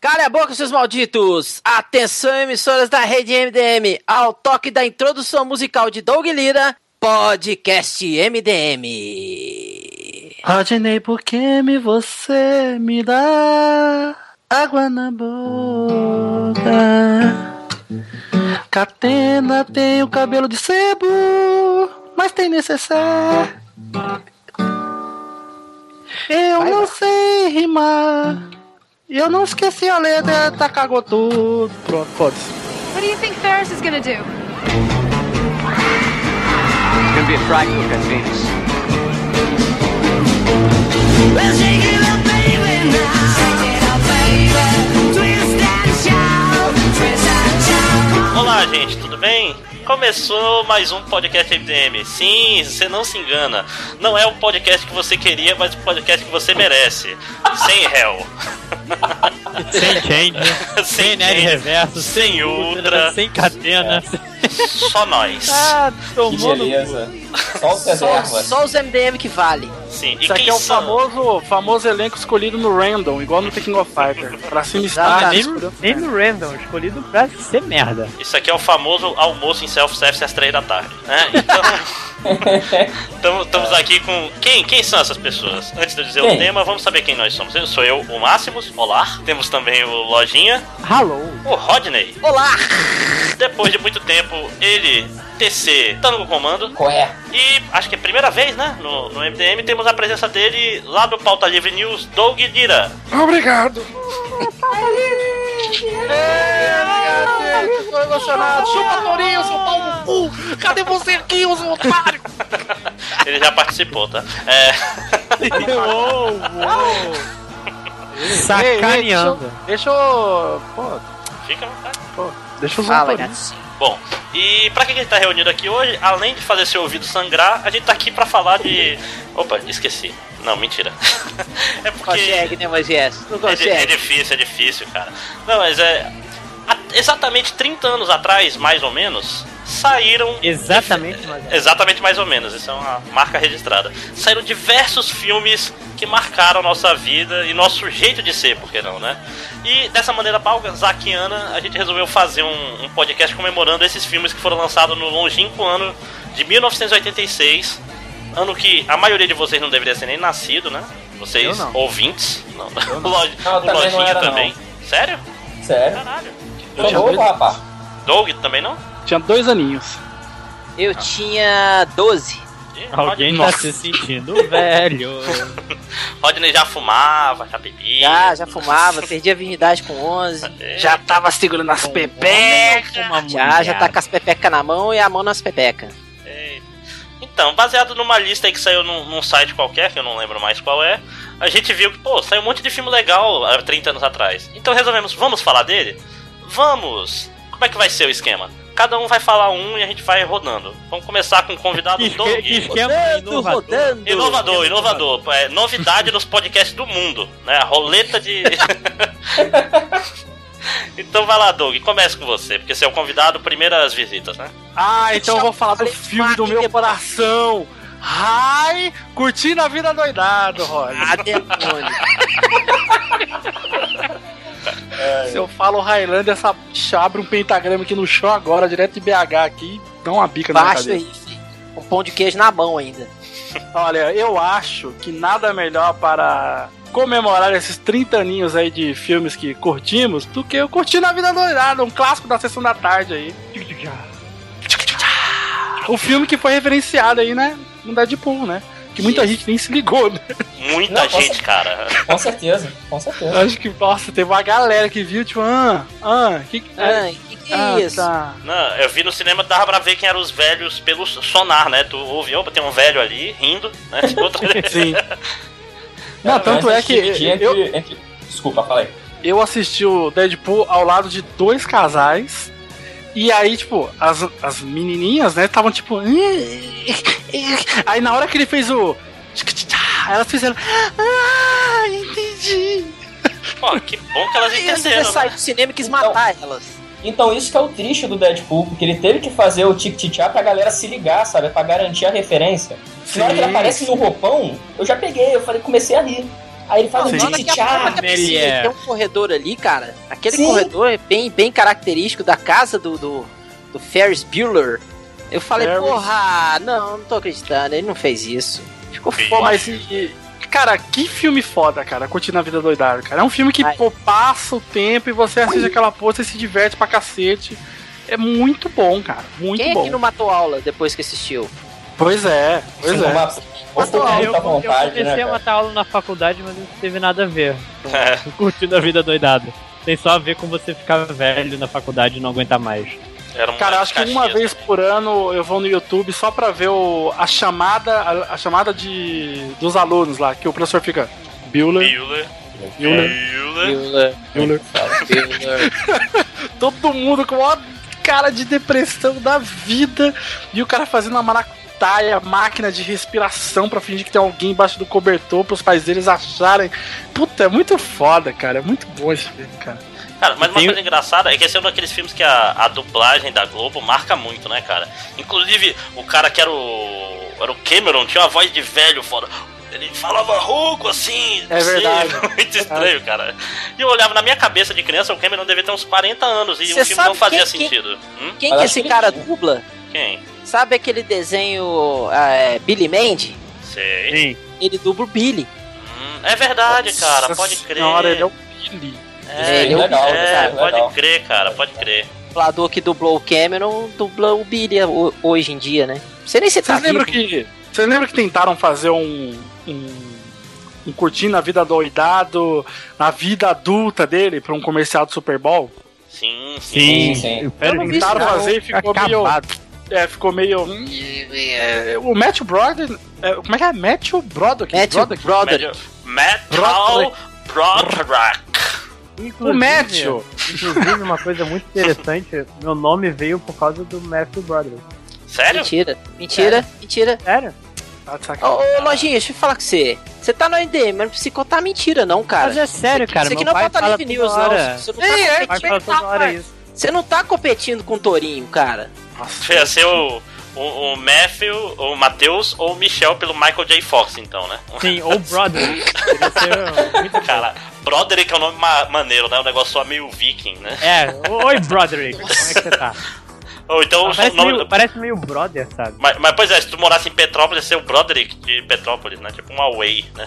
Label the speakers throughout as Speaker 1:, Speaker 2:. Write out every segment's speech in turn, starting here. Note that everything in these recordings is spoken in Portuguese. Speaker 1: Cala a boca, seus malditos! Atenção, emissoras da rede MDM, ao toque da introdução musical de Doug Lira, podcast MDM.
Speaker 2: Rodney, por que me você me dá água na boca? Catena tem o cabelo de sebo, mas tem necessaire. Eu não sei rimar. Eu não esqueci a letra, tá cagou tudo. Pronto, foda-se.
Speaker 3: What do you think Ferris is gonna do?
Speaker 4: It's gonna be a fry cook at Venus.
Speaker 5: Olá, gente, tudo bem? Começou mais um podcast MDM. Sim, você não se engana. Não é o podcast que você queria, mas o podcast que você merece. Sem réu.
Speaker 6: Sem change, né? sem nerd
Speaker 5: change,
Speaker 6: reverso,
Speaker 5: sem ultra,
Speaker 6: sem catena.
Speaker 5: só nós.
Speaker 6: Ah, tomou no cu.
Speaker 7: Beleza. Só o
Speaker 1: Só,
Speaker 7: reserva.
Speaker 1: só os MDM que vale.
Speaker 5: Sim, e
Speaker 2: Isso aqui
Speaker 5: quem
Speaker 2: é o
Speaker 5: são?
Speaker 2: famoso, famoso elenco escolhido no random, igual no Tekken of Fighter. Pra cima
Speaker 6: Ah,
Speaker 2: está.
Speaker 6: nem, nem no random, escolhido pra ser merda.
Speaker 5: Isso aqui é o famoso almoço em self-service às três da tarde, né? Então, estamos aqui com... Quem, quem são essas pessoas? Antes de eu dizer o
Speaker 7: Quem?
Speaker 5: tema, vamos saber quem nós somos. Eu sou eu, o Máximos, olá. Temos também o Lojinha,
Speaker 6: Hello.
Speaker 5: o Rodney.
Speaker 1: Olá!
Speaker 5: Depois de muito tempo, ele, TC, tá no comando.
Speaker 7: Qual é?
Speaker 5: E acho que é a primeira vez, né? No, no MDM temos a presença dele lá do Pauta Livre News, Doug Dira.
Speaker 2: Obrigado. É, obrigado, gente. Tô emocionado. Chupa Torinho, seu pau no cu. Cadê você aqui, os otários?
Speaker 5: Ele já participou, tá? É.
Speaker 6: uou, uou.
Speaker 2: Ei, ei, deixa eu-
Speaker 6: Sacaneando.
Speaker 2: Deixa eu. Pô,
Speaker 5: Fica à vontade.
Speaker 2: deixa eu usar o
Speaker 8: um
Speaker 1: Fala,
Speaker 2: Torinho.
Speaker 1: gatinho.
Speaker 5: Bom, e pra que a gente tá reunido aqui hoje, além de fazer seu ouvido sangrar, a gente tá aqui pra falar de. Opa, esqueci. Não, mentira. é porque.
Speaker 1: Consegue, né, Moisés? Não
Speaker 5: É, di- é
Speaker 1: consegue.
Speaker 5: difícil, é difícil, cara. Não, mas é. há Exatamente 30 anos atrás, mais ou menos, saíram
Speaker 8: né,
Speaker 6: Exatamente, mas
Speaker 5: Exatamente, mais ou menos. Isso é uma marca registrada. Saíram diversos filmes que marcaram nossa vida e nosso jeito de ser, por que não, né? E dessa maneira balzaquiana, a gente resolveu fazer um, um podcast comemorando esses filmes que foram lançados no longínquo ano de 1986. Ano que a maioria de vocês não deveria ser nem nascido, né?
Speaker 6: Eu
Speaker 5: Vocês
Speaker 6: não.
Speaker 5: ouvintes. Não, o Loj-
Speaker 7: Não, eu
Speaker 5: o
Speaker 7: também não
Speaker 5: Lojinha
Speaker 7: era, não.
Speaker 5: também. Sério?
Speaker 7: Sério?
Speaker 5: Caralho.
Speaker 7: Sou novo, rapaz.
Speaker 5: Doug também não?
Speaker 2: Tinha dois aninhos.
Speaker 1: Eu tinha 12.
Speaker 5: Ih,
Speaker 6: alguém tá
Speaker 5: Rodney-
Speaker 6: se sentindo velho.
Speaker 5: Rodney já fumava, já bebia.
Speaker 1: Já, já fumava, perdi a virgindade com 11.
Speaker 5: É.
Speaker 2: Já tava segurando as pepecas.
Speaker 6: Uma
Speaker 1: Já, já
Speaker 6: mulher.
Speaker 1: tá com as pepecas na mão e a mão nas pepecas.
Speaker 5: É. Então, baseado numa lista aí que saiu num, num site qualquer, que eu não lembro mais qual é, a gente viu que, pô, saiu um monte de filme legal há 30 anos atrás. Então resolvemos, vamos falar dele? Vamos! Como é que vai ser o esquema? Cada um vai falar um e a gente vai rodando. Vamos começar com o convidado
Speaker 6: Que esque- que
Speaker 5: Doug.
Speaker 6: esquema inovador.
Speaker 5: Inovador, inovador. É, novidade nos podcasts do mundo, né? A roleta de. então vai lá, Doug, comece com você, porque você é o convidado, primeiras visitas, né?
Speaker 2: Ah, então eu vou falar do
Speaker 1: Falei,
Speaker 2: filme do meu
Speaker 1: Wagner.
Speaker 2: coração. Ai, curtindo a vida doidado, Roger.
Speaker 1: Ah, demônio.
Speaker 2: Se eu falo Highlander, essa bicha abre um pentagrama aqui no chão agora, direto de BH aqui, e dá uma bica na minha
Speaker 1: Baixo
Speaker 2: cabeça.
Speaker 1: aí, filho. Um pão de queijo na mão ainda.
Speaker 2: Olha, eu acho que nada melhor para comemorar esses 30 aninhos aí de filmes que curtimos do que eu curtindo a vida doidada, um clássico da sessão da tarde aí. O filme que foi referenciado aí, né? No Deadpool, né? Que muita gente nem se ligou, né?
Speaker 5: Muita
Speaker 7: Não, com
Speaker 5: gente, cara.
Speaker 7: Com certeza, com certeza.
Speaker 2: Acho que, nossa, teve uma galera que viu, tipo, ah, ah, que que é?
Speaker 1: Ai, que que é
Speaker 2: Ah,
Speaker 1: isso?
Speaker 2: tá.
Speaker 5: Não, eu vi no cinema, dava pra ver quem eram os velhos pelo sonar, né? Tu ouve, opa, tem um velho ali, rindo, né? Outra...
Speaker 2: Sim. Não, tanto é que
Speaker 7: Entre,
Speaker 2: eu,
Speaker 7: entre... Desculpa, falei.
Speaker 2: eu assisti o Deadpool ao lado de dois casais. E aí, tipo, as, as menininhas, né, estavam tipo. Aí na hora que ele fez o. Elas fizeram. Ah, entendi.
Speaker 5: Pô, que bom que elas
Speaker 1: Aí Você
Speaker 5: entenderam. né?
Speaker 1: saiu do cinema e quis matar elas.
Speaker 7: Então isso que é o triste do Deadpool, porque ele teve que fazer o tic tic pra galera se ligar, sabe? Pra garantir a referência. Na hora que ele aparece no roupão, eu já peguei, eu falei, comecei a rir.
Speaker 9: Aí ele um fala
Speaker 8: Sim.
Speaker 1: Não, daqui a pouco
Speaker 9: tchá.
Speaker 1: até piscina,
Speaker 6: Melier.
Speaker 1: tem um corredor ali, cara. Aquele
Speaker 9: Sim.
Speaker 1: corredor é bem, bem característico da casa do, do, do Ferris Bueller. Eu falei,
Speaker 8: Ferris.
Speaker 1: porra, não, não tô acreditando, ele não fez isso. Ficou
Speaker 8: Pô,
Speaker 1: foda.
Speaker 8: mas. e- e- Cara, que filme foda, cara. Curtindo a vida doidada, cara. É um filme que
Speaker 1: Ai.
Speaker 8: pô, passa o tempo e você assiste aquela porra e se diverte pra cacete. É muito bom, cara. Muito
Speaker 1: Quem é
Speaker 8: bom.
Speaker 1: que não matou aula depois que assistiu?
Speaker 8: Pois é,
Speaker 9: Você
Speaker 8: pois
Speaker 9: não
Speaker 8: é.
Speaker 9: vai- Você tem Tipo,
Speaker 6: Eu,
Speaker 9: muita
Speaker 6: eu
Speaker 9: vontade, né,
Speaker 6: comecei a
Speaker 9: cara?
Speaker 6: matar aula na faculdade, mas não teve nada a ver.
Speaker 5: É.
Speaker 6: Curtindo a vida doidada. Tem só a ver com você ficar velho na faculdade e não aguentar mais.
Speaker 5: Era um
Speaker 8: Cara, acho que uma
Speaker 5: Caxias,
Speaker 8: vez
Speaker 5: né?
Speaker 8: por ano eu vou no YouTube só pra ver o, a chamada, a, a chamada de dos alunos lá, que o professor fica. Bueller,
Speaker 5: Bueller.
Speaker 8: Bueller, Bueller.
Speaker 5: Bueller. é.
Speaker 8: Todo mundo com a cara de depressão da vida. E o cara fazendo uma maracutaia, máquina de respiração pra fingir que tem alguém embaixo do cobertor pros pais deles acharem. Puta, é muito foda, cara. É muito bom esse filme, cara.
Speaker 5: Cara, mas uma
Speaker 6: Tem-
Speaker 5: coisa engraçada é que esse é um daqueles filmes que a, a dublagem da Globo marca muito, né, cara? Inclusive, o cara que era o. Era o Cameron, tinha uma voz de velho foda. Ele falava rouco assim.
Speaker 8: É
Speaker 5: não sei,
Speaker 8: verdade.
Speaker 5: muito estranho, cara. E eu olhava na minha cabeça de criança, o Cameron devia ter uns 40 anos e
Speaker 1: Cê
Speaker 5: o filme
Speaker 1: sabe
Speaker 5: não fazia
Speaker 1: quem- quem-
Speaker 5: sentido. Hum?
Speaker 1: Quem
Speaker 9: Mas
Speaker 1: que
Speaker 9: acho
Speaker 1: esse
Speaker 9: que
Speaker 1: cara
Speaker 9: ele-
Speaker 1: dubla?
Speaker 5: Quem?
Speaker 1: Sabe aquele desenho é, Billy Mandy?
Speaker 5: Sei.
Speaker 6: Sim.
Speaker 1: Ele dubla o Billy.
Speaker 5: Hum, é verdade, cara,
Speaker 8: Nossa
Speaker 5: pode crer.
Speaker 8: Senhora, ele é o Billy.
Speaker 5: É,
Speaker 1: Ele é o-
Speaker 9: legal,
Speaker 5: é,
Speaker 9: legal.
Speaker 5: pode crer, cara, pode crer.
Speaker 1: O dublador que dublou o Cameron dubla o Billy ho- hoje em dia, né? Não sei nem se tá
Speaker 8: Vocês lembram
Speaker 1: vivo.
Speaker 8: que. Vocês lembram que tentaram fazer um. um, um curtindo a vida doidado, na vida adulta dele, pra um comercial do Super Bowl?
Speaker 5: Sim, sim.
Speaker 9: Sim, sim.
Speaker 1: Eu não vi isso,
Speaker 8: Tentaram
Speaker 1: não.
Speaker 8: fazer e ficou meio. É, ficou meio. É, O Matthew Broderick. é, como é que é? Matthew Broderick.
Speaker 1: Matthew
Speaker 8: Broderick.
Speaker 1: Broderick.
Speaker 5: Metal Metal Broderick.
Speaker 8: O Matthew.
Speaker 6: Inclusive, uma coisa muito interessante, meu nome veio por causa do Matthew Brothers.
Speaker 5: Sério?
Speaker 1: Mentira, mentira, mentira.
Speaker 6: Sério?
Speaker 8: Tá de
Speaker 1: Ô,
Speaker 8: sacanagem.
Speaker 1: ô, Lojinha, deixa eu falar com você. Você tá no NDM, mas não precisa contar mentira, não, cara.
Speaker 6: Mas é sério, cara.
Speaker 1: isso aqui
Speaker 6: meu
Speaker 1: não é
Speaker 6: pai
Speaker 1: pauta
Speaker 6: fala
Speaker 1: livre
Speaker 6: toda
Speaker 1: news,
Speaker 6: hora.
Speaker 1: não. Você não, tá
Speaker 8: Ei, é,
Speaker 6: Meu pai fala
Speaker 1: competindo,
Speaker 6: toda hora isso.
Speaker 1: você não tá competindo com o Torinho, cara.
Speaker 8: Nossa,
Speaker 5: Ia ser o, o, o Matthew, o Matheus ou o Michel pelo Michael J. Fox, então, né?
Speaker 6: Sim, ou Brothers. Queria ser muito-
Speaker 5: Cara, Broderick é um nome ma- maneiro, né? O negócio só meio viking, né?
Speaker 6: É, oi, Broderick. Como é que você tá?
Speaker 5: Ou então o
Speaker 6: Ah, Parece
Speaker 5: nome.
Speaker 6: meio, parece meio brother, sabe?
Speaker 5: Mas, mas, pois é, se tu morasse em Petrópolis, ia ser o Broderick de Petrópolis, né? Tipo um away, né?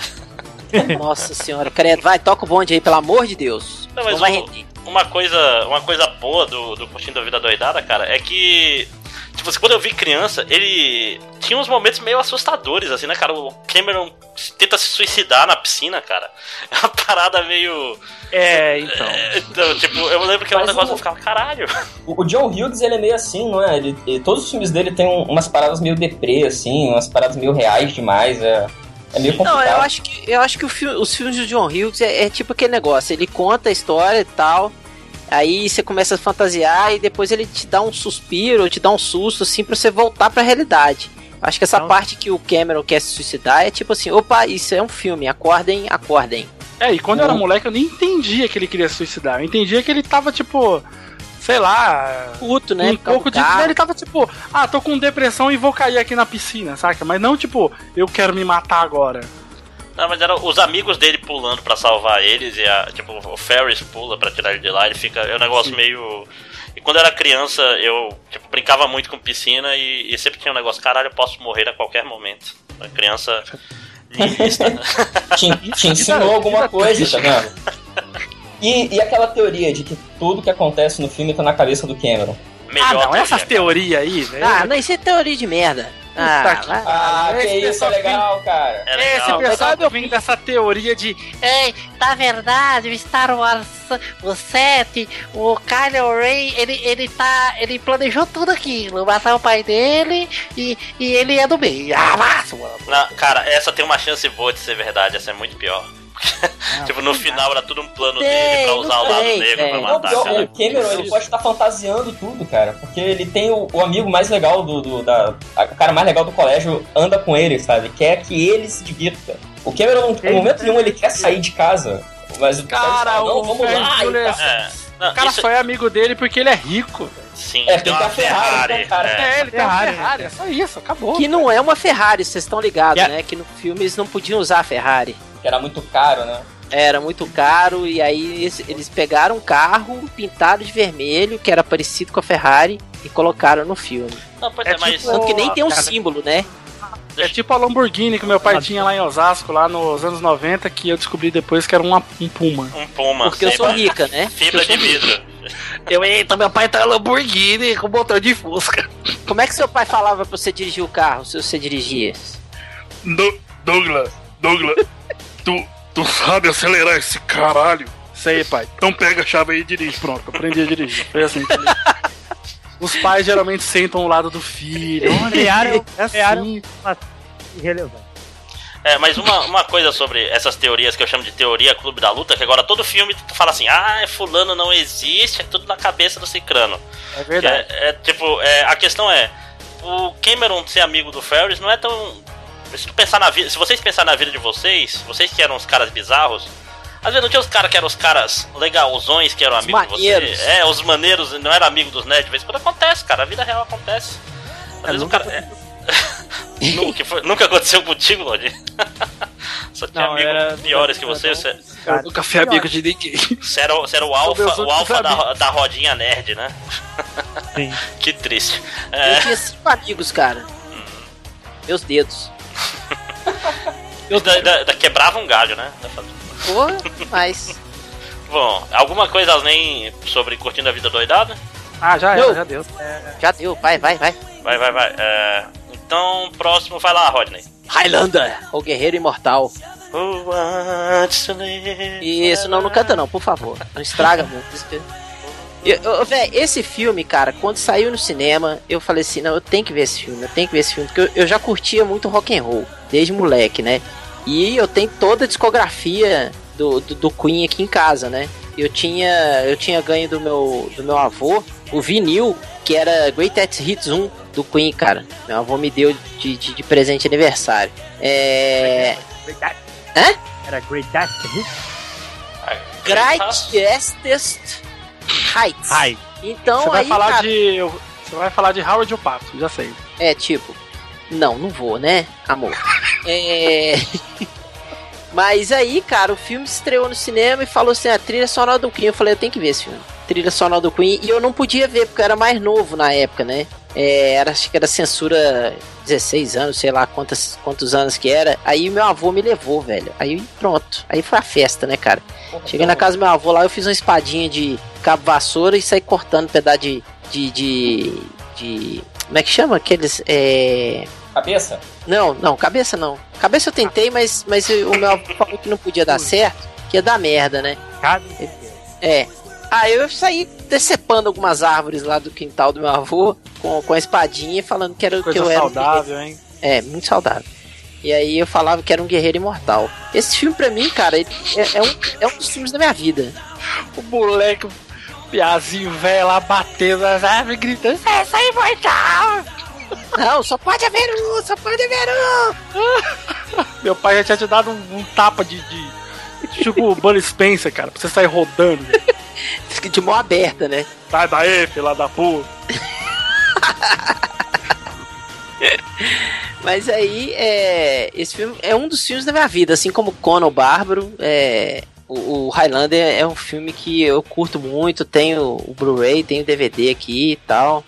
Speaker 1: Nossa senhora, credo. Vai, toca o bonde aí, pelo amor de Deus.
Speaker 5: Não, mas
Speaker 1: vai
Speaker 5: o-
Speaker 1: render.
Speaker 5: Uma coisa, uma coisa boa do, do Curtindo a Vida Doidada, cara, é que. Tipo, assim, quando eu vi criança, ele tinha uns momentos meio assustadores, assim, né, cara? O Cameron se- tenta se suicidar na piscina, cara. É uma parada meio.
Speaker 8: É, então.
Speaker 5: Então, tipo, eu lembro que era um
Speaker 9: Mas
Speaker 5: negócio que
Speaker 9: o-
Speaker 5: eu ficava, caralho.
Speaker 9: O o John Hughes, ele é meio assim, não é? Ele, ele- todos os filmes dele tem um- umas paradas meio deprê, assim, umas paradas meio reais demais. É, é meio complicado.
Speaker 1: Não, Então, eu acho que, eu acho que o fi- os filmes do John Hughes é, é tipo aquele negócio. Ele conta a história e tal. Aí você começa a fantasiar e depois ele te dá um suspiro, te dá um susto, assim, pra você voltar pra realidade. Acho que essa
Speaker 8: Então-
Speaker 6: Não.
Speaker 1: parte que o Cameron quer se suicidar é tipo assim, opa, isso é um filme, acordem, acordem.
Speaker 8: É, e quando eu era moleque eu nem entendia que ele queria se suicidar. Eu entendia que ele tava, tipo, sei lá.
Speaker 1: Puto, né?
Speaker 8: um
Speaker 1: por causa
Speaker 8: pouco
Speaker 1: do
Speaker 8: de.
Speaker 1: carro.
Speaker 8: Ele tava tipo, ah, tô com depressão e vou cair aqui na piscina, saca? Mas não tipo, eu quero me matar agora.
Speaker 5: Não, mas eram os amigos dele pulando pra salvar eles, e a, tipo, o Ferris pula pra tirar ele de lá, ele fica. É um negócio meio. E quando eu era criança, eu tipo, brincava muito com piscina e, e sempre tinha um negócio, caralho, eu posso morrer a qualquer momento. A criança. niilista, né?
Speaker 9: te, te
Speaker 7: é
Speaker 9: ensinou alguma coisa, tá vendo? E, e aquela teoria de que tudo que acontece no filme tá na cabeça do Cameron.
Speaker 8: Ah,
Speaker 5: Melhor
Speaker 8: não, essas
Speaker 5: teoria.
Speaker 8: teorias aí, velho.
Speaker 1: Ah, não, isso é teoria de merda.
Speaker 8: tá
Speaker 1: Ah,
Speaker 8: que
Speaker 1: vai-
Speaker 9: Ah,
Speaker 8: esse
Speaker 9: que isso, é
Speaker 8: pessoal
Speaker 9: legal, cara.
Speaker 5: É
Speaker 8: Esse
Speaker 5: legal.
Speaker 2: "Ah,
Speaker 8: pessoal que vem dessa teoria de
Speaker 10: Ei, na verdade, o Star Wars o 7, o Kylo Ren, ele, ele tá. ele planejou tudo aquilo, matar o pai dele e, e ele é do meio. Ah, máximo!
Speaker 5: Na- cara, essa tem uma chance boa de ser verdade, essa é muito pior. tipo, no final era tudo um plano
Speaker 1: Tem,
Speaker 5: dele pra
Speaker 1: não
Speaker 5: usar o lado
Speaker 1: tem,
Speaker 5: negro
Speaker 1: tem.
Speaker 5: pra
Speaker 9: Não,
Speaker 5: matar,
Speaker 9: pior,
Speaker 5: cara.
Speaker 9: o Cameron ele pode estar fantasiando tudo, cara. Porque ele tem o, o amigo mais legal do. do- da, a- o cara mais legal do colégio anda com ele, sabe? Quer que ele se divirta. O Cameron, em momento nenhum, ele quer sair de casa. Mas o Ferris
Speaker 8: cara,
Speaker 9: fala, não,
Speaker 8: o
Speaker 9: vamos lá. e
Speaker 8: Ferris
Speaker 9: tal.
Speaker 5: É. Não,
Speaker 8: O cara
Speaker 5: isso-
Speaker 8: só é amigo dele porque ele é rico. velho.
Speaker 5: sim,
Speaker 9: É,
Speaker 5: tem
Speaker 9: tem
Speaker 5: uma
Speaker 9: que aferrar,
Speaker 5: Ferrari.
Speaker 9: então, cara.
Speaker 5: é.
Speaker 8: É, ele tem uma
Speaker 6: Ferrari,
Speaker 8: Ferrari, é só isso, acabou.
Speaker 1: Que não é uma Ferrari, vocês estão ligados,
Speaker 6: Yeah.
Speaker 1: né? Que no filme eles não podiam usar a Ferrari.
Speaker 7: que era muito caro, né?
Speaker 1: Era muito caro, e aí eles, eles pegaram um carro pintado de vermelho, que era parecido com a Ferrari, e colocaram no filme.
Speaker 5: Não, pois
Speaker 2: É
Speaker 5: é, mas.
Speaker 2: tipo-
Speaker 1: Tanto que nem tem um
Speaker 2: cara.
Speaker 1: símbolo, né?
Speaker 2: É tipo a Lamborghini que meu pai tinha lá em Osasco, lá nos anos 90, que eu descobri depois que era uma, um Puma.
Speaker 5: Um puma.
Speaker 1: Porque eu sou
Speaker 5: sempre.
Speaker 1: rica, né?
Speaker 5: Fibra de vidro.
Speaker 2: Eu, eita, meu pai tá Lamborghini com motor de fusca.
Speaker 1: Como é que seu pai falava pra você dirigir o carro, se você dirigia?
Speaker 2: Douglas, Douglas, tu, tu sabe acelerar esse caralho? Sei, pai. Então pega a chave aí e dirige. Pronto, aprendi a dirigir. Foi assim. que eu dirigi. Os pais geralmente sentam ao lado do filho. Olha,
Speaker 11: Criaram-
Speaker 2: é
Speaker 11: criaram-
Speaker 2: assim.
Speaker 11: Irrelevante.
Speaker 5: É, mas uma, uma coisa sobre essas teorias que eu chamo de teoria Clube da Luta, que agora todo filme tu fala assim, ah, fulano não existe, é tudo na cabeça do Cicrano.
Speaker 2: É
Speaker 5: Que
Speaker 2: verdade.
Speaker 5: É, é, tipo, é, a questão é, o Cameron ser amigo do Ferris não é tão. Se tu pensar na vida. Se vocês pensarem na vida de vocês, vocês que eram os caras bizarros, às vezes não tinha os caras que eram os caras legalzões que eram
Speaker 1: Os
Speaker 5: amigos de
Speaker 1: maneiros.
Speaker 5: você. É, os maneiros não eram amigos dos nerds, de vez em quando acontece, cara. A vida real acontece. Às vezes o cara. é. nunca, foi- nunca aconteceu contigo, Lodi. Só tinha
Speaker 6: Não,
Speaker 5: amigos
Speaker 6: era-
Speaker 5: piores que
Speaker 6: era
Speaker 5: você.
Speaker 6: tão-
Speaker 5: Você,
Speaker 2: Eu nunca fui amigo de ninguém.
Speaker 5: você era, o- você era o alfa,
Speaker 2: meus
Speaker 5: o
Speaker 2: únicos
Speaker 5: alfa da,
Speaker 2: amigos.
Speaker 5: da rodinha nerd, né?
Speaker 6: Sim.
Speaker 5: Que triste.
Speaker 1: Eu
Speaker 5: É.
Speaker 1: tinha cinco amigos, cara. Meus dedos.
Speaker 5: Eu da, da- da- quebrava um galho, né? Da faz-
Speaker 1: Porra, mas.
Speaker 5: Bom, alguma coisa além sobre curtindo a vida doidada?
Speaker 2: Ah, já
Speaker 1: Não.
Speaker 2: era, já deu.
Speaker 1: Já deu, vai, vai, vai.
Speaker 5: Vai, vai, vai. É, então, próximo, vai lá, Rodney.
Speaker 1: Highlander, o guerreiro imortal.
Speaker 5: Who wants to live
Speaker 1: Isso, não, não canta não, por favor. Não estraga muito. Eu- eu- Véi, esse filme, cara, quando saiu no cinema, eu falei assim, não, eu tenho que ver esse filme, eu tenho que ver esse filme, porque eu, eu já curtia muito rock and roll, desde moleque, né? E eu tenho toda a discografia do, do, do Queen aqui em casa, né? Eu tinha, eu tinha ganho do meu, do meu avô o vinil, que era Greatest Hits 1 do Queen, cara. Meu avô me deu de, de, de presente de aniversário. É.
Speaker 11: Great
Speaker 1: Hã?
Speaker 11: Era Great Destiny.
Speaker 1: Greatest Heights.
Speaker 6: Ai,
Speaker 1: Então
Speaker 2: Você vai
Speaker 1: aí,
Speaker 2: falar
Speaker 1: cara,
Speaker 2: de. Você vai falar de Howard o Pato, já sei.
Speaker 1: é tipo, não, não vou, né, amor? É. Mas aí, cara, o filme estreou no cinema e falou assim: a trilha sonora do Queen. Eu falei: eu tenho que ver esse filme. Trilha sonora do Queen. E eu não podia ver, porque eu era mais novo na época, né? É, era, acho que era censura 16 anos, sei lá quantas, quantos anos que era. Aí meu avô me levou, velho. Aí pronto. Aí foi a festa, né, cara? Cheguei na casa do meu avô lá, eu fiz uma espadinha de cabo vassoura e saí cortando um pedaço de. de. de. de- como é que chama? Aqueles. É.
Speaker 7: Cabeça?
Speaker 1: Não, não, cabeça não. Cabeça eu tentei, mas, mas o meu avô falou que não podia dar certo, que ia dar merda, né?
Speaker 11: Casa.
Speaker 1: É. Aí eu saí decepando algumas árvores lá do quintal do meu avô com, com a espadinha e falando que era o que
Speaker 2: Coisa
Speaker 1: eu era. um
Speaker 2: saudável, hein?
Speaker 1: é, muito saudável. E aí eu falava que era um guerreiro imortal. Esse filme, pra mim, cara, ele é, é um, é um dos filmes da minha vida.
Speaker 2: O moleque, o piazinho velho lá batendo as árvores, gritando.
Speaker 1: Não, só pode haver um, só pode haver um.
Speaker 2: Meu pai já tinha te dado um, um tapa de. de... Tipo o Bunny Spencer, cara, pra você sair rodando.
Speaker 1: um. Fica De mão aberta, né?
Speaker 8: tá?
Speaker 2: Sai daí, filha da puta.
Speaker 1: Mas aí, é, esse filme é um dos filmes da minha vida, assim como Conan o Bárbaro, é, o, o Highlander é um filme que eu curto muito, tenho o Blu-ray, tenho o DVD aqui e tal,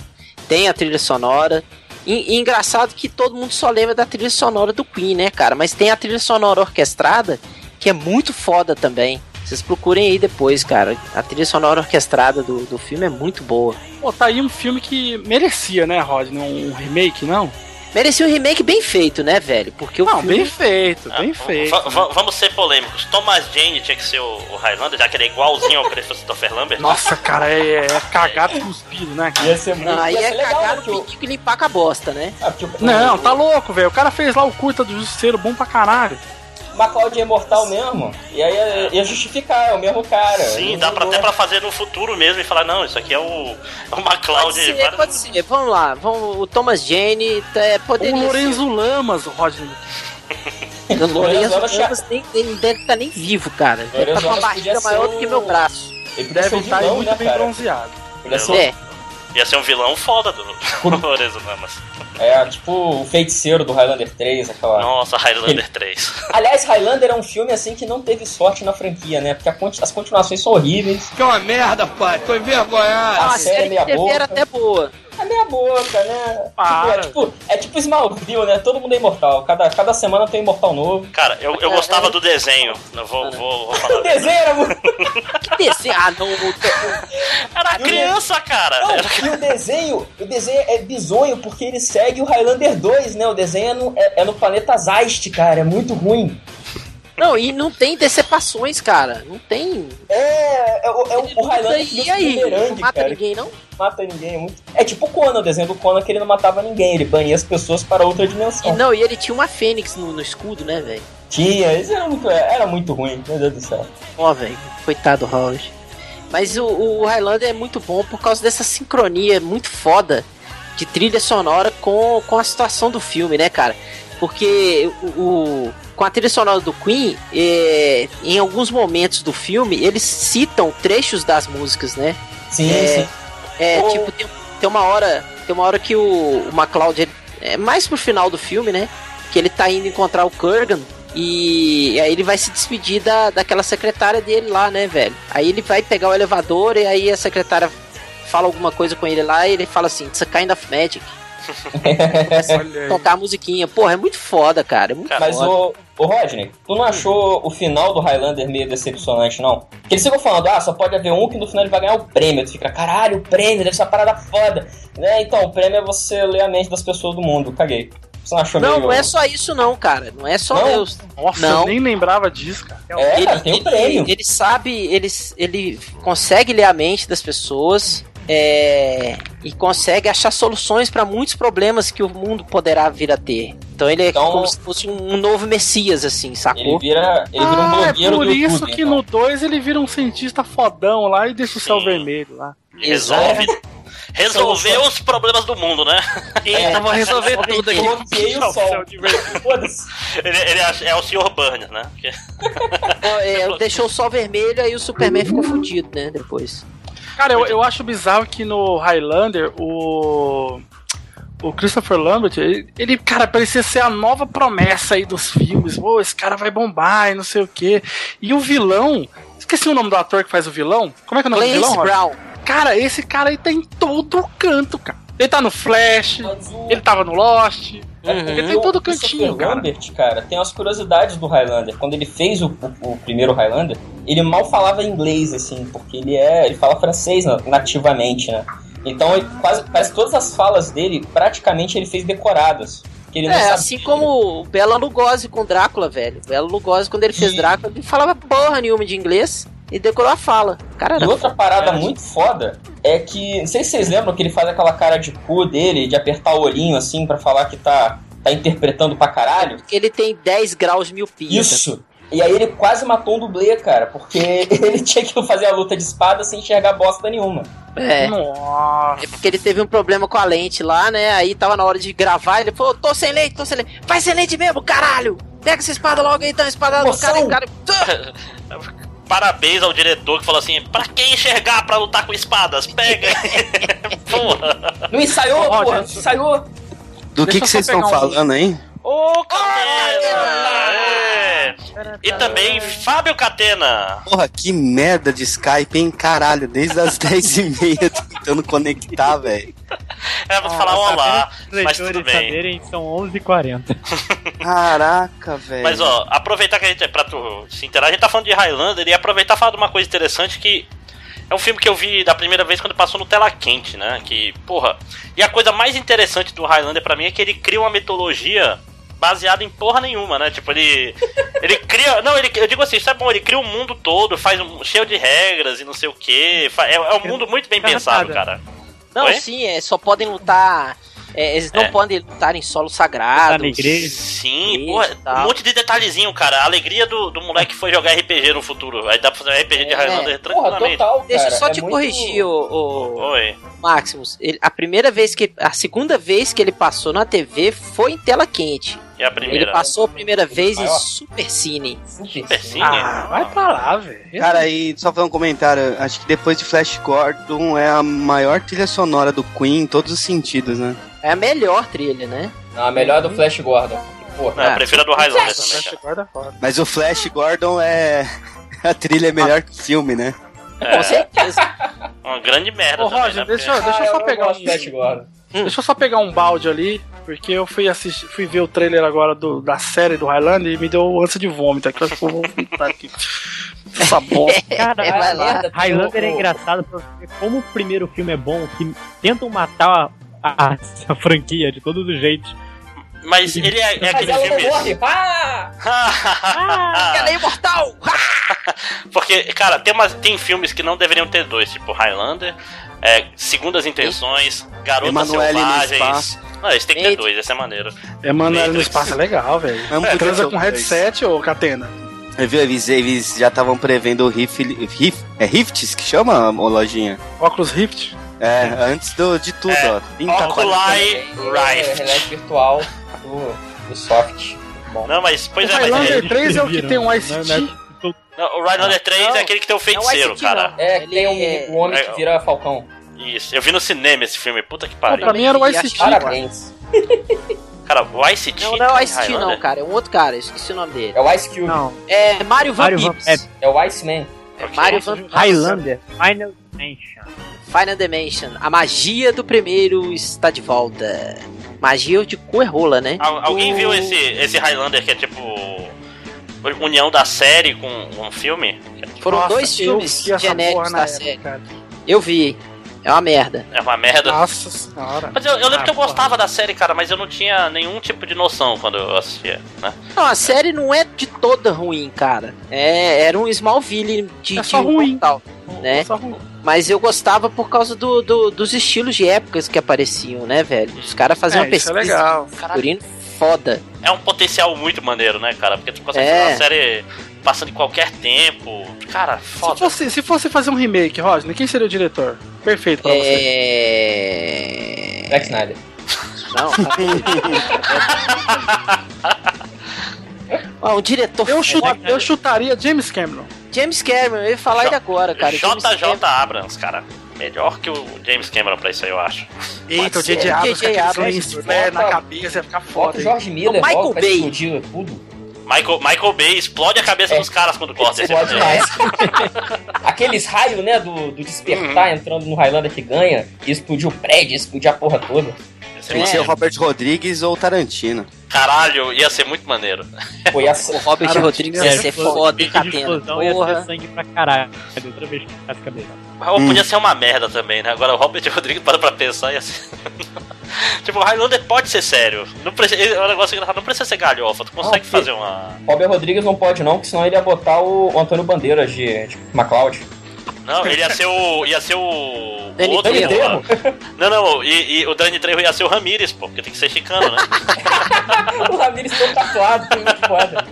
Speaker 1: tem a trilha sonora. E, e engraçado que todo mundo só lembra da trilha sonora do Queen, né, cara? Mas tem a trilha sonora orquestrada, que é muito foda também. Vocês procurem aí depois, cara. A trilha sonora orquestrada do, do filme é muito boa.
Speaker 2: Pô, tá aí um filme que merecia, né, Rodney? Um remake, não?
Speaker 1: Merecia um remake bem feito, né, velho? Porque o
Speaker 2: Não,
Speaker 1: filme...
Speaker 2: bem feito,
Speaker 5: Ah,
Speaker 2: bem
Speaker 5: v-
Speaker 2: feito. né?
Speaker 5: v- v- vamos ser polêmicos. Thomas Jane tinha que ser o, o Highlander, já que ele é igualzinho ao Christopher Lambert.
Speaker 2: Nossa, cara, é, é cagado e cuspido, né, cara?
Speaker 7: Ia ser muito.
Speaker 1: Não, aí
Speaker 7: ia ser
Speaker 1: é
Speaker 7: legal,
Speaker 1: cagar no
Speaker 7: porque o-
Speaker 1: pitico e limpar com a bosta, né?
Speaker 7: ah, porque o-
Speaker 2: Não,
Speaker 7: o-
Speaker 2: tá louco, velho. O cara fez lá o curta do Justiceiro, bom pra caralho.
Speaker 7: MacLeod é imortal mesmo. E aí ia, ia justificar, é o mesmo cara.
Speaker 5: Sim,
Speaker 7: Não
Speaker 5: dá pra,
Speaker 7: mudou.
Speaker 9: é.
Speaker 5: até pra fazer no futuro mesmo e falar, não, isso aqui é o, é o
Speaker 1: Pode
Speaker 5: MacLeod.
Speaker 1: ser, pode ser. Vamos lá, vamos, o Thomas Jane é, poderia
Speaker 2: O
Speaker 1: ser.
Speaker 2: Lorenzo Lamas, o Rodney.
Speaker 1: O Lourenço
Speaker 7: Lorenzo
Speaker 1: Lamas nem, nem deve tá nem vivo, cara. Deve
Speaker 7: Lorenzo
Speaker 1: tá com uma
Speaker 7: Lamas podia
Speaker 1: barriga
Speaker 7: ser
Speaker 1: maior
Speaker 7: o-
Speaker 1: do que meu braço.
Speaker 9: é
Speaker 7: Ele podia ser
Speaker 2: Deve
Speaker 7: o
Speaker 2: estar
Speaker 7: vilão,
Speaker 2: muito
Speaker 7: né,
Speaker 2: bem
Speaker 7: cara?
Speaker 2: bronzeado.
Speaker 7: Podia ser o-
Speaker 1: É,
Speaker 5: Ia ser um vilão foda do né, Lorenzo Lamas.
Speaker 9: É, tipo o feiticeiro do Highlander 3, aquela.
Speaker 5: Nossa, Highlander 3.
Speaker 9: Aliás, Highlander é um filme assim que não teve sorte na franquia, né? Porque a conti- as continuações são horríveis.
Speaker 12: Que é uma merda, pai. Tô envergonhado.
Speaker 1: Ah,
Speaker 9: A
Speaker 1: a série de
Speaker 9: meia
Speaker 1: TV era
Speaker 9: boca.
Speaker 1: até boa.
Speaker 9: É meia boca, né?
Speaker 2: Para.
Speaker 9: Tipo, é tipo, é tipo Smallville, né? Todo mundo é imortal. Cada, cada semana tem um imortal novo.
Speaker 5: Cara, eu, eu gostava do desenho. Eu vou, vou, vou falar.
Speaker 9: O desenho era muito.
Speaker 1: Que desenho? Ah, não. o te-
Speaker 5: Era criança, cara.
Speaker 9: Não,
Speaker 5: Era-
Speaker 9: e o desenho, o desenho é bizonho porque ele segue o Highlander 2, né? O desenho é no, é- é no planeta Zeist, cara. É muito ruim.
Speaker 1: Não, e não tem decepções, cara. Não tem.
Speaker 9: É, é, o- é o-
Speaker 1: Ele
Speaker 9: o
Speaker 1: luta
Speaker 9: Highlander
Speaker 1: e aí? Não
Speaker 9: bumerangue,
Speaker 1: mata
Speaker 9: cara.
Speaker 1: ninguém, não?
Speaker 9: Não mata ninguém. É, muito... é tipo o Conan, o desenho do Conan que ele não matava ninguém. Ele bania as pessoas para outra
Speaker 1: E
Speaker 9: dimensão.
Speaker 1: não, e ele tinha uma fênix no, no escudo, né, velho?
Speaker 9: Tinha, isso era muito, era muito ruim. Meu Deus do céu.
Speaker 1: Ó, velho. Coitado do Howard. Mas o, o Highlander é muito bom por causa dessa sincronia muito foda de trilha sonora com, com a situação do filme, né, cara? Porque o, o- com a trilha sonora do Queen, é, em alguns momentos do filme, eles citam trechos das músicas, né?
Speaker 9: Sim,
Speaker 1: É,
Speaker 9: sim.
Speaker 1: É,
Speaker 9: Ou-
Speaker 1: tipo, tem, tem uma hora. Tem uma hora que o, o McCloud. ele- É mais pro final do filme, né? Que ele tá indo encontrar o Kurgan. E aí ele vai se despedir da, daquela secretária dele lá, né, velho? Aí ele vai pegar o elevador e aí a secretária fala alguma coisa com ele lá e ele fala assim, it's a kind of magic.
Speaker 2: Olha aí.
Speaker 1: Tocar a musiquinha. Porra, é muito foda, cara. É muito
Speaker 5: Cara,
Speaker 9: Mas
Speaker 1: foda.
Speaker 9: o, o Rodney, tu não achou o final do Highlander meio decepcionante, não? Porque eles ficam falando, ah, só pode haver um que no final ele vai ganhar o prêmio. Tu fica, caralho, o prêmio, deve ser uma parada foda. Né? Então, o prêmio é você ler a mente das pessoas do mundo. Caguei. Você não achou
Speaker 1: Não,
Speaker 9: meio...
Speaker 1: não é só isso não, cara. Não é só
Speaker 9: Não?
Speaker 1: Deus.
Speaker 2: Nossa,
Speaker 1: Não.
Speaker 2: eu nem lembrava disso, cara.
Speaker 9: É, cara, tem o prêmio.
Speaker 1: Ele, sabe, ele, ele consegue ler a mente das pessoas é, e consegue achar soluções para muitos problemas que o mundo poderá vir a ter. Então ele é
Speaker 9: Então-
Speaker 1: como se fosse um novo Messias, assim,
Speaker 9: Ele
Speaker 1: sacou?
Speaker 9: vira, ele vira um
Speaker 2: ah, é
Speaker 9: blogueiro
Speaker 2: por
Speaker 9: do
Speaker 2: isso
Speaker 9: YouTube,
Speaker 2: que
Speaker 9: então.
Speaker 2: no 2 ele vira um cientista fodão lá e deixa o céu
Speaker 5: Sim.
Speaker 2: vermelho lá.
Speaker 5: Resolve. Resolveu os problemas do mundo, né?
Speaker 1: Eita, vou resolver tudo aqui.
Speaker 9: Bloqueia o sol. Foda-se.
Speaker 5: Ele, ele é, é o Sr. Burns, né? Porque-
Speaker 1: é, deixou o sol vermelho, aí o Superman ficou fudido, né? Depois.
Speaker 2: Cara, eu, eu acho bizarro que no Highlander o. O Christopher Lambert, ele, ele, cara, parecia ser a nova promessa aí dos filmes. Pô, esse cara vai bombar e não sei o quê. E o vilão. Esqueci o nome do ator que faz o vilão. Como é que é o nome do vilão?
Speaker 1: Clancy
Speaker 2: Rob?
Speaker 1: Brown.
Speaker 2: Cara, esse cara aí tá em todo canto, cara. Ele tá no Flash,
Speaker 9: Mas o-
Speaker 2: ele tava no Lost.
Speaker 1: Uhum.
Speaker 2: Ele tá em todo
Speaker 9: O Christopher
Speaker 2: cantinho, cara.
Speaker 9: Lambert, cara, tem umas curiosidades do Highlander. Quando ele fez o, o- o primeiro Highlander, ele mal falava inglês, assim, porque ele é. Ele fala francês na- nativamente, né? Então ele, quase, quase todas as falas dele, praticamente, ele fez decoradas. Porque ele não
Speaker 1: É,
Speaker 9: sabia.
Speaker 1: assim como o Bela Lugosi com Drácula, velho. Bela Lugosi, quando ele fez
Speaker 9: E-
Speaker 1: Drácula, ele falava porra nenhuma de inglês e decorou a fala. O Cara,
Speaker 9: E
Speaker 1: era
Speaker 9: outra parada
Speaker 2: Verdade.
Speaker 9: muito foda é que. Não sei se vocês lembram que ele faz aquela cara de cu dele, de apertar o olhinho assim pra falar que tá, tá interpretando pra caralho.
Speaker 1: ele tem 10 graus de miopia.
Speaker 9: Isso! E aí ele quase matou um dublê, cara, porque ele tinha que fazer a luta de espada sem enxergar bosta nenhuma.
Speaker 1: cara. É.
Speaker 2: Nossa.
Speaker 1: É porque ele teve um problema com a lente lá, né? Aí tava na hora de gravar, ele falou, tô sem lente, tô sem lente. Vai sem lente mesmo, caralho! Pega essa espada logo aí, dá uma espadada no
Speaker 9: Moção!
Speaker 1: cara, e o cara... Tum!
Speaker 5: Parabéns ao diretor que falou assim: pra quem enxergar pra lutar com espadas? Pega! Porra!
Speaker 9: Não ensaiou,
Speaker 2: Ó,
Speaker 9: porra, não
Speaker 2: gente,
Speaker 9: ensaiou.
Speaker 13: Do
Speaker 2: Deixa
Speaker 13: que
Speaker 2: eu
Speaker 13: que
Speaker 2: só
Speaker 13: vocês
Speaker 2: pegar
Speaker 13: estão
Speaker 2: um-
Speaker 13: falando, hein?
Speaker 2: Ô,
Speaker 5: Catena! É. E também Fábio Catena!
Speaker 13: Porra, que merda de Skype, hein? Caralho, desde as 10h30 tentando conectar, velho.
Speaker 5: É, vou falar
Speaker 6: Nossa,
Speaker 5: olá,
Speaker 6: apenas os
Speaker 5: mas
Speaker 6: leitores
Speaker 5: tudo bem.
Speaker 6: saberem que são 11h40.
Speaker 13: Caraca, velho.
Speaker 5: Mas ó, aproveitar que a gente, é pra tu se inteirar, a gente tá falando de Highlander e aproveitar e falar de uma coisa interessante que é um filme que eu vi da primeira vez quando passou no Tela Quente, né? Que, porra. E a coisa mais interessante do Highlander pra mim é que ele cria uma mitologia baseada em porra nenhuma, né? Tipo, ele. Ele cria. Não, ele, eu digo assim, isso é bom, ele cria o mundo todo, faz um cheio de regras e não sei o quê. fa- É, é um mundo muito bem pensado, cara.
Speaker 1: Não,
Speaker 5: Oi?
Speaker 1: sim, é, só podem lutar... é, eles não
Speaker 5: É.
Speaker 1: podem lutar em solo
Speaker 6: Lutar
Speaker 1: sagrado.
Speaker 6: na igreja.
Speaker 5: Sim,
Speaker 1: Isso,
Speaker 5: porra,
Speaker 1: tá.
Speaker 5: um monte de detalhezinho, cara. A alegria do, do moleque que foi jogar RPG no futuro. Aí dá pra fazer um RPG de
Speaker 1: É,
Speaker 5: Highlander
Speaker 9: Porra,
Speaker 5: tranquilamente.
Speaker 9: total, cara.
Speaker 1: Deixa eu só
Speaker 9: é
Speaker 1: te
Speaker 9: muito-
Speaker 1: corrigir, ô, ô,
Speaker 5: Oi.
Speaker 1: Maximus, ele- a primeira vez que. A segunda vez que ele passou na TV foi em tela quente.
Speaker 5: Que é a primeira. É,
Speaker 1: Ele passou a primeira vez em
Speaker 5: Maior?
Speaker 1: Super Cine.
Speaker 5: Super Cine?
Speaker 14: Ah,
Speaker 2: vai pra lá, velho.
Speaker 14: Cara, e só fazer um comentário. Acho que depois de Flash Gordon é a maior trilha sonora do Queen em todos os sentidos, né?
Speaker 1: É a melhor trilha, né?
Speaker 7: Não, a melhor é do Flash Gordon. Pô,
Speaker 5: Não, eu prefiro a do Highlander também.
Speaker 2: Flash Gordon é foda.
Speaker 14: Mas o Flash Gordon é. A trilha é melhor que o filme, né?
Speaker 5: É.
Speaker 1: Com certeza.
Speaker 5: Uma grande merda.
Speaker 1: tá
Speaker 2: Ô,
Speaker 5: também,
Speaker 2: Roger,
Speaker 5: né?
Speaker 2: deixa,
Speaker 1: é?
Speaker 5: Porque-
Speaker 2: deixa eu
Speaker 7: Ah,
Speaker 2: só
Speaker 7: eu
Speaker 2: pegar
Speaker 7: gosto
Speaker 2: um.
Speaker 7: do Flash Gordon.
Speaker 2: Deixa eu só pegar um balde ali, porque eu fui assistir, fui ver o trailer agora do- da série do Highlander e me deu ânsia de vômito aqui. Eu acho que eu vou vomitar aqui. Essa bosta.
Speaker 1: É, vai
Speaker 7: Ah,
Speaker 1: lá.
Speaker 7: merda,
Speaker 6: Highlander é
Speaker 7: o-
Speaker 6: engraçado porque como o primeiro filme é bom, que tentam matar a, a- a franquia de todos os jeitos.
Speaker 5: Mas ele é, é
Speaker 7: Mas
Speaker 5: aquele
Speaker 7: ela não
Speaker 5: filme.
Speaker 7: morre. Ah! Pá!
Speaker 1: Ela é imortal!
Speaker 5: Porque, cara, tem, umas, tem filmes que não deveriam ter dois, tipo Highlander, é, Segundas Intenções, Garotas
Speaker 14: Emanuele no
Speaker 5: Selvagens.
Speaker 14: Espaço.
Speaker 5: Não, eles têm que ter
Speaker 1: Eita.
Speaker 5: dois, esse é maneiro.
Speaker 2: É, mano, era no
Speaker 5: Matrix.
Speaker 2: espaço é legal, velho.
Speaker 14: Mas não podia ser
Speaker 2: Transa
Speaker 14: o
Speaker 2: com
Speaker 14: dois.
Speaker 2: headset, ô Catena.
Speaker 14: Eu vi, eles, eles já estavam prevendo o Rift. Rift é Rifts que chama, ô lojinha?
Speaker 2: Óculos Rift.
Speaker 14: É, antes do, de tudo,
Speaker 5: É,
Speaker 14: ó. tá 30, 40.
Speaker 5: Oculai
Speaker 7: É,
Speaker 5: Rift.
Speaker 7: Relé virtual do, do soft. Bom.
Speaker 5: Não, mas, pois
Speaker 2: O
Speaker 5: é, mas
Speaker 2: Highlander
Speaker 5: ele,
Speaker 6: eles
Speaker 2: 3 é o que tem um Ice
Speaker 6: escreveram, né?
Speaker 2: T.
Speaker 5: não, o Highlander 3 é aquele que tem o
Speaker 1: Não é
Speaker 5: feiticeiro,
Speaker 1: esse aqui,
Speaker 5: cara.
Speaker 1: não.
Speaker 7: É, que
Speaker 1: Ele
Speaker 7: tem um, um homem
Speaker 5: é-
Speaker 7: que vira falcão.
Speaker 5: Isso, eu vi no cinema esse filme, puta que
Speaker 2: Pra
Speaker 5: pariu.
Speaker 2: mim era o
Speaker 1: Parabéns.
Speaker 2: Ice T.
Speaker 7: Parabéns.
Speaker 5: Cara, o ICT.
Speaker 1: Não, não é o
Speaker 5: cara,
Speaker 1: Ice-T
Speaker 2: né?
Speaker 1: não,
Speaker 5: Highlander.
Speaker 1: cara. É um outro cara, eu esqueci o nome dele.
Speaker 7: É o Ice Cube.
Speaker 11: Não,
Speaker 1: É Mario Van
Speaker 6: Mario Van
Speaker 1: Peebles.
Speaker 6: Peebles.
Speaker 7: É o Iceman.
Speaker 1: É
Speaker 5: Ok.
Speaker 1: Mario Van
Speaker 11: Highlander, Final Dimension.
Speaker 1: Final Dimension. A magia do primeiro está de volta. Magia de coerrola, né?
Speaker 5: Al- alguém
Speaker 1: Do-
Speaker 5: viu esse, esse Highlander que é tipo. União da série com um filme?
Speaker 1: Foram
Speaker 2: Ah, Nossa,
Speaker 1: dois
Speaker 2: eu
Speaker 1: filmes
Speaker 2: vi essa porra
Speaker 1: genéricos
Speaker 2: na
Speaker 1: da
Speaker 2: época,
Speaker 1: série.
Speaker 2: cara.
Speaker 1: Eu vi. É uma merda.
Speaker 5: É uma merda.
Speaker 1: Ah,
Speaker 2: Nossa senhora.
Speaker 5: Mas eu, eu lembro
Speaker 2: Ah,
Speaker 5: que eu
Speaker 2: porra.
Speaker 5: gostava da série, cara, mas eu não tinha nenhum tipo de noção quando eu assistia, né?
Speaker 1: Não, a série não é de toda ruim, cara. É, era um Smallville de,
Speaker 2: É só
Speaker 1: de um
Speaker 2: ruim.
Speaker 1: portal,
Speaker 6: é
Speaker 1: né?
Speaker 2: Só ruim.
Speaker 1: Mas eu gostava por causa do, do- dos estilos de épocas que apareciam, né, velho? Os caras faziam
Speaker 2: É,
Speaker 1: uma
Speaker 2: isso é
Speaker 1: pesquisa
Speaker 2: legal.
Speaker 1: de figurino foda.
Speaker 5: É um potencial muito maneiro, né, cara? Porque tu consegue
Speaker 1: É.
Speaker 5: fazer uma série passando em qualquer tempo. Cara,
Speaker 2: Se
Speaker 5: foda.
Speaker 2: fosse, se fosse fazer um remake, Rodney, quem seria o diretor? Perfeito pra você.
Speaker 1: É...
Speaker 7: Zack Snyder.
Speaker 1: Não. Ó, um diretor
Speaker 2: Eu, chu-
Speaker 1: foda.
Speaker 2: eu chutaria James Cameron.
Speaker 1: James Cameron, eu ia falar
Speaker 5: J-
Speaker 1: ele agora, cara. um James
Speaker 5: JJ
Speaker 1: Cameron.
Speaker 5: Abrams, cara. Melhor que o James Cameron pra isso aí, eu acho.
Speaker 2: Eita, o
Speaker 1: ser.
Speaker 2: J.J. Abrams com
Speaker 1: J.J.
Speaker 2: aqueles
Speaker 1: Abrams.
Speaker 2: lenços, né, na
Speaker 7: Bota-
Speaker 2: cabeça, ia ficar
Speaker 7: Bota
Speaker 2: foda.
Speaker 7: o
Speaker 2: hein?
Speaker 7: George Miller,
Speaker 1: Michael
Speaker 7: volta,
Speaker 1: Bay.
Speaker 7: explodiu tudo.
Speaker 5: Michael, Michael Bay explode a cabeça
Speaker 7: É.
Speaker 5: dos caras quando corta esse
Speaker 7: Explode
Speaker 5: filme.
Speaker 7: mais. Aqueles raios, né, do, do despertar entrando no Highlander que ganha, e explodiu o prédio, explodiu a porra toda.
Speaker 5: Esse
Speaker 14: Tem que
Speaker 5: é
Speaker 14: ser o
Speaker 5: maneiro.
Speaker 14: Robert Rodrigues ou o Tarantino.
Speaker 7: É.
Speaker 5: Caralho, ia ser muito maneiro.
Speaker 7: Foi a...
Speaker 1: O Robert
Speaker 2: Cara,
Speaker 1: Rodrigues
Speaker 2: tinha-
Speaker 1: ia ser foda, hein,
Speaker 6: de
Speaker 1: Catena.
Speaker 6: explosão ia ter
Speaker 5: né?
Speaker 1: Porra.
Speaker 6: sangue pra caralho. Cadê outra vez que tá ficasse cabelo?
Speaker 5: Ou
Speaker 14: Hum.
Speaker 5: podia ser uma merda também, né? Agora o Robert Rodrigues para pra pensar e assim. tipo, o Highlander pode ser sério. Não precisa, é um negócio engraçado, não precisa ser galhofa. Tu consegue
Speaker 7: Ah, ok.
Speaker 5: fazer uma.
Speaker 7: Robert Rodrigues não pode não, porque senão ele ia botar o, o Antônio Bandeiras de, de McLeod.
Speaker 5: Não, ele ia ser o. ia ser o. o
Speaker 1: Danny
Speaker 5: outro,
Speaker 1: Trejo.
Speaker 5: porra. Não, não, e, e o Dani Trejo ia ser o Ramirez, pô, porque tem que ser chicano, né?
Speaker 7: o Ramirez todo tatuado, foi muito foda.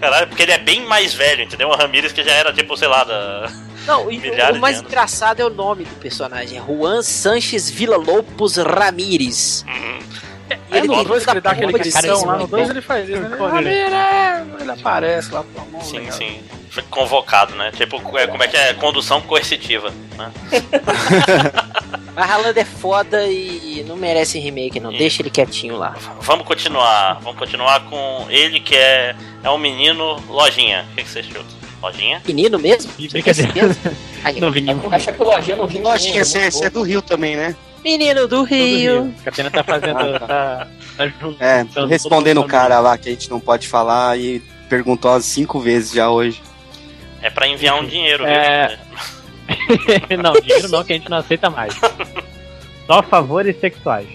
Speaker 5: Caralho, porque ele é bem mais velho, entendeu? O Ramirez que já era, tipo, sei lá, da.
Speaker 1: Não, e o-
Speaker 5: Milhares
Speaker 1: o mais
Speaker 5: de anos.
Speaker 1: engraçado é o nome do personagem. é Juan Sanches Vila Lopes Ramírez. E
Speaker 2: Aí
Speaker 1: ele
Speaker 2: É, no
Speaker 1: tem
Speaker 2: 2 que ele
Speaker 1: toda
Speaker 2: dá
Speaker 1: a
Speaker 2: aquele
Speaker 1: culpa de ser
Speaker 2: cristão
Speaker 1: esse
Speaker 2: lá, no
Speaker 1: moleque.
Speaker 2: 2 ele faz isso. né?
Speaker 6: Olha.
Speaker 2: Ele, ele aparece lá, pô, mó
Speaker 5: sim,
Speaker 2: legal.
Speaker 5: sim. Foi convocado, né? Tipo, é, como é que é? Condução coercitiva, né?
Speaker 1: Mas Highlander é foda e não merece remake, não.
Speaker 5: Sim.
Speaker 1: Deixa ele quietinho lá.
Speaker 5: Vamos continuar. Vamos continuar com ele que é. É um menino lojinha. O que, que você chuta? Lojinha?
Speaker 1: Menino mesmo?
Speaker 6: Ih,
Speaker 1: Você tem
Speaker 6: brincadeira.
Speaker 1: certeza? Aí,
Speaker 6: Não vi nenhum.
Speaker 7: Acha que o Lojinha não viu
Speaker 14: Lógico que esse é do Rio também, né?
Speaker 1: Menino do Rio.
Speaker 6: A Catena tá fazendo.
Speaker 14: Ah,
Speaker 6: tá, tá juntando
Speaker 14: É,
Speaker 6: todo
Speaker 14: respondendo o
Speaker 6: mundo.
Speaker 14: cara lá que a gente não pode falar e perguntou umas cinco vezes já hoje.
Speaker 5: É pra enviar
Speaker 2: Uhum.
Speaker 5: um dinheiro, viu?
Speaker 6: É. não, dinheiro não, que a gente não aceita mais. Só favores sexuais.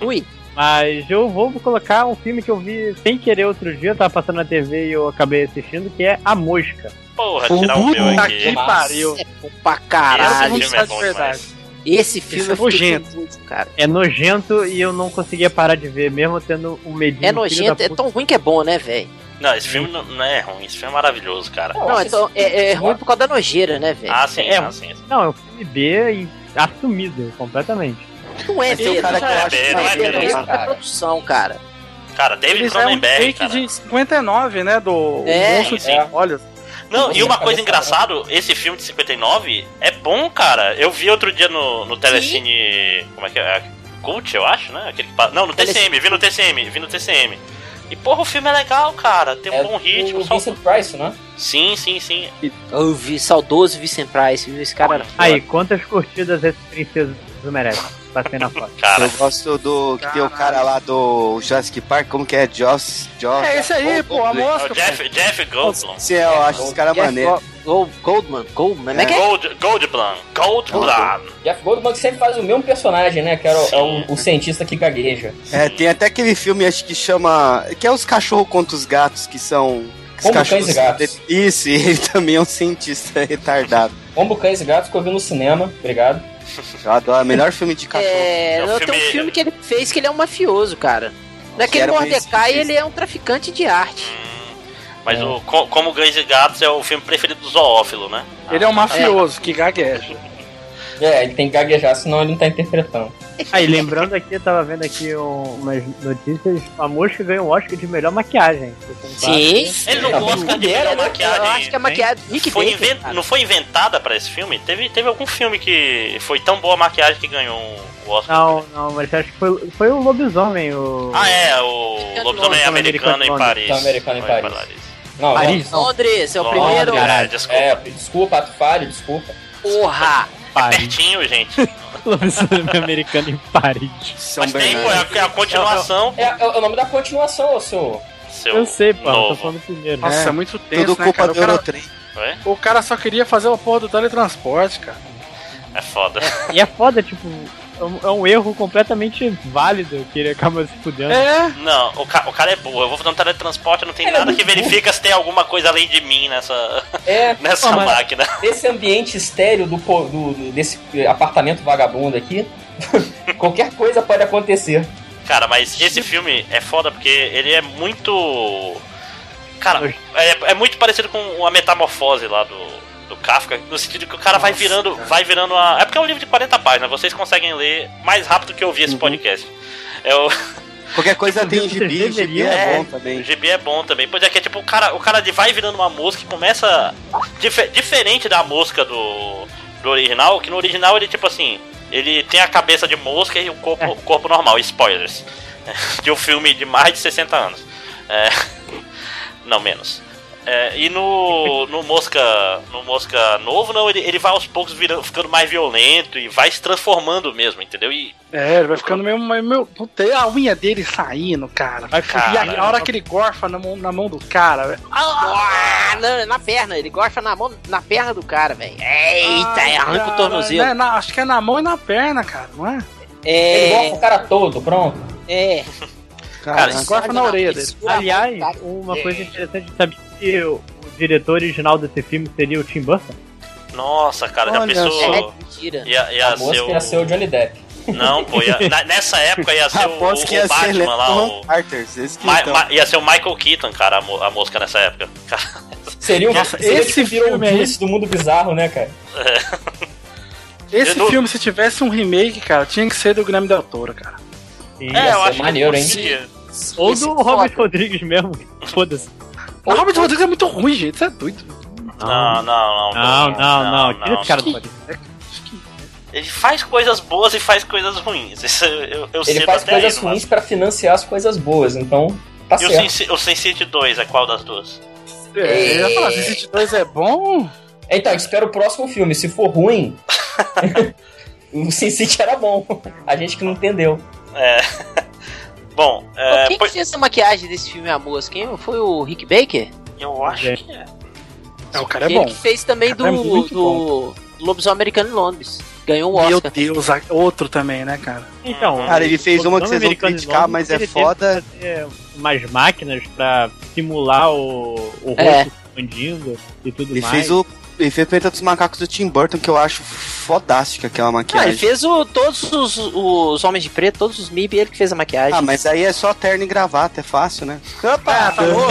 Speaker 1: Ui.
Speaker 6: Mas eu vou colocar um filme que eu vi sem querer outro dia, eu tava passando na TV e eu acabei assistindo, que é A Mosca.
Speaker 5: Porra, tirar o meu
Speaker 2: Puta
Speaker 5: aqui.
Speaker 2: que pariu.
Speaker 1: É bom pra
Speaker 5: Esse
Speaker 1: caralho.
Speaker 5: filme é
Speaker 2: Esse
Speaker 5: bom
Speaker 2: filme é
Speaker 5: demais.
Speaker 1: Esse filme
Speaker 2: Esse é
Speaker 1: eu fiquei
Speaker 2: nojento.
Speaker 1: com nojo, cara.
Speaker 6: É nojento e eu não conseguia parar de ver, mesmo tendo um medinho.
Speaker 1: É
Speaker 6: filho
Speaker 1: nojento,
Speaker 6: da
Speaker 1: é
Speaker 6: puta.
Speaker 1: tão ruim que é bom, né, velho?
Speaker 5: Não, esse filme não, não é ruim, esse filme é maravilhoso, cara.
Speaker 1: Não, então, é, é ruim por causa da nojeira, né, velho?
Speaker 5: Ah, sim,
Speaker 6: É.
Speaker 5: ah, sim.
Speaker 6: Não, é um filme B e assumido completamente.
Speaker 1: Não é
Speaker 14: Mas tem um
Speaker 1: dele,
Speaker 14: cara que eu
Speaker 5: é
Speaker 14: acho
Speaker 5: dele,
Speaker 14: que
Speaker 5: não é
Speaker 14: vai
Speaker 1: é
Speaker 5: dele.
Speaker 14: ver,
Speaker 1: isso
Speaker 14: né?
Speaker 1: da produção, cara.
Speaker 5: Cara, David
Speaker 2: Eles é um
Speaker 5: Cronenberg,
Speaker 2: take
Speaker 5: cara.
Speaker 2: de 59, né? Do
Speaker 5: É,
Speaker 2: o monstro
Speaker 5: sim.
Speaker 2: de olhos.
Speaker 5: Não, e uma coisa
Speaker 1: tá
Speaker 5: engraçada, esse filme de 59 é bom, cara. Eu vi outro dia no, no Telecine. Como é que é? Cult, eu acho, né? Aquele que pa- Não, no TCM, vi no TCM, vi no TCM. E porra, o filme é legal, cara. Tem um
Speaker 1: É
Speaker 5: bom ritmo.
Speaker 1: o
Speaker 5: só-
Speaker 1: Vincent Price, né?
Speaker 5: Sim, sim, sim.
Speaker 1: Eu vi saudoso Vincent Price, viu? Esse cara era foda.
Speaker 6: Aí, quantas curtidas esse princesa merece? Passei na foto.
Speaker 14: Eu gosto do. Que tem o cara lá do Jurassic Park, como que é? Joss. Joss
Speaker 2: É esse aí, pô, a mosca.
Speaker 5: Jeff, Jeff Goldblum.
Speaker 14: Esse é, eu
Speaker 1: Então,
Speaker 14: acho esse cara
Speaker 1: Jeff
Speaker 14: maneiro.
Speaker 1: Gold, Goldman, Goldman,
Speaker 5: É. Gold, Goldblum. Goldblum.
Speaker 7: Jeff Goldblum que sempre faz o mesmo personagem, né? Que era o, é o, o cientista que gagueja.
Speaker 14: É, tem até aquele filme, acho que chama. Que é os cachorros contra os gatos, que são. que os
Speaker 7: Como Cães e Gatos.
Speaker 14: Isso, e ele também é um cientista retardado.
Speaker 7: Combo Cães e Gatos que eu vi no cinema, obrigado.
Speaker 14: Eu adoro, melhor filme de cachorro.
Speaker 1: É,
Speaker 14: É um
Speaker 1: não, tem um
Speaker 14: filme-
Speaker 1: filme que ele fez que ele é um mafioso, cara. Naquele
Speaker 14: era um
Speaker 1: Mordecai, ele é um traficante de arte.
Speaker 5: Mas
Speaker 1: É.
Speaker 5: o Co- Como Gães e Gatos é o filme preferido do zoófilo, né?
Speaker 2: Ele é um mafioso, que gagueja.
Speaker 7: É, ele tem que gaguejar, senão ele não tá interpretando.
Speaker 6: Aí, lembrando aqui, eu tava vendo aqui um- umas notícias. A mosca ganhou o Oscar de melhor maquiagem.
Speaker 1: Sim. Ele É, não
Speaker 6: Tá
Speaker 5: Oscar de melhor É maquiagem.
Speaker 1: né? Eu acho que a maquiagem do Nick
Speaker 5: Foi
Speaker 1: Bacon,
Speaker 5: inven-
Speaker 1: cara.
Speaker 5: Não foi inventada pra esse filme? Teve, teve algum filme que foi tão boa a maquiagem que ganhou o Oscar?
Speaker 6: Não, não, mas acho que foi, foi o lobisomem. O...
Speaker 5: Ah, é, o Lobisomem Americano em Paris.
Speaker 7: Americano em
Speaker 5: Foi
Speaker 7: Paris. Não,
Speaker 6: Paris,
Speaker 7: não.
Speaker 1: Londres, é o
Speaker 5: Londres,
Speaker 1: primeiro.
Speaker 5: é, desculpa.
Speaker 7: É, desculpa, ato falho, desculpa.
Speaker 1: Porra!
Speaker 5: É pertinho, gente.
Speaker 6: Lobisomem americano em Paris.
Speaker 5: Mas tem,
Speaker 14: né?
Speaker 5: pô, é a, é a continuação.
Speaker 7: É, é o nome da continuação, ô seu.
Speaker 5: Seu
Speaker 6: Eu sei, pô,
Speaker 5: novo.
Speaker 6: tô falando primeiro.
Speaker 2: Nossa, é, muito tenso, né, cara? O cara- O cara só queria fazer uma porra do teletransporte, cara.
Speaker 5: É foda.
Speaker 6: E é foda, tipo, é um, é um erro completamente válido que ele acaba se
Speaker 2: É.
Speaker 6: fudendo.
Speaker 14: É.
Speaker 5: Não, o, ca- o cara é burro. Eu vou fazer um teletransporte, não tem
Speaker 6: Ele é
Speaker 5: nada que
Speaker 6: muito
Speaker 5: verifica se tem alguma coisa além de mim nessa,
Speaker 7: É,
Speaker 5: nessa
Speaker 7: Não, mas
Speaker 5: máquina.
Speaker 7: Nesse ambiente estéreo do, co- do- do- desse apartamento vagabundo aqui, qualquer coisa pode acontecer.
Speaker 5: Cara, mas esse filme é foda porque ele é muito. Cara, é, é muito parecido com a metamorfose lá do, do Kafka, no sentido que o cara vai virando. Vai virando a. É porque é um livro de 40 páginas, vocês conseguem ler mais rápido que eu vi esse podcast. É Tipo, o.
Speaker 14: Qualquer coisa tem em gibi, em gibi
Speaker 5: né?
Speaker 14: é bom também.
Speaker 5: O GB é bom também. Pois é, que é tipo, o cara, o cara de- vai virando uma mosca e começa. dife- diferente da mosca do, do original, que no original ele, tipo assim, ele tem a cabeça de mosca e o corpo, o corpo normal. Spoilers. De um filme de mais de 60 anos. É, não, menos. É, e no, no Mosca no Mosca Novo, não, ele, ele vai aos poucos virando, ficando mais violento e vai se transformando mesmo, entendeu? E
Speaker 2: É, ele vai ficando meio. meio- meio puta, e a unha dele saindo, cara. e a, a hora que ele gorfa na mão, na mão do cara, velho.
Speaker 1: Ah, na, na perna, ele gosta na mão, na perna do cara, velho. Eita, arranca o tornozelo.
Speaker 2: Né, na- acho que é na mão e na perna, cara, não é?
Speaker 1: É.
Speaker 7: Ele gosta o cara todo, pronto.
Speaker 1: É.
Speaker 2: Cara, gorfa na orelha dele.
Speaker 6: Aliás,
Speaker 14: Ah, tá.
Speaker 6: uma
Speaker 14: É.
Speaker 6: coisa interessante, sabia que o, o diretor original desse filme seria o Tim Burton?
Speaker 5: Nossa, cara, já
Speaker 6: Olha
Speaker 5: pensou.
Speaker 6: só.
Speaker 1: É, mentira.
Speaker 5: Ia, ia
Speaker 7: A mosca
Speaker 5: ser o-
Speaker 7: ia ser o Johnny Depp.
Speaker 5: Não, pô, ia- na- nessa época ia ser o,
Speaker 14: Aposto que
Speaker 5: o
Speaker 14: ia ser
Speaker 5: Batman lá,
Speaker 14: Lennon
Speaker 5: o.
Speaker 14: Carters, esse que
Speaker 5: Ma-
Speaker 14: então.
Speaker 5: ma- ia ser o Michael Keaton, cara, a, mo- a mosca nessa época. Cara,
Speaker 7: Seria, um,
Speaker 5: Nossa,
Speaker 7: seria
Speaker 5: esse
Speaker 7: tipo, virou o
Speaker 5: filme aí-
Speaker 7: Juice do mundo bizarro, né, cara?
Speaker 2: Esse
Speaker 5: Eu não-
Speaker 2: filme, se tivesse um remake, cara, tinha que ser do Guilherme Del Toro, cara.
Speaker 14: É,
Speaker 7: Ia ser maneiro, hein?
Speaker 6: Ou do Robert Rodrigues mesmo. Foda-se.
Speaker 2: O Robert Rodrigues é muito ruim, gente, você é doido.
Speaker 5: Não, não, não.
Speaker 6: Não, não, não. Tira esse cara do
Speaker 5: Que- Ele faz coisas boas e faz coisas ruins. Isso eu, eu
Speaker 7: Ele
Speaker 5: sinto
Speaker 7: faz
Speaker 5: até
Speaker 7: coisas
Speaker 5: tá aí,
Speaker 7: ruins pra financiar as coisas boas, então tá
Speaker 5: E o
Speaker 7: certo.
Speaker 5: Sense- o Sense8 2 é qual das duas?
Speaker 2: É, eu ia falar, se esse 2 é bom.
Speaker 7: Então, espera o próximo filme. Se for ruim, o Sin City era bom. A gente que não entendeu.
Speaker 5: É. Bom,
Speaker 1: Pô,
Speaker 5: é,
Speaker 1: quem que fez essa maquiagem desse filme A Mosca? Quem foi o Rick Baker?
Speaker 5: Eu acho que é.
Speaker 2: É, o cara é
Speaker 1: ele
Speaker 2: bom.
Speaker 1: que fez também
Speaker 2: O cara é
Speaker 1: do,
Speaker 2: muito
Speaker 1: do Lobisomem Americano em Londres. Ganhou um
Speaker 2: Meu
Speaker 1: Oscar.
Speaker 2: Deus, a- outro também, né, cara?
Speaker 6: Então,
Speaker 14: Cara, ele fez uma que vocês vão
Speaker 6: Americano
Speaker 14: criticar,
Speaker 6: Londres,
Speaker 14: mas é
Speaker 6: ele teve
Speaker 14: foda.
Speaker 6: que fazer Umas máquinas pra simular o, o rosto
Speaker 14: É.
Speaker 6: expandindo e tudo
Speaker 14: Ele
Speaker 6: mais.
Speaker 14: fez o. Ele fez o Planeta dos Macacos do Tim Burton, que eu acho fodástica aquela
Speaker 1: Ah, ele
Speaker 14: maquiagem.
Speaker 1: fez o, todos os, os Homens de Preto, todos os MIB, ele que fez a maquiagem. Ah,
Speaker 14: Ah, mas aí é só terno e gravata, é fácil, né?
Speaker 1: Opa, falou.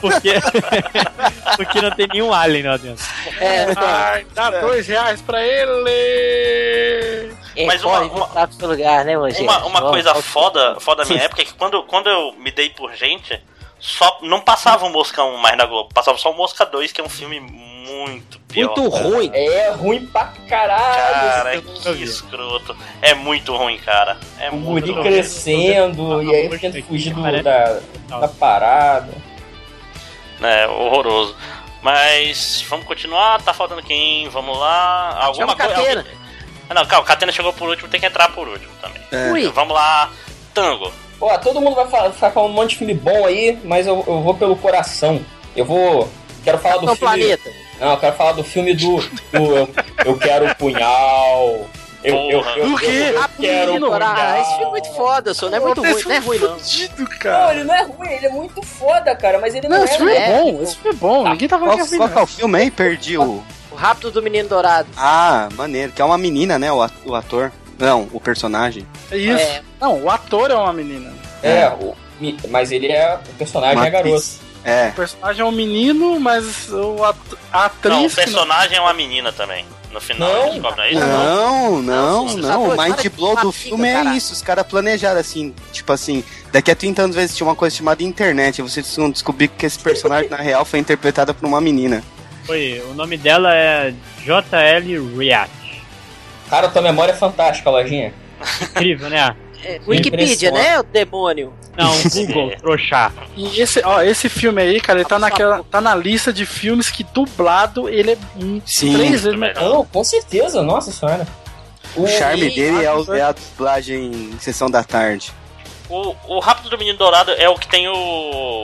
Speaker 6: porque, porque não tem nenhum alien lá dentro.
Speaker 1: É.
Speaker 2: Ai, dá dois reais pra ele!
Speaker 1: É,
Speaker 5: Mas uma,
Speaker 1: pode
Speaker 5: uma,
Speaker 1: voltar pro seu lugar, né, Rogério?
Speaker 5: uma, uma
Speaker 1: Vamos,
Speaker 5: coisa
Speaker 1: vamos.
Speaker 5: foda, foda da minha época é que quando, quando eu me dei por gente, só não passava o Mosca 1 mais na Globo, passava só o Mosca 2, que é um filme muito pior.
Speaker 1: Muito ruim.
Speaker 9: É ruim pra caralho. assim,
Speaker 5: Cara, que escroto. É muito ruim, cara. É
Speaker 9: o
Speaker 5: muito
Speaker 9: guri
Speaker 5: ruim.
Speaker 9: crescendo, e aí tentando fugir do, da, da parada.
Speaker 5: É, horroroso. Mas vamos continuar, tá faltando quem? Vamos lá.
Speaker 1: Chama
Speaker 5: Alguma
Speaker 1: o
Speaker 5: coisa.
Speaker 1: Catena.
Speaker 5: alguém- Ah, Não, calma, o Catena chegou por último, tem que entrar por último também.
Speaker 14: É.
Speaker 1: Ui.
Speaker 5: Então, Vamos lá, Tango.
Speaker 9: Ó, todo mundo vai fa- ficar falando um monte de filme bom aí, mas eu, eu vou pelo coração. Eu vou. Quero falar do
Speaker 1: Não,
Speaker 9: filme.
Speaker 1: planeta.
Speaker 9: Não, eu quero falar do filme do. do- eu, eu quero o punhal. Eu, eu, eu,
Speaker 5: Porra.
Speaker 9: eu,
Speaker 2: O quê?
Speaker 9: eu quero o
Speaker 1: Ah,
Speaker 9: punhal.
Speaker 1: esse filme é muito foda, só não é muito ruim, não é ruim, não.
Speaker 2: Fudido,
Speaker 9: Não,
Speaker 2: cara.
Speaker 9: ele não é ruim, ele é muito foda, cara, mas ele não,
Speaker 2: Não,
Speaker 9: é.
Speaker 2: esse filme é
Speaker 1: né?
Speaker 2: bom, esse filme é bom. Ninguém tá falando
Speaker 14: Qual,
Speaker 2: que é ruim,
Speaker 14: qual que é
Speaker 2: não.
Speaker 14: o filme aí? Perdi o.
Speaker 1: O Rápido do Menino Dourado.
Speaker 14: Ah, maneiro. Que é uma menina, né? O a- o ator. Não, o personagem.
Speaker 2: É Isso.
Speaker 1: É.
Speaker 2: Não, o ator é uma menina.
Speaker 9: É, o- mi- mas ele é. O personagem é
Speaker 14: Uma
Speaker 9: garoto.
Speaker 14: atriz. É.
Speaker 2: O personagem é um menino, mas o at- a atriz.
Speaker 5: Não, o
Speaker 2: que
Speaker 5: personagem é uma menina também. No final,
Speaker 9: Não.
Speaker 5: eles descobrem, não é isso?
Speaker 14: Não, não,
Speaker 5: Não,
Speaker 14: não.
Speaker 1: Sabe,
Speaker 14: O mind
Speaker 1: para de
Speaker 14: blow
Speaker 1: falar
Speaker 14: do
Speaker 1: pica,
Speaker 14: filme é
Speaker 1: caralho.
Speaker 14: isso. Os caras planejaram assim, tipo assim, daqui a 30 anos vai existir uma coisa chamada internet. E vocês vão descobrir que esse personagem, na real, foi interpretada por uma menina.
Speaker 6: Foi, o nome dela é JL React.
Speaker 9: Cara, tua memória é fantástica, lojinha.
Speaker 6: Incrível, né?
Speaker 1: É, Wikipedia, né, o demônio?
Speaker 6: Não,
Speaker 1: É.
Speaker 6: Google, trouxa.
Speaker 2: E esse, ó, esse filme aí, cara, ele tá,
Speaker 1: Ah,
Speaker 2: naquela,
Speaker 1: sapo.
Speaker 2: tá na lista de filmes que dublado ele é um-
Speaker 14: Sim.
Speaker 2: três vezes
Speaker 5: Também.
Speaker 2: melhor.
Speaker 9: Não, com certeza, nossa senhora.
Speaker 14: O charme
Speaker 2: e-
Speaker 14: dele é,
Speaker 2: ah,
Speaker 14: o- é a dublagem em sessão da tarde.
Speaker 5: O, o Rápido do Menino Dourado é o que tem o,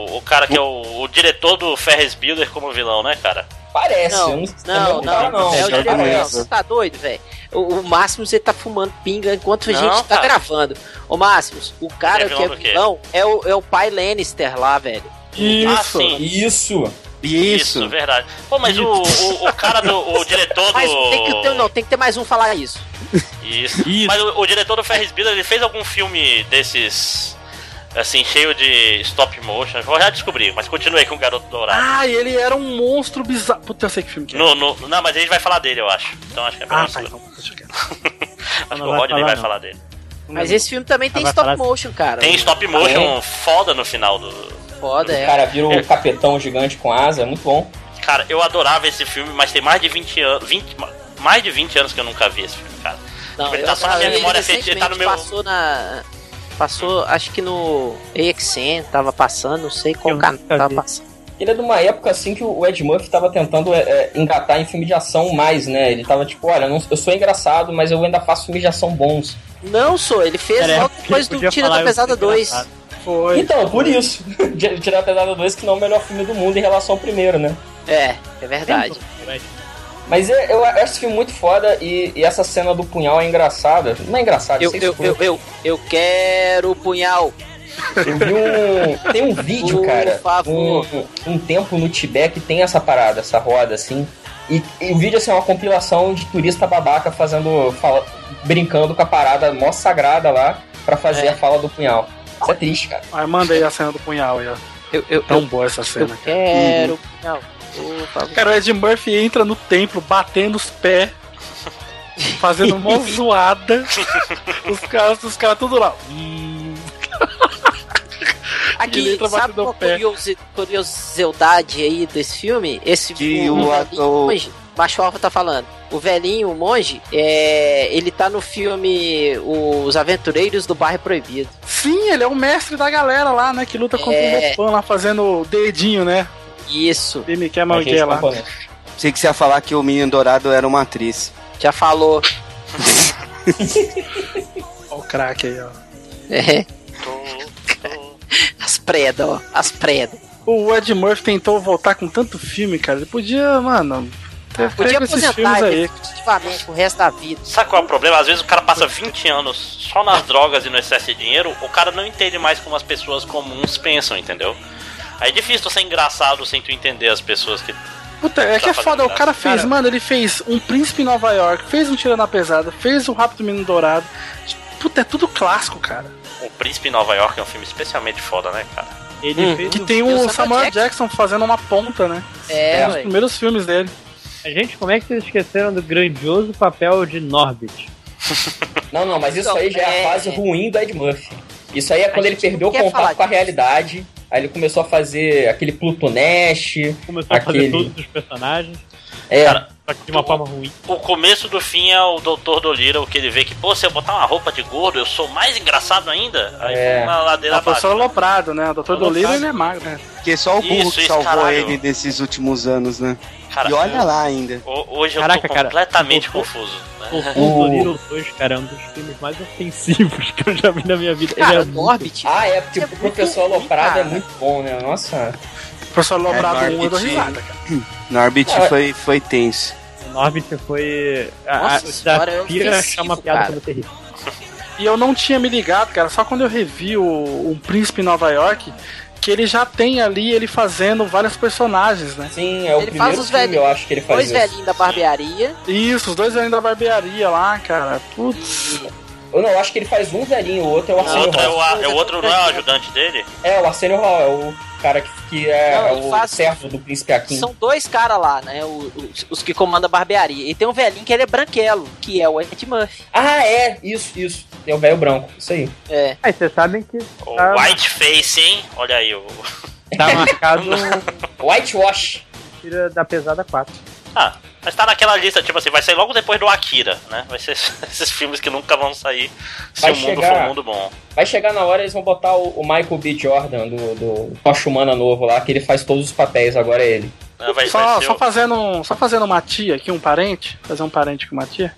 Speaker 5: o cara que é o, o diretor do Ferris Bueller como vilão, né, cara?
Speaker 9: Parece,
Speaker 1: Não,
Speaker 9: eu
Speaker 1: Não,
Speaker 9: eu
Speaker 1: não,
Speaker 9: tava,
Speaker 1: não. É o
Speaker 14: Jorge
Speaker 1: diretor,
Speaker 14: Miller.
Speaker 1: não. Você tá doido, velho? O, o Máximo você tá fumando pinga enquanto a
Speaker 5: Não,
Speaker 1: gente tá
Speaker 5: cara.
Speaker 1: gravando. Ô, Máximo, o cara
Speaker 5: É
Speaker 1: que
Speaker 5: vilão
Speaker 1: é
Speaker 5: do quê?
Speaker 1: vilão é o, é o pai Lannister lá, velho.
Speaker 5: Ah,
Speaker 2: Isso.
Speaker 5: sim.
Speaker 9: Isso.
Speaker 14: Isso.
Speaker 5: verdade. Pô, mas o, o, o cara do. O diretor
Speaker 1: Mas tem que ter,
Speaker 5: do.
Speaker 1: não, tem que ter mais um falar isso.
Speaker 5: Isso. Mas o, o diretor do Ferris Bueller, ele fez algum filme desses. Assim, cheio de stop motion. Vou já descobrir, mas continuei com o Garoto Dourado.
Speaker 2: Ah, e ele era um monstro bizarro. Puta, eu sei que filme que é.
Speaker 5: No, no, não, mas a gente vai falar dele, eu acho. Então acho que é melhor
Speaker 2: Ah, tá,
Speaker 5: segurar.
Speaker 2: então. deixa quieto.
Speaker 5: Acho que
Speaker 6: Não
Speaker 5: o
Speaker 6: vai
Speaker 5: Rodney
Speaker 6: falar,
Speaker 5: vai
Speaker 6: não.
Speaker 5: falar dele.
Speaker 1: Mas esse filme também tem
Speaker 6: Agora
Speaker 1: stop
Speaker 6: parece-
Speaker 1: motion, cara.
Speaker 5: Tem stop motion foda no final do,
Speaker 1: Foda,
Speaker 9: O
Speaker 1: é.
Speaker 9: cara vira um capetão gigante com asa, é muito bom.
Speaker 5: Cara, eu adorava esse filme, mas tem mais de 20 anos. 20, ma- mais de 20 anos que eu nunca vi esse filme, cara.
Speaker 1: Não,
Speaker 5: Ele tá só na minha
Speaker 1: ele
Speaker 5: memória afetiva, ele tá no meu-
Speaker 1: Passou na. Passou, acho que no AXN tava passando, não sei qual
Speaker 6: Eu
Speaker 1: canal
Speaker 6: nunca
Speaker 1: tava
Speaker 6: vi.
Speaker 1: passando.
Speaker 9: Ele é de uma época assim que o Ed Murphy tava tentando é, é, engatar em filme de ação mais, né? Ele tava tipo, olha, não- eu sou engraçado, mas eu ainda faço filmes de ação bons.
Speaker 1: Não, sou, ele fez
Speaker 6: Cara,
Speaker 1: logo
Speaker 6: eu
Speaker 1: depois do
Speaker 6: podia
Speaker 1: Tira
Speaker 6: falar,
Speaker 1: da
Speaker 6: eu
Speaker 1: Pesada
Speaker 6: fiquei
Speaker 1: 2.
Speaker 6: engraçado.
Speaker 2: Foi.
Speaker 9: Então, por isso. Tirar a Pesada 2, que não é o melhor filme do mundo em relação ao primeiro, né?
Speaker 1: É, é verdade.
Speaker 9: Mas é- eu acho esse filme muito foda e, e essa cena do punhal é engraçada. Não é engraçada,
Speaker 1: Eu,
Speaker 9: sei
Speaker 1: eu, eu, eu, eu quero o punhal.
Speaker 9: Eu vi um. Tem um vídeo,
Speaker 1: Por
Speaker 9: cara.
Speaker 1: favor.
Speaker 9: Um, um tempo no Tibete que tem essa parada, essa roda, assim. E, e o vídeo assim, é uma compilação de turista babaca fazendo. Fala, brincando com a parada mó sagrada lá pra fazer
Speaker 1: É.
Speaker 9: a fala do punhal. Isso é triste, cara.
Speaker 2: Aí manda aí a cena do punhal aí, ó.
Speaker 1: Eu, eu,
Speaker 2: Tão
Speaker 1: eu,
Speaker 2: boa essa
Speaker 1: eu
Speaker 2: cena.
Speaker 1: quero o punhal. Por favor.
Speaker 2: Cara, o Ed Murphy entra no templo batendo os pés, fazendo uma zoada. Os caras, os caras tudo lá. Hum, ele
Speaker 1: Aqui,
Speaker 2: entra
Speaker 1: sabe
Speaker 2: batendo o
Speaker 1: uma
Speaker 2: pé.
Speaker 1: curiosi- curiosidade aí desse filme? Esse
Speaker 14: Que o
Speaker 1: velhinho
Speaker 14: ator-
Speaker 1: monge, Macho Alfa tá falando. O velhinho, o monge, é, ele tá no filme Os Aventureiros do Bairro Proibido.
Speaker 2: Sim, ele é o mestre da galera lá, né? Que luta contra
Speaker 1: É.
Speaker 2: o Lopan lá fazendo o dedinho, né?
Speaker 1: Isso,
Speaker 2: Ele quer
Speaker 9: Mas gente,
Speaker 2: mangueira lá.
Speaker 9: componente.
Speaker 14: Sei que você ia falar que o Menino Dourado era uma atriz.
Speaker 1: já falou.
Speaker 2: Ó o craque aí, ó.
Speaker 1: É,
Speaker 5: Tô- tô-
Speaker 1: as predas, ó. As predas.
Speaker 2: O Ed Murphy tentou voltar com tanto filme, cara. Ele podia, mano. Ter
Speaker 1: Podia
Speaker 2: pego esses
Speaker 1: aposentar né?
Speaker 2: filmes
Speaker 1: ele
Speaker 2: aí.
Speaker 1: definitivamente pro resto da vida.
Speaker 5: Sabe qual é o problema? Às vezes o cara passa 20 anos só nas drogas e no excesso de dinheiro, o cara não entende mais como as pessoas comuns pensam, entendeu? Aí é difícil tu ser engraçado sem tu entender as pessoas que.
Speaker 2: Puta, é que é
Speaker 5: Tá
Speaker 2: foda. O
Speaker 5: fazendo
Speaker 2: cara fez,
Speaker 14: Cara.
Speaker 2: mano, ele fez um Príncipe em Nova York, fez um Tira na Pesada, fez o Rápido Menino Dourado. Puta, é tudo clássico, cara.
Speaker 5: O Príncipe em Nova York é um filme especialmente foda, né, cara?
Speaker 6: Ele
Speaker 1: Hum,
Speaker 6: fez um-
Speaker 2: Que
Speaker 6: o-
Speaker 2: tem
Speaker 1: E o
Speaker 2: o
Speaker 1: Samuel
Speaker 2: Samuel Jackson fazendo uma ponta, né?
Speaker 1: É,
Speaker 2: É, os
Speaker 1: ué.
Speaker 2: primeiros filmes dele.
Speaker 6: Gente, como é que vocês esqueceram do grandioso papel de Norbit?
Speaker 9: Não, não, mas isso
Speaker 1: Então,
Speaker 9: aí já é a fase ruim do Ed Murphy. Isso aí é quando ele
Speaker 1: gente não
Speaker 9: perdeu o
Speaker 1: quer falar
Speaker 9: contato com a realidade. Aí ele começou a fazer aquele Plutonash.
Speaker 6: Começou a fazer todos os personagens,
Speaker 9: É,
Speaker 6: só que de uma forma ruim.
Speaker 5: O começo do fim é o Dr. Dolira, o que ele vê que, pô, se eu botar uma roupa de gordo, eu sou mais engraçado ainda. Aí
Speaker 9: É.
Speaker 5: foi uma ladeira
Speaker 2: Ah, foi
Speaker 5: abaixo.
Speaker 2: só aloprado, né? O Dr. Doleiro
Speaker 5: Aloprado.
Speaker 2: ele é magro, né?
Speaker 14: Porque só o burro
Speaker 5: Isso,
Speaker 14: que
Speaker 5: isso,
Speaker 14: salvou
Speaker 5: caralho.
Speaker 14: ele desses últimos anos, né?
Speaker 5: Cara,
Speaker 14: e olha lá ainda.
Speaker 5: ho- Hoje eu
Speaker 6: Caraca,
Speaker 5: tô
Speaker 6: cara,
Speaker 5: completamente
Speaker 6: o-
Speaker 5: confuso. né?
Speaker 6: O Fundo Little 2, cara, é um dos filmes mais ofensivos que eu já vi na minha vida. Ele
Speaker 1: Cara,
Speaker 6: é
Speaker 1: o
Speaker 6: muito-
Speaker 1: Norbit.
Speaker 9: Ah, é, tipo,
Speaker 1: É
Speaker 9: o
Speaker 1: muito
Speaker 9: professor
Speaker 1: ruim,
Speaker 9: Aloprado é
Speaker 1: cara.
Speaker 9: muito bom, né? Nossa.
Speaker 2: O Professor aloprado
Speaker 14: É,
Speaker 2: um, eu dou
Speaker 14: Norbit.
Speaker 2: risada, cara.
Speaker 14: Norbit
Speaker 9: É.
Speaker 14: foi, foi tenso.
Speaker 6: O Norbit foi. A, a,
Speaker 1: Nossa senhora, é
Speaker 6: da Pira
Speaker 1: ofensivo,
Speaker 6: chama piada
Speaker 1: cara.
Speaker 6: pra você rir.
Speaker 2: E eu não tinha me ligado, cara, só quando eu revi o Um Príncipe em Nova York, que ele já tem ali ele fazendo vários personagens, né?
Speaker 9: Sim, é o
Speaker 1: Ele faz
Speaker 9: primeiro
Speaker 1: os
Speaker 9: filme,
Speaker 1: velhinhos.
Speaker 9: eu acho que ele faz
Speaker 1: Dois
Speaker 9: isso.
Speaker 1: velhinhos da barbearia.
Speaker 2: Isso, os dois ainda da barbearia lá, cara. Putz.
Speaker 5: Hum,
Speaker 9: Eu não, eu acho que ele faz um velhinho, o outro é o
Speaker 5: O
Speaker 9: Arsênio
Speaker 5: outro é
Speaker 9: Hall.
Speaker 5: o, a- é o outro não é o ajudante dele?
Speaker 9: É, o Arsênio Hall, é o cara que, que
Speaker 1: Não,
Speaker 9: é,
Speaker 1: ele
Speaker 9: o
Speaker 1: faz-
Speaker 9: servo do príncipe Akin.
Speaker 1: São dois caras lá, né? o- os, os que comandam a barbearia. E tem um velhinho que ele é branquelo, que é o Ed Murphy.
Speaker 9: Ah, é, isso, isso. É o velho branco, isso aí.
Speaker 1: É.
Speaker 6: Mas vocês sabem que
Speaker 5: O
Speaker 6: Ah.
Speaker 5: Whiteface, hein? Olha aí. O...
Speaker 6: tá marcado
Speaker 9: Whitewash.
Speaker 6: Pira da Pesada 4.
Speaker 5: Ah, mas tá naquela lista, tipo assim, vai sair logo depois do Akira, né? Vai ser esses filmes que nunca vão sair se
Speaker 9: Vai
Speaker 5: o mundo
Speaker 9: chegar.
Speaker 5: for um mundo bom.
Speaker 9: Vai chegar na hora, eles vão botar o, o Michael B. Jordan, do, do Tocha Humana novo lá, que ele faz todos os papéis, agora é ele.
Speaker 5: Né? Vai, vai
Speaker 2: Só,
Speaker 5: ser
Speaker 2: só
Speaker 5: o-
Speaker 2: fazendo um, só fazendo uma tia aqui, um parente, fazer um parente com uma tia.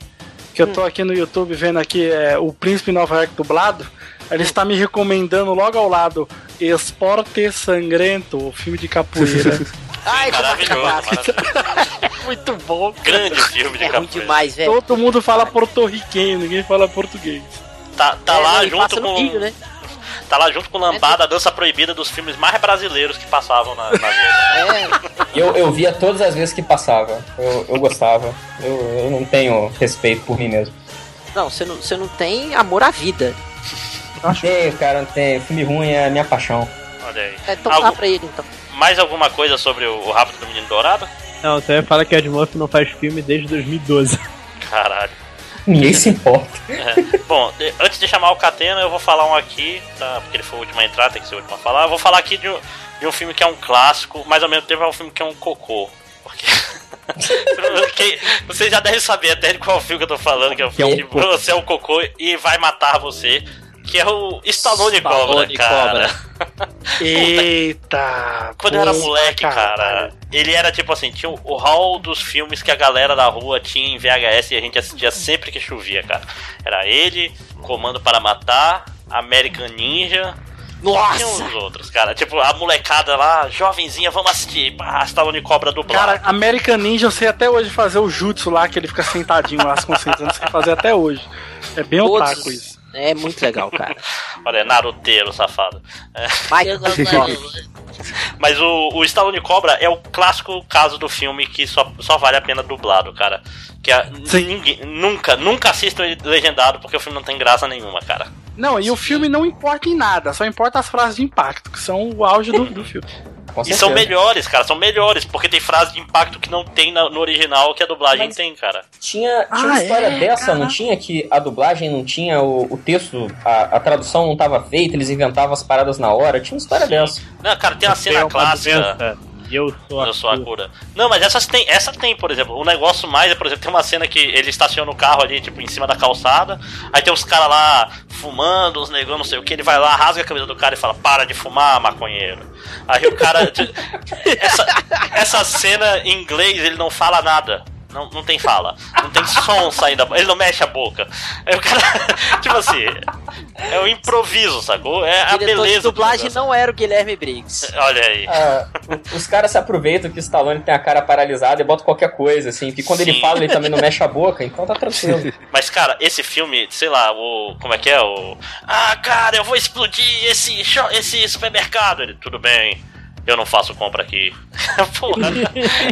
Speaker 2: Que eu tô aqui no YouTube vendo aqui é, o Príncipe em Nova York dublado. Ele está me recomendando logo ao lado Esporte Sangrento, o filme de capoeira.
Speaker 1: Ai, que
Speaker 5: Maravilhoso,
Speaker 1: marca
Speaker 5: maravilhoso.
Speaker 2: Muito bom,
Speaker 5: Grande filme de
Speaker 1: É ruim
Speaker 5: capoeira.
Speaker 1: demais, velho.
Speaker 2: Todo mundo fala porto-riquenho, ninguém fala português.
Speaker 5: Tá, tá
Speaker 1: É,
Speaker 5: lá
Speaker 1: não, e passa
Speaker 5: junto
Speaker 1: no
Speaker 5: com.
Speaker 1: Rio, né?
Speaker 5: Tá lá junto com Lambada, a dança proibida dos filmes mais brasileiros que passavam na, na vida.
Speaker 1: É,
Speaker 9: E Eu, eu via todas as vezes que passava. Eu, eu gostava. Eu, eu não tenho respeito por mim mesmo.
Speaker 1: não, você não, você não tem amor à vida.
Speaker 9: Não tenho, cara, não tenho. Filme ruim é a minha paixão.
Speaker 5: Olha aí.
Speaker 1: É, então
Speaker 5: Algo-
Speaker 1: dá pra ele, então.
Speaker 5: Mais alguma coisa sobre o Rápido do Menino Dourado?
Speaker 6: Não, você fala que Ed Murphy não faz filme desde 2012.
Speaker 5: Caralho.
Speaker 9: Ninguém se importa.
Speaker 5: É. Bom, de- antes de chamar o Catena, eu vou falar um aqui, tá? Porque ele foi o último a entrar, tem que ser o último a falar. Eu vou falar aqui de um, de um filme que é um clássico, mas ao mesmo tempo é um filme que é um cocô. Porque. Quem- você já deve saber até de qual filme que eu tô falando, que é o filme de Você é um cocô e vai matar você. Que é o Stallone,
Speaker 1: Stallone
Speaker 5: Cobra, cara.
Speaker 2: Eita!
Speaker 5: Quando eu era
Speaker 2: puta,
Speaker 5: moleque, cara, ele era tipo assim, tinha o- o hall dos filmes que a galera da rua tinha em VHS e a gente assistia sempre que chovia, cara. Era ele, Comando para Matar, American Ninja. Tinha
Speaker 1: Nossa!
Speaker 5: uns outros, cara. Tipo, a molecada lá, jovenzinha, vamos assistir. Pá, Stallone Cobra dublado.
Speaker 2: Cara, American Ninja, eu sei até hoje fazer o jutsu lá, que ele fica sentadinho lá se concentrando, sei fazer até hoje. É bem
Speaker 1: Todos-
Speaker 2: otaku isso.
Speaker 1: É muito legal, cara.
Speaker 5: Olha, é naruteiro, safado. É.
Speaker 1: Vai,
Speaker 5: Ah, Mas o, o Stallone Cobra é o clássico caso do filme que só, só vale a pena dublado, cara. Que a-
Speaker 2: Sim.
Speaker 5: ninguém, nunca, nunca assistam ele legendado porque o filme não tem graça nenhuma, cara.
Speaker 2: Não, e o filme não importa em nada, só importa as frases de impacto, que são o auge do, do filme.
Speaker 9: Com
Speaker 5: E são
Speaker 9: certeza.
Speaker 5: melhores, cara, são melhores, porque tem frase de impacto que não tem na- no original que a dublagem
Speaker 9: Mas-
Speaker 5: tem, cara.
Speaker 9: Tinha, tinha uma
Speaker 2: Ah,
Speaker 9: história
Speaker 2: é?
Speaker 9: dessa, não
Speaker 2: Caraca.
Speaker 9: tinha que a dublagem não tinha o, o texto, a, a tradução não tava feita, eles inventavam as paradas na hora. Tinha uma história dessa.
Speaker 5: Não, cara, tem a
Speaker 6: Tem
Speaker 5: cena
Speaker 6: é uma
Speaker 5: clássica.
Speaker 6: doença, E eu sou a
Speaker 5: Eu sou a
Speaker 6: cura.
Speaker 5: cura. Não, mas essas tem, essa tem, por exemplo. O negócio mais é, por exemplo, tem uma cena que ele estaciona o carro ali, tipo, em cima da calçada. Aí tem os caras lá fumando, os negão, não sei o que. Ele vai lá, rasga a camisa do cara e fala: Para de fumar, maconheiro. Aí o cara. tipo, essa, essa cena em inglês, ele não fala nada. Não, não tem fala. Não tem som saindo. da- Ele não mexe a boca. Aí o cara. tipo assim. É o improviso, sacou? É a
Speaker 1: o diretor
Speaker 5: beleza.
Speaker 1: de
Speaker 5: do
Speaker 1: dublagem
Speaker 5: negócio.
Speaker 1: não era o Guilherme Briggs.
Speaker 5: Olha aí.
Speaker 9: Ah, os caras se aproveitam que o Stallone tem a cara paralisada e bota qualquer coisa, assim, que quando ele
Speaker 5: Sim.
Speaker 9: fala ele também não mexe a boca, então tá tranquilo.
Speaker 5: Mas, cara, esse filme, sei lá, o. Como é que é? O. Ah, cara, eu vou explodir esse, cho- esse supermercado. Ele, tudo bem. Eu não faço compra aqui. Porra.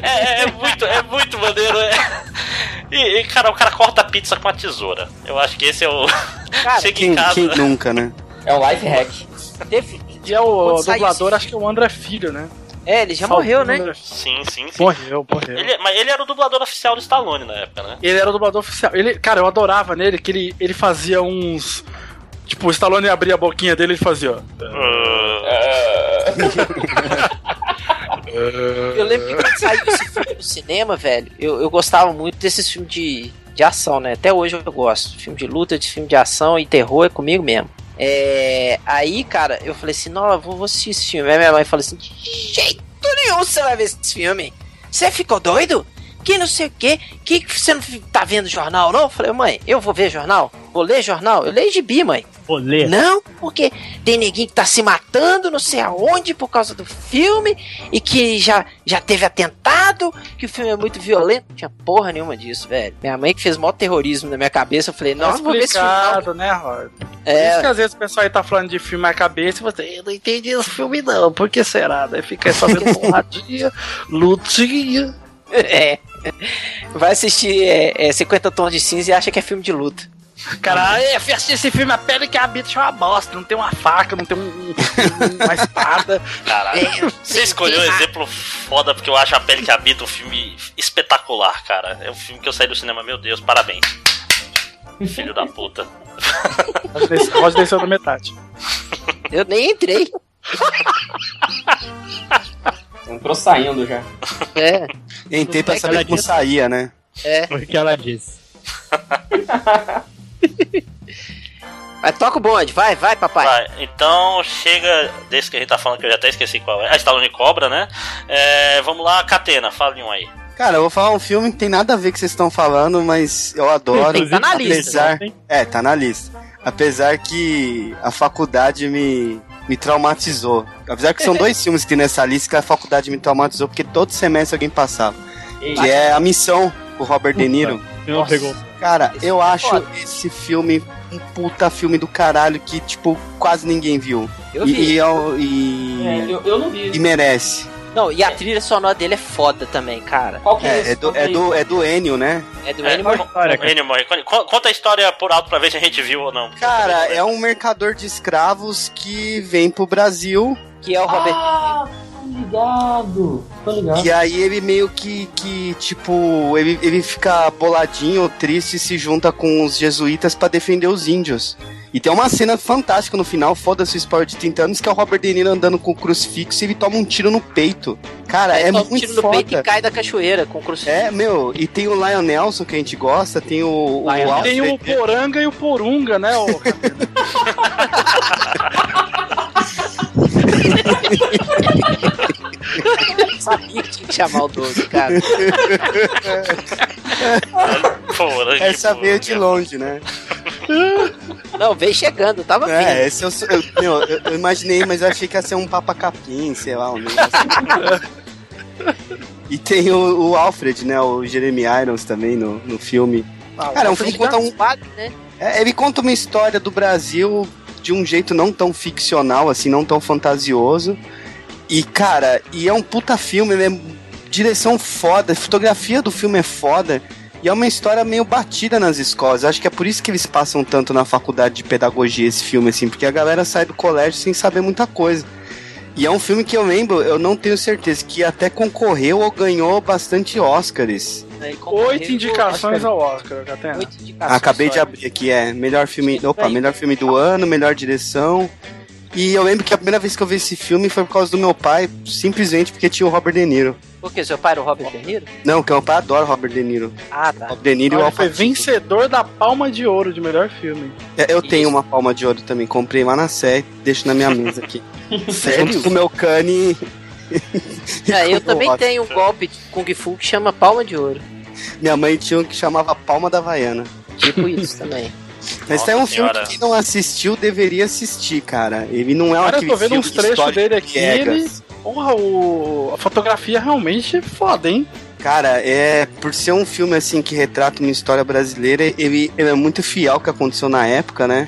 Speaker 5: É, é muito, é muito maneiro. é. E, e, cara, o cara corta a pizza com a tesoura. Eu acho que esse é o. Chega em
Speaker 14: Quem,
Speaker 5: casa.
Speaker 14: quem nunca, né?
Speaker 9: É um life hack.
Speaker 1: Teve-
Speaker 2: E é o
Speaker 1: Quando saiu
Speaker 2: dublador,
Speaker 1: esse-
Speaker 2: acho que é o André Filho, né?
Speaker 1: É, ele já morreu, né?
Speaker 5: Sim, sim, sim.
Speaker 2: Morreu, morreu.
Speaker 5: Ele, mas ele era o dublador oficial do Stallone na época, né?
Speaker 2: Ele era o dublador oficial. Ele, cara, eu adorava nele que ele, ele fazia uns. Tipo, o Stallone abria a boquinha dele e ele fazia. ó.
Speaker 14: É.
Speaker 1: Eu lembro que quando saiu esse filme no cinema, velho, eu, eu gostava muito desses filmes de, de ação, né? Até hoje eu gosto. Filme de luta, de filme de ação e terror é comigo mesmo. É, aí, cara, eu falei assim, não, eu vou, vou assistir esse filme. Aí minha mãe falou assim, de jeito nenhum você vai ver esse filme. Você ficou doido? Que não sei o quê. Que que você não tá vendo jornal, não? Eu falei, mãe, eu vou ver jornal? Vou ler jornal? Eu leio gibi, mãe.
Speaker 6: Vou ler.
Speaker 1: Não, porque tem ninguém que tá se matando, não sei aonde, por causa do filme, e que já, já teve atentado, que o filme é muito violento. Não tinha porra nenhuma disso, velho. Minha mãe que fez maior terrorismo na minha cabeça, eu falei,
Speaker 2: Tá
Speaker 1: nossa, eu vou ver esse filme. não.
Speaker 2: explicado, né, Rod? Por isso
Speaker 1: É,
Speaker 2: que às vezes o pessoal aí tá falando de filme na cabeça e você, eu não entendi esse filme não, por que será? Daí fica aí só vendo porradinha, lutinha.
Speaker 1: é. Vai assistir é, é, 50 Tons de Cinza e acha que é filme de luta.
Speaker 2: Cara, eu é, fui assistir esse filme, a pele que habita é uma bosta, não tem uma faca, não tem um, um- uma espada.
Speaker 5: Caralho. Você escolheu um
Speaker 1: sim.
Speaker 5: exemplo foda porque eu acho a pele que habita um filme espetacular, cara. É um filme que eu saí do cinema, meu Deus, parabéns. Filho da puta.
Speaker 2: Rod desceu na metade.
Speaker 1: Eu nem entrei.
Speaker 9: Um
Speaker 7: Entrou saindo já.
Speaker 1: É,
Speaker 14: Entrei pra saber como saía, né?
Speaker 1: é.
Speaker 6: O que ela disse?
Speaker 1: Mas toca o bonde, vai, vai, papai.
Speaker 5: Tá, então chega desse que a gente tá falando que eu já até esqueci qual é. Ah, Stallone Cobra, né? É, vamos lá, Catena, fale um aí.
Speaker 14: Cara, eu vou falar um filme que tem nada a ver com o que vocês estão falando, mas eu adoro.
Speaker 1: Tá na lista,
Speaker 14: Apesar... É, tá na lista. Apesar que a faculdade me, me traumatizou. Apesar que são dois filmes que tem nessa lista que a faculdade me traumatizou, porque todo semestre alguém passava. Que é A Missão, com o Robert De Niro.
Speaker 6: Não pegou.
Speaker 14: Cara,
Speaker 1: Esse
Speaker 14: eu
Speaker 1: filme é
Speaker 14: acho
Speaker 1: foda.
Speaker 14: esse filme um puta filme do caralho que, tipo, quase ninguém viu.
Speaker 1: Eu
Speaker 14: E-
Speaker 1: vi.
Speaker 14: E, é o- e-
Speaker 7: É, eu, eu não
Speaker 14: e
Speaker 7: vi.
Speaker 14: merece.
Speaker 1: Não, e a trilha sonora dele é foda também, cara.
Speaker 7: Qual que é,
Speaker 14: É,
Speaker 7: esse?
Speaker 14: é do,
Speaker 7: Qual
Speaker 14: é,
Speaker 7: que
Speaker 14: do, é do Enio, né?
Speaker 1: É do
Speaker 5: É,
Speaker 1: Animal
Speaker 5: con-
Speaker 6: história, cara.
Speaker 5: Ennio Morricone. Co- Conta a história por alto pra ver se a gente viu ou não.
Speaker 14: Cara, é um mercador de escravos que vem pro Brasil
Speaker 1: que é o Robert.
Speaker 7: Ah, tô ligado. Tô ligado.
Speaker 14: e aí ele meio que, que tipo, ele, ele fica boladinho, triste e se junta com os jesuítas pra defender os índios. E tem uma cena fantástica no final, foda-se o spoiler de 30 anos, que é o Robert De Niro andando com o crucifixo e ele toma um tiro no peito. Cara, é,
Speaker 1: Ele toma um
Speaker 14: muito
Speaker 1: tiro no
Speaker 14: foda.
Speaker 1: peito e cai da cachoeira com o crucifixo.
Speaker 14: É, meu, e tem o Lion Nelson que a gente gosta, tem o, o
Speaker 1: Lion
Speaker 14: Alfred.
Speaker 2: Tem o Poranga e o Porunga, né? O...
Speaker 1: Eu sabia que tinha que chamar o Doug, cara.
Speaker 5: Poranga,
Speaker 14: Essa veio de
Speaker 5: poranga.
Speaker 14: longe, né?
Speaker 1: Não, veio chegando, tava vindo.
Speaker 14: É, esse eu, eu, meu, eu, eu imaginei, mas eu achei que ia ser um Papa Capim, sei lá, um negócio. assim. e tem o, o Alfred, né? O Jeremy Irons também no, no filme.
Speaker 1: Ah,
Speaker 14: Cara, é um filme que conta um.
Speaker 1: padre, né?
Speaker 14: é, ele conta uma história do Brasil de um jeito não tão ficcional, assim, não tão fantasioso. E, cara, e é um puta filme, ele é direção foda, a fotografia do filme é foda. E é uma história meio batida nas escolas. Acho que é por isso que eles passam tanto na faculdade de pedagogia esse filme, assim, porque a galera sai do colégio sem saber muita coisa. E é um filme que eu lembro, eu não tenho certeza, que até concorreu ou ganhou bastante Oscars.
Speaker 1: Ele concorreu,
Speaker 2: Oito indicações
Speaker 1: acho
Speaker 2: ao Oscar, Catena.
Speaker 1: que- Oito indicações.
Speaker 14: Acabei de
Speaker 1: Ah, só.
Speaker 14: abrir aqui, é. Melhor filme. Opa, melhor filme do ano, melhor direção. E eu lembro que a primeira vez que eu vi esse filme foi por causa do meu pai, simplesmente porque tinha o Robert De Niro.
Speaker 1: Por quê? Seu pai era o Robert De Niro?
Speaker 14: Não, que meu pai adora o Robert De Niro.
Speaker 1: Ah, tá.
Speaker 14: Robert De Niro e o
Speaker 2: Olha,
Speaker 14: Al
Speaker 2: foi
Speaker 14: Pacino.
Speaker 2: vencedor da Palma de Ouro de melhor filme.
Speaker 14: É, Eu tenho uma palma de ouro também, comprei lá na Sé, deixo na minha mesa aqui. Junto com o meu cane.
Speaker 1: É, eu também
Speaker 14: Ótimo.
Speaker 1: tenho um golpe de Kung Fu que chama Palma de Ouro.
Speaker 14: Minha mãe tinha um que chamava Palma da Havaiana.
Speaker 1: Tipo isso também.
Speaker 14: Mas
Speaker 5: Nossa
Speaker 14: é um filme
Speaker 5: Senhora.
Speaker 14: que quem não assistiu deveria assistir, cara. Ele não é um
Speaker 2: Cara, eu
Speaker 14: aquele
Speaker 2: tô vendo
Speaker 14: filme
Speaker 2: uns trechos
Speaker 14: histórico
Speaker 2: dele
Speaker 14: de
Speaker 2: aqui. Ele...
Speaker 14: Egas.
Speaker 2: Porra, o... a fotografia realmente é foda, hein?
Speaker 14: Cara, é por ser um filme assim que retrata uma história brasileira, ele, ele é muito fiel ao que aconteceu na época, né?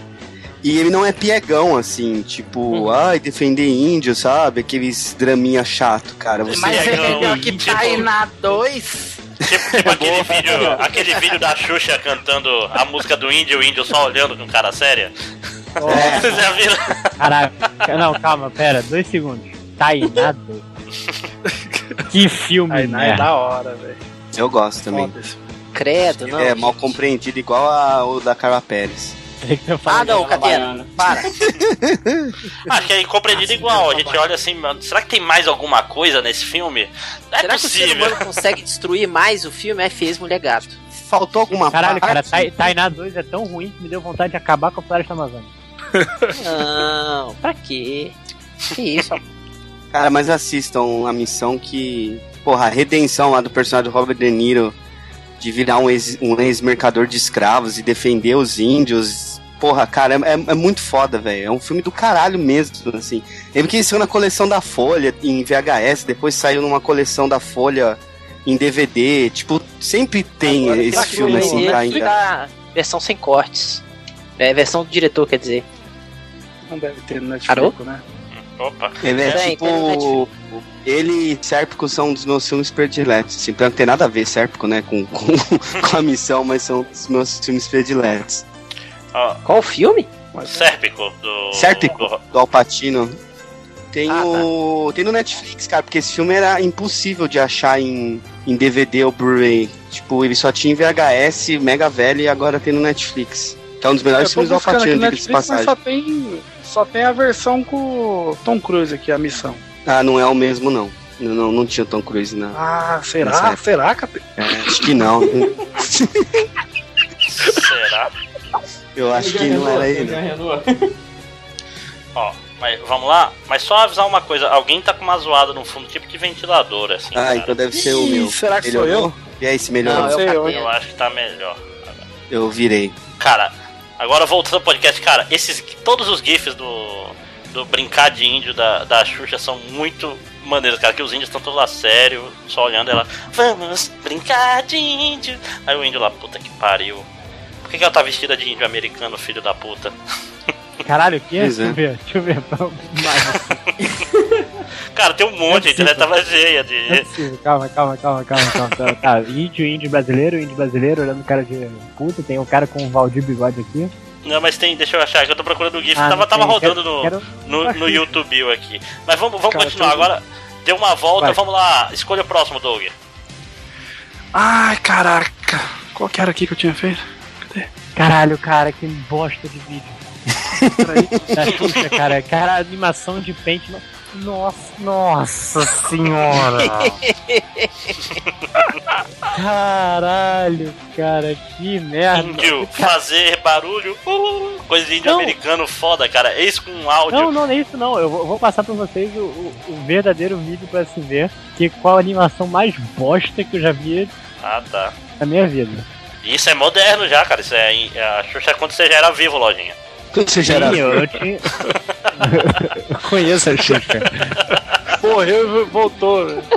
Speaker 14: E ele não é piegão, assim, tipo,
Speaker 1: Uhum.
Speaker 14: ai, defender índio, sabe? Aqueles draminha chato, cara. Você
Speaker 5: Mas é melhor que
Speaker 2: tá na 2.
Speaker 5: Tipo, tipo aquele, vídeo, aquele vídeo da Xuxa cantando a música do índio, o índio só olhando com cara séria. Vocês já viram?
Speaker 6: Caraca. Não, calma, pera. Dois segundos. Tainado. que filme,
Speaker 2: Aí, né? É da hora, velho.
Speaker 14: Eu gosto também.
Speaker 1: Credo, então não.
Speaker 14: É mal compreendido igual a, o da Carla Pérez.
Speaker 1: Ah, não, Catena, para.
Speaker 5: Acho que é incompreendido igual. A gente olha assim, mano, será que tem mais alguma coisa nesse filme? Não é
Speaker 1: Será que o ser
Speaker 5: possível.
Speaker 1: humano consegue destruir mais o filme? É fez mulher gato.
Speaker 14: Faltou alguma
Speaker 6: Caralho, cara,
Speaker 14: parte?
Speaker 6: Tai- Tainá 2 é tão ruim que me deu vontade de acabar com a floresta amazônica.
Speaker 1: Não, pra quê? Que isso?
Speaker 14: Cara, mas assistam a missão que. Porra, a redenção lá do personagem do Robert De Niro de virar um ex- um ex-mercador de escravos e defender os índios. Porra, cara, é, é- é muito foda, velho. É um filme do caralho mesmo, assim. Lembro que ele saiu na coleção da Folha, em VHS, depois saiu numa coleção da Folha em DVD. Tipo, sempre tem
Speaker 1: Agora,
Speaker 14: esse
Speaker 1: pra
Speaker 14: filme,
Speaker 1: quem
Speaker 14: assim,
Speaker 1: vê,
Speaker 14: tá ainda.
Speaker 1: tá Versão sem cortes. É, versão do diretor, quer dizer.
Speaker 2: Não deve ter no Netflix,
Speaker 1: Alô?
Speaker 2: né?
Speaker 5: Opa.
Speaker 14: Ele é
Speaker 1: Tem,
Speaker 14: tipo.
Speaker 1: tem no Netflix.
Speaker 14: Ele e Sérpico são um dos meus filmes prediletos. Assim, não tem nada a ver Sérpico, né, com, com, com a missão, mas são os meus filmes prediletos.
Speaker 5: Ó,
Speaker 1: Qual o filme?
Speaker 5: Sérpico do.
Speaker 14: Sérpico?
Speaker 5: do-
Speaker 14: Do Alpatino. Tem,
Speaker 1: Ah, tá.
Speaker 14: o, tem no Netflix, cara, porque esse filme era impossível de achar em, em DVD ou Blu-ray. Tipo, ele só tinha em VHS, mega velho, e agora tem no Netflix. Que é um dos
Speaker 2: Eu
Speaker 14: melhores
Speaker 2: tô
Speaker 14: filmes do
Speaker 2: buscando aqui
Speaker 14: Alpatino,
Speaker 2: no
Speaker 14: diga-se de
Speaker 2: Netflix, mas
Speaker 14: passagem.
Speaker 2: só tem, só tem a versão com o Tom Cruise aqui, a missão.
Speaker 14: Ah, não é o mesmo, não. Não, não, não tinha o Tom Cruise, não.
Speaker 2: Ah,
Speaker 14: Nessa
Speaker 2: será?
Speaker 14: época.
Speaker 2: Será, Capeta?
Speaker 14: É, acho que não.
Speaker 5: Será?
Speaker 14: Eu acho que não era ele.
Speaker 5: Ó, mas vamos lá? Mas só avisar uma coisa: alguém tá com uma zoada no fundo, tipo de ventilador, assim.
Speaker 14: Ah,
Speaker 5: cara.
Speaker 14: então deve ser o meu. é
Speaker 2: será que sou
Speaker 14: Melhorou? E aí, se melhorou?
Speaker 1: Não,
Speaker 2: sei,
Speaker 1: é
Speaker 2: eu-
Speaker 1: o
Speaker 5: Eu
Speaker 1: Catena.
Speaker 5: acho que tá melhor.
Speaker 14: Eu virei.
Speaker 5: Cara, agora voltando ao podcast, cara, esses todos os GIFs do, do brincar de índio da, da Xuxa são muito maneiros, cara, que os índios estão todos lá sério, só olhando ela, vamos brincar de índio. Aí o índio lá, puta que pariu. Por que, que ela tá vestida de índio americano, filho da puta?
Speaker 6: Caralho, o que é?
Speaker 14: Pois
Speaker 6: Deixa
Speaker 14: é.
Speaker 6: eu ver, deixa eu ver.
Speaker 5: Cara, tem um monte, a
Speaker 6: tipo-
Speaker 5: internet tava cheia de.
Speaker 6: é calma, calma, calma, calma, calma. calma. Tá, índio, índio brasileiro, índio brasileiro, olhando cara de puta, tem um cara com um Valdir bigode aqui.
Speaker 5: Não, mas tem, deixa eu achar, que eu tô procurando o GIF,
Speaker 6: Ah,
Speaker 5: tava,
Speaker 6: não
Speaker 5: tava
Speaker 6: tem,
Speaker 5: rodando
Speaker 6: quero-
Speaker 5: no.
Speaker 6: quero-
Speaker 5: no, no YouTube aqui. Mas vamos, vamos
Speaker 2: Cara,
Speaker 5: continuar
Speaker 2: tem-
Speaker 5: agora. Deu uma volta,
Speaker 6: Vai.
Speaker 5: vamos lá. Escolha o próximo, Doug.
Speaker 2: Ai, caraca. Qual que era aqui que eu tinha feito? Cadê?
Speaker 6: Caralho, cara, que bosta de vídeo.
Speaker 2: Peraí.
Speaker 6: Da Xuxa, cara. Cara, animação de pente. no- Nossa, nossa senhora! Caralho, cara, que merda!
Speaker 5: Índio, fazer barulho. uh, Coisa de índio
Speaker 6: Não.
Speaker 5: americano foda, cara. Eis com um áudio.
Speaker 6: Não, não, não é isso não. Eu vou, vou passar pra vocês o, o- o verdadeiro vídeo pra se ver que qual a animação mais bosta que eu já vi
Speaker 5: Ah, tá.
Speaker 6: na minha vida.
Speaker 5: Isso é moderno já, cara. Isso é, é a Xuxa é quando você já era vivo, lojinha.
Speaker 14: Quando você já era.
Speaker 6: Sim, eu, eu tinha. eu conheço a Xuxa.
Speaker 2: Morreu e voltou, velho.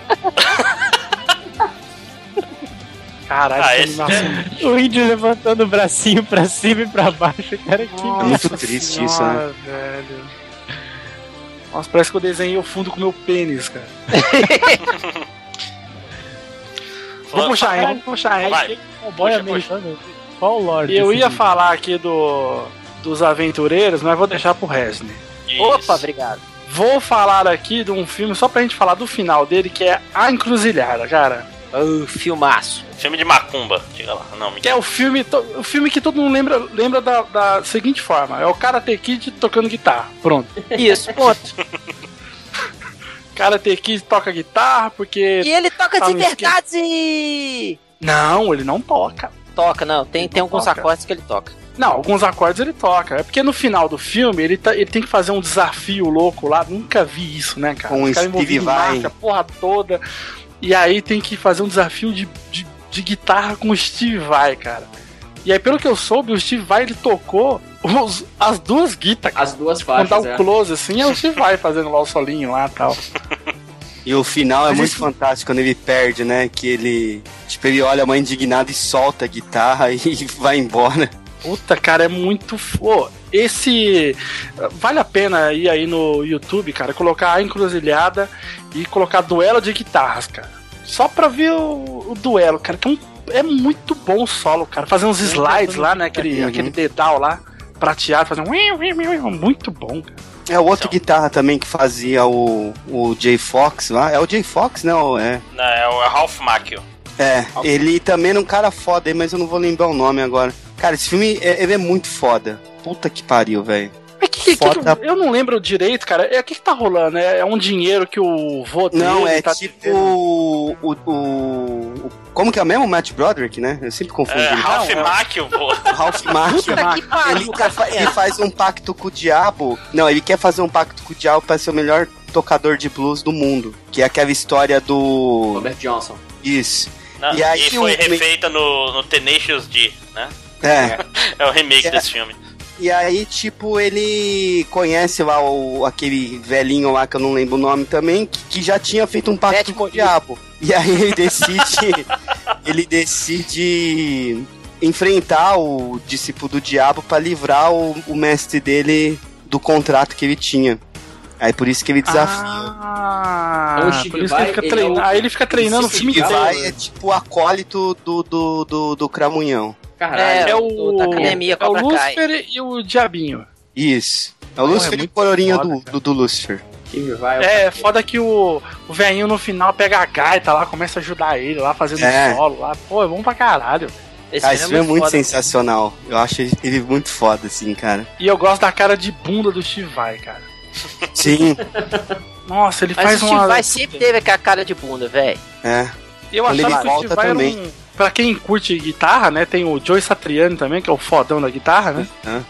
Speaker 2: Caralho,
Speaker 5: Ah,
Speaker 2: que
Speaker 5: esse-
Speaker 2: animação.
Speaker 6: O índio levantando o bracinho pra cima e pra baixo, cara, que merda.
Speaker 14: É muito triste isso, né?
Speaker 2: senhora, velho. Nossa, parece que eu desenhei o fundo com meu pênis, cara. Vamos puxar, hein? Vamos puxar, hein?
Speaker 5: Vai.
Speaker 6: Cowboy
Speaker 5: Puxa,
Speaker 6: americano. Qual o Lorde?
Speaker 2: Eu
Speaker 6: esse
Speaker 2: ia
Speaker 6: vídeo?
Speaker 2: falar aqui do dos aventureiros, mas vou deixar pro Resne.
Speaker 5: Isso.
Speaker 1: Opa, obrigado.
Speaker 2: Vou falar aqui de um filme só pra gente falar do final dele, que é A Encruzilhada, cara.
Speaker 1: Ah, filmaço.
Speaker 5: Filme de macumba. Diga lá. Não, me
Speaker 2: Que é o filme, to- o filme que todo mundo lembra, lembra da, da seguinte forma: é o Karate Kid tocando guitarra. Pronto.
Speaker 1: Isso, ponto.
Speaker 2: Karate Kid toca guitarra porque.
Speaker 1: E ele toca
Speaker 2: Tá
Speaker 1: de
Speaker 2: no
Speaker 1: verdade!
Speaker 2: Não, ele não toca.
Speaker 1: Toca, não. Tem,
Speaker 2: Ele
Speaker 1: tem
Speaker 2: não
Speaker 1: alguns
Speaker 2: toca.
Speaker 1: acordes que ele toca.
Speaker 2: Não, alguns acordes ele toca. É porque no final do filme ele, tá- ele tem que fazer um desafio louco lá. Nunca vi isso, né, cara?
Speaker 14: Com
Speaker 2: Os
Speaker 14: o
Speaker 2: caras
Speaker 14: Steve
Speaker 2: envolvidos em
Speaker 14: Vai.
Speaker 2: máfia, porra toda. E aí tem que fazer um desafio de, de, de guitarra com o Steve Vai, cara. E aí, pelo que eu soube, o Steve Vai ele tocou os- as duas guitas,
Speaker 7: As duas
Speaker 2: Quando dá
Speaker 7: faixas.
Speaker 2: o
Speaker 14: né?
Speaker 7: é.
Speaker 2: close assim, é o Steve Vai fazendo lá o solinho lá e tal.
Speaker 14: E o final é
Speaker 2: Mas
Speaker 14: muito
Speaker 2: isso-
Speaker 14: fantástico quando ele perde, né? Que ele. Tipo, ele olha a mãe indignada e solta a guitarra e vai embora.
Speaker 2: Puta, cara, é muito. f- Ô, esse. Vale a pena ir aí no YouTube, cara, colocar a encruzilhada e colocar duelo de guitarras, cara. Só pra ver o, o duelo,
Speaker 14: É, tá
Speaker 2: cara. Que é, um- é muito bom o solo, cara. Fazer uns slides lá, né? Aquele,
Speaker 14: Uhum.
Speaker 2: aquele dedal lá. prateado, fazendo um muito bom. Cara.
Speaker 14: É o outro
Speaker 2: Então.
Speaker 14: guitarra também que fazia o, o Jay Fox lá. É o Jay Fox, né? Ou É.
Speaker 5: Não, é o Ralph Macchio.
Speaker 14: É, ele também era um cara foda aí, mas eu não vou lembrar o nome agora. Cara, esse filme é, ele é muito foda. Puta que pariu, velho.
Speaker 2: Mas É que, que- que-
Speaker 14: Foda.
Speaker 2: eu não lembro direito, cara. É o que, que tá rolando? É, é um dinheiro que o vô dele
Speaker 14: Não, é
Speaker 2: tá
Speaker 14: tipo o, o, o- Como que é o mesmo? Matt Broderick, né? Eu sempre confundo.
Speaker 5: É,
Speaker 14: ele.
Speaker 5: Ralph
Speaker 2: Não, é-
Speaker 5: Macchio, pô.
Speaker 14: Ralph Macchio. Ele, quer fa- ele faz um pacto com o diabo. Não, ele quer fazer um pacto com o diabo pra ser o melhor tocador de blues do mundo. Que é aquela história do.
Speaker 9: Robert Johnson.
Speaker 14: Isso.
Speaker 5: Não,
Speaker 14: E
Speaker 5: e,
Speaker 14: aí
Speaker 5: foi
Speaker 14: o-
Speaker 5: refeita no, no Tenacious D, né?
Speaker 14: É.
Speaker 5: É o remake
Speaker 14: É.
Speaker 5: desse filme.
Speaker 14: E aí, tipo, ele conhece lá o, aquele velhinho lá que eu não lembro o nome também, que, que já tinha feito um pacto com o diabo. E aí ele decide. ele decide enfrentar o discípulo do diabo pra livrar o, o mestre dele do contrato que ele tinha. Aí por isso que ele desafia.
Speaker 2: Ah,
Speaker 9: Então o Steve
Speaker 2: por isso que ele
Speaker 9: Vai,
Speaker 2: fica
Speaker 9: ele é
Speaker 2: treinando.
Speaker 9: o-
Speaker 2: Aí ele fica treinando o
Speaker 9: Steve
Speaker 2: filme
Speaker 14: que
Speaker 9: Vai
Speaker 2: inteiro.
Speaker 14: vai é tipo o acólito do, do, do, do Cramunhão.
Speaker 9: Caralho.
Speaker 2: É
Speaker 1: É,
Speaker 2: o,
Speaker 1: da academia,
Speaker 2: é o
Speaker 1: Cobra Kai.
Speaker 2: Lúcifer e o Diabinho.
Speaker 14: Isso. É o
Speaker 2: Não, é
Speaker 14: Lúcifer e o
Speaker 2: muito
Speaker 14: cororinha
Speaker 2: foda,
Speaker 14: do, do, do Lúcifer.
Speaker 9: Steve Vai.
Speaker 2: É, foda que o, o velhinho no final pega a gaita lá, começa a ajudar ele lá, fazendo
Speaker 14: É.
Speaker 2: solo lá. Pô, é bom pra caralho.
Speaker 1: Esse
Speaker 14: Cara, esse filme é muito
Speaker 1: foda.
Speaker 14: sensacional. Eu acho ele muito foda, assim, cara.
Speaker 2: E eu gosto da cara de bunda do Steve Vai, cara.
Speaker 14: Sim,
Speaker 2: Nossa, ele
Speaker 1: Mas
Speaker 2: faz um
Speaker 1: o Steve
Speaker 2: uma.
Speaker 1: Vai sempre teve aquela cara de bunda, velho.
Speaker 14: é.
Speaker 2: Eu
Speaker 14: Quando ele
Speaker 2: achava que o Steve
Speaker 14: volta
Speaker 2: Vai era
Speaker 14: também.
Speaker 2: um. Pra quem curte guitarra, né? Tem o Joe Satriani também, que é o fodão da guitarra, né?
Speaker 14: Hã?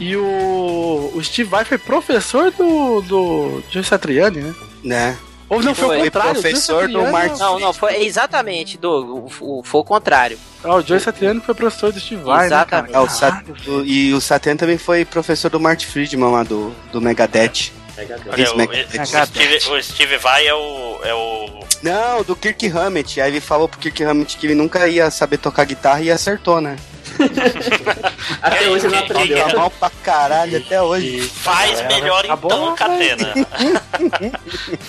Speaker 2: E o, o Steve Vai foi professor do, do Joe Satriani, né?
Speaker 14: Né?
Speaker 2: Ou não, foi,
Speaker 1: Foi,
Speaker 2: o
Speaker 14: Ele
Speaker 2: contrário. o Joe
Speaker 14: professor do
Speaker 2: Satriani-
Speaker 14: Martin.
Speaker 1: Não, não, foi exatamente, Doug. o- o- Foi o contrário.
Speaker 2: Ah, o Joe Satriani foi professor do Steve Vai,
Speaker 1: Exatamente.
Speaker 2: né?
Speaker 14: É,
Speaker 2: cara?
Speaker 14: o Sat-
Speaker 2: Caralho,
Speaker 14: do- e o Satan também foi professor do Martin Friedman lá do, do Megadeth.
Speaker 5: Olha,
Speaker 14: Vince
Speaker 5: É, o,
Speaker 14: Mac-
Speaker 5: o
Speaker 2: É,
Speaker 5: Steve, o Steve Vai é o. É o
Speaker 14: Não, do Kirk Hammett. Aí ele falou pro Kirk Hammett que ele nunca ia saber tocar guitarra e acertou, né?
Speaker 9: Até hoje eu não
Speaker 5: Quem
Speaker 9: aprendeu.
Speaker 5: é?
Speaker 14: Tá mal pra caralho até hoje.
Speaker 5: faz melhor
Speaker 2: acabou,
Speaker 5: então, Catena.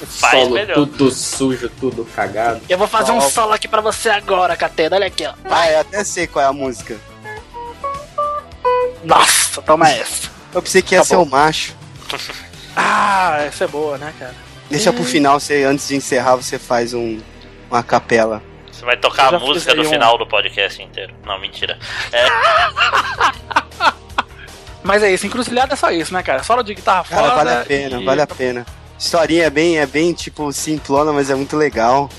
Speaker 5: faz
Speaker 9: Solo,
Speaker 5: melhor.
Speaker 9: tudo sujo, tudo cagado.
Speaker 2: Eu vou fazer um
Speaker 14: Qual?
Speaker 2: solo aqui pra você agora, Catena. Olha aqui, ó.
Speaker 14: Ah, eu até sei qual é a música.
Speaker 2: Nossa, toma essa.
Speaker 14: Eu pensei que ia
Speaker 2: Tá
Speaker 14: ser
Speaker 2: bom.
Speaker 14: o macho.
Speaker 2: Ah, essa é boa, né, cara?
Speaker 14: Deixa pro final, você, antes de encerrar, você faz um, uma capela.
Speaker 5: Você vai tocar
Speaker 2: Eu
Speaker 5: a
Speaker 2: já
Speaker 5: música do
Speaker 2: fiz aí um-
Speaker 5: final do podcast inteiro. Não, mentira.
Speaker 2: Mas é isso, encruzilhada é só isso, né, cara? Solo de guitarra
Speaker 14: Cara,
Speaker 2: foda.
Speaker 14: vale a pena,
Speaker 2: né? e-
Speaker 14: vale a pena. Historinha é bem, é bem, tipo, simplona, mas é muito legal.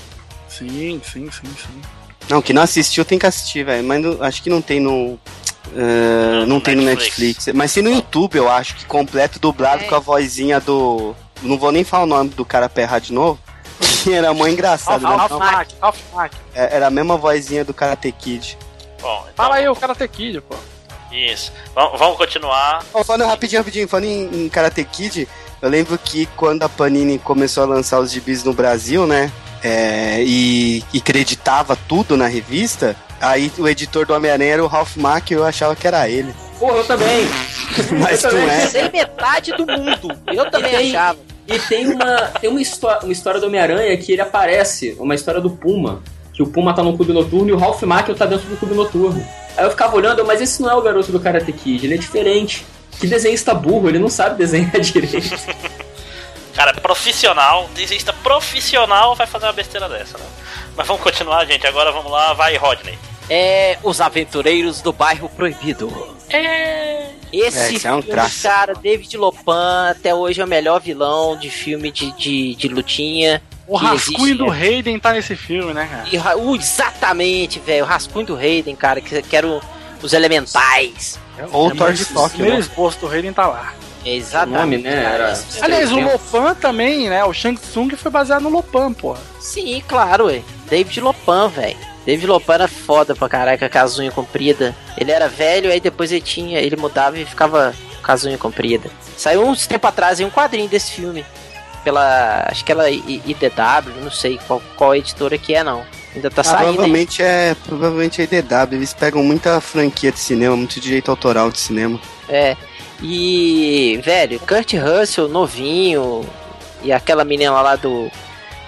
Speaker 2: Sim, sim, sim, sim.
Speaker 14: Não, que não assistiu tem que assistir, velho. Mas não- acho que não tem no. ah,
Speaker 5: No
Speaker 14: não tem no
Speaker 5: Netflix.
Speaker 14: Netflix. Mas tem no YouTube, eu acho, que completo dublado
Speaker 3: É.
Speaker 14: com a vozinha do. Não vou nem falar o nome do cara perrar de novo. Que era mó engraçado,
Speaker 2: Alf,
Speaker 14: né?
Speaker 2: Alf, Mack, Alf Mack.
Speaker 14: É, Era a mesma vozinha do Karate Kid.
Speaker 5: Bom, então,
Speaker 2: Fala aí o Karate Kid, pô.
Speaker 5: Isso. Vamos, vamos continuar.
Speaker 14: Ó, falando rapidinho, rapidinho, falando em, em Karate Kid, eu lembro que quando a Panini começou a lançar os gibis no Brasil, né? é, e, e creditava tudo na revista, aí o editor do Homem-Aranha era o Ralph Macchio, eu achava que era ele.
Speaker 9: Porra, eu também.
Speaker 14: Mas não é.
Speaker 1: Sem metade do mundo. Eu também
Speaker 9: tem-
Speaker 1: achava.
Speaker 9: E tem uma, tem uma, histó- uma história do Homem-Aranha que ele aparece, uma história do Puma, que o Puma tá num clube noturno e o Ralph Macchio tá dentro do clube noturno. Aí eu ficava olhando, eu, mas esse não é o garoto do Karate Kid, ele é diferente. Que desenhista burro, ele não sabe desenhar direito.
Speaker 5: Cara, é profissional, desenhista profissional vai fazer uma besteira dessa, né? Mas vamos continuar, gente. Agora vamos lá, vai, Rodney.
Speaker 1: É Os Aventureiros do Bairro Proibido.
Speaker 14: É,
Speaker 1: Esse
Speaker 14: esse é um
Speaker 1: filme,
Speaker 14: clássico.
Speaker 1: cara, David Lopan, até hoje é o melhor vilão de filme de, de, de lutinha.
Speaker 2: O
Speaker 1: que
Speaker 2: rascunho
Speaker 1: existe,
Speaker 2: do
Speaker 1: né?
Speaker 2: Hayden tá nesse filme, né, cara?
Speaker 1: E, ra- uh, exatamente, velho. O rascunho do Raiden, cara, que, que era o- os elementais.
Speaker 14: Ou o
Speaker 1: É,
Speaker 14: Thor
Speaker 1: mas
Speaker 14: de
Speaker 2: O
Speaker 14: Tóquio,
Speaker 2: primeiro
Speaker 14: né?
Speaker 2: esboço do Hayden tá lá.
Speaker 1: Exatamente.
Speaker 9: O nome, né,
Speaker 1: cara.
Speaker 9: era-
Speaker 1: Esse-
Speaker 2: Aliás, o
Speaker 5: um
Speaker 2: Lopan também, né? O Shang Tsung foi baseado no Lopan, porra.
Speaker 1: Sim, claro, ué. David Lopan, velho. David Lopan era foda pra caraca, com as unhas compridas. Ele era velho, aí depois ele tinha. Ele mudava e ficava com as unhas compridas. Saiu uns tempo atrás aí um quadrinho desse filme. Pela. Acho que ela é IDW, não sei qual, qual editora que é, não. Ainda tá saindo. aí.
Speaker 14: Ah, Provavelmente é, provavelmente é IDW, eles pegam muita franquia de cinema, muito direito autoral de cinema.
Speaker 1: É. E, velho, Kurt Russell, novinho, e aquela menina lá do.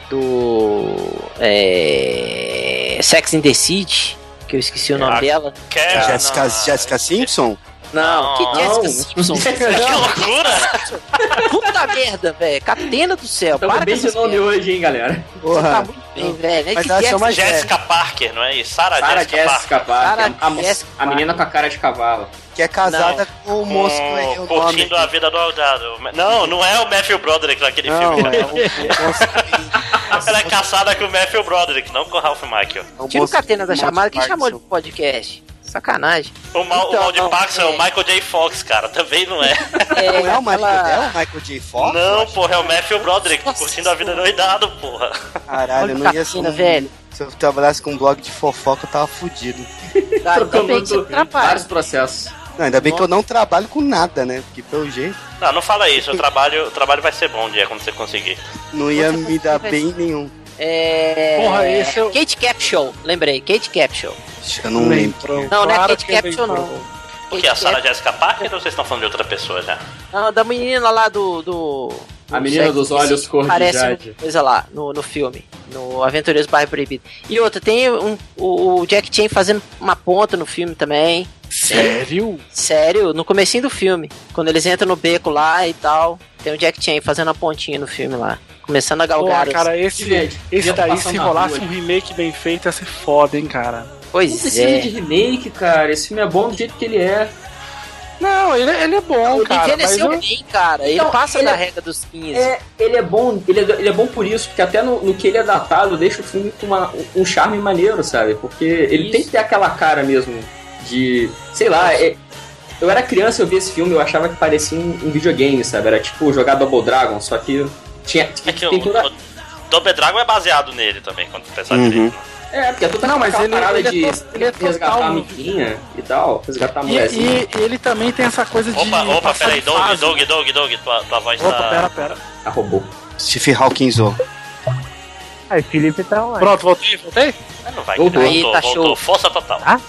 Speaker 1: Do. É, Sex in the City, que eu esqueci o nome
Speaker 5: Ah,
Speaker 1: dela.
Speaker 5: Quer. é.
Speaker 14: Jessica, Jessica Simpson?
Speaker 1: Não, que Jessica Simpson?
Speaker 9: Então,
Speaker 5: que loucura!
Speaker 1: Puta merda, velho. Catena do céu.
Speaker 9: Tamo
Speaker 1: Para
Speaker 9: tá bem de nome hoje, hein, galera.
Speaker 1: Você tá muito bem, velho. É
Speaker 14: Mas
Speaker 1: que
Speaker 14: ela
Speaker 1: Jessica,
Speaker 14: chama Jessica.
Speaker 5: Jessica Parker, não é isso? Sarah,
Speaker 9: Sarah
Speaker 5: Jessica, Parker.
Speaker 9: Jessica Parker.
Speaker 1: Sarah
Speaker 9: a, mo-
Speaker 1: Jessica
Speaker 9: a menina com a cara de cavalo.
Speaker 14: Que é casada com o moço
Speaker 5: Com-
Speaker 14: que é o nome.
Speaker 5: curtindo a vida do Aldado. Não, não é o Matthew Broderick naquele
Speaker 14: Não,
Speaker 5: filme.
Speaker 14: é o, o moço que.
Speaker 5: Ela é caçada com o Matthew Broderick, não com o Ralph Michael.
Speaker 14: é o
Speaker 1: Tira o
Speaker 14: moço-
Speaker 1: Catena da
Speaker 14: moço
Speaker 1: chamada. Quem
Speaker 14: Parkinson.
Speaker 1: chamou ele pro podcast? Sacanagem.
Speaker 5: O mal,
Speaker 1: Então,
Speaker 5: o mal de
Speaker 1: não,
Speaker 5: Paxson é
Speaker 1: é.
Speaker 5: o Michael J. Fox, cara. Também não é.
Speaker 1: É,
Speaker 14: Não é o Michael,
Speaker 1: aquela-
Speaker 14: é o Michael J. Fox?
Speaker 5: não, porra, é o Matthew Broderick
Speaker 1: Nossa
Speaker 5: curtindo a vida doidado, porra.
Speaker 14: Caralho,
Speaker 1: Olha
Speaker 14: eu
Speaker 1: o
Speaker 14: não ia ser.
Speaker 1: Cassina,
Speaker 14: um-
Speaker 1: velho.
Speaker 14: Se eu trabalhasse com um blog de fofoca, eu tava fudido.
Speaker 1: Tá, então tem que se
Speaker 9: Trocando
Speaker 1: atrapalha.
Speaker 9: vários processos.
Speaker 14: Não, ainda bem que eu não trabalho com nada, né? Porque pelo jeito
Speaker 5: Não, não fala isso. O trabalho, o trabalho vai ser bom um dia quando você conseguir.
Speaker 14: não ia
Speaker 1: Você
Speaker 14: me dar
Speaker 1: vai-
Speaker 14: bem nenhum.
Speaker 1: É.
Speaker 2: Porra, esse é o-
Speaker 1: Kate Capshaw, lembrei, Kate Capshaw.
Speaker 14: Acho que Eu não lembro.
Speaker 1: Não, não é
Speaker 2: Claro
Speaker 1: Kate
Speaker 2: que
Speaker 1: Capshaw,
Speaker 2: lembrou.
Speaker 1: não.
Speaker 5: O que? A
Speaker 1: Kate
Speaker 5: Sarah Jessica Parker ou vocês estão falando de outra pessoa já?
Speaker 1: Não, Ah, da menina lá do. do
Speaker 9: A
Speaker 1: do
Speaker 9: menina
Speaker 1: sexo,
Speaker 9: dos
Speaker 1: esqueci,
Speaker 9: olhos cor de
Speaker 1: aparece
Speaker 9: jade.
Speaker 1: no- coisa lá, no, no filme. No Aventureiros Bairro Proibido. E outra, tem um, o, o Jack Chan fazendo uma ponta no filme também.
Speaker 2: Sério?
Speaker 1: Sério, no comecinho do filme. Quando eles entram no beco lá e tal. Tem o Jack Chan fazendo uma pontinha no filme lá. Começando a galgar.
Speaker 2: Porra, Ah, cara,
Speaker 9: Que
Speaker 2: esse,
Speaker 9: velho,
Speaker 2: esse
Speaker 9: ia
Speaker 2: daí,
Speaker 9: passar
Speaker 2: se
Speaker 9: na
Speaker 2: rolasse
Speaker 9: rua.
Speaker 2: um remake bem feito, ia ser foda, hein, cara.
Speaker 1: os-
Speaker 9: Não
Speaker 1: Pois
Speaker 9: precisa de
Speaker 1: é.
Speaker 9: remake, cara. Esse filme é bom do jeito que ele é.
Speaker 2: Não, ele, ele é bom,
Speaker 1: Ele
Speaker 2: cara. Mas
Speaker 1: envelheceu
Speaker 2: eu-
Speaker 1: bem, cara.
Speaker 9: Então,
Speaker 1: ele passa
Speaker 9: ele
Speaker 1: da
Speaker 9: é-
Speaker 1: regra dos 15.
Speaker 9: É, ele é bom, ele é, ele é bom por isso, porque até no, no que ele é datado deixa o filme com uma- um charme maneiro, sabe? Porque ele
Speaker 1: Isso.
Speaker 9: tem que ter aquela cara mesmo de. sei lá, é- eu era criança, eu vi esse filme, eu achava que parecia um, um videogame, sabe? Era tipo jogar Double Dragon, só que tinha.
Speaker 5: É que
Speaker 9: tem
Speaker 5: o,
Speaker 9: toda-
Speaker 5: o Double Dragon é baseado nele também, quando tu pensar
Speaker 14: Uhum.
Speaker 5: direito.
Speaker 9: É, porque é toda
Speaker 2: Não, mas
Speaker 9: aquela
Speaker 2: ele-
Speaker 9: parada
Speaker 2: ele é
Speaker 9: de
Speaker 2: to- ele é total
Speaker 9: resgatar a
Speaker 2: um-
Speaker 9: amiguinha e tal, resgatar a assim,
Speaker 2: E,
Speaker 9: mulherzinha.
Speaker 2: e- e ele também tem essa coisa de.
Speaker 5: Opa, opa,
Speaker 2: passar
Speaker 5: peraí,
Speaker 2: de
Speaker 5: Doug,
Speaker 2: fase.
Speaker 5: Doug, Doug, Doug, tua, tua voz
Speaker 2: tá Opa,
Speaker 5: tá.
Speaker 2: pera, pera.
Speaker 9: A robô.
Speaker 14: Steve Hawkins, ó.
Speaker 6: Aí, Felipe tá online.
Speaker 2: Pronto, voltei, voltei?
Speaker 5: Ah, Não vai,
Speaker 9: Voltou.
Speaker 5: voltou,
Speaker 1: Aí, tá
Speaker 5: voltou,
Speaker 1: show.
Speaker 5: força total.
Speaker 2: Ah,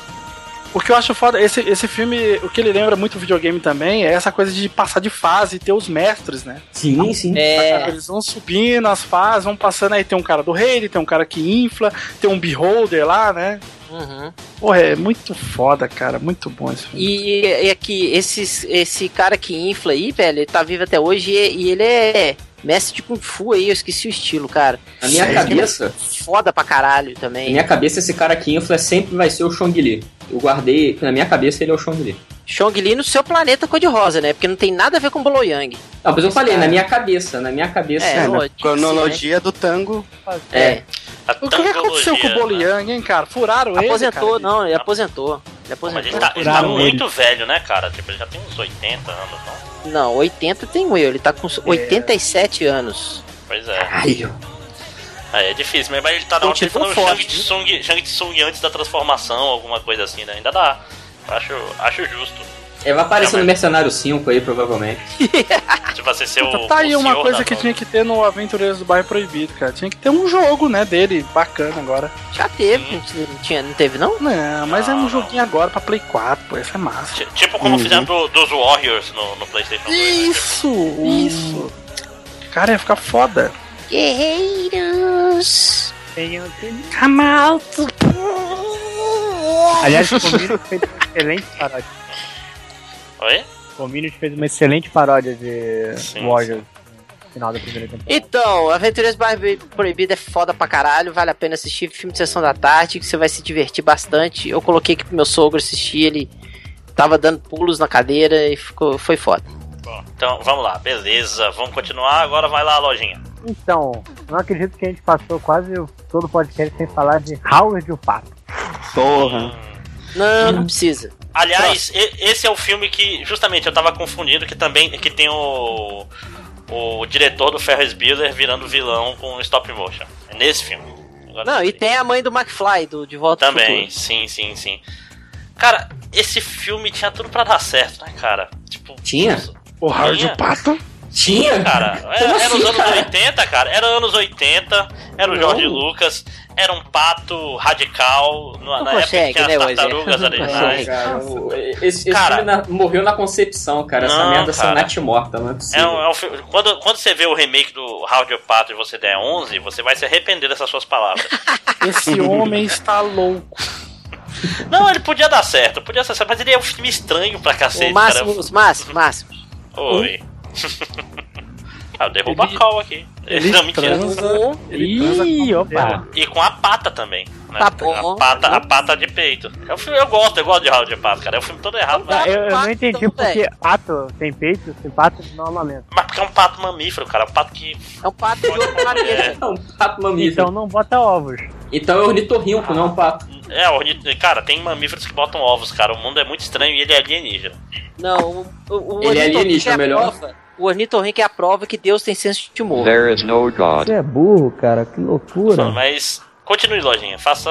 Speaker 2: O que eu acho foda, esse, esse filme, o que ele lembra muito videogame também é essa coisa de passar de fase e ter os mestres, né?
Speaker 9: Sim, sim.
Speaker 1: É.
Speaker 2: Eles vão subindo as fases, vão passando aí, tem um cara do rei, tem um cara que infla, tem um beholder lá, né?
Speaker 1: Uhum.
Speaker 2: Porra, é muito foda, cara, muito bom esse filme.
Speaker 1: E é que esses, esse cara que infla aí, velho, ele tá vivo até hoje e, e ele é mestre de Kung Fu aí, eu esqueci o estilo, cara.
Speaker 9: Na minha
Speaker 14: Sério?
Speaker 9: cabeça.
Speaker 1: Foda pra caralho
Speaker 9: Na
Speaker 1: também.
Speaker 9: minha cabeça, esse cara que infla sempre vai ser o Chong Li. Eu guardei, na minha cabeça, ele é o Chong Li.
Speaker 1: Chong Li no seu planeta cor-de-rosa, né? Porque não tem nada a ver com Bolo Yang.
Speaker 9: Não, mas eu falei, na minha cabeça, na minha cabeça.
Speaker 1: É,
Speaker 14: É,
Speaker 1: lógico
Speaker 14: na
Speaker 1: que sim,
Speaker 14: cronologia do tango.
Speaker 9: É.
Speaker 5: A
Speaker 2: O que, que aconteceu com o
Speaker 5: tangologia, né?
Speaker 2: Boliang, hein, cara? Furaram ele?
Speaker 1: Aposentou,
Speaker 2: cara?
Speaker 1: não, ele aposentou. Ele
Speaker 5: Mas ele
Speaker 1: aposentou.
Speaker 5: tá, ele tá
Speaker 2: Procuraram
Speaker 5: muito velho, né, cara? Tipo, ele já tem uns 80 anos, não?
Speaker 2: tá?
Speaker 1: Não, 80 tem um eu, ele tá
Speaker 2: É.
Speaker 1: com 87 anos.
Speaker 5: Pois é.
Speaker 9: Ai, ó.
Speaker 5: Aí é difícil, mas mas ele tá na
Speaker 1: Continua
Speaker 2: um
Speaker 5: tipo, no
Speaker 1: forte,
Speaker 5: Shang
Speaker 2: né?
Speaker 5: Tsung, Shang Tsung antes da transformação, alguma coisa assim, né? Ainda dá. Acho, acho justo.
Speaker 9: É, vai aparecer
Speaker 5: Não,
Speaker 9: no
Speaker 5: mas-
Speaker 9: Mercenário 5 aí, provavelmente.
Speaker 5: Tipo, assim, ser
Speaker 2: Puta,
Speaker 5: o.
Speaker 2: tá
Speaker 5: o
Speaker 2: aí uma
Speaker 5: senhor
Speaker 2: coisa
Speaker 5: da
Speaker 2: que
Speaker 5: nova.
Speaker 2: tinha que ter no Aventureiros do Bairro Proibido, cara. Tinha que ter um jogo, né, dele, bacana agora.
Speaker 1: Já teve, não, tinha, não teve não?
Speaker 2: Não, mas é
Speaker 5: Não,
Speaker 2: um
Speaker 5: não.
Speaker 2: joguinho agora pra Play 4, pô, isso é massa.
Speaker 5: Ti- Tipo como
Speaker 14: Uhum.
Speaker 5: fizeram do- dos Warriors no, no PlayStation 2. né?
Speaker 2: Isso, isso. Cara, ia ficar foda.
Speaker 1: Guerreiros!
Speaker 6: Tem um filme.
Speaker 1: Camalto!
Speaker 6: Aliás, o Comínio fez uma excelente paródia.
Speaker 5: Oi?
Speaker 6: O Comínio fez uma excelente paródia de
Speaker 5: Sim,
Speaker 6: Warriors no final da primeira temporada.
Speaker 1: Então, Aventureiros do Bairro Proibido é foda pra caralho, vale a pena assistir filme de sessão da tarde, que você vai se divertir bastante. Eu coloquei aqui pro meu sogro assistir, ele tava dando pulos na cadeira e ficou, foi foda.
Speaker 5: Bom, então vamos lá, beleza. Vamos continuar. Agora vai lá, lojinha.
Speaker 6: Então, não acredito que a gente passou quase o- todo o podcast sem falar de Howard o Pato.
Speaker 14: Porra.
Speaker 1: Não, não precisa.
Speaker 5: Aliás, e- esse é o filme que, justamente, eu tava confundindo que também que tem o. O diretor do Ferris Bueller virando vilão com stop motion. É nesse filme. Agora
Speaker 1: Não,
Speaker 5: eu
Speaker 1: e
Speaker 5: sei.
Speaker 1: tem a mãe do McFly, do De Volta ao
Speaker 5: Também,
Speaker 1: Futuro.
Speaker 5: sim, sim, sim. Cara, esse filme tinha tudo pra dar certo, né, cara? Tipo.
Speaker 9: Tinha?
Speaker 2: O Howard
Speaker 15: um
Speaker 5: Tinha?
Speaker 2: o Pato?
Speaker 9: Tinha?
Speaker 5: Cara, é, era,
Speaker 9: Como
Speaker 5: era
Speaker 9: assim,
Speaker 5: os anos
Speaker 9: cara?
Speaker 5: 80, cara. Era anos 80, era o
Speaker 9: Não.
Speaker 5: Jorge Lucas, era um pato radical. Na, na época
Speaker 1: consegue,
Speaker 5: que tinha
Speaker 1: né,
Speaker 5: as
Speaker 1: Moisés?
Speaker 5: tartarugas
Speaker 1: Não
Speaker 5: originais.
Speaker 1: consegue.
Speaker 9: Ai, cara, o- esse esse
Speaker 5: Cara.
Speaker 9: filme na- morreu na concepção, cara. Essa
Speaker 5: Não,
Speaker 9: merda essa
Speaker 5: cara.
Speaker 9: Nath morta, não é possível.
Speaker 5: É um, é um filme- quando, quando você vê o remake do Howard Pato e você der 11, você vai se arrepender dessas suas palavras.
Speaker 2: Esse homem está louco.
Speaker 5: Não, ele podia dar certo, podia dar certo, mas ele é um filme estranho pra cacete,
Speaker 1: o máximo,
Speaker 5: cara.
Speaker 1: Os máximos, máximos.
Speaker 5: Oi. ah, derruba a cal aqui.
Speaker 2: ele
Speaker 5: não, mentira.
Speaker 2: transa- ele transa
Speaker 6: Ih,
Speaker 2: opa.
Speaker 5: E com a pata também. Né?
Speaker 1: Tá bom.
Speaker 5: A pata, a pata de peito. É um filme, eu gosto, eu gosto de Raul de Pato, cara. É um filme todo errado, mas,
Speaker 6: Eu, eu não entendi porque
Speaker 1: velho.
Speaker 6: pato tem peito, sem pato não lamento.
Speaker 5: mas porque é um pato mamífero, cara. É um pato que.
Speaker 1: É um pato de outro planeta.
Speaker 9: É um pato mamífero.
Speaker 6: Então não bota ovos.
Speaker 9: Então, é ornitorrinco, não é um pato.
Speaker 5: É, orni- cara, tem mamíferos que botam ovos, cara. O mundo é muito estranho e ele é alienígena.
Speaker 1: Não, o, o, o
Speaker 9: Ele é
Speaker 1: ornitorrinco
Speaker 9: alienígena,
Speaker 1: a
Speaker 9: melhor.
Speaker 1: prova- O ornitorrinco é a prova que Deus tem senso de humor.
Speaker 15: Você é burro, cara, que loucura.
Speaker 5: Só- Mas continue, lojinha. Faça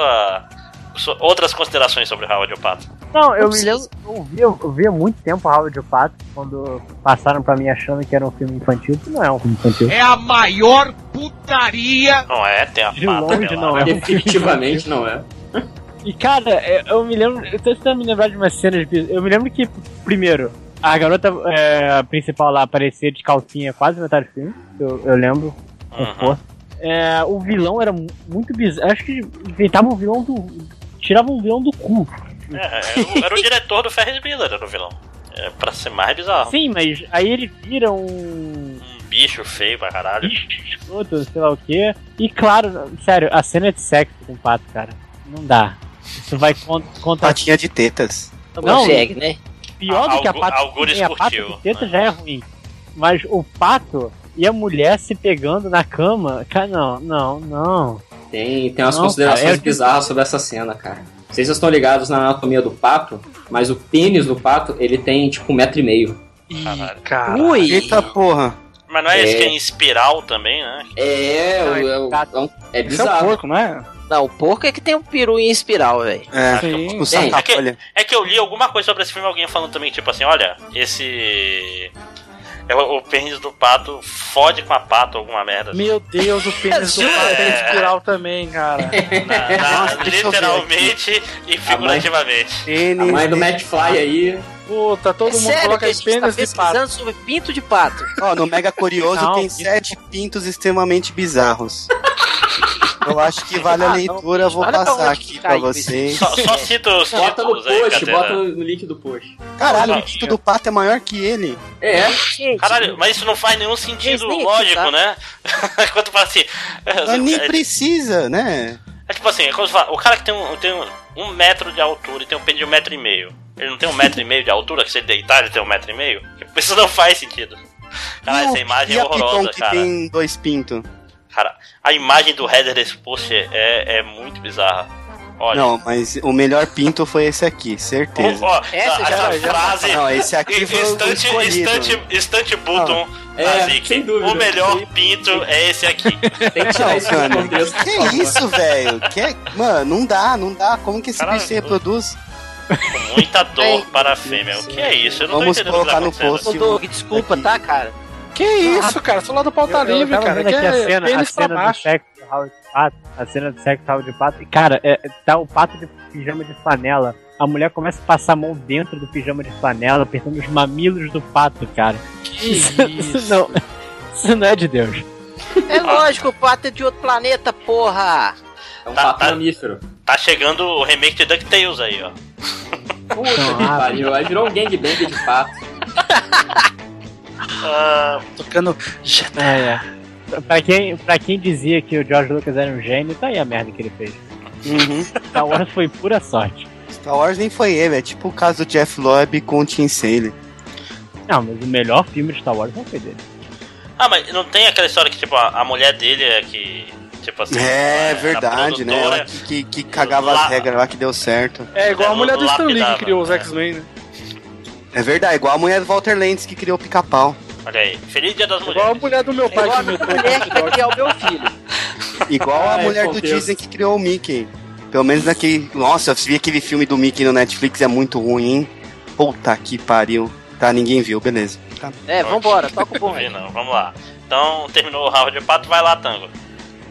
Speaker 5: so- outras considerações sobre Howard o Pato.
Speaker 6: Não,
Speaker 1: Não
Speaker 6: eu me
Speaker 1: precisa.
Speaker 6: lembro, eu vi, eu vi há muito tempo Howard o Pato, quando passaram pra mim achando que era um filme infantil, que não é um filme infantil.
Speaker 4: É a maior putaria.
Speaker 5: Não é, tem a
Speaker 6: De
Speaker 5: pata
Speaker 6: longe não
Speaker 5: pelada.
Speaker 6: é.
Speaker 9: Definitivamente não é.
Speaker 6: E cara, é, eu me lembro, eu tô tentando me lembrar de umas cenas, bi- eu me lembro que, primeiro, a garota é, principal lá aparecia de calcinha quase metade do filme, eu, eu lembro, com
Speaker 5: Uhum.
Speaker 6: força. É, o vilão era mu- muito bizarro, acho que inventava um vilão do... tirava um vilão do cu.
Speaker 5: É, era, o, era o diretor do Ferris Bueller, era o vilão. É, pra ser mais bizarro.
Speaker 6: Sim, mas aí ele vira um...
Speaker 5: Um bicho feio pra caralho.
Speaker 6: outro, sei lá o que. E claro, sério, a cena é de sexo com o pato, cara. Não dá. Isso vai con- contra.
Speaker 14: Patinha de tetas.
Speaker 1: Não
Speaker 6: Não,
Speaker 1: consegue, né?
Speaker 6: Pior do que a
Speaker 5: Algu-
Speaker 6: pato.
Speaker 5: algures
Speaker 6: é, a pato
Speaker 5: curtiu,
Speaker 6: de teta
Speaker 5: né?
Speaker 6: já é ruim. Mas o pato e a mulher se pegando na cama. Cara, não, não, não.
Speaker 9: Tem, tem umas
Speaker 6: Não,
Speaker 9: considerações
Speaker 6: cara, eu-
Speaker 9: bizarras sobre essa cena, cara. Vocês já estão ligados na anatomia do pato, mas o pênis do pato, ele tem tipo um metro e meio.
Speaker 2: Ih,
Speaker 5: Caralho.
Speaker 2: cara.
Speaker 1: Ui!
Speaker 9: tá-
Speaker 14: Eita porra.
Speaker 5: Mas não é,
Speaker 9: É.
Speaker 5: esse que é em espiral também, né?
Speaker 9: É,
Speaker 6: Não,
Speaker 9: o-
Speaker 6: é
Speaker 9: é, o-
Speaker 6: pato.
Speaker 9: é um- é
Speaker 2: Isso é um
Speaker 9: bizarro.
Speaker 2: porco, não é?
Speaker 1: Não, o porco é que tem um peru em espiral, velho.
Speaker 14: É,
Speaker 2: Sim.
Speaker 14: o
Speaker 9: Tem.
Speaker 14: sacafolha.
Speaker 5: É que eu li alguma coisa sobre esse filme, alguém falando também, tipo assim, olha, esse. é O, o pênis do pato fode com a pata, alguma merada. assim.
Speaker 2: Meu Deus, o pênis do pai tem espiral também, cara.
Speaker 5: Na- na-
Speaker 14: Nossa, deixa eu ver
Speaker 5: Ah,
Speaker 14: Ah,
Speaker 5: literalmente e figurativamente.
Speaker 9: A mãe do Matt Fly aí,
Speaker 2: Puta, todo
Speaker 1: É
Speaker 2: mundo
Speaker 1: sério que
Speaker 2: coloca
Speaker 1: a gente tá
Speaker 2: pênis de pato.
Speaker 1: pesquisando sobre pinto de pato.
Speaker 14: Ó, no Mega Curioso
Speaker 6: Não,
Speaker 14: tem
Speaker 6: isso-
Speaker 14: sete pintos extremamente bizarros. Eu acho que vale a
Speaker 1: Ah,
Speaker 14: leitura, eu vou
Speaker 1: Olha pra
Speaker 14: passar
Speaker 1: onde
Speaker 14: aqui
Speaker 1: que
Speaker 14: pra
Speaker 1: caiu
Speaker 14: vocês.
Speaker 5: Só, só cita os
Speaker 9: bota no
Speaker 5: títulos aí,
Speaker 9: post,
Speaker 5: Catena.
Speaker 9: bota no link do post.
Speaker 14: Caralho, o pinto do pato é maior que ele.
Speaker 9: É,
Speaker 1: Gente,
Speaker 5: Caralho, mas isso não faz nenhum sentido
Speaker 1: Disney,
Speaker 5: lógico,
Speaker 1: tá?
Speaker 5: né? Quando fala assim.
Speaker 14: Mas nem
Speaker 5: é-
Speaker 14: precisa, né?
Speaker 5: É tipo assim, é como se fala, o cara que tem um, tem um, um metro de altura e tem um pênis de um metro e meio. Ele não tem um metro e meio de altura, que se ele deitar ele tem um metro e meio? Isso não faz sentido. Cara,
Speaker 14: E o-
Speaker 5: essa imagem
Speaker 14: e
Speaker 5: é
Speaker 14: a Piton
Speaker 5: horrorosa,
Speaker 14: que
Speaker 5: cara.
Speaker 14: tem dois pintos?
Speaker 5: Cara, a imagem do header desse post é, é muito bizarra. Olha.
Speaker 14: Não, mas o melhor pinto foi esse aqui, certeza.
Speaker 5: Ó,
Speaker 1: Essa
Speaker 5: essa
Speaker 1: já- já-
Speaker 5: frase.
Speaker 14: Não, esse aqui foi o
Speaker 5: Estante,
Speaker 14: escolhido.
Speaker 5: estante, estante Button,
Speaker 2: Ah,
Speaker 9: É,
Speaker 5: Nazik.
Speaker 9: sem dúvida.
Speaker 5: O melhor pinto é esse aqui.
Speaker 9: tem que tirar isso do
Speaker 14: Mano,
Speaker 9: é contexto. por favor.
Speaker 14: que isso, velho? Que... é, Mano, não dá, não dá. Como que esse
Speaker 5: Caralho, é
Speaker 14: bicho se reproduz?
Speaker 5: Com muita dor
Speaker 1: Ei.
Speaker 5: para a fêmea. O que é isso? Eu não
Speaker 14: Vamos
Speaker 5: tô entendendo o que tá
Speaker 14: colocar no
Speaker 5: acontecendo.
Speaker 14: post.
Speaker 1: Ô, Doug, desculpa,
Speaker 14: Aqui.
Speaker 1: tá, cara?
Speaker 2: Que isso, cara? Só lá do pau tá
Speaker 6: Eu- eu
Speaker 2: livre,
Speaker 6: tava
Speaker 2: cara.
Speaker 6: vendo
Speaker 2: Que
Speaker 6: aqui a
Speaker 2: é
Speaker 6: cena, a
Speaker 2: pênis pra
Speaker 6: cena do
Speaker 2: baixo.
Speaker 6: sexo do Howard o Pato. A cena do sexo do Howard o Pato. E, cara, é, tá o pato de pijama de flanela. A mulher começa a passar a mão dentro do pijama de flanela, apertando os mamilos do pato, cara.
Speaker 2: Que
Speaker 6: Isso não, isso não é de Deus.
Speaker 1: É lógico, o pato é de outro planeta, porra.
Speaker 9: É um
Speaker 5: Tá,
Speaker 9: pato
Speaker 5: tá.
Speaker 9: mamífero.
Speaker 5: Tá chegando o remake de DuckTales aí, ó.
Speaker 9: Puta
Speaker 6: ah,
Speaker 9: que pariu, aí virou um gangbang de pato.
Speaker 5: Ah,
Speaker 2: tá Tocando.
Speaker 6: É, é. Pra quem, pra quem dizia que o George Lucas era um gênio, tá aí a merda que ele fez.
Speaker 14: Uhum.
Speaker 6: Star Wars foi pura sorte.
Speaker 14: Star Wars nem foi ele, é tipo o caso do Jeff Loeb com o Tim Sale.
Speaker 6: Não, mas o melhor filme de Star Wars não foi dele.
Speaker 5: ah, mas não tem aquela história que, tipo, a, a mulher dele é que. Tipo assim.
Speaker 14: É
Speaker 5: a
Speaker 14: verdade, né?
Speaker 5: produtora-
Speaker 14: Ela que, que, que cagava
Speaker 5: é. Lá-
Speaker 14: as regras lá que deu certo.
Speaker 2: É igual a mulher do Stan Lee que criou os
Speaker 5: É.
Speaker 2: X-Men, né?
Speaker 14: É verdade, igual a mulher do Walter Lentes que criou o pica-pau.
Speaker 5: Olha aí. Feliz Dia das
Speaker 2: Igual a
Speaker 5: Mulheres.
Speaker 2: mulher do meu
Speaker 1: É
Speaker 2: pai
Speaker 1: igual
Speaker 2: que
Speaker 1: a
Speaker 2: inventou.
Speaker 1: mulher que vai criar o meu filho.
Speaker 14: Igual a
Speaker 9: Ai,
Speaker 14: mulher do
Speaker 9: contexto.
Speaker 14: Disney que criou o Mickey. Pelo menos naquele. Nossa, eu vi aquele filme do Mickey no Netflix, é muito ruim, hein? Puta que pariu. Tá, ninguém viu, beleza. Tá.
Speaker 1: É, vambora, toca o
Speaker 5: Não
Speaker 1: bom.
Speaker 5: vi, não. Vamos lá. Então, terminou o round de pato, vai lá, Tango.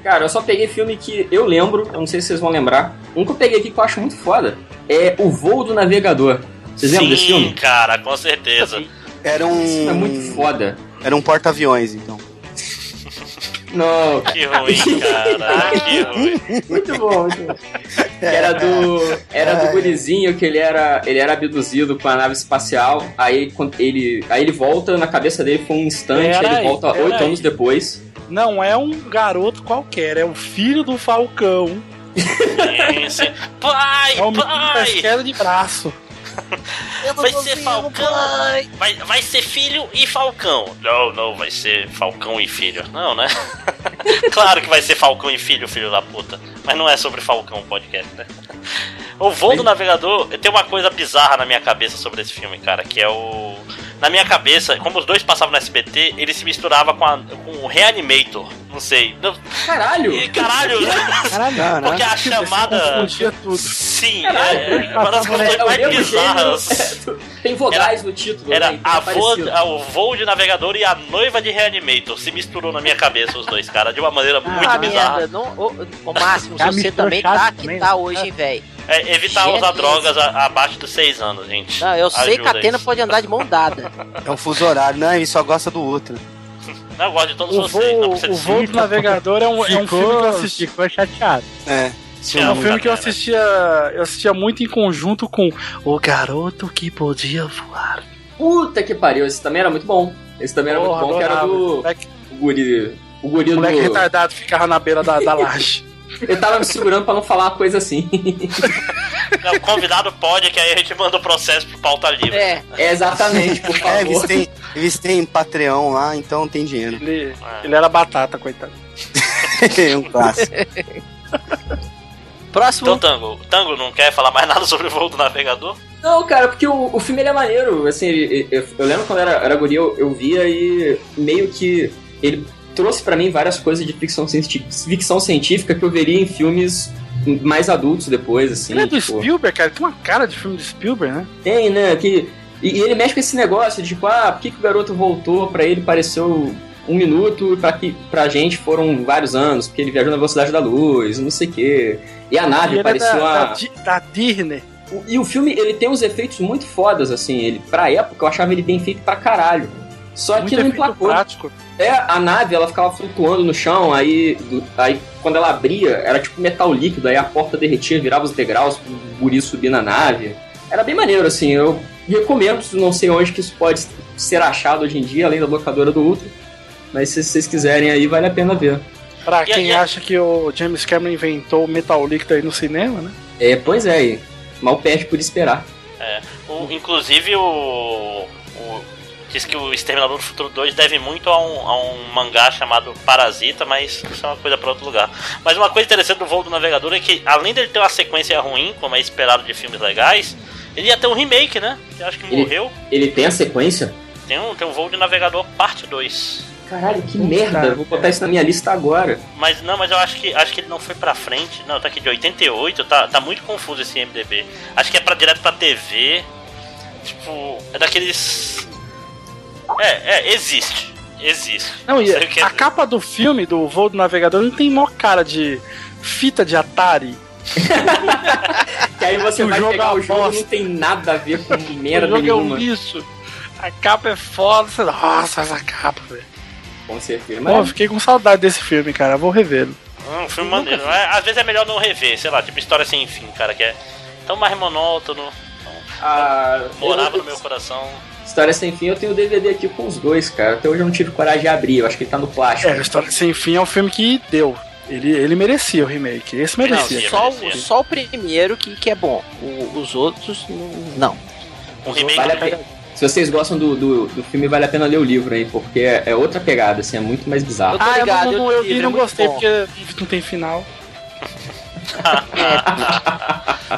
Speaker 9: Cara, eu só peguei filme que eu lembro, eu não sei se vocês vão lembrar. Um que eu peguei aqui que eu acho muito foda é O Voo do Navegador. Vocês lembram desse
Speaker 5: Sim,
Speaker 9: filme?
Speaker 5: cara, com certeza.
Speaker 14: Era um.
Speaker 9: Esse filme é muito foda.
Speaker 14: Era um porta-aviões, então.
Speaker 9: Não,
Speaker 5: Que ruim, cara. que ruim.
Speaker 9: muito bom. muito bom. Que era do. Era do gurizinho que ele era. Ele era abduzido com a nave espacial. Aí quando ele. Aí ele volta, na cabeça dele foi um instante,
Speaker 2: Peraí,
Speaker 9: ele volta
Speaker 2: peraí.
Speaker 9: oito anos depois.
Speaker 2: Não é um garoto qualquer, é o filho do Falcão.
Speaker 5: Pai,
Speaker 2: É um menino da
Speaker 5: pai!
Speaker 2: queda de braço.
Speaker 5: Vai ser Falcão! Vai, vai ser filho e Falcão. Não, não, vai ser Falcão e filho. Não, né? claro que vai ser Falcão e filho, filho da puta. Mas não é sobre Falcão o podcast, né? O voo do navegador, tem uma coisa bizarra na minha cabeça sobre esse filme, cara, que é o. Na minha cabeça, como os dois passavam no SBT, ele se misturava com, a- com o Reanimator. Não sei. Não-
Speaker 9: Caralho!
Speaker 5: Ih, Caralho! né?
Speaker 9: Ah,
Speaker 14: Caralho,
Speaker 5: Porque a chamada.
Speaker 2: tudo.
Speaker 5: Sim, é, é uma das coisas
Speaker 9: É o
Speaker 5: mais
Speaker 9: mesmo
Speaker 5: bizarras.
Speaker 9: gênero. Tem vogais no título. né?
Speaker 5: Era
Speaker 9: Então é
Speaker 5: a vo-
Speaker 9: parecido.
Speaker 5: a- o voo de navegador e a noiva de Reanimator. Se misturou na minha cabeça os dois, cara, de uma maneira muito
Speaker 1: Ah,
Speaker 5: bizarra.
Speaker 1: merda, não, ô, ô, Máximo,
Speaker 5: Tá
Speaker 1: você
Speaker 5: me
Speaker 1: também tá
Speaker 5: trouxado
Speaker 1: que tá hoje, hein, velho.
Speaker 5: É, evitar
Speaker 1: Gênero.
Speaker 5: usar drogas a- abaixo dos seis anos, gente.
Speaker 2: Tá.
Speaker 1: Não, eu sei que
Speaker 5: Ajuda
Speaker 1: a Atena
Speaker 5: isso.
Speaker 1: pode andar de mão dada.
Speaker 14: É um fuso horário, não, ele só gosta do outro.
Speaker 5: Não, eu gosto de todos
Speaker 2: O
Speaker 5: vocês, não
Speaker 2: voo,
Speaker 5: precisa
Speaker 2: o
Speaker 5: dizer.
Speaker 2: voo do navegador é um, é um
Speaker 6: Ficou-
Speaker 2: filme que eu assisti.
Speaker 6: Ficou chateado.
Speaker 14: É.
Speaker 2: É um filme que eu assistia, eu assistia muito em conjunto com O Garoto que Podia Voar.
Speaker 9: Puta que pariu, esse também era muito bom. Esse também era
Speaker 2: Porra,
Speaker 9: muito bom, que era
Speaker 2: adorava.
Speaker 9: do. O guri. O guri
Speaker 2: O
Speaker 9: do.
Speaker 2: moleque retardado ficava na beira da, da laje.
Speaker 9: Eu tava me segurando pra não falar uma coisa assim.
Speaker 5: Não, o convidado pode, que aí a gente manda o processo pro pauta livre.
Speaker 9: É, exatamente, por
Speaker 14: É,
Speaker 9: favor.
Speaker 14: eles têm, eles têm Patreon lá, então tem dinheiro.
Speaker 2: Ele,
Speaker 5: É.
Speaker 2: ele era batata, coitado.
Speaker 14: É um clássico.
Speaker 1: Próximo.
Speaker 5: Então, Tango, Tango não quer falar mais nada sobre o voo do navegador?
Speaker 9: Não, cara, porque o, o filme ele é maneiro. Assim, ele- eu, eu lembro quando era, era guri, eu, eu via e meio que ele trouxe pra mim várias coisas de ficção, cienti- ficção científica que eu veria em filmes mais adultos depois, assim.
Speaker 2: Ele é do
Speaker 9: tipo-
Speaker 2: Spielberg, cara. Tem uma cara de filme de Spielberg, né?
Speaker 9: Tem, né? Que, e, e ele mexe com esse negócio de tipo, ah, por que, que o garoto voltou? Pra ele pareceu um minuto, e pra, que, pra gente foram vários anos, porque ele viajou na velocidade da luz, não sei o quê. E a nave
Speaker 2: ele é
Speaker 9: parecia
Speaker 2: da,
Speaker 9: uma.
Speaker 2: da, Di- da Disney.
Speaker 9: O- E o filme, ele tem uns efeitos muito fodas, assim. Ele, pra época, eu achava ele bem feito pra caralho. Só
Speaker 2: Muito
Speaker 9: que não
Speaker 2: efeito
Speaker 9: emplacou.
Speaker 2: prático.
Speaker 9: É, a nave, ela ficava flutuando no chão, aí, do- aí quando ela abria, era tipo metal líquido, aí a porta derretia, virava os degraus, pro guri subir na nave. Era bem maneiro, assim. Eu recomendo, não sei onde que isso pode ser achado hoje em dia, além da locadora do Ultra. Mas se vocês quiserem aí, vale a pena ver.
Speaker 2: Pra
Speaker 5: E-
Speaker 2: quem
Speaker 5: e-
Speaker 2: acha que o James Cameron inventou o metal líquido aí no cinema, né?
Speaker 9: É, pois é, e mal perde por esperar.
Speaker 5: É. O- inclusive o, o- Diz que o Exterminador do Futuro 2 deve muito a um, a um mangá chamado Parasita, mas isso é uma coisa pra outro lugar. Mas uma coisa interessante do voo do navegador é que, além dele ter uma sequência ruim, como é esperado de filmes legais, ele ia ter um remake, né? Que eu acho que
Speaker 9: Ele-
Speaker 5: morreu.
Speaker 9: Ele tem a sequência?
Speaker 5: Tem um, tem um voo de navegador parte 2.
Speaker 9: Caralho, que merda! Vou botar isso na minha lista agora.
Speaker 5: Mas não, mas eu acho que acho que ele não foi pra frente. Não, tá aqui de 88, tá, tá muito confuso esse MDB. Acho que é pra direto pra TV. Tipo, é daqueles. É, é, existe. Existe.
Speaker 2: Não, e
Speaker 5: Sei o que é.
Speaker 2: a capa do filme, do voo do navegador, não tem mó cara de fita de Atari.
Speaker 9: Que aí você
Speaker 2: O
Speaker 9: vai
Speaker 2: jogo é
Speaker 9: pegar
Speaker 2: uma
Speaker 9: o jogo e não
Speaker 2: bosta.
Speaker 9: tem nada a ver com merda
Speaker 2: o jogo é
Speaker 9: nenhuma.
Speaker 2: um lixo. A capa é foda. você- Nossa, essa capa, velho.
Speaker 9: Com certeza.
Speaker 2: Pô, eu
Speaker 9: Mas
Speaker 2: fiquei com saudade desse filme, cara. Vou revê-lo.
Speaker 5: Hum, filme maneiro. É, às vezes é melhor não rever, sei lá, tipo história sem fim, cara, que é tão mais monótono.
Speaker 9: a
Speaker 5: Morava
Speaker 9: eu-
Speaker 5: no meu coração.
Speaker 9: História Sem Fim, eu tenho o DVD aqui com os dois, cara. Até hoje eu não tive coragem de abrir, eu acho que ele tá no plástico.
Speaker 2: É, História Sem Fim é um filme que deu. Ele, ele merecia o remake. Esse merecia.
Speaker 1: Só, o- só o primeiro que, que é bom. O- os outros, não.
Speaker 5: Um remake
Speaker 9: vale a
Speaker 5: do-
Speaker 9: pena- Se vocês gostam do, do, do filme, vale a pena ler o livro aí, porque é, é outra pegada, assim, é muito mais bizarro.
Speaker 1: tô
Speaker 2: Ah, eu
Speaker 1: ligado,
Speaker 2: não, não,
Speaker 1: eu
Speaker 2: eu vi
Speaker 1: tive,
Speaker 2: e não
Speaker 1: é muito
Speaker 2: gostei
Speaker 1: bom.
Speaker 2: porque não tem final.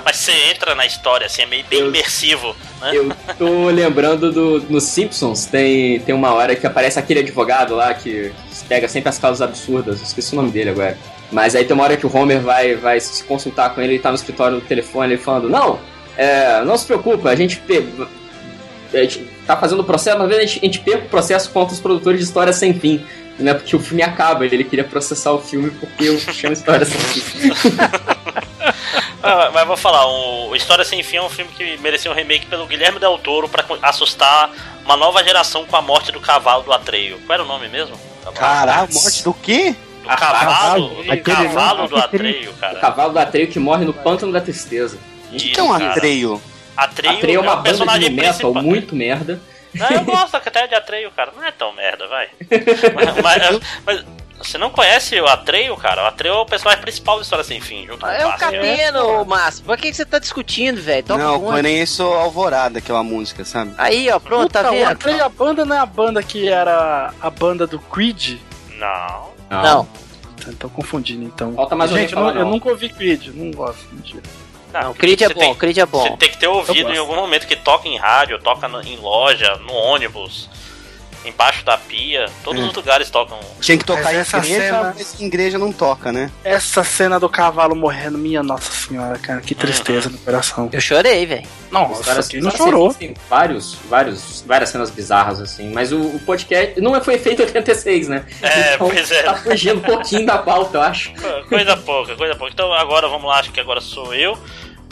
Speaker 5: Mas você entra na história, assim, é meio bem imersivo, né?
Speaker 9: Eu tô lembrando do. Nos Simpsons tem, tem uma hora que aparece aquele advogado lá que pega sempre as causas absurdas, eu esqueci o nome dele agora. Mas aí tem uma hora que o Homer vai, vai se consultar com ele, ele tá no escritório do telefone ele falando, não, é, não se preocupa, a gente, pe- a gente tá fazendo o processo, mas às vezes a gente, a gente pega o processo contra os produtores de história sem fim. Não é porque o filme acaba, ele queria processar o filme porque eu chamo história sem fim.
Speaker 5: Ah, mas vou falar, o História Sem Fim é um filme que merecia um remake pelo Guilherme Del Toro pra co- assustar uma nova geração com a morte do cavalo do Atreio. Qual era o nome mesmo?
Speaker 14: Caralho, morte do quê?
Speaker 5: O cavalo, o cavalo do Atreio,
Speaker 9: O
Speaker 5: cara.
Speaker 9: cavalo do Atreio que morre no pântano da tristeza. O
Speaker 5: que é um cara. Atreio? Atreio,
Speaker 9: Atreio é uma
Speaker 5: é o
Speaker 9: banda de
Speaker 5: personagem
Speaker 9: metal
Speaker 5: principal.
Speaker 9: muito merda.
Speaker 5: Não, eu gosto até de Atreio, cara. Não é tão merda, vai. mas, mas- mas você não conhece o Atreio, cara? O Atreio é o personagem principal da história sem fim, junto com
Speaker 1: É o
Speaker 5: Cassian.
Speaker 1: Cateno, Márcio. Por que que você tá discutindo, velho? Toca
Speaker 14: não,
Speaker 1: um.
Speaker 14: conheço Alvorada, aquela música, sabe?
Speaker 1: Aí, ó, pronto, tá
Speaker 2: Puta, o
Speaker 1: vendo?
Speaker 2: Atreia Banda não é a banda que era a banda do Creed?
Speaker 5: Não.
Speaker 1: Não.
Speaker 2: Então confundindo, então.
Speaker 9: Falta mais
Speaker 2: Gente,
Speaker 9: alguém falar,
Speaker 2: eu, nu- eu
Speaker 9: não.
Speaker 2: nunca ouvi Creed, não gosto, mentira.
Speaker 5: Não,
Speaker 1: Creed é bom, Creed é bom.
Speaker 5: Você tem que ter ouvido em algum momento que toca em rádio, toca no- em loja, no ônibus, embaixo da pia. Todos
Speaker 9: Hum.
Speaker 14: É.
Speaker 5: os lugares tocam.
Speaker 14: Tinha que tocar
Speaker 2: Mas
Speaker 14: em
Speaker 2: essa
Speaker 14: igreja,
Speaker 2: cena-
Speaker 14: mas em igreja não toca, né?
Speaker 2: Essa cena do cavalo morrendo, minha nossa senhora, cara, que tristeza no coração.
Speaker 1: Eu chorei, velho.
Speaker 2: Nossa,
Speaker 9: Várias-
Speaker 2: quem não
Speaker 9: várias-
Speaker 2: chorou?
Speaker 9: Tem vários, vários, várias cenas bizarras, assim. Mas o, o podcast não é, foi feito em 86, né?
Speaker 5: É, pois é.
Speaker 9: Tá fugindo um pouquinho da pauta, eu acho.
Speaker 5: Coisa pouca, coisa pouca. Então agora vamos lá, acho que agora sou eu.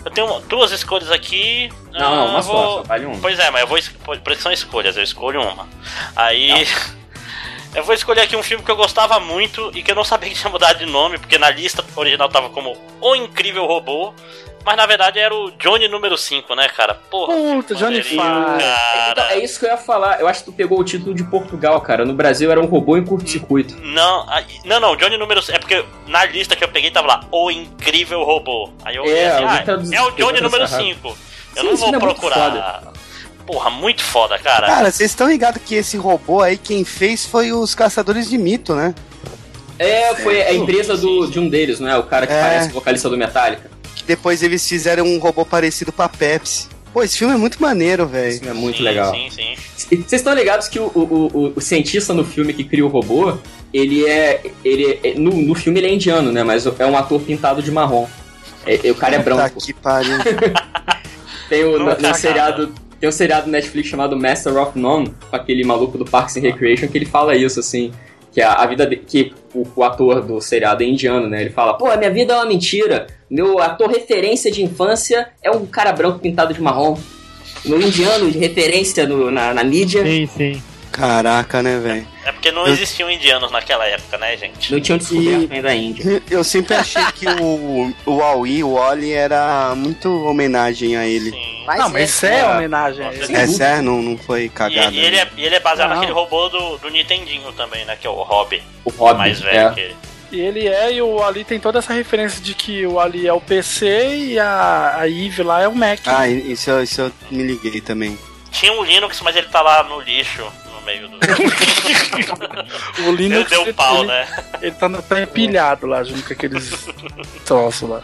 Speaker 5: Eu tenho duas escolhas aqui.
Speaker 9: Não, não,
Speaker 5: Ah,
Speaker 9: uma
Speaker 5: eu
Speaker 9: só, só vale uma.
Speaker 5: Pois é, mas eu vou. es- pô, Porque são escolhas, eu escolho uma. Aí. Eu vou escolher aqui um filme que eu gostava muito e que eu não sabia que tinha mudado de nome, porque na lista original tava como O Incrível Robô, mas na verdade era o Johnny número 5, né, cara? Porra.
Speaker 2: Puta, Johnny
Speaker 5: maneirinho,
Speaker 2: Five.
Speaker 9: Então,
Speaker 5: cara.
Speaker 9: é isso que eu ia falar. Eu acho que tu pegou o título de Portugal, cara. No Brasil era um robô em curto-circuito.
Speaker 5: Não, aí- não, não, Johnny número 5. É porque na lista que eu peguei tava lá, O Incrível Robô. Aí eu
Speaker 9: É,
Speaker 5: olhei assim,
Speaker 9: alguém
Speaker 5: ah,
Speaker 9: traduz-
Speaker 5: é o Johnny
Speaker 9: traduz
Speaker 5: número
Speaker 9: tá errado.
Speaker 5: 5. Eu
Speaker 9: Sim,
Speaker 5: não
Speaker 9: esse
Speaker 5: vou
Speaker 9: filme é muito
Speaker 5: procurar. Porra, muito foda, cara.
Speaker 14: Cara, vocês estão ligados que esse robô aí, quem fez foi os Caçadores de Mito, né?
Speaker 9: É, foi a empresa do, de um deles, não é? O cara que
Speaker 14: É.
Speaker 9: parece o vocalista do Metallica.
Speaker 14: Que depois eles fizeram um robô parecido pra Pepsi. Pô, esse filme é muito maneiro, velho.
Speaker 9: É muito legal.
Speaker 5: Sim, sim.
Speaker 9: C- Vocês estão ligados que o, o, o, o cientista no filme que cria o robô, ele é. ele é- no, no filme ele é indiano, né? Mas é um ator pintado de marrom. É- é- o cara é
Speaker 14: Tá
Speaker 9: branco.
Speaker 14: que pariu.
Speaker 9: Tem
Speaker 5: Não,
Speaker 9: o, no- no
Speaker 5: sacada.
Speaker 9: seriado. Tem um seriado Netflix chamado Master of None, com aquele maluco do Parks and Recreation, que ele fala isso, assim. Que a, a vida. De, que o, o ator do seriado é indiano, né? Ele fala, pô, a minha vida é uma mentira. Meu ator referência de infância é um cara branco pintado de marrom. No indiano, de referência no- na, na mídia.
Speaker 6: Sim, sim.
Speaker 14: Caraca, né, velho?
Speaker 5: É porque não existiam indianos naquela época, né, gente?
Speaker 9: Não tinham descoberto ainda a Índia.
Speaker 14: Eu sempre achei que o, o Aui, o Oli, era muito homenagem a ele.
Speaker 1: Mas
Speaker 2: Não, mas isso é homenagem. a ele.
Speaker 14: É sério? Não, não foi
Speaker 5: E,
Speaker 14: cagada. né?
Speaker 5: e ele é, e ele é baseado
Speaker 2: Não.
Speaker 5: naquele robô do, do Nintendinho também, né? Que é o Hobby,
Speaker 9: O Hobbit.
Speaker 5: mais velho
Speaker 9: é.
Speaker 5: que
Speaker 2: E ele é, e o Ali tem toda essa referência de que o Ali é o PC e a, a Eve lá é o Mac.
Speaker 14: Ah, isso, eu- isso eu me liguei também.
Speaker 5: Tinha um Linux, mas ele tá lá no lixo, no meio do.
Speaker 2: o
Speaker 5: ele
Speaker 2: Linux
Speaker 5: deu um pau,
Speaker 2: ele,
Speaker 5: né?
Speaker 2: ele tá, tá empilhado lá junto com aqueles troços lá.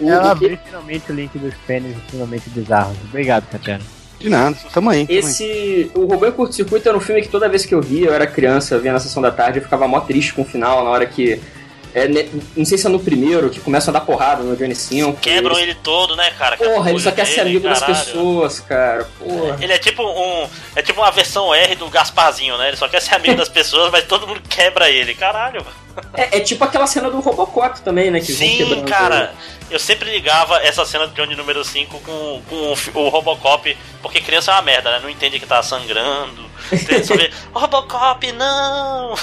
Speaker 9: O-
Speaker 6: Ela
Speaker 9: o que-
Speaker 6: abriu finalmente o link dos pênis um finalmente bizarros. Obrigado, Catena.
Speaker 14: De nada, tamo aí. tamo aí.
Speaker 9: Esse. O Robô em Curto Circuito era um filme que toda vez que eu via, eu era criança, eu via na sessão da tarde, eu ficava mó triste com o final, na hora que. é, né, não sei se é no primeiro, que começa a dar porrada no Johnny 5.
Speaker 5: Quebram
Speaker 9: eles-
Speaker 5: ele todo, né, cara?
Speaker 9: Porra, ele só quer ser amigo das
Speaker 5: caralho.
Speaker 9: pessoas, cara. Porra.
Speaker 5: Ele é tipo um. É tipo uma versão R do Gasparzinho, né? Ele só quer ser amigo das pessoas, mas todo mundo quebra ele. Caralho,
Speaker 9: É, é tipo aquela cena do Robocop também, né? Que vão
Speaker 5: Sim,
Speaker 9: quebrando-
Speaker 5: cara. Eu sempre ligava essa cena do Johnny número 5 com, com o, fi- o Robocop, porque criança é uma merda, né? Não entende que tá sangrando. Tem só ver, Robocop, não!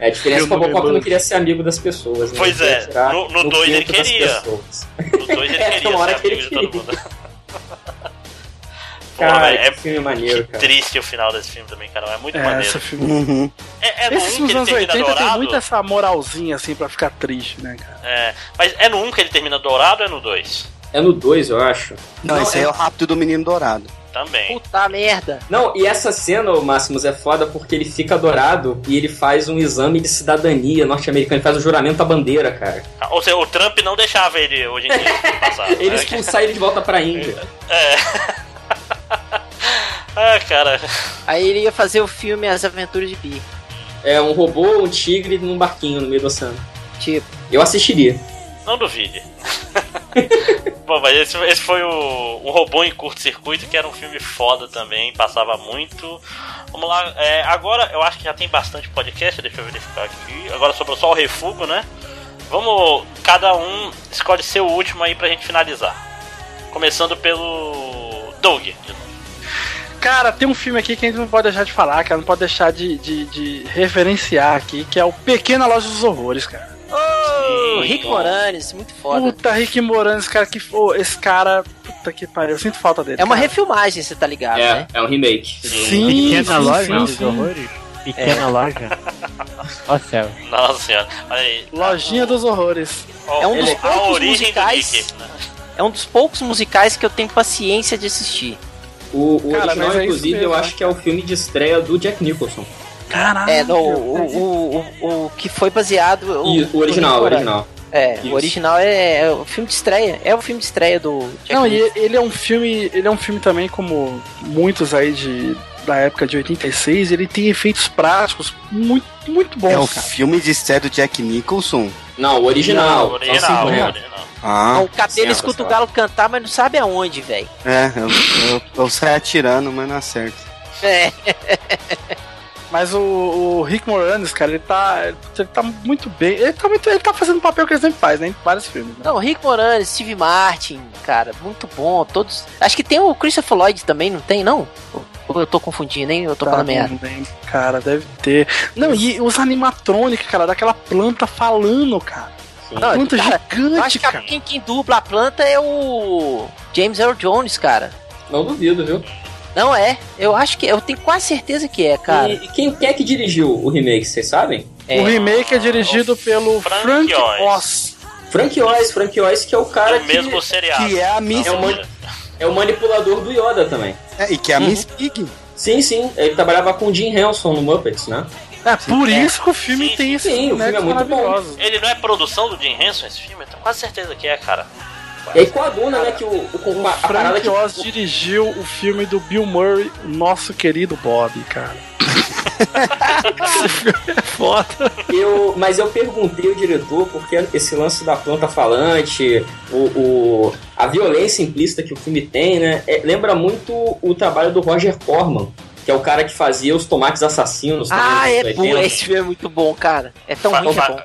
Speaker 9: É a diferença é que o Robocop não queria ser amigo das pessoas. Né?
Speaker 5: Pois é,
Speaker 9: queria tirar
Speaker 5: no- no dois ele
Speaker 9: pinto das
Speaker 5: queria.
Speaker 9: pessoas.
Speaker 5: Os dois ele
Speaker 9: É,
Speaker 5: queria,
Speaker 9: tem uma hora
Speaker 5: ser
Speaker 9: que ele
Speaker 5: amigo de todo mundo. Porra,
Speaker 9: Cara,
Speaker 5: velho, é
Speaker 9: que filme
Speaker 5: que
Speaker 9: maneiro, cara.
Speaker 5: triste o final desse filme também, cara. É muito
Speaker 2: É, esse
Speaker 5: maneiro.
Speaker 2: filme.
Speaker 14: Uhum.
Speaker 5: É, é no
Speaker 2: Esses
Speaker 5: 1 que
Speaker 2: filmes
Speaker 5: ele
Speaker 2: anos 80
Speaker 5: termina
Speaker 2: tem
Speaker 5: dourado.
Speaker 2: muito essa moralzinha assim pra ficar triste, né, cara?
Speaker 5: É, mas é no 1 que ele termina dourado ou é no 2?
Speaker 9: É no 2, eu acho.
Speaker 14: Não, esse aí é o rápido do menino dourado.
Speaker 5: Também.
Speaker 1: Puta merda.
Speaker 9: Não, e essa cena, o Máximos, é foda porque ele fica dourado e ele faz um exame de cidadania norte-americana, ele faz o juramento à bandeira, cara.
Speaker 5: Ah, Ou seja, o Trump não deixava ele hoje em dia passar.
Speaker 9: Ele
Speaker 5: né?
Speaker 9: expulsar ele de volta pra Índia.
Speaker 5: É. ah, cara.
Speaker 1: Aí ele ia fazer o filme As Aventuras de Pi.
Speaker 9: É um robô, um tigre num barquinho no meio do oceano.
Speaker 1: Tipo,
Speaker 9: Eu assistiria.
Speaker 5: Não duvide. Bom, mas esse, esse foi o, o Robô em Curto Circuito, que era um filme foda também, passava muito. Vamos lá, é, agora eu acho que já tem bastante podcast, deixa eu verificar aqui. Agora sobrou só o refugo, né? Vamos, cada um escolhe seu último aí pra gente finalizar. Começando pelo Doug. de novo.
Speaker 2: Cara, tem um filme aqui que a gente não pode deixar de falar, cara. Não pode deixar de, de, de referenciar aqui, que é o Pequena Loja dos Horrores, cara.
Speaker 1: Ô, Rick Moranis, muito foda.
Speaker 2: Puta, Rick Moranis, cara, que fo- esse cara. Puta que pariu, eu sinto falta dele.
Speaker 1: É uma
Speaker 2: cara.
Speaker 1: refilmagem, você tá ligado,
Speaker 9: É,
Speaker 1: né?
Speaker 9: é um remake.
Speaker 2: Sim,
Speaker 6: Pequena
Speaker 2: sim,
Speaker 6: loja
Speaker 2: sim,
Speaker 6: dos
Speaker 2: sim.
Speaker 6: horrores? Pequena
Speaker 1: É.
Speaker 6: loja? Ó céu.
Speaker 5: Nossa senhora. Olha aí.
Speaker 2: Lojinha dos Horrores.
Speaker 5: Ó,
Speaker 1: É um dos
Speaker 5: ele- a
Speaker 1: poucos
Speaker 5: origem do
Speaker 1: musicais.
Speaker 5: Nick, né?
Speaker 1: É um dos poucos musicais que eu tenho paciência de assistir.
Speaker 9: O, o
Speaker 1: Cara, mas
Speaker 9: original,
Speaker 1: é isso
Speaker 9: inclusive, eu
Speaker 1: mesmo.
Speaker 9: acho que é o filme de estreia do Jack Nicholson.
Speaker 2: Caralho!
Speaker 1: É, não, o, o, o, o que foi baseado. O,
Speaker 9: Isso, o original, o original.
Speaker 1: É,
Speaker 9: Isso.
Speaker 1: o original é, é o filme de estreia. É o filme de estreia do. Jack
Speaker 2: Não,
Speaker 1: Nicholson.
Speaker 2: e ele é um filme, ele é um filme também como muitos aí de da época de 86, ele tem efeitos práticos muito muito bons,
Speaker 14: é o
Speaker 2: cara.
Speaker 14: filme de estreia do Jack Nicholson?
Speaker 9: Não, o original. né?
Speaker 5: O original,
Speaker 9: Não,
Speaker 5: o
Speaker 9: sim,
Speaker 5: original.
Speaker 14: Ah,
Speaker 1: o cabelo escuta o galo cantar, mas não sabe aonde, velho.
Speaker 14: é, eu, eu, eu saio atirando, mas não acerto.
Speaker 1: É.
Speaker 2: Mas o, o Rick Moranis, cara, ele tá, ele tá muito bem. Ele tá, muito, ele tá fazendo um papel que ele sempre faz, né? Em vários filmes. Né?
Speaker 1: Não, Rick Moranis, Steve Martin, cara, muito bom. Todos. Acho que tem o Christopher Lloyd também, não tem, não? Ou eu tô confundindo, hein? Eu tô
Speaker 2: Tá,
Speaker 1: falando merda.
Speaker 2: não lembro, cara, deve ter. Não, e os animatrônicos, cara, daquela planta falando, cara.
Speaker 1: Não,
Speaker 2: planta
Speaker 1: cara, eu
Speaker 2: gigante,
Speaker 1: acho que a-
Speaker 2: cara.
Speaker 1: quem, quem dubla a planta é o James Earl Jones, cara.
Speaker 9: Não duvido, viu?
Speaker 1: Não é? Eu acho que. Eu tenho quase certeza que é, cara.
Speaker 9: E, e quem, quem é que dirigiu o remake, vocês sabem?
Speaker 1: É.
Speaker 2: O remake é dirigido pelo
Speaker 5: Frank
Speaker 2: Frank
Speaker 5: Oz.
Speaker 2: Oz.
Speaker 9: Frank Oz, Frank Oz que é o cara
Speaker 5: do
Speaker 9: que
Speaker 5: mesmo seriado.
Speaker 14: Que é a Miss,
Speaker 9: é,
Speaker 1: um
Speaker 9: o man- é o manipulador do Yoda também.
Speaker 14: é, e que é a
Speaker 9: Uhum.
Speaker 14: Miss Pig.
Speaker 9: Sim, sim, ele trabalhava com o Jim Henson no Muppets, né?
Speaker 2: É, por isso que o filme né,
Speaker 5: Sim,
Speaker 2: tem esses
Speaker 9: sim, o filme é
Speaker 2: bonecos
Speaker 9: muito bom.
Speaker 2: maravilhosos.
Speaker 5: Ele não é produção do Jim Henson esse filme? Eu tenho quase certeza que é, cara.
Speaker 9: E aí coaduna, né, que o, o, com a, a parada
Speaker 2: Frank
Speaker 9: que...
Speaker 2: Oz dirigiu o filme do Bill Murray, o nosso querido Bob, cara. Esse filme é foda.
Speaker 9: Eu, mas eu perguntei ao diretor porque esse lance da planta falante, o, o- a violência implícita que o filme tem, né? é- lembra muito o trabalho do Roger Corman, que é o cara que fazia os tomates assassinos. também,
Speaker 1: Ah,
Speaker 9: nos
Speaker 1: é
Speaker 9: 80.
Speaker 1: bom. Esse filme é muito bom, cara. É tão
Speaker 5: Fa-
Speaker 1: ruim que é
Speaker 5: fa-
Speaker 1: bom.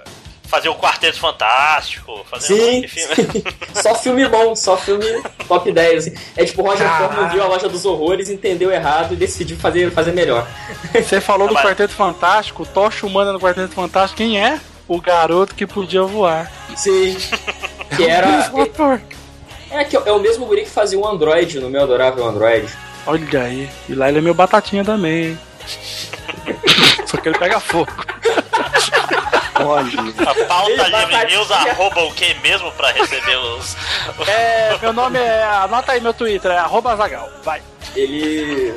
Speaker 5: Fazer o Quarteto Fantástico, fazer um monte
Speaker 9: Sim,
Speaker 5: de filme.
Speaker 9: só filme bom, só filme top 10. assim. É tipo, o Roger
Speaker 2: Caralho.
Speaker 9: Corman viu a loja dos horrores, entendeu errado e decidiu fazer, fazer melhor.
Speaker 2: Você falou do
Speaker 5: Vai.
Speaker 2: Quarteto Fantástico, o Tocha Humana no Quarteto Fantástico, quem é? O garoto que podia voar.
Speaker 9: Sim. Que era.
Speaker 2: Mesmo ator.
Speaker 9: É, que é é o mesmo guri que fazia o Android no meu adorável Android.
Speaker 2: Olha aí. E lá ele é meu batatinha também. hein? Só que ele pega fogo.
Speaker 14: Olha. né,
Speaker 5: A
Speaker 9: Ele
Speaker 5: pauta
Speaker 9: batatinha.
Speaker 5: livre news arroba o que mesmo pra receber os.
Speaker 2: É, meu nome é. Anota aí meu Twitter, é arroba Zagal. Vai.
Speaker 9: Ele.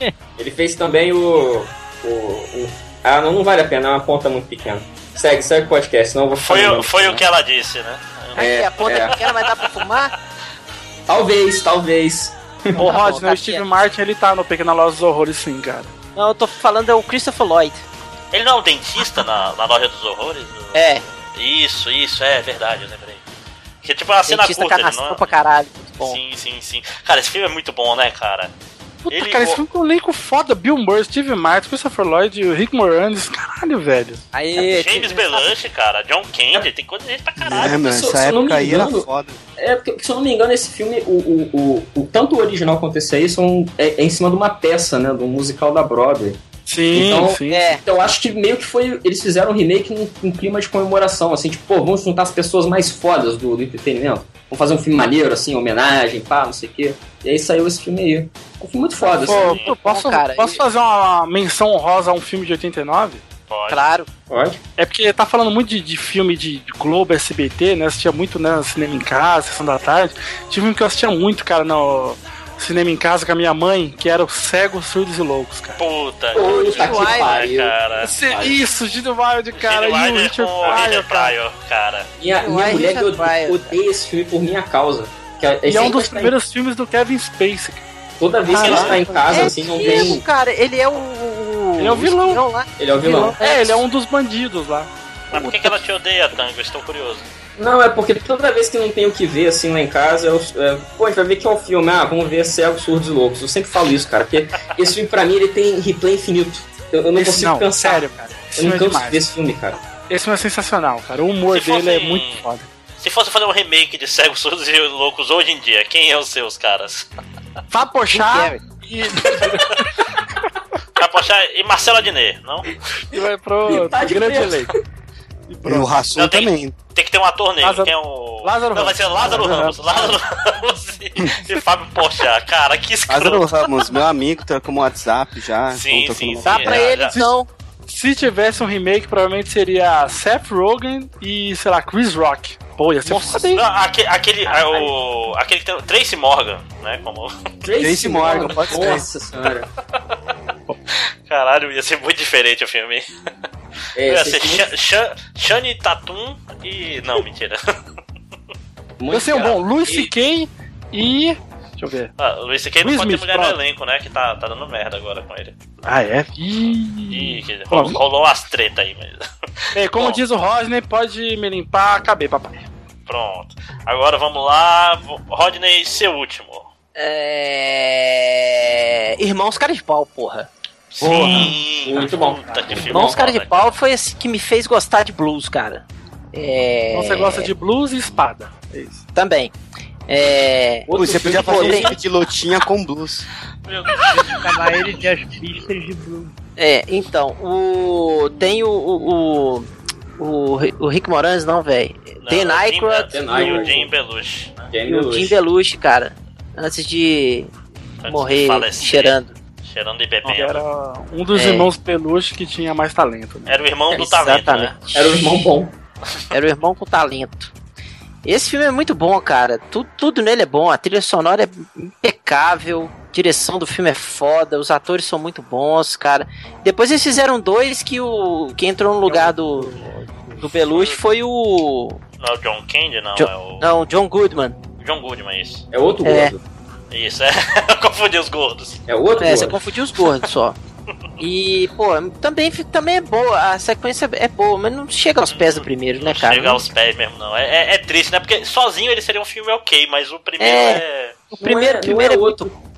Speaker 9: é, ele fez também o. o, o- ah, não, não vale a pena, é uma ponta muito pequena. Segue, segue o podcast, senão eu vou
Speaker 5: Foi,
Speaker 9: falar
Speaker 5: o-
Speaker 9: não.
Speaker 5: foi o que ela disse, né?
Speaker 1: Aqui, a ponta
Speaker 9: é.
Speaker 1: é pequena, mas dá pra fumar?
Speaker 9: Talvez, talvez.
Speaker 2: Ô,
Speaker 1: tá
Speaker 2: Rod,
Speaker 1: bom,
Speaker 2: né,
Speaker 1: tá
Speaker 2: o Steve
Speaker 1: quieto.
Speaker 2: Martin, ele tá no Pequena Loja dos Horrores, sim, cara.
Speaker 1: Não, eu tô falando é o Christopher Lloyd.
Speaker 5: Ele não é um dentista na, na loja dos horrores?
Speaker 1: É,
Speaker 5: Isso, isso, é verdade, eu lembrei. Que tipo é uma cena
Speaker 1: cientista
Speaker 5: curta, ele
Speaker 1: canastrão
Speaker 5: não
Speaker 1: pra caralho. Muito bom.
Speaker 5: Sim, sim, sim. Cara, esse filme é muito bom, né, cara?
Speaker 2: Puta,
Speaker 5: Ele
Speaker 2: cara,
Speaker 5: go-
Speaker 2: esse filme com um elenco foda. Bill Murray, Steve Martin, Christopher Lloyd, Rick Moranis. Caralho, velho.
Speaker 1: Aí,
Speaker 5: James Belushi, cara, John Candy, tem coisa de gente pra caralho.
Speaker 14: É, mano,
Speaker 9: se-
Speaker 14: essa
Speaker 9: se eu não me
Speaker 14: época aí era
Speaker 9: engano-
Speaker 14: foda.
Speaker 9: É, porque se eu não me engano, esse filme, o, o, o, o- tanto o original quanto esse aí, são, é, é em cima de uma peça, né? De um musical da Broadway.
Speaker 2: Sim,
Speaker 9: Então,
Speaker 2: sim.
Speaker 1: É,
Speaker 9: Então eu acho que meio que foi. Eles fizeram um remake num, num clima de comemoração, assim, tipo, pô, vamos juntar as pessoas mais fodas do, do entretenimento. Vamos fazer um filme maneiro, assim, homenagem, pá, não sei o quê. E aí saiu esse filme aí. É um filme muito foda, assim.
Speaker 2: Pô,
Speaker 5: Sim.
Speaker 2: pô, posso,
Speaker 1: Bom, cara,
Speaker 2: posso
Speaker 1: e-
Speaker 2: fazer uma menção honrosa a um filme de 89?
Speaker 5: Pode.
Speaker 1: claro.
Speaker 9: Pode.
Speaker 2: É porque tá falando muito de, de filme de Globo, SBT, né? Assistia muito, né? Cinema em casa, Sessão da Tarde. Tinha um filme que eu assistia muito, cara, no cinema em casa com a minha mãe, que era o Cegos, Surdos e Loucos, cara.
Speaker 5: Puta,
Speaker 9: Puta
Speaker 5: Gene
Speaker 9: que
Speaker 1: né,
Speaker 5: Wilder,
Speaker 9: pariu.
Speaker 5: cara.
Speaker 2: Esse- isso, Gino Wild, cara, e
Speaker 5: Gene
Speaker 2: o
Speaker 5: Wilder
Speaker 2: Richard
Speaker 5: com
Speaker 2: Pryor,
Speaker 5: Richard
Speaker 2: cara.
Speaker 5: Pryor, cara.
Speaker 9: Minha,
Speaker 1: Não,
Speaker 9: minha
Speaker 1: é
Speaker 9: mulher
Speaker 1: Richard
Speaker 9: odeia,
Speaker 1: Pryor,
Speaker 9: odeia esse filme por minha causa. Que ela-
Speaker 2: E é um
Speaker 9: sempre
Speaker 2: dos
Speaker 9: está em-
Speaker 2: primeiros filmes do Kevin Spacey. cara.
Speaker 9: Toda vez que ele está em casa,
Speaker 1: é
Speaker 9: assim, não
Speaker 1: mesmo,
Speaker 9: tem.
Speaker 1: cara. Ele é o- o.
Speaker 2: Ele é o vilão.
Speaker 1: lá.
Speaker 9: Ele é o vilão.
Speaker 2: É, ele é um dos bandidos lá.
Speaker 5: Mas por que, que ela te odeia, Tango? Estou curioso.
Speaker 9: Não, é porque toda vez que não tem o que ver, assim, lá em casa, eu, é, pô, a gente vai ver que é um filme, ah, vamos ver Cegos, Surdos e Loucos. Eu sempre falo isso, cara, porque esse filme, pra mim, ele tem replay infinito. Eu, eu não
Speaker 2: Esse
Speaker 9: consigo
Speaker 2: não,
Speaker 9: cansar.
Speaker 2: sério, cara. Esse
Speaker 9: Eu não
Speaker 2: filme é
Speaker 9: canso de
Speaker 2: demais.
Speaker 9: ver esse filme, cara.
Speaker 2: Esse filme é sensacional, cara. O humor
Speaker 5: Se assim,
Speaker 2: dele é
Speaker 5: fosse-
Speaker 2: muito foda.
Speaker 5: Se fosse fazer um remake de Cegos, Surdos e Loucos hoje em dia, quem é os seus caras?
Speaker 2: Vá
Speaker 1: Jim
Speaker 2: puxar
Speaker 1: Carrey.
Speaker 2: E...
Speaker 5: Vai puxar e Marcela Diné, não?
Speaker 2: E vai pro,
Speaker 5: E tá
Speaker 2: pro
Speaker 5: de
Speaker 2: grande
Speaker 5: preto.
Speaker 2: elenco.
Speaker 14: E o Rassum
Speaker 5: Não, tem-
Speaker 14: também.
Speaker 5: Tem que ter um ator nele. Tem o...
Speaker 2: Lázaro
Speaker 5: não, vai ser Lázaro Ramos. Lázaro Ramos e, e Fábio Porchat. Cara, que
Speaker 14: Lázaro
Speaker 5: escroto.
Speaker 14: Ramos, meu amigo, tá com WhatsApp
Speaker 2: Ah,
Speaker 14: já.
Speaker 5: Sim,
Speaker 14: então tá
Speaker 5: sim,
Speaker 14: com-
Speaker 5: sim, é, já-
Speaker 2: Se tivesse um remake, provavelmente seria Seth Rogen e, sei lá, Chris Rock. Pô, ia ser
Speaker 5: Nossa,
Speaker 2: foda, hein?
Speaker 5: não, aque- aquele, ah, o, aquele que tem o Tracy Morgan, né? Como...
Speaker 2: Tracy Morgan, Morgan, pode ser. nossa
Speaker 9: senhora.
Speaker 5: Caralho, ia ser muito diferente o filme.
Speaker 9: É,
Speaker 5: ia
Speaker 9: ia
Speaker 5: ser
Speaker 9: ser
Speaker 5: Sha- Sha- Shane Tatum e. Não, mentira.
Speaker 2: Ia ser um bom. Louis C.K. e... Deixa eu ver.
Speaker 5: Ah, Luiz C.K. não
Speaker 2: Will
Speaker 5: pode ter
Speaker 2: Smith,
Speaker 5: mulher
Speaker 2: pronto.
Speaker 5: no elenco, né? Que tá, tá dando merda agora com ele.
Speaker 2: Ah, é?
Speaker 5: Ih, que- rolou, rolou umas treta aí, mas.
Speaker 2: Ei, É, como diz o Rodney, pode me limpar a cabeça, papai.
Speaker 5: Pronto. Agora vamos lá. Rodney, seu último.
Speaker 1: É... Irmãos Cara de Pau, porra.
Speaker 5: Sim, muito bom. Puta que filme né?
Speaker 1: Irmãos
Speaker 5: bom,
Speaker 1: Cara de
Speaker 5: velho.
Speaker 1: Pau foi esse que me fez gostar de blues, cara. É...
Speaker 2: Então você gosta de blues e espada. É isso.
Speaker 1: Também. É...
Speaker 14: Pô, você podia fazer
Speaker 1: Tem-
Speaker 14: isso de lutinha com blues.
Speaker 1: Cavaleiro de as pistas de Blue. É, então, o. Tem o. o, o... O, o Rick Moranis, não, velho.
Speaker 5: Não,
Speaker 1: Tem
Speaker 5: o Jim-
Speaker 1: Nycrod
Speaker 5: é,
Speaker 1: e
Speaker 5: e
Speaker 1: o-
Speaker 5: o Jim Belushi. né?
Speaker 1: e o Jim Belushi, cara. Antes de
Speaker 5: de
Speaker 1: morrer
Speaker 5: falecer.
Speaker 1: cheirando.
Speaker 5: Cheirando e
Speaker 2: Que
Speaker 5: bebendo.
Speaker 2: Era um dos
Speaker 1: É.
Speaker 2: irmãos Peluche que tinha mais talento. né?
Speaker 5: Era o irmão do
Speaker 1: Exatamente.
Speaker 5: talento, né?
Speaker 9: Era o irmão bom.
Speaker 1: Era o irmão com talento. Esse filme é muito bom, cara. Tu- Tudo, nele é bom. A trilha sonora é impecável. A direção do filme é foda. Os atores são muito bons, cara. Depois eles fizeram dois que o que entrou no lugar do, do Belushi foi o.
Speaker 5: Não é o John Candy, não.
Speaker 1: Jo-
Speaker 5: É o
Speaker 1: não, John Goodman.
Speaker 5: John Goodman, isso.
Speaker 9: É outro
Speaker 1: É.
Speaker 9: gordo.
Speaker 5: Isso, é. Eu Confundi os gordos.
Speaker 9: É outro
Speaker 1: É, você
Speaker 9: gordo.
Speaker 1: confundiu os gordos só. E, pô, também, também é boa. A sequência é boa, mas não chega aos pés do primeiro, né, cara?
Speaker 5: Chegar aos pés mesmo, não. É, é- é triste, né? Porque sozinho ele seria um filme ok, mas o primeiro é.
Speaker 1: É. O primeiro,
Speaker 9: não é,
Speaker 1: primeiro é,
Speaker 9: não é
Speaker 1: muito
Speaker 9: outro.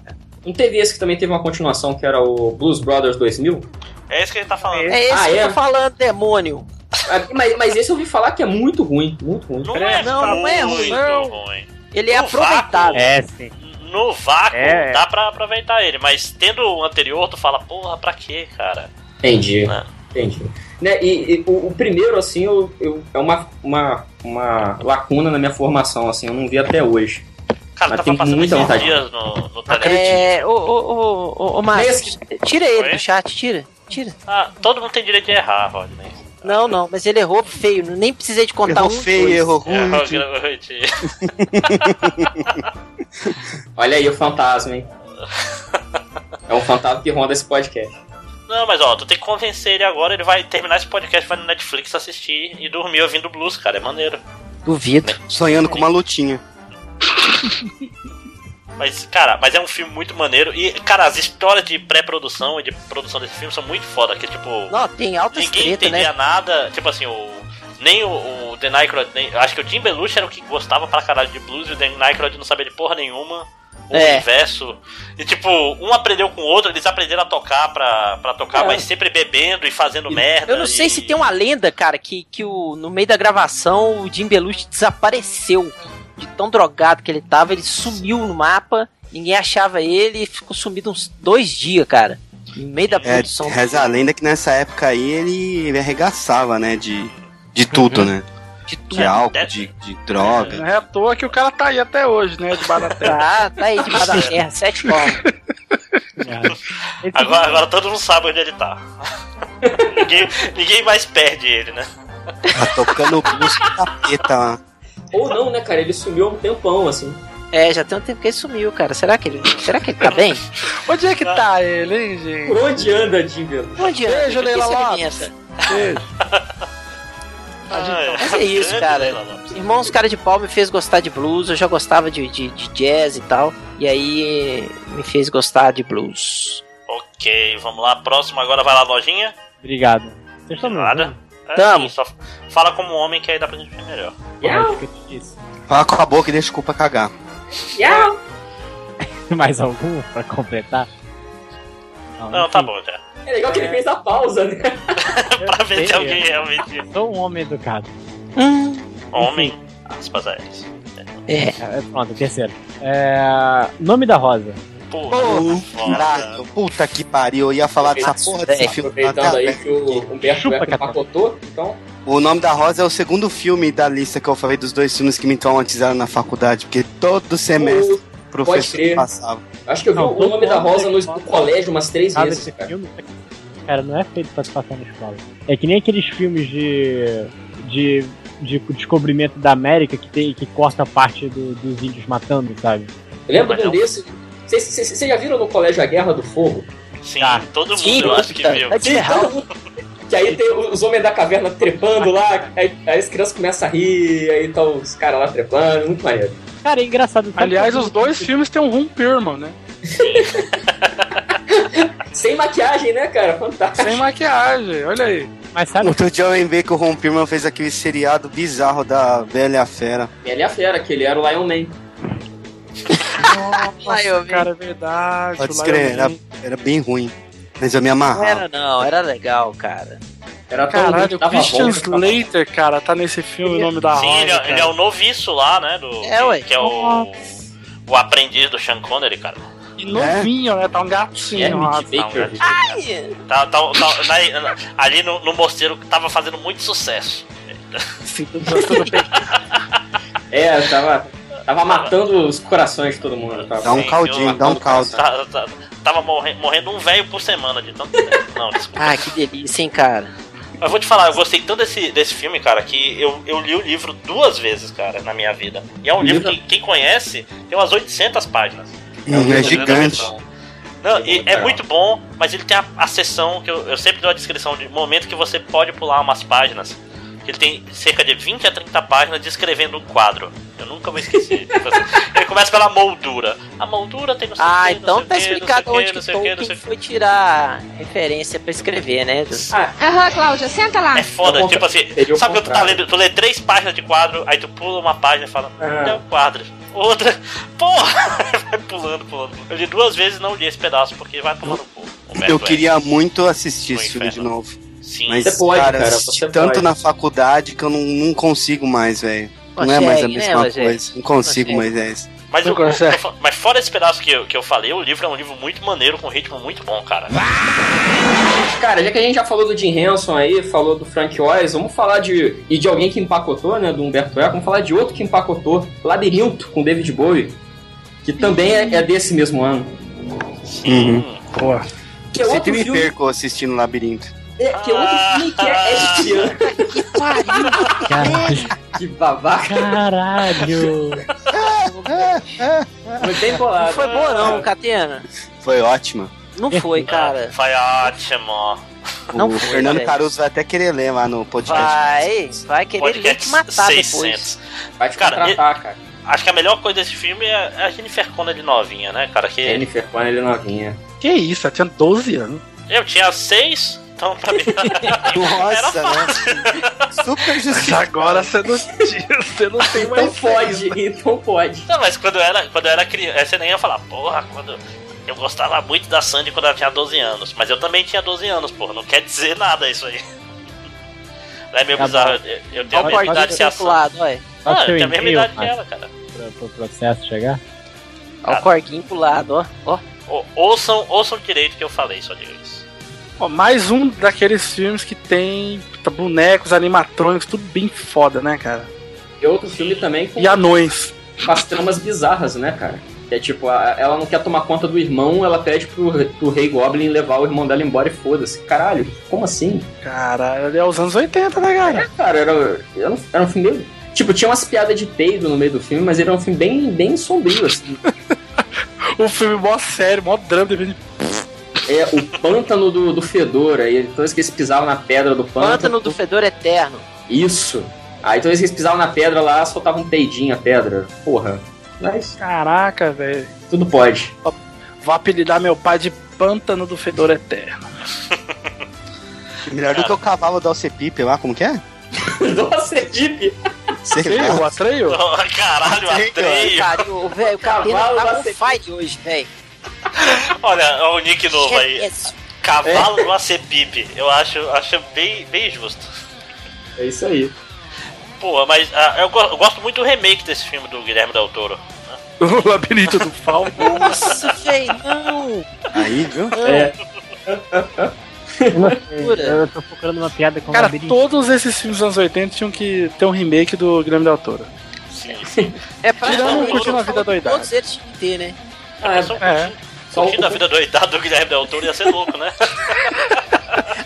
Speaker 9: Não teve esse que também teve uma continuação, que era o Blues Brothers 2000?
Speaker 5: É isso que ele tá falando.
Speaker 1: É esse
Speaker 9: Ah,
Speaker 1: que
Speaker 9: é?
Speaker 1: eu tô falando, demônio.
Speaker 9: Ah, Mas, mas esse eu ouvi falar que é muito ruim, muito ruim.
Speaker 5: Não é,
Speaker 1: Não, não é ruim,
Speaker 5: muito
Speaker 1: não.
Speaker 5: ruim.
Speaker 1: Ele é
Speaker 5: O vácuo.
Speaker 1: aproveitado.
Speaker 6: É, sim.
Speaker 5: No vácuo,
Speaker 6: É.
Speaker 5: dá pra aproveitar ele, mas tendo o anterior, tu fala, porra, pra quê, cara?
Speaker 9: Entendi.
Speaker 5: Né?
Speaker 9: Entendi. Né, e e o, o primeiro, assim, eu, eu- é uma, uma, uma lacuna na minha formação, assim, eu não vi até hoje.
Speaker 5: Cara,
Speaker 9: Mas
Speaker 5: tava
Speaker 9: tem
Speaker 5: passando
Speaker 9: muita
Speaker 5: esses
Speaker 9: vontade.
Speaker 5: dias no, no Telegram.
Speaker 1: É, ô, ô, ô, ô, ô, Márcio, tira ele do chat, tira, tira.
Speaker 5: Ah, todo mundo tem direito de errar, Rodney.
Speaker 1: Não, não, mas ele errou feio, nem precisei de contar
Speaker 14: Errou
Speaker 1: um.
Speaker 14: feio,
Speaker 1: dois.
Speaker 14: errou ruim.
Speaker 5: Errou grande.
Speaker 9: Olha aí o fantasma, hein? É um fantasma que ronda esse podcast.
Speaker 5: Não, mas ó, tu tem que convencer ele agora, ele vai terminar esse podcast, vai no Netflix assistir e dormir ouvindo blues, cara, é maneiro.
Speaker 1: Duvido.
Speaker 14: Sonhando com uma lutinha.
Speaker 5: Mas, cara, mas é um filme muito maneiro e, cara, as histórias de pré-produção e de produção desse filme são muito foda, que tipo...
Speaker 1: Não, tem altas
Speaker 5: ninguém
Speaker 1: treta, né?
Speaker 5: entendia nada. Tipo assim, o. Nem o, o The Nycrod, nem, acho que o Jim Belushi era o que gostava pra caralho de blues e o The Nycrod não sabia de porra nenhuma. O
Speaker 1: É.
Speaker 5: universo. E tipo, um aprendeu com o outro, eles aprenderam a tocar pra, pra tocar,
Speaker 9: É.
Speaker 5: mas sempre bebendo e fazendo merda.
Speaker 1: Eu não sei
Speaker 5: e-
Speaker 1: se tem um uma lenda, cara, que, que o, no meio da gravação o Jim Belushi desapareceu. De tão drogado que ele tava, ele sumiu no mapa, ninguém achava ele e ficou sumido uns dois dias, cara. No meio da
Speaker 14: É,
Speaker 5: um
Speaker 1: produção.
Speaker 14: reza a lenda que nessa época aí ele, ele arregaçava, né? De, de tudo, né?
Speaker 1: De tudo.
Speaker 5: É.
Speaker 14: De álcool, de, de droga.
Speaker 2: Não é à toa que o cara tá aí até hoje, né? De barata.
Speaker 1: Tá, tá aí debaixo da terra, sete palmas.
Speaker 5: Agora, agora todo mundo sabe onde ele tá. ninguém, ninguém mais perde ele, né?
Speaker 14: Tá tocando blues com capeta lá.
Speaker 9: Ou não, né, cara? Ele sumiu há um tempão, assim.
Speaker 1: É, já tem um tempo que ele sumiu, cara. Será que ele, será que ele tá bem?
Speaker 2: Onde é que tá ele, hein,
Speaker 9: Por
Speaker 2: gente?
Speaker 9: onde anda, Dimbelo?
Speaker 1: Onde anda?
Speaker 2: Beijo,
Speaker 1: Do que
Speaker 2: Leila
Speaker 1: se
Speaker 2: Lopes.
Speaker 1: alimenta?
Speaker 2: Beijo.
Speaker 5: Ai,
Speaker 1: Mas é isso,
Speaker 5: Ah, grande
Speaker 1: cara.
Speaker 5: Leila Lopes.
Speaker 1: Irmãos Cara de Pau me fez gostar de blues. Eu já gostava de, de, de jazz e tal. E aí me fez gostar de blues.
Speaker 5: Ok, vamos lá. Próximo agora vai lá, lojinha.
Speaker 6: Obrigado. Vocês estão me
Speaker 5: Nada. É,
Speaker 1: Tamo.
Speaker 5: só fala como homem que aí dá pra gente ver melhor.
Speaker 6: ouvindo? Acho que é isso.
Speaker 14: Fala com a boca e deixa o cu pra cagar.
Speaker 6: Mais algum pra completar?
Speaker 5: Não, tá bom já.
Speaker 9: É legal que ele fez a pausa, né?
Speaker 5: pra ver se
Speaker 6: sei,
Speaker 5: alguém
Speaker 6: é.
Speaker 5: realmente.
Speaker 6: Sou um homem educado.
Speaker 1: Hum,
Speaker 5: Homem. Aspas aéreas.
Speaker 1: é.
Speaker 6: É, Pronto, terceiro. É... Nome da Rosa.
Speaker 14: Porra, caralho, puta que pariu. Eu ia falar dessa porra desse filme.
Speaker 9: Aproveitando aí que o Humberto Chupa, empacotou, então...
Speaker 14: O Nome da Rosa é o segundo filme da lista que eu falei dos dois filmes que me traumatizaram na faculdade, porque todo semestre o professor passava.
Speaker 9: Acho que eu vi
Speaker 14: É Não,
Speaker 9: o nome da Rosa no, no colégio umas três
Speaker 6: Sabe
Speaker 9: vezes,
Speaker 6: esse
Speaker 9: cara.
Speaker 6: filme? Cara, não é feito pra se passar na escola. É que nem aqueles filmes de. de. de descobrimento da América que, tem, que corta parte do- dos índios matando, sabe?
Speaker 9: Eu lembro de um desse. Vocês- Vocês vocês já viram no colégio A Guerra do Fogo?
Speaker 5: Sim, todo mundo eu acho que
Speaker 9: cara.
Speaker 1: Tá
Speaker 6: Tá
Speaker 5: viu.
Speaker 9: Sim, todo mundo. Que aí tem os homens da caverna trepando lá, aí, aí as crianças começam a rir, aí tá os caras lá trepando, muito maneiro.
Speaker 6: Cara, é engraçado.
Speaker 2: Aliás, os dois filmes têm um Ron Perlman, né?
Speaker 9: Sem maquiagem, né, cara? Fantástico.
Speaker 2: Sem maquiagem, olha aí.
Speaker 6: Mas sabe?
Speaker 14: Outro dia eu lembrei que o Ron Perlman fez aquele seriado bizarro da Bela e a Fera.
Speaker 9: E ali a fera, que ele era o Lion Man.
Speaker 2: Nossa, cara, é verdade.
Speaker 14: Pode
Speaker 2: o
Speaker 14: escrever,
Speaker 2: Lion Man.
Speaker 14: era, era bem ruim. Mas eu me amarrava.
Speaker 1: Era não, era legal, cara.
Speaker 9: Era
Speaker 2: Caralho, o
Speaker 1: tava
Speaker 2: Christian
Speaker 1: bom, tava
Speaker 2: Slater, cara, tá nesse filme, o nome da
Speaker 5: Sim,
Speaker 2: Rosa.
Speaker 5: ele, é- ele é o noviço lá, né? Do,
Speaker 2: É,
Speaker 5: que-
Speaker 2: ué.
Speaker 5: Que é o, o aprendiz do Sean Connery, cara.
Speaker 2: E novinho, né? Tá um
Speaker 9: É,
Speaker 2: gatinho lá.
Speaker 5: Tá, um- tá, tá- tá- na- na- ali no, no mosteiro que tava fazendo muito sucesso.
Speaker 9: É, tava, tava matando os corações de todo mundo. Tava.
Speaker 14: Dá um caldinho, dá um caldo.
Speaker 5: Tá- tá- tava morre- morrendo um velho por semana de tanto tempo. Não, desculpa.
Speaker 1: Ah, que delícia, hein, cara.
Speaker 5: Mas vou te falar, eu gostei tanto desse, desse filme, cara, que eu, eu li o livro duas vezes, cara, na minha vida. E é um livro que quem conhece tem umas 800 páginas.
Speaker 14: Hum, é gigante.
Speaker 5: Não, e é muito bom, mas ele tem a, a seção que eu, eu sempre dou a descrição de momento que você pode pular umas páginas. que Ele tem cerca de 20 a 30 páginas descrevendo um quadro. Eu nunca vou esquecer. Tipo assim, ele começa pela moldura. A moldura tem no seu
Speaker 1: Ah,
Speaker 5: quê, não sei
Speaker 1: então
Speaker 5: o
Speaker 1: tá
Speaker 5: quê, não
Speaker 1: explicado
Speaker 5: sei o quê,
Speaker 1: onde
Speaker 5: não
Speaker 1: que
Speaker 5: sei o quê, não
Speaker 1: Tolkien
Speaker 5: sei o quê.
Speaker 1: foi tirar referência pra escrever, né? Dos-
Speaker 3: Aham, Cláudia, senta lá.
Speaker 5: É foda, tipo assim, sabe quando tu tá lendo, tu lê três páginas de quadro, aí tu pula uma página e fala,
Speaker 1: É.
Speaker 5: é um quadro. Outra, porra! Vai pulando, pulando. Eu li duas vezes e não li esse pedaço, porque vai pulando um pouco.
Speaker 14: Eu queria muito assistir esse filme de novo.
Speaker 5: Sim.
Speaker 14: Mas,
Speaker 5: Você pode,
Speaker 14: cara, eu
Speaker 5: cara,
Speaker 14: assisti
Speaker 5: você
Speaker 14: tanto
Speaker 5: pode.
Speaker 14: na faculdade que eu não, não consigo mais, velho. Não é
Speaker 5: Consegue,
Speaker 14: mais a
Speaker 5: né,
Speaker 14: mesma
Speaker 5: Rogério?
Speaker 14: coisa. Não consigo mais, é isso.
Speaker 5: Mas,
Speaker 14: Não
Speaker 5: o- o-
Speaker 14: consegue.
Speaker 5: eu- mas fora esse pedaço que eu, que eu falei, o livro é um livro muito maneiro, com um ritmo muito bom, cara.
Speaker 6: Uhum.
Speaker 9: Cara, já que a gente já falou do Jim Henson aí, falou do Frank Oz, vamos falar de. e de alguém que empacotou, né? Do Humberto Eco, vamos falar de outro que empacotou, Labirinto, com David Bowie, que também é, é desse mesmo ano.
Speaker 14: Uhum.
Speaker 9: Que é outro
Speaker 14: Sempre me
Speaker 9: filme-
Speaker 14: perco assistindo Labirinto.
Speaker 9: É, que é outro filme que é, é de ano. Que pariu! Que babaca!
Speaker 6: Caralho!
Speaker 9: Foi bem bolado.
Speaker 1: Não foi boa não, Catena.
Speaker 14: Foi ótima.
Speaker 1: Não foi, cara.
Speaker 5: Foi ótimo.
Speaker 1: Não
Speaker 14: o
Speaker 1: foi,
Speaker 14: Fernando
Speaker 1: velho.
Speaker 14: Caruso vai até querer ler lá no podcast.
Speaker 1: Vai, vai querer ele te matar depois.
Speaker 9: Vai te
Speaker 5: contratar,
Speaker 9: cara. e-
Speaker 5: Acho que a melhor coisa desse filme é é a Jennifer Connelly novinha, né, cara? Que
Speaker 9: Jennifer Connelly novinha.
Speaker 2: Que isso, ela tinha 12 anos.
Speaker 5: Eu tinha seis, então pra mim. era
Speaker 1: né?
Speaker 2: Nossa,
Speaker 5: fácil.
Speaker 14: né? Super
Speaker 2: Mas agora você não, você não tem mais.
Speaker 9: Então pode, então pode.
Speaker 5: Não, mas quando eu era, quando eu era criança, você nem ia falar, porra, quando. Eu gostava muito da Sandy quando ela tinha 12 anos, mas eu também tinha 12 anos, porra, não quer dizer nada isso aí. É meio
Speaker 6: Tá
Speaker 5: bizarro,
Speaker 6: bom.
Speaker 5: eu, eu tenho a
Speaker 6: Tá bom,
Speaker 5: mesma
Speaker 6: pode
Speaker 5: idade que
Speaker 6: ser
Speaker 5: a
Speaker 6: pro
Speaker 5: Sandy.
Speaker 1: lado, vai.
Speaker 5: Ah,
Speaker 6: Pode
Speaker 5: eu
Speaker 6: ser
Speaker 5: tenho
Speaker 6: o
Speaker 5: a mesma
Speaker 6: e-mail,
Speaker 5: idade que
Speaker 6: Márcio?
Speaker 5: ela, cara.
Speaker 6: Pra, pro processo chegar?
Speaker 1: Olha o corguinho pro lado, ó. ó.
Speaker 5: O- ouçam, ouçam direito que eu falei, só digo isso.
Speaker 2: Ó, mais um daqueles filmes que tem puta, bonecos, animatrônicos, tudo bem foda, né, cara?
Speaker 9: E outro filme também com,
Speaker 2: E anões.
Speaker 9: com as tramas bizarras, né, cara? Que é tipo, a- ela não quer tomar conta do irmão, ela pede pro, pro Rei Goblin levar o irmão dela embora e foda-se. Caralho, como assim?
Speaker 2: Caralho, é os anos 80, né, cara?
Speaker 9: Cara, era, era, um, era um filme meio... Tipo, tinha umas piadas de peido no meio do filme, mas era um filme bem, bem sombrio, assim.
Speaker 2: um filme mó sério, mó drama, de repente...
Speaker 9: É, o pântano do, do Fedora, e toda vez que eles pisavam na pedra do pântano...
Speaker 1: Pântano do fedor eterno.
Speaker 9: Isso. Aí toda vez que eles pisavam na pedra lá, soltavam um peidinho a pedra. Porra. Mas...
Speaker 2: Caraca, velho.
Speaker 9: Tudo pode.
Speaker 2: Vou apelidar meu pai de Pântano do Fedor Eterno.
Speaker 14: Melhor do que o cavalo do Alcepipe lá, como que é?
Speaker 9: Nossa, é equipe!
Speaker 14: Sei
Speaker 2: Quem?
Speaker 14: lá.
Speaker 2: O Atreio?
Speaker 5: Caralho, Atreio.
Speaker 1: Pariu, o velho, o Catena
Speaker 5: Cavalo
Speaker 1: tá com
Speaker 5: da
Speaker 1: fight hoje, velho. é
Speaker 5: Olha, ó, o nick novo aí.
Speaker 1: Yes.
Speaker 5: Cavalo do Acepipe. Eu acho, acho bem, bem justo.
Speaker 9: É isso aí.
Speaker 5: Porra, mas ah, eu, go- eu gosto muito do remake desse filme do Guilherme Del Toro. né?
Speaker 2: O labirinto do fauno.
Speaker 1: Nossa, véi, não!
Speaker 14: Aí, viu?
Speaker 2: É.
Speaker 1: é.
Speaker 6: Eu tô procurando uma piada com um
Speaker 2: Cara,
Speaker 6: labirinto.
Speaker 2: todos esses filmes dos anos 80 tinham que ter um remake do Grêmio da Autora.
Speaker 1: É pra
Speaker 2: Tirando o Curtindo a Vida Doidada.
Speaker 1: Todos eles tinham que ter, né?
Speaker 5: Ah, é. Só,
Speaker 2: é.
Speaker 5: Curtindo a vida doidada do Guilherme Del Toro ia ser louco, né?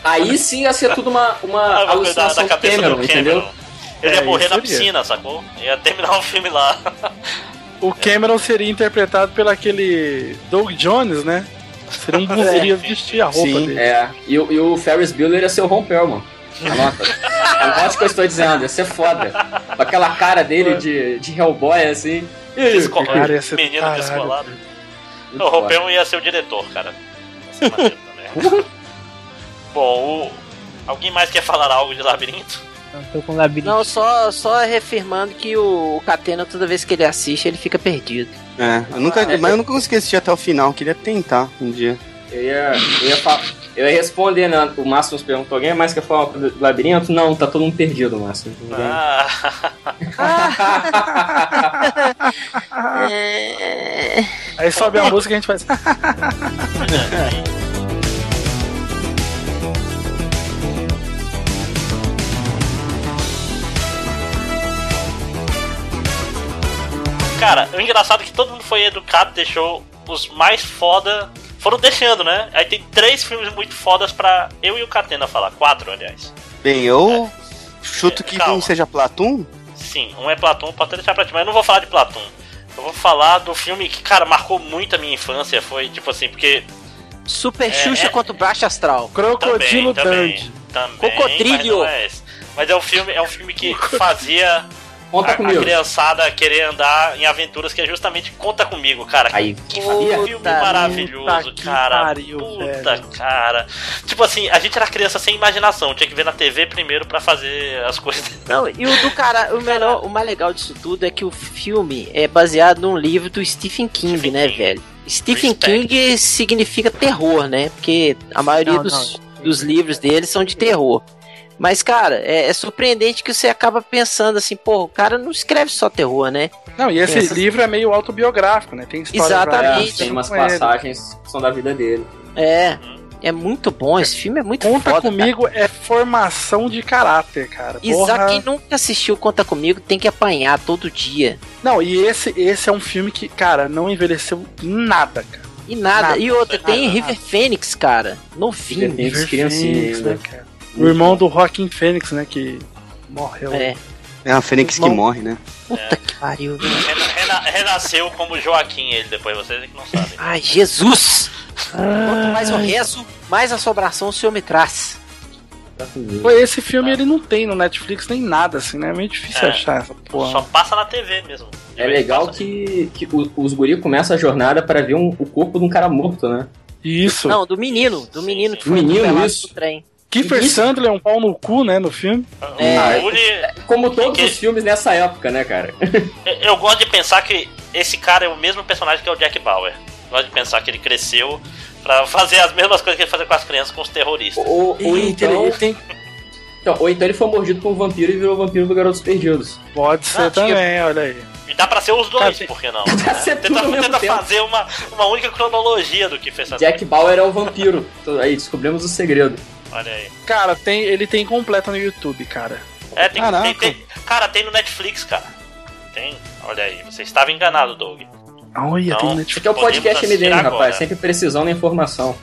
Speaker 9: Aí sim ia ser tudo uma, uma
Speaker 5: Ah, uma coisa da,
Speaker 9: alucinação
Speaker 5: da
Speaker 9: do
Speaker 5: cabeça
Speaker 9: Cameron,
Speaker 5: do
Speaker 9: entendeu?
Speaker 5: Cameron. Ele ia
Speaker 2: É,
Speaker 5: morrer
Speaker 2: isso
Speaker 5: na
Speaker 2: seria.
Speaker 5: piscina, sacou? Ia terminar o filme lá.
Speaker 2: O Cameron seria interpretado pelo aquele Doug Jones, né? Seria um
Speaker 9: É.
Speaker 2: iria vestir a roupa
Speaker 9: Sim,
Speaker 2: dele.
Speaker 9: é. E, o- e o Ferris Bueller ia ser o Ron Perlman. Anota. É um Anota o que eu estou dizendo, ia ser foda. Com aquela cara dele de, de Hellboy, assim. E aí,
Speaker 5: Descolado.
Speaker 9: cara,
Speaker 2: esse
Speaker 5: Menino
Speaker 9: caralho.
Speaker 5: descolado.
Speaker 9: Muito
Speaker 5: O Roupão
Speaker 9: foda.
Speaker 5: ia ser o diretor, cara. Ia ser maneiro também. Bom, o... alguém mais quer falar algo de labirinto?
Speaker 6: Tô com labirinto.
Speaker 1: Não, só, só reafirmando que o, o Catena, toda vez que ele assiste, ele fica perdido.
Speaker 14: É, eu nunca,
Speaker 1: Ah, é.
Speaker 14: mas eu nunca consegui assistir até o final, queria tentar um dia.
Speaker 9: Eu ia, eu ia, fa- eu ia responder, né? O Márcio nos perguntou: alguém mais quer falar do labirinto? Não, tá todo mundo perdido, Márcio. Ninguém-
Speaker 5: Ah,
Speaker 2: Aí sobe a música e a gente faz.
Speaker 5: Cara, o engraçado é que todo mundo foi educado, deixou os mais foda. Foram deixando, né? Aí tem três filmes muito fodas pra eu e o Catena falar. Quatro, aliás.
Speaker 14: Bem, eu
Speaker 5: É.
Speaker 14: chuto que não seja Platum.
Speaker 5: Sim, um é Platão, pode deixar pra ti, mas eu não vou falar de Platão. Eu vou falar do filme que, cara, marcou muito a minha infância. Foi tipo assim, porque.
Speaker 1: Super
Speaker 5: É,
Speaker 1: Xuxa
Speaker 5: é.
Speaker 1: contra o Baixo Astral.
Speaker 5: Crocodilo Também, Dante. também,
Speaker 1: Cocotrilho.
Speaker 5: Mas, não é esse. Mas é um filme, é um filme que fazia
Speaker 9: Conta
Speaker 5: a, a
Speaker 9: comigo.
Speaker 5: criançada querer andar em aventuras que é justamente Conta Comigo, cara.
Speaker 9: Aí.
Speaker 5: Que filme maravilhoso, cara. Puta, cara. Tipo assim, a gente era criança sem imaginação, tinha que ver na TV primeiro pra fazer as coisas.
Speaker 1: Não, e o do cara, o melhor, o mais legal disso tudo é que o filme é baseado num livro do Stephen King, né, velho? Stephen King significa terror, né? Porque a maioria
Speaker 6: Não,
Speaker 1: dos, dos livros dele são de terror. Mas, cara, é, é surpreendente que você acaba pensando assim, pô, o cara não escreve só terror, né?
Speaker 2: Não, e esse
Speaker 1: Tem essas-
Speaker 2: livro é meio autobiográfico, né? Tem história
Speaker 1: Exatamente.
Speaker 9: é, Tem umas
Speaker 2: tá com ele.
Speaker 9: passagens que são da vida dele.
Speaker 1: É, é muito bom, esse filme é muito
Speaker 2: Conta
Speaker 1: foda,
Speaker 2: comigo é formação de caráter, cara.
Speaker 1: Cara. Isaac,
Speaker 2: Porra.
Speaker 1: quem nunca assistiu Conta Comigo tem que apanhar todo dia.
Speaker 2: Não, e esse, esse é um filme que, cara, não envelheceu nada, cara.
Speaker 1: E nada.
Speaker 2: Nada,
Speaker 1: e outra,
Speaker 2: nada,
Speaker 1: tem River Phoenix, cara. Novinho.
Speaker 9: River Phoenix, criancinha
Speaker 2: Phoenix,
Speaker 9: ainda.
Speaker 2: né, cara? O irmão do Rockin' Fênix, né? Que morreu.
Speaker 1: É.
Speaker 14: É a Fênix que
Speaker 2: Irmão.
Speaker 14: morre, né?
Speaker 1: Puta que pariu. velho.
Speaker 5: Rena- rena- renasceu como Joaquim ele depois, vocês é que não sabem.
Speaker 1: Ai, Jesus! Quanto mais eu rezo, mais assobração o senhor me traz.
Speaker 2: Pô, Esse filme ele não tem no Netflix nem nada, assim, né? É meio difícil
Speaker 5: É.
Speaker 2: achar essa porra.
Speaker 5: Só passa na TV mesmo.
Speaker 9: É legal que, que o- os guri começam a jornada pra ver um- o corpo de um cara morto, né?
Speaker 2: Isso.
Speaker 1: Não, do menino. Do menino que foi
Speaker 9: Menino,
Speaker 1: atropelado
Speaker 9: isso.
Speaker 1: no trem.
Speaker 2: Kiefer
Speaker 9: Isso.
Speaker 2: Sandler é um pau no cu, né? No filme.
Speaker 9: Ah,
Speaker 5: O Bully,
Speaker 9: Como todos
Speaker 5: Que- é?
Speaker 9: os filmes nessa época, né, cara?
Speaker 5: eu gosto de pensar que esse cara é o mesmo personagem que é o Jack Bauer. Gosto de pensar que ele cresceu pra fazer as mesmas coisas que ele fazia com as crianças, com os terroristas.
Speaker 9: Ou, ou então,
Speaker 2: tem...
Speaker 9: então- ou então ele foi mordido por um vampiro e virou o vampiro do Garotos Perdidos.
Speaker 2: Pode ser
Speaker 5: Ah, tinha-
Speaker 2: também, olha aí.
Speaker 5: E dá pra ser os dois,
Speaker 2: Cara,
Speaker 5: por que não?
Speaker 9: Dá pra ser tudo
Speaker 5: tenta
Speaker 9: ao mesmo
Speaker 5: tenta
Speaker 9: tempo.
Speaker 5: fazer uma, uma única cronologia do que fez essa
Speaker 9: Jack Bauer é o vampiro. Então, Aí descobrimos o segredo.
Speaker 5: Olha aí.
Speaker 2: Cara, tem, ele tem completo no YouTube, cara.
Speaker 5: É, tem,
Speaker 14: Caraca.
Speaker 5: tem, tem- Cara, tem no Netflix, cara. Tem. Olha aí, você estava enganado, Doug.
Speaker 2: Olha,
Speaker 5: Não.
Speaker 2: tem no Netflix.
Speaker 9: Porque é o
Speaker 5: Podemos
Speaker 9: podcast
Speaker 5: assistir
Speaker 9: MDM,
Speaker 5: agora.
Speaker 9: rapaz. Sempre precisão da informação.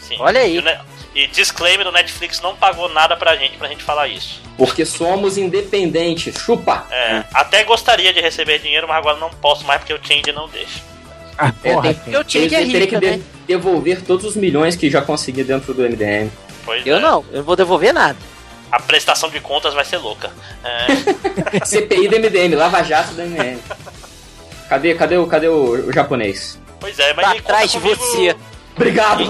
Speaker 5: Sim.
Speaker 1: Olha aí.
Speaker 5: E, o ne- e disclaimer, o Netflix não pagou nada pra gente pra gente falar isso.
Speaker 9: Porque somos independentes. Chupa!
Speaker 5: É, Até gostaria de receber dinheiro, mas agora não posso mais porque o Change não deixa.
Speaker 6: Ah,
Speaker 9: É,
Speaker 6: porra.
Speaker 9: tem-
Speaker 1: Eu tinha
Speaker 9: eu
Speaker 1: que é
Speaker 9: teria que
Speaker 1: rica,
Speaker 9: de-
Speaker 1: né?
Speaker 9: devolver todos os milhões que já consegui dentro do MDM.
Speaker 5: Pois
Speaker 1: Eu
Speaker 5: é,
Speaker 1: não, eu não vou devolver nada.
Speaker 5: A prestação de contas vai ser louca. É,
Speaker 9: CPI do MDM, Lava Jato do MDM. Cadê, cadê, o, cadê o, o japonês?
Speaker 5: pois é, mas
Speaker 1: Tá
Speaker 5: me conta
Speaker 1: atrás de
Speaker 5: comigo-
Speaker 1: você.
Speaker 9: Obrigado!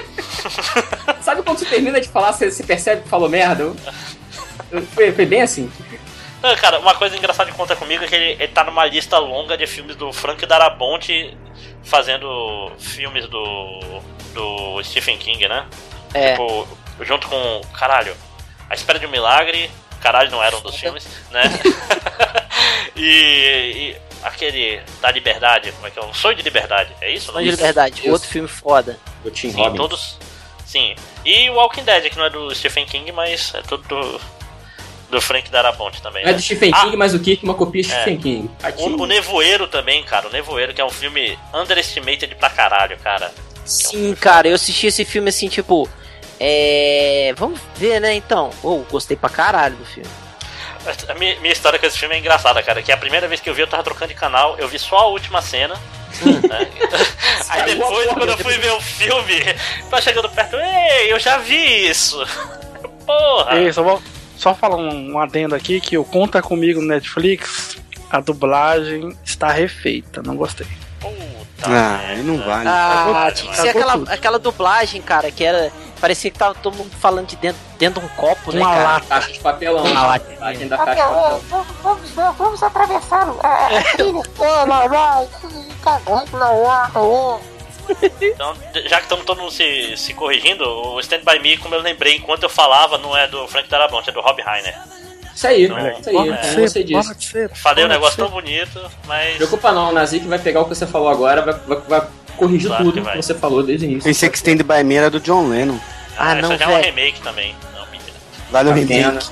Speaker 9: Sabe quando você termina de falar, você, você percebe que falou merda? Eu- eu- Foi, foi bem assim.
Speaker 5: Não, Ah, cara, uma coisa engraçada de conta comigo é que ele, ele tá numa lista longa de filmes do Frank Darabonte fazendo filmes do. do Stephen King, né?
Speaker 1: É.
Speaker 5: Tipo, junto com. Caralho, A Espera
Speaker 1: É.
Speaker 5: de um Milagre. Caralho, não era um dos filmes, né? e, e aquele da liberdade, como é que é? Um sonho de liberdade, é isso?
Speaker 1: Sonho de Liberdade, outro filme foda.
Speaker 7: Do Tim
Speaker 5: Sim,
Speaker 7: Robbins.
Speaker 5: todos. Sim. E o Walking Dead, que não é do Stephen King, mas é tudo do, do Frank Darabont também.
Speaker 9: Não é
Speaker 5: né?
Speaker 9: do Stephen
Speaker 5: Ah,
Speaker 9: King, mas o Kirk, uma copia de
Speaker 5: É.
Speaker 9: Stephen King.
Speaker 5: o, o Nevoeiro também, cara. O Nevoeiro, que é um filme underestimated pra caralho, cara.
Speaker 1: Sim, cara, eu assisti esse filme assim, tipo. É. Vamos ver, né? Então. Ou gostei pra caralho do filme.
Speaker 5: A minha, minha história com esse filme é engraçada, cara. Que a primeira vez que eu vi, eu tava trocando de canal, eu vi só a última cena. né? Aí depois, quando eu fui ver o filme, tá chegando perto, ei, eu já vi isso. Porra!
Speaker 2: Ei, só, vou, só falar um, um adendo aqui que o Conta Comigo no Netflix, a dublagem está refeita, não gostei.
Speaker 5: Tá.
Speaker 14: Ah, aí não vale.
Speaker 1: Ah,
Speaker 2: Cagou-
Speaker 1: tinha que
Speaker 2: cagou
Speaker 14: é
Speaker 1: ser aquela,
Speaker 2: tudo.
Speaker 1: aquela dublagem, cara, que era. Parecia que tava todo mundo falando de dentro, dentro de um copo, né,
Speaker 2: Uma
Speaker 1: cara?
Speaker 2: lata.
Speaker 9: Caixa de papelão.
Speaker 1: Uma lata.
Speaker 9: Embalagem da caixa de papelão.
Speaker 16: vamos, vamos, vamos é, atravessá-lo.
Speaker 5: Então, de- já que estamos todo mundo se, se corrigindo, o Stand By Me, como eu lembrei enquanto eu falava, não é do Frank Darabont, é do Rob Reiner.
Speaker 9: Isso aí,
Speaker 5: Não,
Speaker 9: isso aí.
Speaker 5: pode
Speaker 9: eu
Speaker 5: ser,
Speaker 9: não sei disso.
Speaker 2: Pode ser,
Speaker 5: Falei um negócio tão bonito, mas.
Speaker 9: Preocupa não, o Nazik vai pegar o que você falou agora, vai, vai- vai corrigir
Speaker 5: Claro
Speaker 9: tudo
Speaker 5: que
Speaker 9: que,
Speaker 5: vai.
Speaker 9: você falou desde o início.
Speaker 14: Pensei que Stand By Me era é do John Lennon.
Speaker 5: Ah, essa
Speaker 14: não,
Speaker 5: já é um
Speaker 14: velho.
Speaker 5: remake também. Não, mentira.
Speaker 14: Vale o
Speaker 9: Catena.
Speaker 14: remake.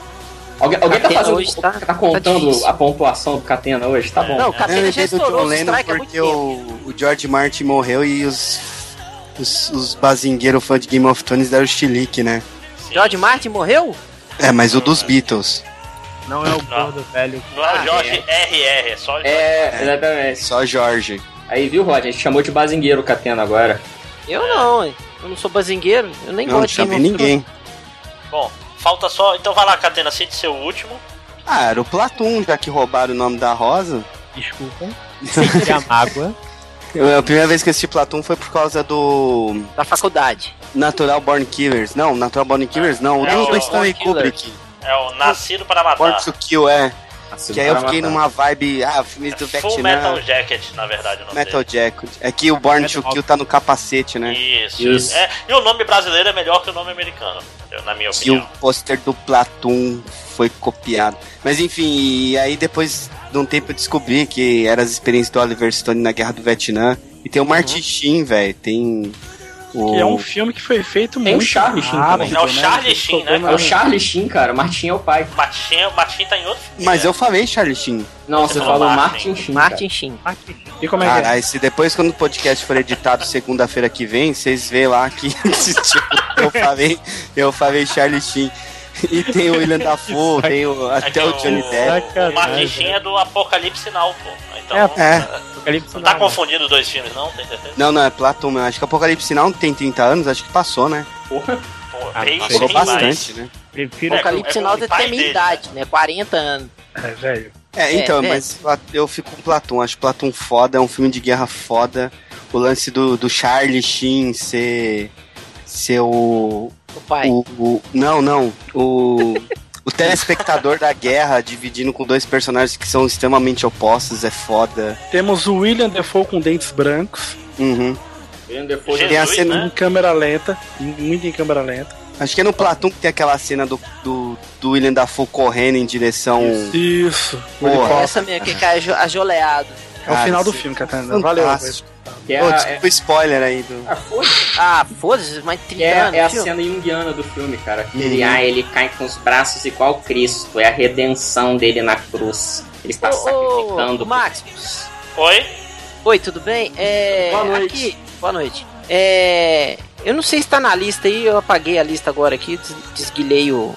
Speaker 9: Alguém, alguém tá
Speaker 14: Catena
Speaker 9: fazendo.
Speaker 14: hoje
Speaker 9: Tá, contando a pontuação do Catena hoje? Tá bom.
Speaker 1: Não, o Catena
Speaker 14: Eu
Speaker 1: É. já
Speaker 14: lembrei É, do
Speaker 1: estourou
Speaker 14: John
Speaker 1: os
Speaker 14: Lennon
Speaker 1: strike há muito
Speaker 14: porque o, o George Martin morreu e os, os, os bazingueiros fãs de Game of Thrones deram chilique, né?
Speaker 1: George Martin morreu?
Speaker 14: É, mas o dos Beatles.
Speaker 6: Não é o gordo velho.
Speaker 5: Não é o Jorge RR, é só o
Speaker 9: É, exatamente.
Speaker 14: Só Jorge.
Speaker 9: Aí, viu, Rod? A gente chamou de bazingueiro o Catena agora.
Speaker 1: Eu
Speaker 14: É.
Speaker 1: não, hein? eu não sou bazingueiro, eu nem gosto de Game of
Speaker 5: Bom, falta só. Então vai lá, Catena, cite seu último.
Speaker 14: Ah, era o Platum, já que roubaram o nome da Rosa. Então,
Speaker 6: Desculpa. Senti a mágoa.
Speaker 14: Eu- a primeira vez que eu assisti Platum foi por causa do.
Speaker 1: Da faculdade.
Speaker 14: Natural Born Killers. Não, Natural Born Killers não, o
Speaker 5: É
Speaker 14: do
Speaker 5: o-
Speaker 14: do Stanley
Speaker 5: Killer.
Speaker 14: Kubrick.
Speaker 5: É o Nascido para
Speaker 14: Born
Speaker 1: Ah.
Speaker 5: Matar.
Speaker 14: to Kill, é.
Speaker 9: Nascido
Speaker 14: Que aí eu
Speaker 9: para
Speaker 14: fiquei
Speaker 9: Matar.
Speaker 14: numa vibe. Ah, filmes do
Speaker 5: É Full Metal
Speaker 14: Vietnã.
Speaker 5: Jacket, na verdade, o nome
Speaker 14: Metal Jacket. É que o Born to Kill tá no capacete, né?
Speaker 5: dele. Isso. isso. É, e o nome brasileiro é melhor que o nome americano, entendeu? na minha
Speaker 14: E o
Speaker 5: opinião.
Speaker 14: pôster do Platum foi copiado. Mas enfim, e aí depois de um tempo eu descobri que eram as experiências do Oliver Stone na Guerra do Vietnã. E tem o Martin Sheen, velho. Tem. O...
Speaker 2: Que
Speaker 14: Oh.
Speaker 2: é um filme que foi feito
Speaker 9: Tem
Speaker 2: muito
Speaker 9: o Charlie Sheen
Speaker 2: rápido,
Speaker 9: também.
Speaker 5: É o Charlie Sheen, né?
Speaker 9: É o Charlie Sheen, cara. O Martin é o pai.
Speaker 5: Matinho, Matinho tá em outro filme.
Speaker 14: Mas eu falei Charlie Sheen.
Speaker 9: Não,
Speaker 5: Você
Speaker 9: você
Speaker 5: falou
Speaker 9: falou
Speaker 5: Martin.
Speaker 9: Martin Sheen. cara.
Speaker 1: Martin Sheen.
Speaker 2: E como é que é?
Speaker 14: Caralho, se depois quando o podcast for editado segunda-feira que vem, vocês vê lá que tipo, eu falei, eu falei Charlie Sheen. E tem o William Dafoe, tem o,
Speaker 5: É que
Speaker 14: até o Johnny Depp.
Speaker 5: o Martin Sheen é do Apocalipse Now, pô. Então,
Speaker 14: É.
Speaker 6: Apocalipse
Speaker 5: não tá confundindo os dois filmes, não? Tem certeza?
Speaker 14: Não, não, é Platum. Eu acho que Apocalipse Sinal não tem 30 anos, acho que passou, né?
Speaker 9: Porra.
Speaker 5: Pô,
Speaker 14: Ah,
Speaker 5: bem-
Speaker 14: passou
Speaker 5: bem mais.
Speaker 14: bastante, né?
Speaker 6: Prefiro
Speaker 1: Apocalipse Sinal
Speaker 5: o pai
Speaker 1: tem minha
Speaker 5: dele,
Speaker 1: idade, né? 40 anos.
Speaker 2: É, velho.
Speaker 14: É, então,
Speaker 1: É, é.
Speaker 14: mas Pla- eu fico com Platum. Acho Platum foda, é um filme de guerra foda. O lance do, do Charlie Sheen ser. ser o.
Speaker 1: O pai.
Speaker 14: o- o- não, não. O. O telespectador da guerra dividindo com dois personagens que são extremamente opostos é foda.
Speaker 2: Temos o William Defoe com dentes brancos.
Speaker 14: Uhum. Tem a
Speaker 5: Jesus,
Speaker 14: cena-
Speaker 5: né?
Speaker 2: Em câmera lenta. Muito em câmera lenta.
Speaker 14: Acho que é no Platum que tem aquela cena do, do, do William Dafoe correndo em direção.
Speaker 2: Isso.
Speaker 14: Porra.
Speaker 2: Helicóptero.
Speaker 1: Essa minha que cai ajo- ajoleado.
Speaker 2: É o
Speaker 14: Cara,
Speaker 2: final do
Speaker 14: isso é
Speaker 2: filme, Catana. Valeu.
Speaker 14: fantástico.
Speaker 9: Que é,
Speaker 14: Pô,
Speaker 9: a-
Speaker 14: desculpa o spoiler aí do.
Speaker 9: Ah, foda-se.
Speaker 1: Ah, foda-se, mais 30
Speaker 9: Que é,
Speaker 1: anos.
Speaker 9: é a
Speaker 1: tio.
Speaker 9: cena junguiana do filme, cara. Que Ele,
Speaker 14: Uhum.
Speaker 9: ah, ele cai com os braços igual Cristo. É a redenção dele na cruz. Ele está
Speaker 1: Ô,
Speaker 9: tá sacrificando.
Speaker 1: ô, Max.
Speaker 5: Oi?
Speaker 1: Oi, tudo bem? É,
Speaker 9: Boa noite.
Speaker 1: aqui- boa noite. É, eu não sei se tá na lista aí, eu apaguei a lista agora aqui, des- desguilhei o,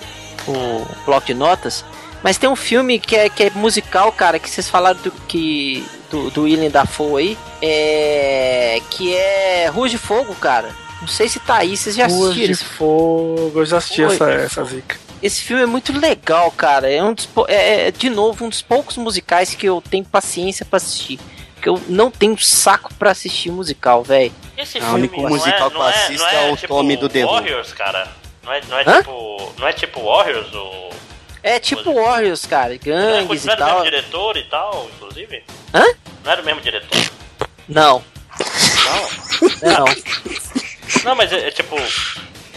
Speaker 1: o bloco de notas. Mas tem um filme que é, que é musical, cara, que vocês falaram do, que, do, do William Dafoe aí, é, que é Rua de Fogo, cara. Não sei se tá aí, vocês já
Speaker 2: Ruas
Speaker 1: assistiram
Speaker 2: de
Speaker 1: esse
Speaker 2: fogo. Eu já assisti
Speaker 1: Oi,
Speaker 2: essa,
Speaker 1: Defoe.
Speaker 2: essa zica.
Speaker 1: esse filme é muito legal, cara. É um dos pou- é, é, de novo um dos poucos musicais que eu tenho paciência pra assistir. Porque eu não tenho saco pra assistir musical, velho.
Speaker 5: Esse
Speaker 14: Ah, o
Speaker 5: filme
Speaker 14: único musical que eu assisto é o Tommy do The Who.
Speaker 5: tipo Warriors, cara. Não é, não é
Speaker 1: Hã?
Speaker 5: tipo. Não é tipo Warriors o.
Speaker 1: É tipo Warriors, cara,
Speaker 5: Não é, não é do
Speaker 1: gangues e
Speaker 5: mesmo
Speaker 1: tal.
Speaker 5: diretor e tal, inclusive?
Speaker 1: Hã?
Speaker 5: Não era o mesmo diretor.
Speaker 1: Não. Não.
Speaker 5: Não, mas é, é tipo.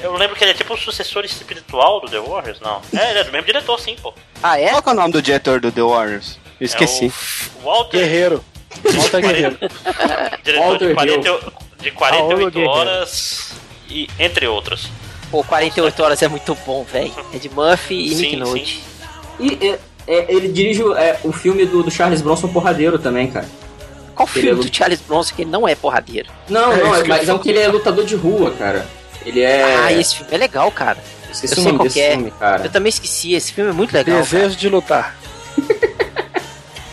Speaker 5: Eu lembro que ele é tipo o sucessor espiritual do The Warriors, não. É, ele é do mesmo diretor, sim, pô.
Speaker 1: Ah, é?
Speaker 14: Qual que é o nome do diretor do The Warriors? Eu esqueci.
Speaker 5: Walter.
Speaker 2: Guerreiro. Walter Guerreiro.
Speaker 5: Diretor de
Speaker 2: Walter
Speaker 5: 40,
Speaker 2: Hill.
Speaker 5: de 48
Speaker 1: Guerreiro.
Speaker 5: horas e entre outros.
Speaker 1: Pô, 48 horas é muito bom, velho. É de Murphy e Nick Nolte.
Speaker 9: E é, é, ele dirige o, é, o filme do, do Charles Bronson Porradeiro também, cara.
Speaker 1: Qual
Speaker 9: Ele
Speaker 1: filme
Speaker 9: é
Speaker 1: do
Speaker 9: lu-
Speaker 1: Charles Bronson que ele não é porradeiro?
Speaker 9: Não, não,
Speaker 1: isso
Speaker 9: é,
Speaker 1: que
Speaker 9: mas
Speaker 1: eu
Speaker 9: é um que ele é lutador de rua, cara. Ele é.
Speaker 1: Ah, esse filme é legal, cara. eu
Speaker 9: Esqueci o
Speaker 1: sei
Speaker 9: nome
Speaker 1: qual
Speaker 9: desse
Speaker 1: que é.
Speaker 9: filme, cara.
Speaker 1: Eu também esqueci, esse filme é muito legal.
Speaker 2: Desejo de lutar.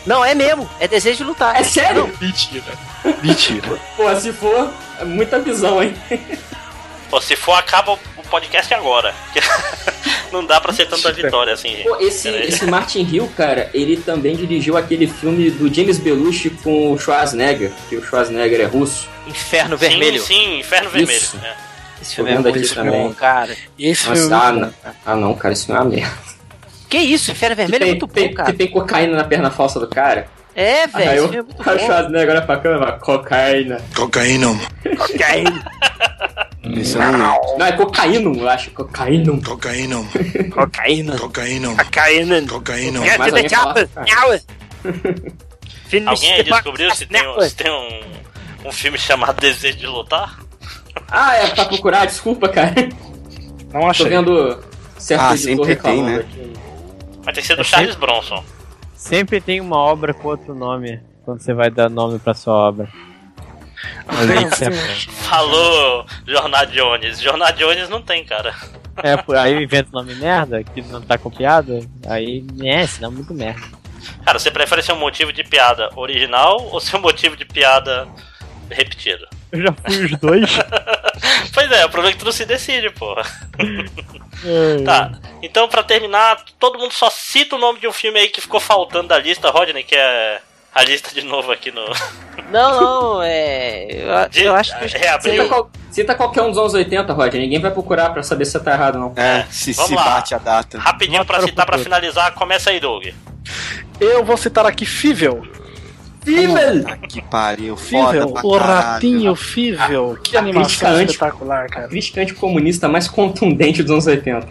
Speaker 1: Não, é mesmo. É desejo de lutar.
Speaker 9: É sério?
Speaker 2: Mentira. Mentira.
Speaker 9: Pô, se for, é muita visão, hein?
Speaker 5: Pô, se for, acaba o o podcast agora. Porque não dá pra ser tanta vitória assim, gente.
Speaker 9: Pô, esse,
Speaker 5: Peraí.
Speaker 9: esse Martin Hill, cara, ele também dirigiu aquele filme do James Belushi com o Schwarzenegger, que o Schwarzenegger é russo.
Speaker 1: Inferno Vermelho.
Speaker 5: Sim, sim, Inferno Vermelho.
Speaker 9: Isso.
Speaker 5: né?
Speaker 1: Esse
Speaker 9: Tô
Speaker 1: filme é
Speaker 9: vendo aqui
Speaker 1: muito
Speaker 9: também.
Speaker 1: bom, cara.
Speaker 2: Esse
Speaker 9: Nossa,
Speaker 1: é
Speaker 9: ah, não, ah, não, cara, isso não é uma merda.
Speaker 1: Que isso, Inferno Vermelho é muito bom,
Speaker 9: Tem, que
Speaker 1: cara.
Speaker 9: tem cocaína na perna falsa do cara.
Speaker 1: É, velho,
Speaker 9: Aí
Speaker 1: esse
Speaker 9: o
Speaker 1: filme é muito
Speaker 9: o
Speaker 1: bom.
Speaker 9: Schwarzenegger olha pra câmera e fala, cocaína.
Speaker 8: Cocaína.
Speaker 1: Cocaína.
Speaker 14: Esse eu não lembro.
Speaker 9: Não, é cocaína, eu acho. Cocaína.
Speaker 8: Cocaína.
Speaker 17: Cocaína.
Speaker 8: Cocaína.
Speaker 17: Cocaína.
Speaker 8: Cocaína.
Speaker 17: Get to the chopper.
Speaker 9: Ah.
Speaker 17: Now. Finish
Speaker 5: Alguém aí
Speaker 17: the buck-
Speaker 5: descobriu se tem, um- se tem um, um filme chamado Desejo de Lutar?
Speaker 9: Ah, é pra procurar, desculpa, cara.
Speaker 2: Não
Speaker 9: Tô
Speaker 2: achei.
Speaker 9: vendo certo
Speaker 14: Ah,
Speaker 9: editor
Speaker 14: sempre tem,
Speaker 9: reclamando
Speaker 14: né?
Speaker 9: aqui.
Speaker 5: Mas tem que ser do Charles Bronson.
Speaker 6: Sempre tem uma obra com outro nome quando você vai dar nome pra sua obra.
Speaker 5: Falou Jornal Jones. Jornal Jones não tem, cara.
Speaker 6: É, pô, aí eu invento nome merda, que não tá com piada, aí é, senão é muito merda.
Speaker 5: Cara, você prefere ser um motivo de piada original ou ser um motivo de piada repetido?
Speaker 6: Eu já fui os dois.
Speaker 5: Pois é, o problema é que tu não se decide, porra.
Speaker 6: É.
Speaker 5: Tá, então pra terminar, todo mundo só cita o nome de um filme aí que ficou faltando da lista, Rodney, que é a lista de novo aqui no.
Speaker 1: Não, não, é. Eu,
Speaker 5: De-
Speaker 1: eu acho que. eu esqueci.
Speaker 9: Cita, qual- cita qualquer um dos anos 80, Roger. Ninguém vai procurar pra saber se você tá errado, não.
Speaker 14: É, se,
Speaker 5: Vamos
Speaker 14: se
Speaker 5: lá.
Speaker 14: bate a data.
Speaker 5: Rapidinho pra citar pra finalizar, começa aí, Doug.
Speaker 2: Eu vou citar aqui Fível.
Speaker 9: Fível!
Speaker 14: Que pariu, foda
Speaker 2: Fível,
Speaker 14: pra
Speaker 2: o
Speaker 14: caralho.
Speaker 2: ratinho Fível. Que
Speaker 9: a crítica
Speaker 2: animação
Speaker 9: anti-
Speaker 2: espetacular, cara.
Speaker 9: Crítica anticomunista mais contundente dos anos 80.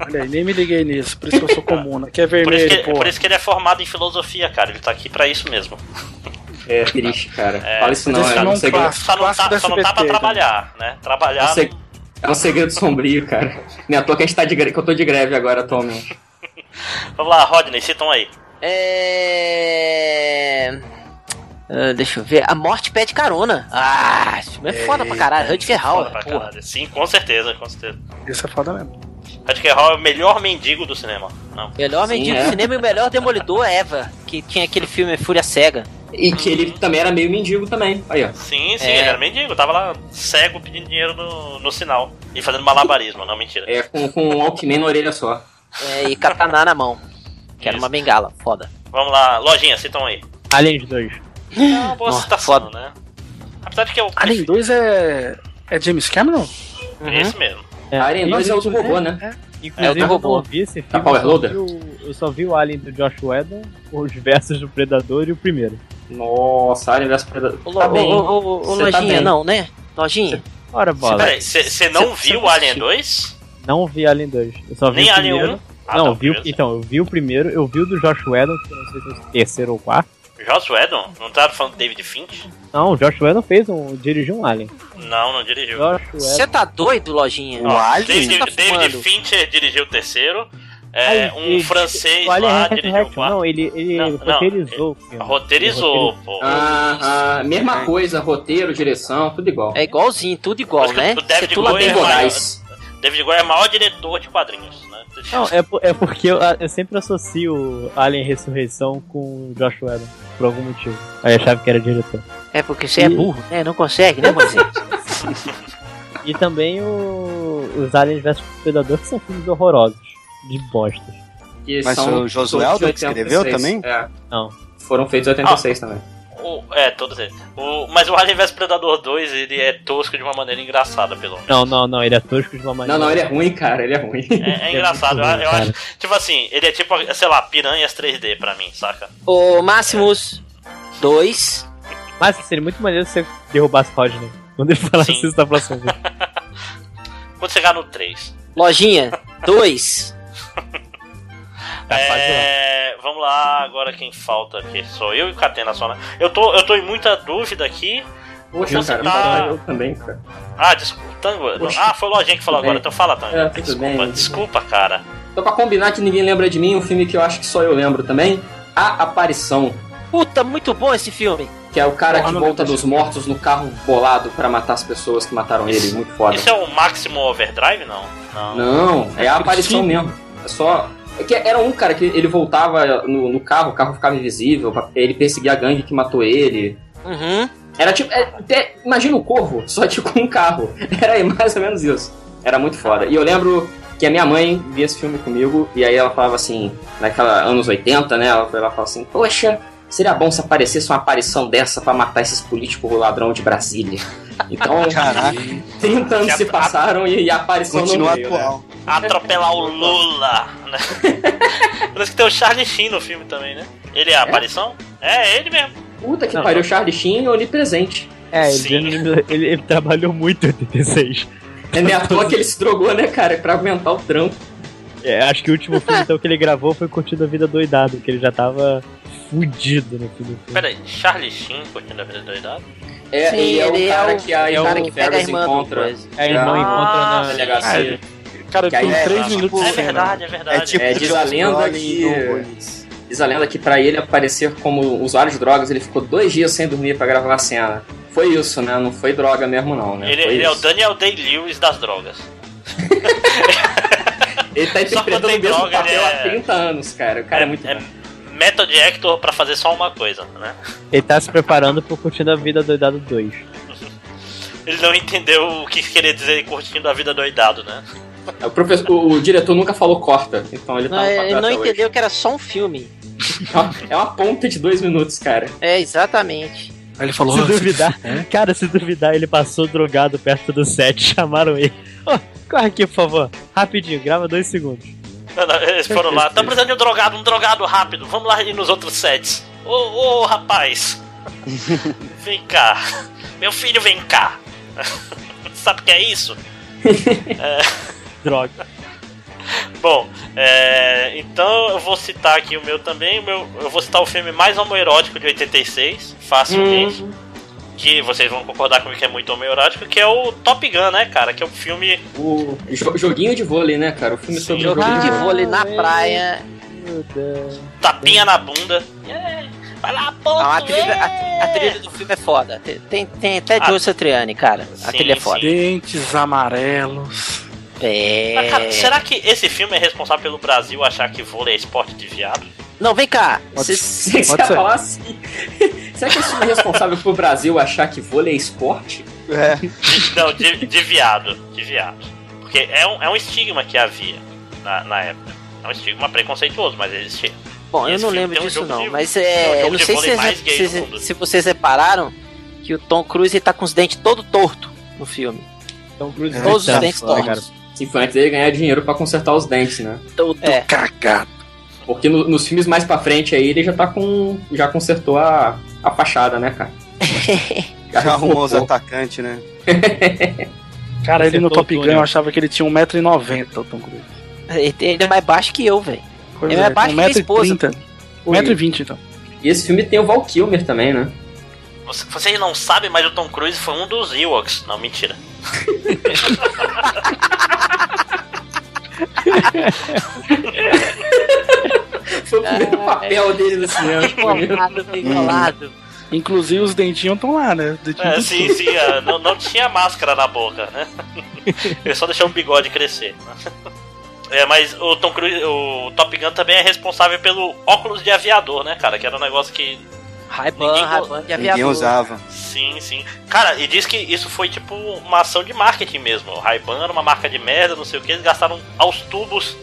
Speaker 2: Olha aí, nem me liguei nisso, por isso que eu sou comuna. Que é
Speaker 5: Por isso
Speaker 2: vermelho,
Speaker 5: que,
Speaker 2: pô.
Speaker 5: por isso que ele é formado em filosofia, cara. Ele tá aqui pra isso mesmo.
Speaker 9: É triste, cara. Fala isso não,
Speaker 2: mas isso
Speaker 9: é
Speaker 2: não
Speaker 9: um segredo.
Speaker 2: passa.
Speaker 5: Só não,
Speaker 2: Clássico
Speaker 5: tá,
Speaker 2: do
Speaker 5: só não tá pra
Speaker 2: SBT,
Speaker 5: trabalhar, né?
Speaker 9: É um,
Speaker 5: Trabalhar.
Speaker 9: seg- é um segredo sombrio, cara. Nem à toa que a gente tá de greve, que eu tô de greve agora atualmente.
Speaker 5: Vamos lá, Rodney, citam aí.
Speaker 1: É. ah, deixa eu ver. A Morte Pede Carona. Ah, esse filme é foda pra caralho. Rutger
Speaker 6: Ah,
Speaker 5: Foda
Speaker 1: Hauer,
Speaker 5: pra
Speaker 1: porra.
Speaker 5: caralho. Sim, com certeza, com certeza.
Speaker 2: Isso é foda mesmo.
Speaker 5: Rutger Hauer é o melhor mendigo do cinema. Não.
Speaker 1: Melhor
Speaker 9: Sim,
Speaker 1: mendigo
Speaker 9: é.
Speaker 1: do cinema e o melhor demolidor é Eva, que tinha aquele filme Fúria Cega.
Speaker 9: E que ele também era meio mendigo também. Aí, ó.
Speaker 5: Sim, sim,
Speaker 1: É.
Speaker 5: ele era mendigo. Tava lá cego pedindo dinheiro no, no sinal. E fazendo malabarismo, não, mentira.
Speaker 9: É com, com um Alckmin na orelha só.
Speaker 1: É, e Kataná na mão. Que era
Speaker 5: Isso.
Speaker 1: uma bengala, foda.
Speaker 5: Vamos lá, lojinha, citam aí.
Speaker 6: Além de dois. Hum.
Speaker 5: É uma boa
Speaker 1: Nossa,
Speaker 5: citação, né? Apesar de que eu.
Speaker 2: Alien 2 é. É James Cameron?
Speaker 1: Uhum.
Speaker 5: Esse mesmo.
Speaker 6: É,
Speaker 9: Alien 2 é o do robô, né?
Speaker 6: Inclusive,
Speaker 1: É, o do
Speaker 6: eu
Speaker 1: robô.
Speaker 6: não vi esse filme.
Speaker 9: Da Power
Speaker 6: eu só vi
Speaker 9: Loader?
Speaker 6: o- Eu só vi o Alien do Josh Whedon, os versos do Predador e o primeiro.
Speaker 9: Nossa, Alien vs Predador.
Speaker 1: Ô,
Speaker 9: Tá
Speaker 1: ô,
Speaker 9: bem.
Speaker 1: ô, ô, ô,
Speaker 9: Cê tá
Speaker 1: Lojinha,
Speaker 9: bem.
Speaker 1: não, né? Lojinha?
Speaker 6: Ora, bola.
Speaker 5: Peraí, você não
Speaker 6: cê-
Speaker 5: viu
Speaker 6: cê
Speaker 5: o Alien
Speaker 6: assistiu?
Speaker 5: 2?
Speaker 6: Não vi Alien 2. Eu só vi
Speaker 5: Nem
Speaker 6: o
Speaker 5: Alien
Speaker 6: primeiro.
Speaker 5: 1? Ah,
Speaker 6: não,
Speaker 5: tá,
Speaker 6: vi o-
Speaker 5: beleza.
Speaker 6: então, eu vi o primeiro, eu vi o do Josh Whedon, que eu não sei se é o terceiro ou quarto.
Speaker 5: Joss Whedon? Não tava falando do David Finch?
Speaker 6: Não, o Josh Whedon fez um. dirigiu um Alien.
Speaker 5: Não, não dirigiu.
Speaker 6: Josh
Speaker 9: é.
Speaker 1: Você
Speaker 6: Whedon.
Speaker 1: tá doido, Lojinha?
Speaker 14: O Alien?
Speaker 1: Você tá
Speaker 5: David, David
Speaker 1: fumando?
Speaker 5: Fincher dirigiu o terceiro. É,
Speaker 6: Ai,
Speaker 5: um
Speaker 6: gente,
Speaker 5: francês
Speaker 6: o Alien
Speaker 5: lá
Speaker 6: Resurrection,
Speaker 5: dirigiu o quarto.
Speaker 6: Não, ele, ele
Speaker 5: Não, não,
Speaker 6: roteirizou. o filme.
Speaker 5: Roteirizou, pô.
Speaker 9: Ah, ah, mesma coisa, roteiro, direção, tudo igual.
Speaker 1: É igualzinho, tudo igual,
Speaker 5: Acho que
Speaker 1: né?
Speaker 5: o David
Speaker 1: Cê tula
Speaker 5: Goyer
Speaker 1: bem
Speaker 9: Tem
Speaker 5: vai-
Speaker 1: moral.
Speaker 9: morais.
Speaker 5: David Goyer é o maior diretor de quadrinhos, né?
Speaker 6: Não, é, po- é porque eu, eu sempre associo Alien Ressurreição com o Josh Whedon, por algum motivo. Aí eu achava que era diretor.
Speaker 1: É porque você é burro, né? Não consegue, né, Moisés?
Speaker 6: E também o, os Aliens vs Predador, que são filmes horrorosos, de bosta.
Speaker 9: que
Speaker 14: Mas
Speaker 9: são
Speaker 14: foi o Josueldo
Speaker 9: todos de
Speaker 14: que escreveu
Speaker 9: 86.
Speaker 14: também?
Speaker 9: É,
Speaker 6: Não.
Speaker 9: foram feitos em 86
Speaker 1: Ah.
Speaker 9: também.
Speaker 5: O- é, todos eles. O, mas o Alien vs Predador 2, ele é tosco de uma maneira engraçada, pelo menos.
Speaker 6: Não, não, não, ele é tosco de uma maneira.
Speaker 9: Não, não, ele é ruim, cara, ele é ruim.
Speaker 5: É, é
Speaker 6: É
Speaker 5: engraçado,
Speaker 6: muito
Speaker 5: eu-
Speaker 6: ruim,
Speaker 5: eu
Speaker 6: cara.
Speaker 5: acho. Tipo assim, ele é tipo, sei lá, piranhas 3D pra mim, saca?
Speaker 1: Ô, Máximos 2.
Speaker 6: Mas assim, seria muito maneiro se você derrubasse Rodney quando ele falasse
Speaker 5: Sim.
Speaker 6: isso da próxima vez.
Speaker 5: Quando chegar no 3.
Speaker 1: Lojinha 2.
Speaker 6: quase
Speaker 5: É, vamos vamos lá, agora quem falta aqui? Sou eu e o Catena só, né? Eu tô, eu tô em muita dúvida aqui.
Speaker 9: Poxa, eu é um
Speaker 1: tá.
Speaker 9: cara, citar... eu também, cara.
Speaker 5: Ah, desculpa, Tango.
Speaker 9: Poxa,
Speaker 5: ah, foi o Lojinha que falou
Speaker 9: bem.
Speaker 5: agora, então fala, Tango.
Speaker 9: É, tudo
Speaker 5: desculpa,
Speaker 9: bem.
Speaker 5: desculpa, cara.
Speaker 9: Só Então, pra combinar que ninguém lembra de mim, um filme que eu acho que só eu lembro também, A Aparição.
Speaker 1: Puta, muito bom esse filme.
Speaker 9: Que é o cara
Speaker 1: Porra,
Speaker 9: que
Speaker 1: não
Speaker 9: volta dos mortos no carro bolado pra matar as pessoas que mataram ele. Muito foda.
Speaker 5: Isso é o Maximum Overdrive? Não. Não.
Speaker 9: Não, é a aparição mesmo. É só. é que era um cara que ele voltava no, no carro, o carro ficava invisível, pra- ele perseguia a gangue que matou ele.
Speaker 1: Uhum.
Speaker 9: Era tipo. é- até- imagina o corvo, só que com um carro. Era aí, mais ou menos isso. Era muito foda. E eu lembro que a minha mãe via esse filme comigo, e aí ela falava assim, naquela anos 80, né? Ela foi lá e falou assim, poxa, seria bom se aparecesse uma aparição dessa pra matar esses políticos ladrão de Brasília. Então,
Speaker 14: Caraca.
Speaker 9: 30 anos se passaram e, e a aparição
Speaker 14: Continua
Speaker 9: não veio,
Speaker 14: atual.
Speaker 9: Né?
Speaker 5: Atropelar o Lula. né? Parece que tem o Charlie Sheen no filme também, né? Ele é a aparição? É, ele mesmo.
Speaker 9: Puta que
Speaker 5: Não,
Speaker 9: pariu,
Speaker 5: não.
Speaker 9: o Charlie Sheen onipresente.
Speaker 6: É, ele, ele, ele trabalhou muito em 86.
Speaker 9: É nem à toa que ele se drogou, né, cara? Pra aumentar o trampo.
Speaker 6: É, acho que o último filme então, que ele gravou foi Curtindo a Vida Doidado, que ele já tava fudido no fim do filme.
Speaker 5: Pera aí, Charlie Sheen, curtindo a vida doidada?
Speaker 9: É, ele é o cara que a
Speaker 6: é o
Speaker 9: Ivana
Speaker 6: cara que
Speaker 9: Ferris
Speaker 6: pega a irmã do
Speaker 9: encontra.
Speaker 6: coisa.
Speaker 5: É,
Speaker 6: A irmã É,
Speaker 2: Ah.
Speaker 6: encontra na-
Speaker 9: delegacia.
Speaker 2: é. Cara,
Speaker 9: Ah, Que aí
Speaker 2: tem
Speaker 9: é-
Speaker 2: três minutos.
Speaker 5: É verdade, é verdade.
Speaker 9: É,
Speaker 14: tipo
Speaker 9: diz a lenda que.
Speaker 14: é.
Speaker 9: Diz a lenda que pra ele aparecer como usuário de drogas, ele ficou dois dias sem dormir pra gravar a cena. Foi isso, né? Não foi droga mesmo, não, né?
Speaker 5: Ele,
Speaker 9: Foi
Speaker 5: ele é o
Speaker 9: isso.
Speaker 5: Daniel Day-Lewis das drogas.
Speaker 9: ele tá interpretando o
Speaker 5: tem
Speaker 9: mesmo
Speaker 5: droga,
Speaker 9: papel
Speaker 5: ele é-
Speaker 9: há 30 anos, cara. O cara é, muito.
Speaker 5: É Method Actor pra fazer só uma coisa, né?
Speaker 6: Ele tá se preparando pro Curtindo a Vida Doidado 2.
Speaker 5: Ele não entendeu o que queria dizer curtindo a vida doidado, né?
Speaker 9: É, O, professor, o, o diretor nunca falou corta, então ele tá
Speaker 5: um
Speaker 1: Não,
Speaker 9: no
Speaker 1: É, ele
Speaker 9: papel
Speaker 1: não
Speaker 9: até hoje.
Speaker 1: entendeu que era só um filme.
Speaker 9: É uma ponta de dois minutos, cara.
Speaker 1: É, exatamente.
Speaker 2: Aí ele falou.
Speaker 6: Se duvidar, cara, se duvidar, ele passou drogado perto do set, chamaram ele. Ó, corre aqui, por favor. Rapidinho, grava dois segundos.
Speaker 5: Não, não, Eles foram lá, estamos precisando de um drogado, um drogado rápido, vamos lá ir nos outros sets. Ô, ô, rapaz, vem cá. Meu filho, vem cá. Sabe o que é isso? É,
Speaker 6: Droga.
Speaker 5: Bom, é, então eu vou citar aqui o meu também. O meu, eu vou citar o filme mais homoerótico de 86, facilmente. Que vocês vão concordar comigo que é muito homoerótico, que é o Top Gun, né, cara? Que é um filme
Speaker 9: O jo- joguinho de vôlei, né, cara? O filme sobre
Speaker 5: Joguinho
Speaker 9: jogo
Speaker 5: de
Speaker 1: Um vôlei na praia.
Speaker 6: Meu Deus.
Speaker 5: tapinha na bunda. Vai lá, ponto,
Speaker 1: Ah, a, trilha, a- a trilha do filme é foda. Tem, tem, tem até
Speaker 5: Ah,
Speaker 1: Joe Satriani, cara. a trilha é foda.
Speaker 2: Dentes amarelos.
Speaker 5: Mas, cara,
Speaker 1: É...
Speaker 5: será que esse filme é responsável pelo Brasil achar que vôlei é esporte de viado?
Speaker 1: Não, vem cá.
Speaker 2: Pode-
Speaker 9: Você
Speaker 2: pode
Speaker 9: ia
Speaker 2: ser.
Speaker 9: falar assim? Será que esse filme é responsável pro Brasil achar que vôlei é esporte?
Speaker 14: É,
Speaker 5: De- Não, de, de viado. De viado. Porque é um, é um estigma que havia na, na época. É um estigma preconceituoso, mas existia.
Speaker 1: Bom,
Speaker 5: E
Speaker 1: eu
Speaker 5: esse
Speaker 1: não
Speaker 5: filme
Speaker 1: lembro
Speaker 5: tem um
Speaker 1: disso
Speaker 5: jogo
Speaker 1: não,
Speaker 5: de-
Speaker 1: mas
Speaker 5: tem um
Speaker 1: é,
Speaker 5: jogo
Speaker 1: eu não
Speaker 5: de
Speaker 1: sei
Speaker 5: vôlei
Speaker 1: se,
Speaker 5: mais gay
Speaker 1: se-
Speaker 5: do mundo.
Speaker 1: se vocês repararam que o Tom Cruise ele tá com os dentes todo torto no filme.
Speaker 6: Tom Cruise é
Speaker 1: todos os
Speaker 9: Tá,
Speaker 1: dentes
Speaker 9: foda,
Speaker 1: tortos.
Speaker 9: cara. Sim, foi antes dele ganhar dinheiro pra consertar os dentes, né?
Speaker 1: Todo
Speaker 2: cagado.
Speaker 9: Porque no- nos filmes mais pra frente aí ele já tá com. já consertou a, a fachada, né, cara?
Speaker 14: Já arrumou os atacantes, né?
Speaker 2: Cara, ele no
Speaker 14: Acertou
Speaker 2: Top
Speaker 14: o
Speaker 2: Gun
Speaker 14: túnel.
Speaker 2: eu achava que ele tinha 1,90m, o Tom Cruise.
Speaker 1: Ele, ele é mais baixo que eu, velho.
Speaker 2: Pois
Speaker 1: Ele é mais
Speaker 2: é,
Speaker 1: baixo que minha esposa.
Speaker 2: 1,30m. 1,20m, então.
Speaker 9: E esse filme tem o Val Kilmer também, né?
Speaker 5: Você- Vocês não sabem, mas o Tom Cruise foi um dos Ewoks. Não, mentira.
Speaker 9: Foi o primeiro papel dele no cinema.
Speaker 1: Enrolado, bem
Speaker 14: Hum,
Speaker 1: enrolado.
Speaker 2: Inclusive os dentinhos estão lá, né? Os dentinhos
Speaker 5: É,
Speaker 2: do
Speaker 5: sim,
Speaker 2: tudo.
Speaker 5: sim, é, não, não tinha máscara na boca, né? Ele só deixou o bigode crescer. né? É, mas o Tom Cruise, o Top Gun também é responsável pelo óculos de aviador, né, cara? Que era um negócio que
Speaker 1: Ray-Ban, Ray-Ban de
Speaker 9: é
Speaker 1: aviador.
Speaker 14: Ninguém usava.
Speaker 5: Sim, sim. Cara, e diz que isso foi tipo uma ação de marketing mesmo. O Ray-Ban era uma marca de merda, não sei o que, eles gastaram aos tubos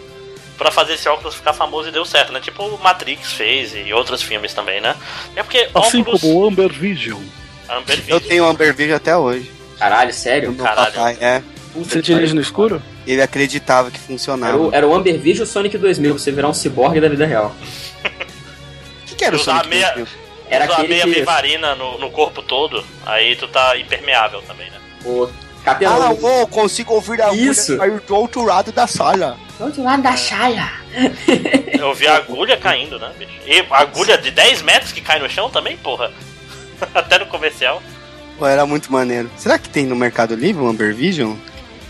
Speaker 5: pra fazer esse óculos ficar famoso e deu certo, né? Tipo o Matrix fez e outros filmes também, né? É porque
Speaker 2: Assim
Speaker 5: óculos... Ah,
Speaker 2: como o Amber Vision.
Speaker 5: Amber
Speaker 14: Tá
Speaker 5: Vision.
Speaker 14: Eu tenho Amber Vision até hoje.
Speaker 9: Caralho, sério?
Speaker 14: Do meu
Speaker 5: Caralho.
Speaker 14: papai, é.
Speaker 2: Você dirige no escuro?
Speaker 14: Ele acreditava que
Speaker 9: Era
Speaker 14: funcionava.
Speaker 9: o, era o Amber Vision ou Sonic 2000, pra você virar um ciborgue da vida real.
Speaker 14: O que, que era o
Speaker 5: Usar
Speaker 14: Sonic
Speaker 5: meia-
Speaker 14: 2000?
Speaker 9: Era
Speaker 5: Usar a
Speaker 9: aquele
Speaker 5: meia
Speaker 9: que...
Speaker 5: vivarina no, no corpo todo, aí tu tá impermeável também, né?
Speaker 9: O...
Speaker 14: Ah,
Speaker 9: Capelão.
Speaker 14: não, eu consigo ouvir a
Speaker 9: Isso.
Speaker 14: agulha sair do outro lado da sala.
Speaker 16: Do outro lado da chaia.
Speaker 5: Eu vi a agulha caindo, né, bicho? E agulha de 10 metros que cai no chão também, porra. Até no comercial.
Speaker 14: Pô, era muito maneiro. Será que tem no Mercado Livre o Amber Vision?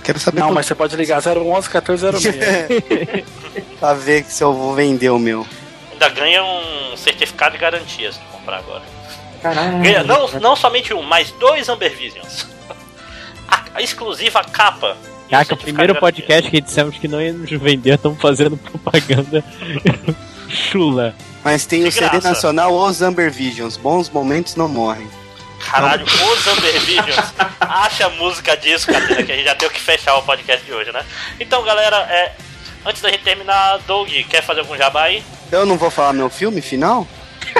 Speaker 14: Quero saber.
Speaker 2: Não, mas você pode ligar 011 1406.
Speaker 14: pra ver se eu vou vender o meu.
Speaker 5: Ainda ganha um certificado de garantia se tu comprar agora. Caralho. Ganha não, não somente um, mas dois Amber Visions. A, a exclusiva capa. e o
Speaker 6: Caraca, o
Speaker 5: certificado
Speaker 6: primeiro
Speaker 5: de
Speaker 6: podcast que dissemos que não íamos vender, estamos fazendo propaganda chula.
Speaker 14: Mas tem
Speaker 6: De
Speaker 14: o CD
Speaker 6: graça.
Speaker 14: nacional Os Amber Visions. Bons momentos não morrem.
Speaker 5: Caralho, os Amber Visions. Acha a música disso, Catarina, que a gente já tem que fechar o podcast de hoje, né? Então, galera, é, antes da gente terminar, Doug, quer fazer algum jabá aí?
Speaker 14: Então Eu não vou falar meu filme final?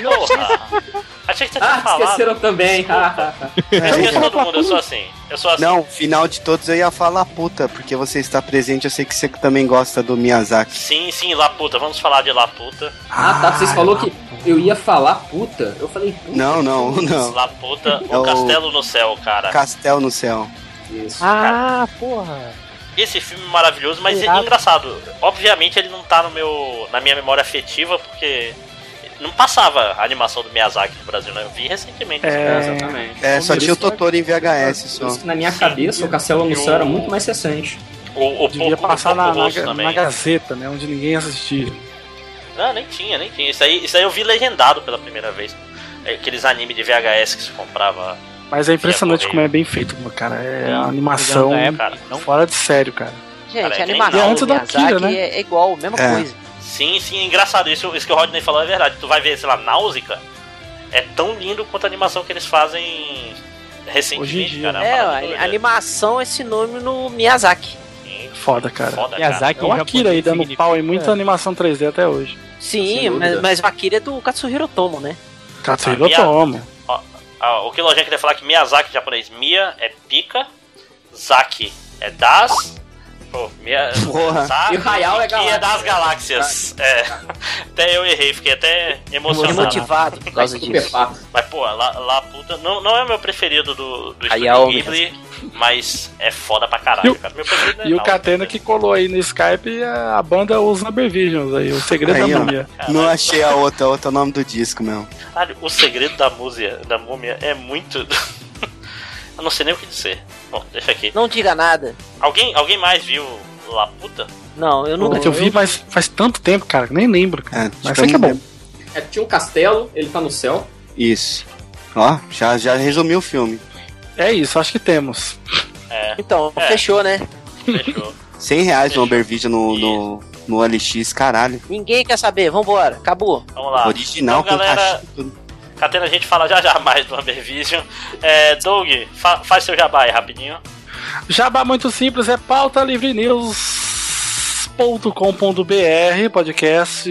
Speaker 5: Porra! Achei que
Speaker 9: Ah,
Speaker 5: você tinha falado.
Speaker 9: esqueceram também.
Speaker 5: Eu
Speaker 2: É.
Speaker 5: esqueço todo mundo, eu sou assim. Eu sou assim.
Speaker 14: Então, Não, final de todos eu ia falar puta, porque você está presente, eu sei que você também gosta do Miyazaki.
Speaker 5: Sim, sim, Laputa, vamos falar de Laputa.
Speaker 9: Ah, tá. Vocês falaram que eu ia falar puta. Eu falei puta.
Speaker 14: Não, não, não.
Speaker 5: Laputa,
Speaker 14: É
Speaker 5: o
Speaker 14: o-
Speaker 5: Castelo no Céu, cara.
Speaker 14: Castelo no céu.
Speaker 9: Isso.
Speaker 6: Ah, porra.
Speaker 5: Esse filme maravilhoso, mas é
Speaker 6: Irado.
Speaker 5: engraçado. Obviamente ele não tá no meu, na minha memória afetiva, porque não passava a animação do Miyazaki no Brasil, né? Eu vi recentemente. esse
Speaker 9: É,
Speaker 5: filme.
Speaker 9: exatamente.
Speaker 14: É, só tinha o Totoro em VHS só.
Speaker 9: Isso que na minha cabeça o Castelo no Céu era muito mais recente.
Speaker 5: O, o
Speaker 2: Devia
Speaker 5: pouco- o
Speaker 2: passar na,
Speaker 5: pouco
Speaker 2: na,
Speaker 5: rosto também.
Speaker 2: na Gazeta, né? Onde ninguém assistia.
Speaker 5: Não, nem tinha, nem tinha. Isso aí, isso aí eu vi legendado pela primeira vez. É, Aqueles animes de VHS que se comprava.
Speaker 2: Mas é impressionante como é bem feito, mano, cara. É a animação
Speaker 5: Obrigado, é, cara.
Speaker 2: fora de sério, cara.
Speaker 1: Gente,
Speaker 5: Cara, é
Speaker 1: animação
Speaker 2: bem legal. E antes
Speaker 1: do
Speaker 2: da
Speaker 1: Miyazaki
Speaker 2: Akira, né?
Speaker 1: é, é igual, a mesma
Speaker 2: É.
Speaker 1: coisa.
Speaker 5: Sim, sim, é engraçado. Isso, isso que o Rodney falou é verdade. Tu vai ver, sei lá, Náusica. É tão lindo quanto a animação que eles fazem recentemente, cara. uma
Speaker 1: É,
Speaker 5: parada
Speaker 1: ó,
Speaker 5: doida.
Speaker 1: a animação é sinônimo no Miyazaki.
Speaker 2: Foda, cara.
Speaker 5: Foda,
Speaker 6: Miyazaki
Speaker 2: é o
Speaker 6: em
Speaker 2: Akira aí
Speaker 6: japonês
Speaker 2: dando
Speaker 6: significa-
Speaker 2: pau em muita animação 3D até hoje.
Speaker 1: Sim, mas, mas o Akira é do Katsuhiro Tomo, né?
Speaker 2: Katsuhiro
Speaker 5: Miyazaki.
Speaker 2: Tomo.
Speaker 5: Ó, ó, Ah, o Kilogé queria falar que Miyazaki em japonês Mia é pica, Zaki é das. Pô, Mia,
Speaker 14: Porra.
Speaker 5: Zaki
Speaker 9: E o Hayao é
Speaker 5: Ki é
Speaker 9: galáxia.
Speaker 5: das galáxias. É. Até eu errei, fiquei até
Speaker 1: Fiquei
Speaker 5: emocionado.
Speaker 1: é motivado por causa disso.
Speaker 5: Mas, pô, lá, lá puta. Não, não é o meu preferido do, do
Speaker 1: Hayao
Speaker 5: estúdio Ghibli, mas é foda pra caralho, cara. Meu preferido não é
Speaker 2: E o
Speaker 5: Naoki.
Speaker 2: Catena que colou aí no Skype a a banda Os Amber Visions aí, o segredo
Speaker 14: Aí,
Speaker 2: da
Speaker 14: ó.
Speaker 2: múmia.
Speaker 14: Não achei a outra, a outra é o nome do disco mesmo.
Speaker 5: Caralho, o segredo da múmia, da múmia é muito. eu não sei nem o que dizer. Bom, deixa aqui.
Speaker 1: Não diga nada.
Speaker 5: Alguém, alguém mais viu La Puta?
Speaker 1: Não, eu nunca
Speaker 2: Eu vi, mas faz tanto tempo, cara, que nem lembro, cara.
Speaker 14: tipo,
Speaker 2: mas sei que é bom.
Speaker 9: É, tinha um castelo, ele tá no céu.
Speaker 14: Isso. Ó, já, já resumi o filme.
Speaker 2: É isso, acho que temos.
Speaker 1: Então,
Speaker 5: É.
Speaker 1: fechou, né?
Speaker 5: Fechou.
Speaker 14: 100 reais no Amber Vision no, no, no LX, caralho.
Speaker 1: Ninguém quer saber, vambora, acabou.
Speaker 5: Vamos lá.
Speaker 14: Original
Speaker 5: então,
Speaker 14: com
Speaker 5: galera,
Speaker 14: caixa.
Speaker 5: Catena, a gente fala já já mais do Amber Vision. É, Doug, fa- faz seu jabá aí rapidinho.
Speaker 2: Jabá muito simples, é pauta livre podcast,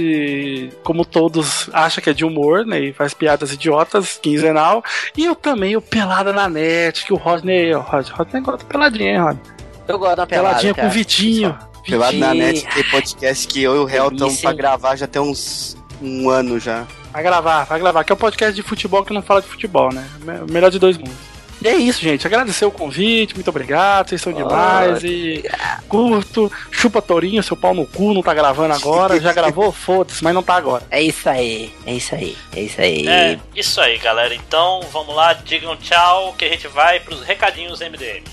Speaker 2: como todos, acha que é de humor, né? E faz piadas idiotas, quinzenal. E eu também, o Pelada na Net, que o Rodney, o Rod- Rodney é gosta de peladinha, hein, Rodney?
Speaker 1: Eu gosto da pelada,
Speaker 2: Peladinha
Speaker 1: cara.
Speaker 2: com o Vitinho.
Speaker 14: Pelado na
Speaker 1: Vitinho.
Speaker 14: net tem podcast que eu e o Hel estamos pra gravar já tem uns um ano já.
Speaker 2: Vai gravar, vai gravar. Que é um podcast de futebol que não fala de futebol, né? Me- O melhor de dois mundos. E é isso, gente. Agradecer o convite, muito obrigado, vocês são demais. E curto, chupa tourinho, seu pau no cu, não tá gravando agora. Já gravou? Foda-se, mas não tá agora.
Speaker 1: É isso aí, é isso aí, é isso aí.
Speaker 5: É, isso aí, galera. Então, vamos lá, digam tchau, que a gente vai pros recadinhos MDM.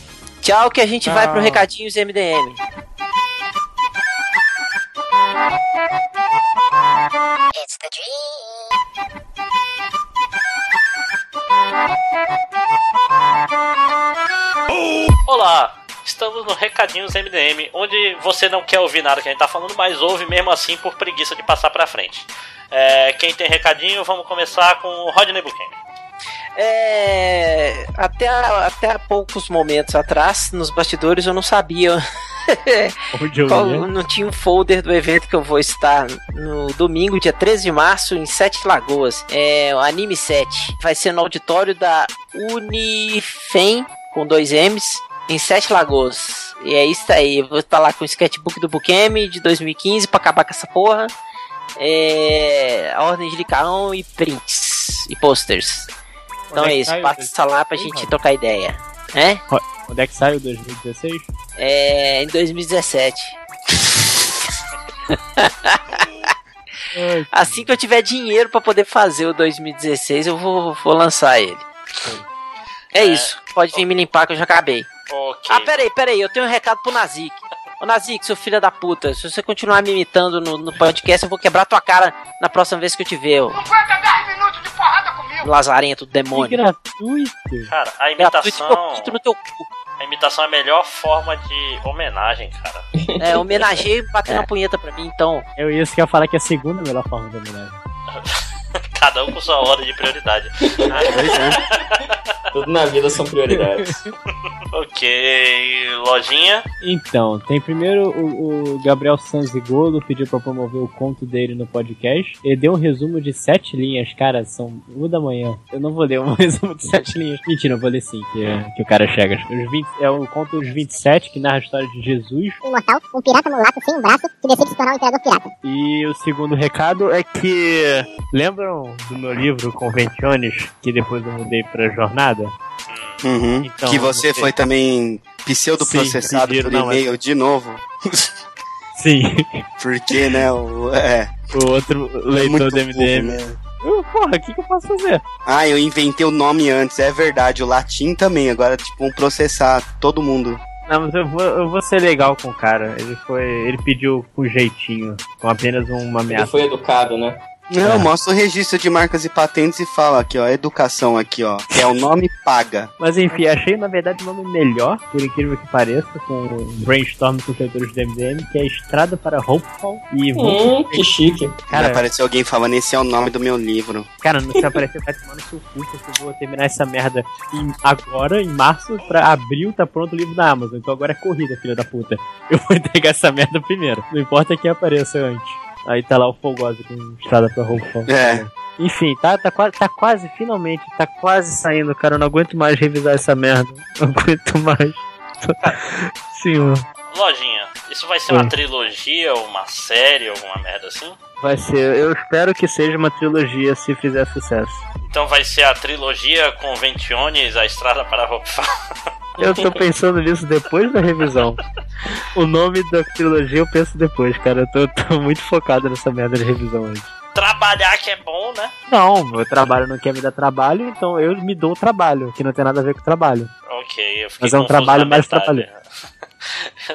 Speaker 1: Tchau, que a gente vai
Speaker 5: Tchau.
Speaker 1: pro Recadinhos MDM.
Speaker 16: It's the dream.
Speaker 5: Olá, estamos no Recadinhos MDM, onde você não quer ouvir nada que a gente tá falando, mas ouve mesmo assim por preguiça de passar pra frente. É, quem tem recadinho, vamos começar com o Rodney Buchanan.
Speaker 1: É, até, a- até há poucos momentos atrás, nos bastidores, eu não sabia
Speaker 6: Onde eu
Speaker 1: qual-
Speaker 6: ia?
Speaker 1: não tinha um folder do evento que eu vou estar no domingo, dia 13 de março, em Sete Lagoas. É o Anime 7. Vai ser no auditório da Unifem, com dois M's, em Sete Lagoas. E é isso aí. Eu vou estar lá com o sketchbook do Bukemi de 2015 pra acabar com essa porra. É, a ordem de Licaão e prints e posters. Então
Speaker 6: Onde é
Speaker 1: é
Speaker 6: que
Speaker 1: isso,
Speaker 6: tá o
Speaker 1: passa lá pra gente trocar ideia. É?
Speaker 6: Ro- Onde é que saiu 2016?
Speaker 1: É, em 2017. Assim que eu tiver dinheiro para poder fazer o 2016, eu vou, vou lançar ele. É, isso. Pode vir me limpar que eu já acabei.
Speaker 5: Ok.
Speaker 1: Ah, peraí, peraí. Eu tenho um recado pro Nazik. Ô, Nazik, seu filho da puta, se você continuar me imitando no, no podcast, eu vou quebrar tua cara na próxima vez que eu te ver, ô
Speaker 16: Aguenta 10 minutos de porrada comigo.
Speaker 1: lazarento do demônio.
Speaker 6: gratuito.
Speaker 5: Cara, a
Speaker 1: Gratuito,
Speaker 5: imitação.
Speaker 1: eu pinto no teu
Speaker 5: A imitação é a melhor forma de homenagem, cara.
Speaker 1: É, homenageei e batendo a punheta pra mim, então.
Speaker 6: Eu ia isso que eu ia falar que é a segunda melhor forma de homenagem.
Speaker 5: Cada um com sua hora de prioridade.
Speaker 9: Tudo na vida são prioridades.
Speaker 5: ok, lojinha.
Speaker 6: Então, tem primeiro o, o Gabriel Sanzigolo pediu pra promover o conto dele no podcast. Ele deu um resumo de sete linhas, cara, são uma da manhã. Eu não vou ler um resumo de sete linhas. Mentira, eu vou ler sim, que, é- que o cara chega. Os 20 é o conto Os 27, que narra a história de Jesus.
Speaker 16: Um mortal, um pirata mulato sem um braço, que decide se tornar um imperador pirata.
Speaker 6: E o segundo recado é que. Lembram do meu livro Convenciones, que depois eu mudei pra Jornada?
Speaker 14: Uhum.
Speaker 6: Então,
Speaker 14: que você
Speaker 6: você-
Speaker 14: foi também pseudo-processado
Speaker 6: Sim,
Speaker 14: por
Speaker 6: pediram, não,
Speaker 14: e-mail de novo.
Speaker 6: Sim.
Speaker 14: Porque, né, o... É. né?
Speaker 6: O outro leitor do MDM. Eu, porra, o que, que eu posso fazer?
Speaker 14: Ah, eu inventei o nome antes, é verdade. O latim também, agora, tipo, vão processar todo mundo.
Speaker 6: Não, mas eu vou, eu vou ser legal com o cara. Ele foi. Ele pediu com jeitinho, com apenas uma ameaça.
Speaker 9: foi educado, né?
Speaker 6: Ah.
Speaker 14: Não, mostra o registro de marcas e patentes e fala aqui, ó, educação aqui, ó. É o nome paga.
Speaker 6: Mas enfim, achei na verdade o nome melhor, por incrível que pareça, com o brainstorm com os leitores do MDM, que é Estrada para Hopeful e
Speaker 9: Hum, que chique.
Speaker 14: Cara,
Speaker 6: Cara-
Speaker 14: apareceu alguém falando, esse é o nome do meu livro.
Speaker 6: Cara, se aparecer vai tomar no seu cu, que eu vou terminar essa merda em- agora, em março, pra abril, tá pronto o livro na Amazon. Então agora é corrida, filha da puta. Eu vou entregar essa merda primeiro. Não importa quem apareça antes. Aí tá lá o Fogoso com estrada pra roupa.
Speaker 14: É.
Speaker 6: Enfim, tá, tá, quase, tá quase, finalmente, tá quase saindo, cara. Eu não aguento mais revisar essa merda. Não aguento mais. Senhor.
Speaker 5: Lojinha, isso vai ser
Speaker 6: Oi.
Speaker 5: uma trilogia, uma série, alguma merda assim?
Speaker 6: Vai ser, eu espero que seja uma trilogia se fizer sucesso.
Speaker 5: Então vai ser a trilogia Conventiones, a estrada para Hopfal.
Speaker 6: Eu tô pensando nisso depois da revisão. O nome da trilogia eu penso depois, cara. Eu tô, tô muito focado nessa merda de revisão hoje.
Speaker 5: Trabalhar que é bom, né?
Speaker 6: Não, meu trabalho não quer me dar trabalho, então eu me dou o trabalho, que não tem nada a ver com o trabalho.
Speaker 5: Ok, eu fiquei
Speaker 6: Mas é um
Speaker 5: confuso
Speaker 6: trabalho
Speaker 5: na
Speaker 6: mais
Speaker 5: metade.
Speaker 6: trabalhoso.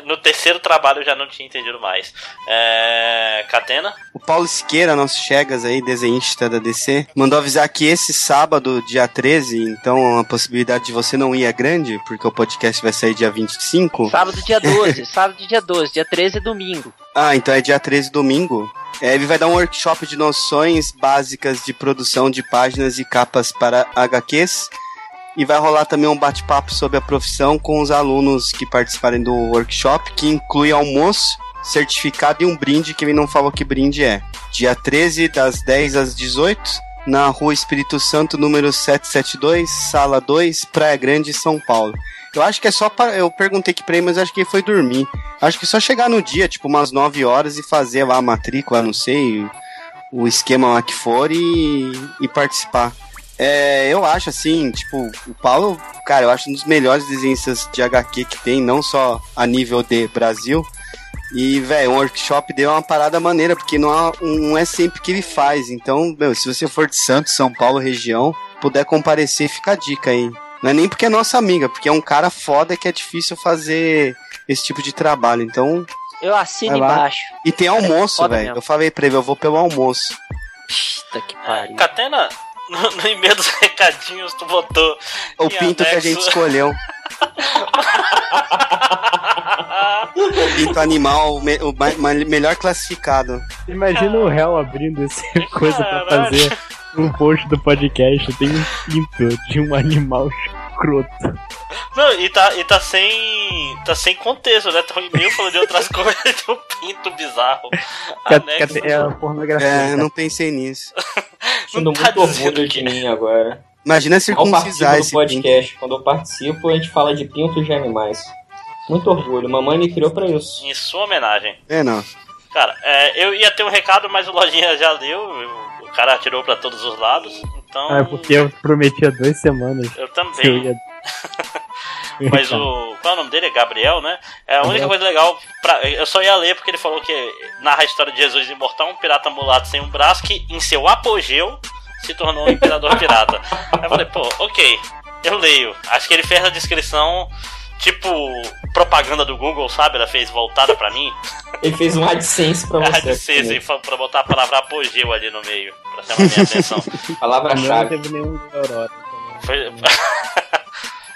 Speaker 5: No terceiro trabalho eu já não tinha entendido mais. É... Catena?
Speaker 14: O Paulo Siqueira, nosso Chegas aí, desenhista da DC, mandou avisar que esse sábado, dia 13, então a possibilidade de você não ir é grande, porque o podcast vai sair dia 25.
Speaker 1: Sábado dia 12, sábado dia 12, dia 13 é domingo.
Speaker 14: Ah, então é dia 13, domingo. É, ele vai dar um workshop de noções básicas de produção de páginas e capas para HQs. E vai rolar também um bate-papo sobre a profissão com os alunos que participarem do workshop, que inclui almoço, certificado e um brinde, que ele não falou que brinde é. Dia 13, das 10 às 18, na Rua Espírito Santo, número 772, Sala 2, Praia Grande, São Paulo. Eu acho que é só para. Eu perguntei que pra ele, mas acho que ele foi dormir. Acho que é só chegar no dia, tipo, umas 9 horas e fazer lá a matrícula, não sei, o esquema lá que for e, e participar. É, eu acho assim, tipo, o Paulo, cara, eu acho um dos melhores desenhistas de HQ que tem, não só a nível de Brasil. E, velho, o workshop deu uma parada maneira, porque não, há- não é sempre que ele faz. Então, meu, se você for de Santos, São Paulo, região, puder comparecer, fica a dica aí. Não é nem porque é nossa amiga, porque é um cara foda que é difícil fazer esse tipo de trabalho. Então,
Speaker 1: Eu assino
Speaker 14: vai lá.
Speaker 1: embaixo.
Speaker 14: E tem
Speaker 1: Cara, é
Speaker 14: almoço,
Speaker 1: foda
Speaker 14: velho.
Speaker 1: mesmo.
Speaker 14: Eu falei pra ele, eu vou pelo almoço.
Speaker 1: Puta que pariu.
Speaker 5: Catena, no, no e-mail dos recadinhos tu botou.
Speaker 14: O
Speaker 5: em
Speaker 14: pinto que a
Speaker 5: anexo-
Speaker 14: gente escolheu.
Speaker 5: Ah,
Speaker 14: pinto animal, o, me- o ma- ma- melhor classificado.
Speaker 6: Imagina o réu abrindo essa coisa pra fazer um post do podcast. Tem um pinto de um animal escroto.
Speaker 5: Não, e tá, e tá sem. tá sem contexto, né? Tá um e-mail falando de outras coisas, um pinto bizarro. Anexo.
Speaker 6: um pornografia.
Speaker 14: É, eu não pensei nisso.
Speaker 9: Sendo
Speaker 5: tá
Speaker 9: muito
Speaker 6: né,
Speaker 9: orgulho de mim agora.
Speaker 14: Imagina
Speaker 9: Ao participo
Speaker 14: circuncisar
Speaker 9: do
Speaker 14: esse
Speaker 9: podcast, quando eu participo, a gente fala de pintos de animais. Muito orgulho, mamãe me criou pra isso.
Speaker 5: Em sua homenagem.
Speaker 14: É, não.
Speaker 5: Cara, é, eu ia ter um recado, mas o Lojinha já deu. eu- O cara atirou pra todos os lados. Então.
Speaker 6: Ah, é porque eu prometi há duas semanas.
Speaker 5: Eu
Speaker 6: que eu
Speaker 5: também.
Speaker 6: ia-
Speaker 5: Mas o. Qual é o nome dele? É Gabriel, né? É a única coisa legal. Pra, eu só ia ler porque ele falou que narra a história de Jesus imortal, um pirata mulato sem um braço, que em seu apogeu se tornou um imperador pirata. Aí eu falei, pô, ok, eu leio. Acho que ele fez a descrição. Tipo, propaganda do Google, sabe? Ela fez voltada pra mim.
Speaker 7: Ele fez um AdSense pra você.
Speaker 9: assim,
Speaker 5: AdSense, pra, pra botar a palavra apogeu ali no meio, pra chamar minha atenção.
Speaker 9: né?
Speaker 7: Palavra-chave.
Speaker 6: Não teve nenhum né? Aurora.
Speaker 5: Foi...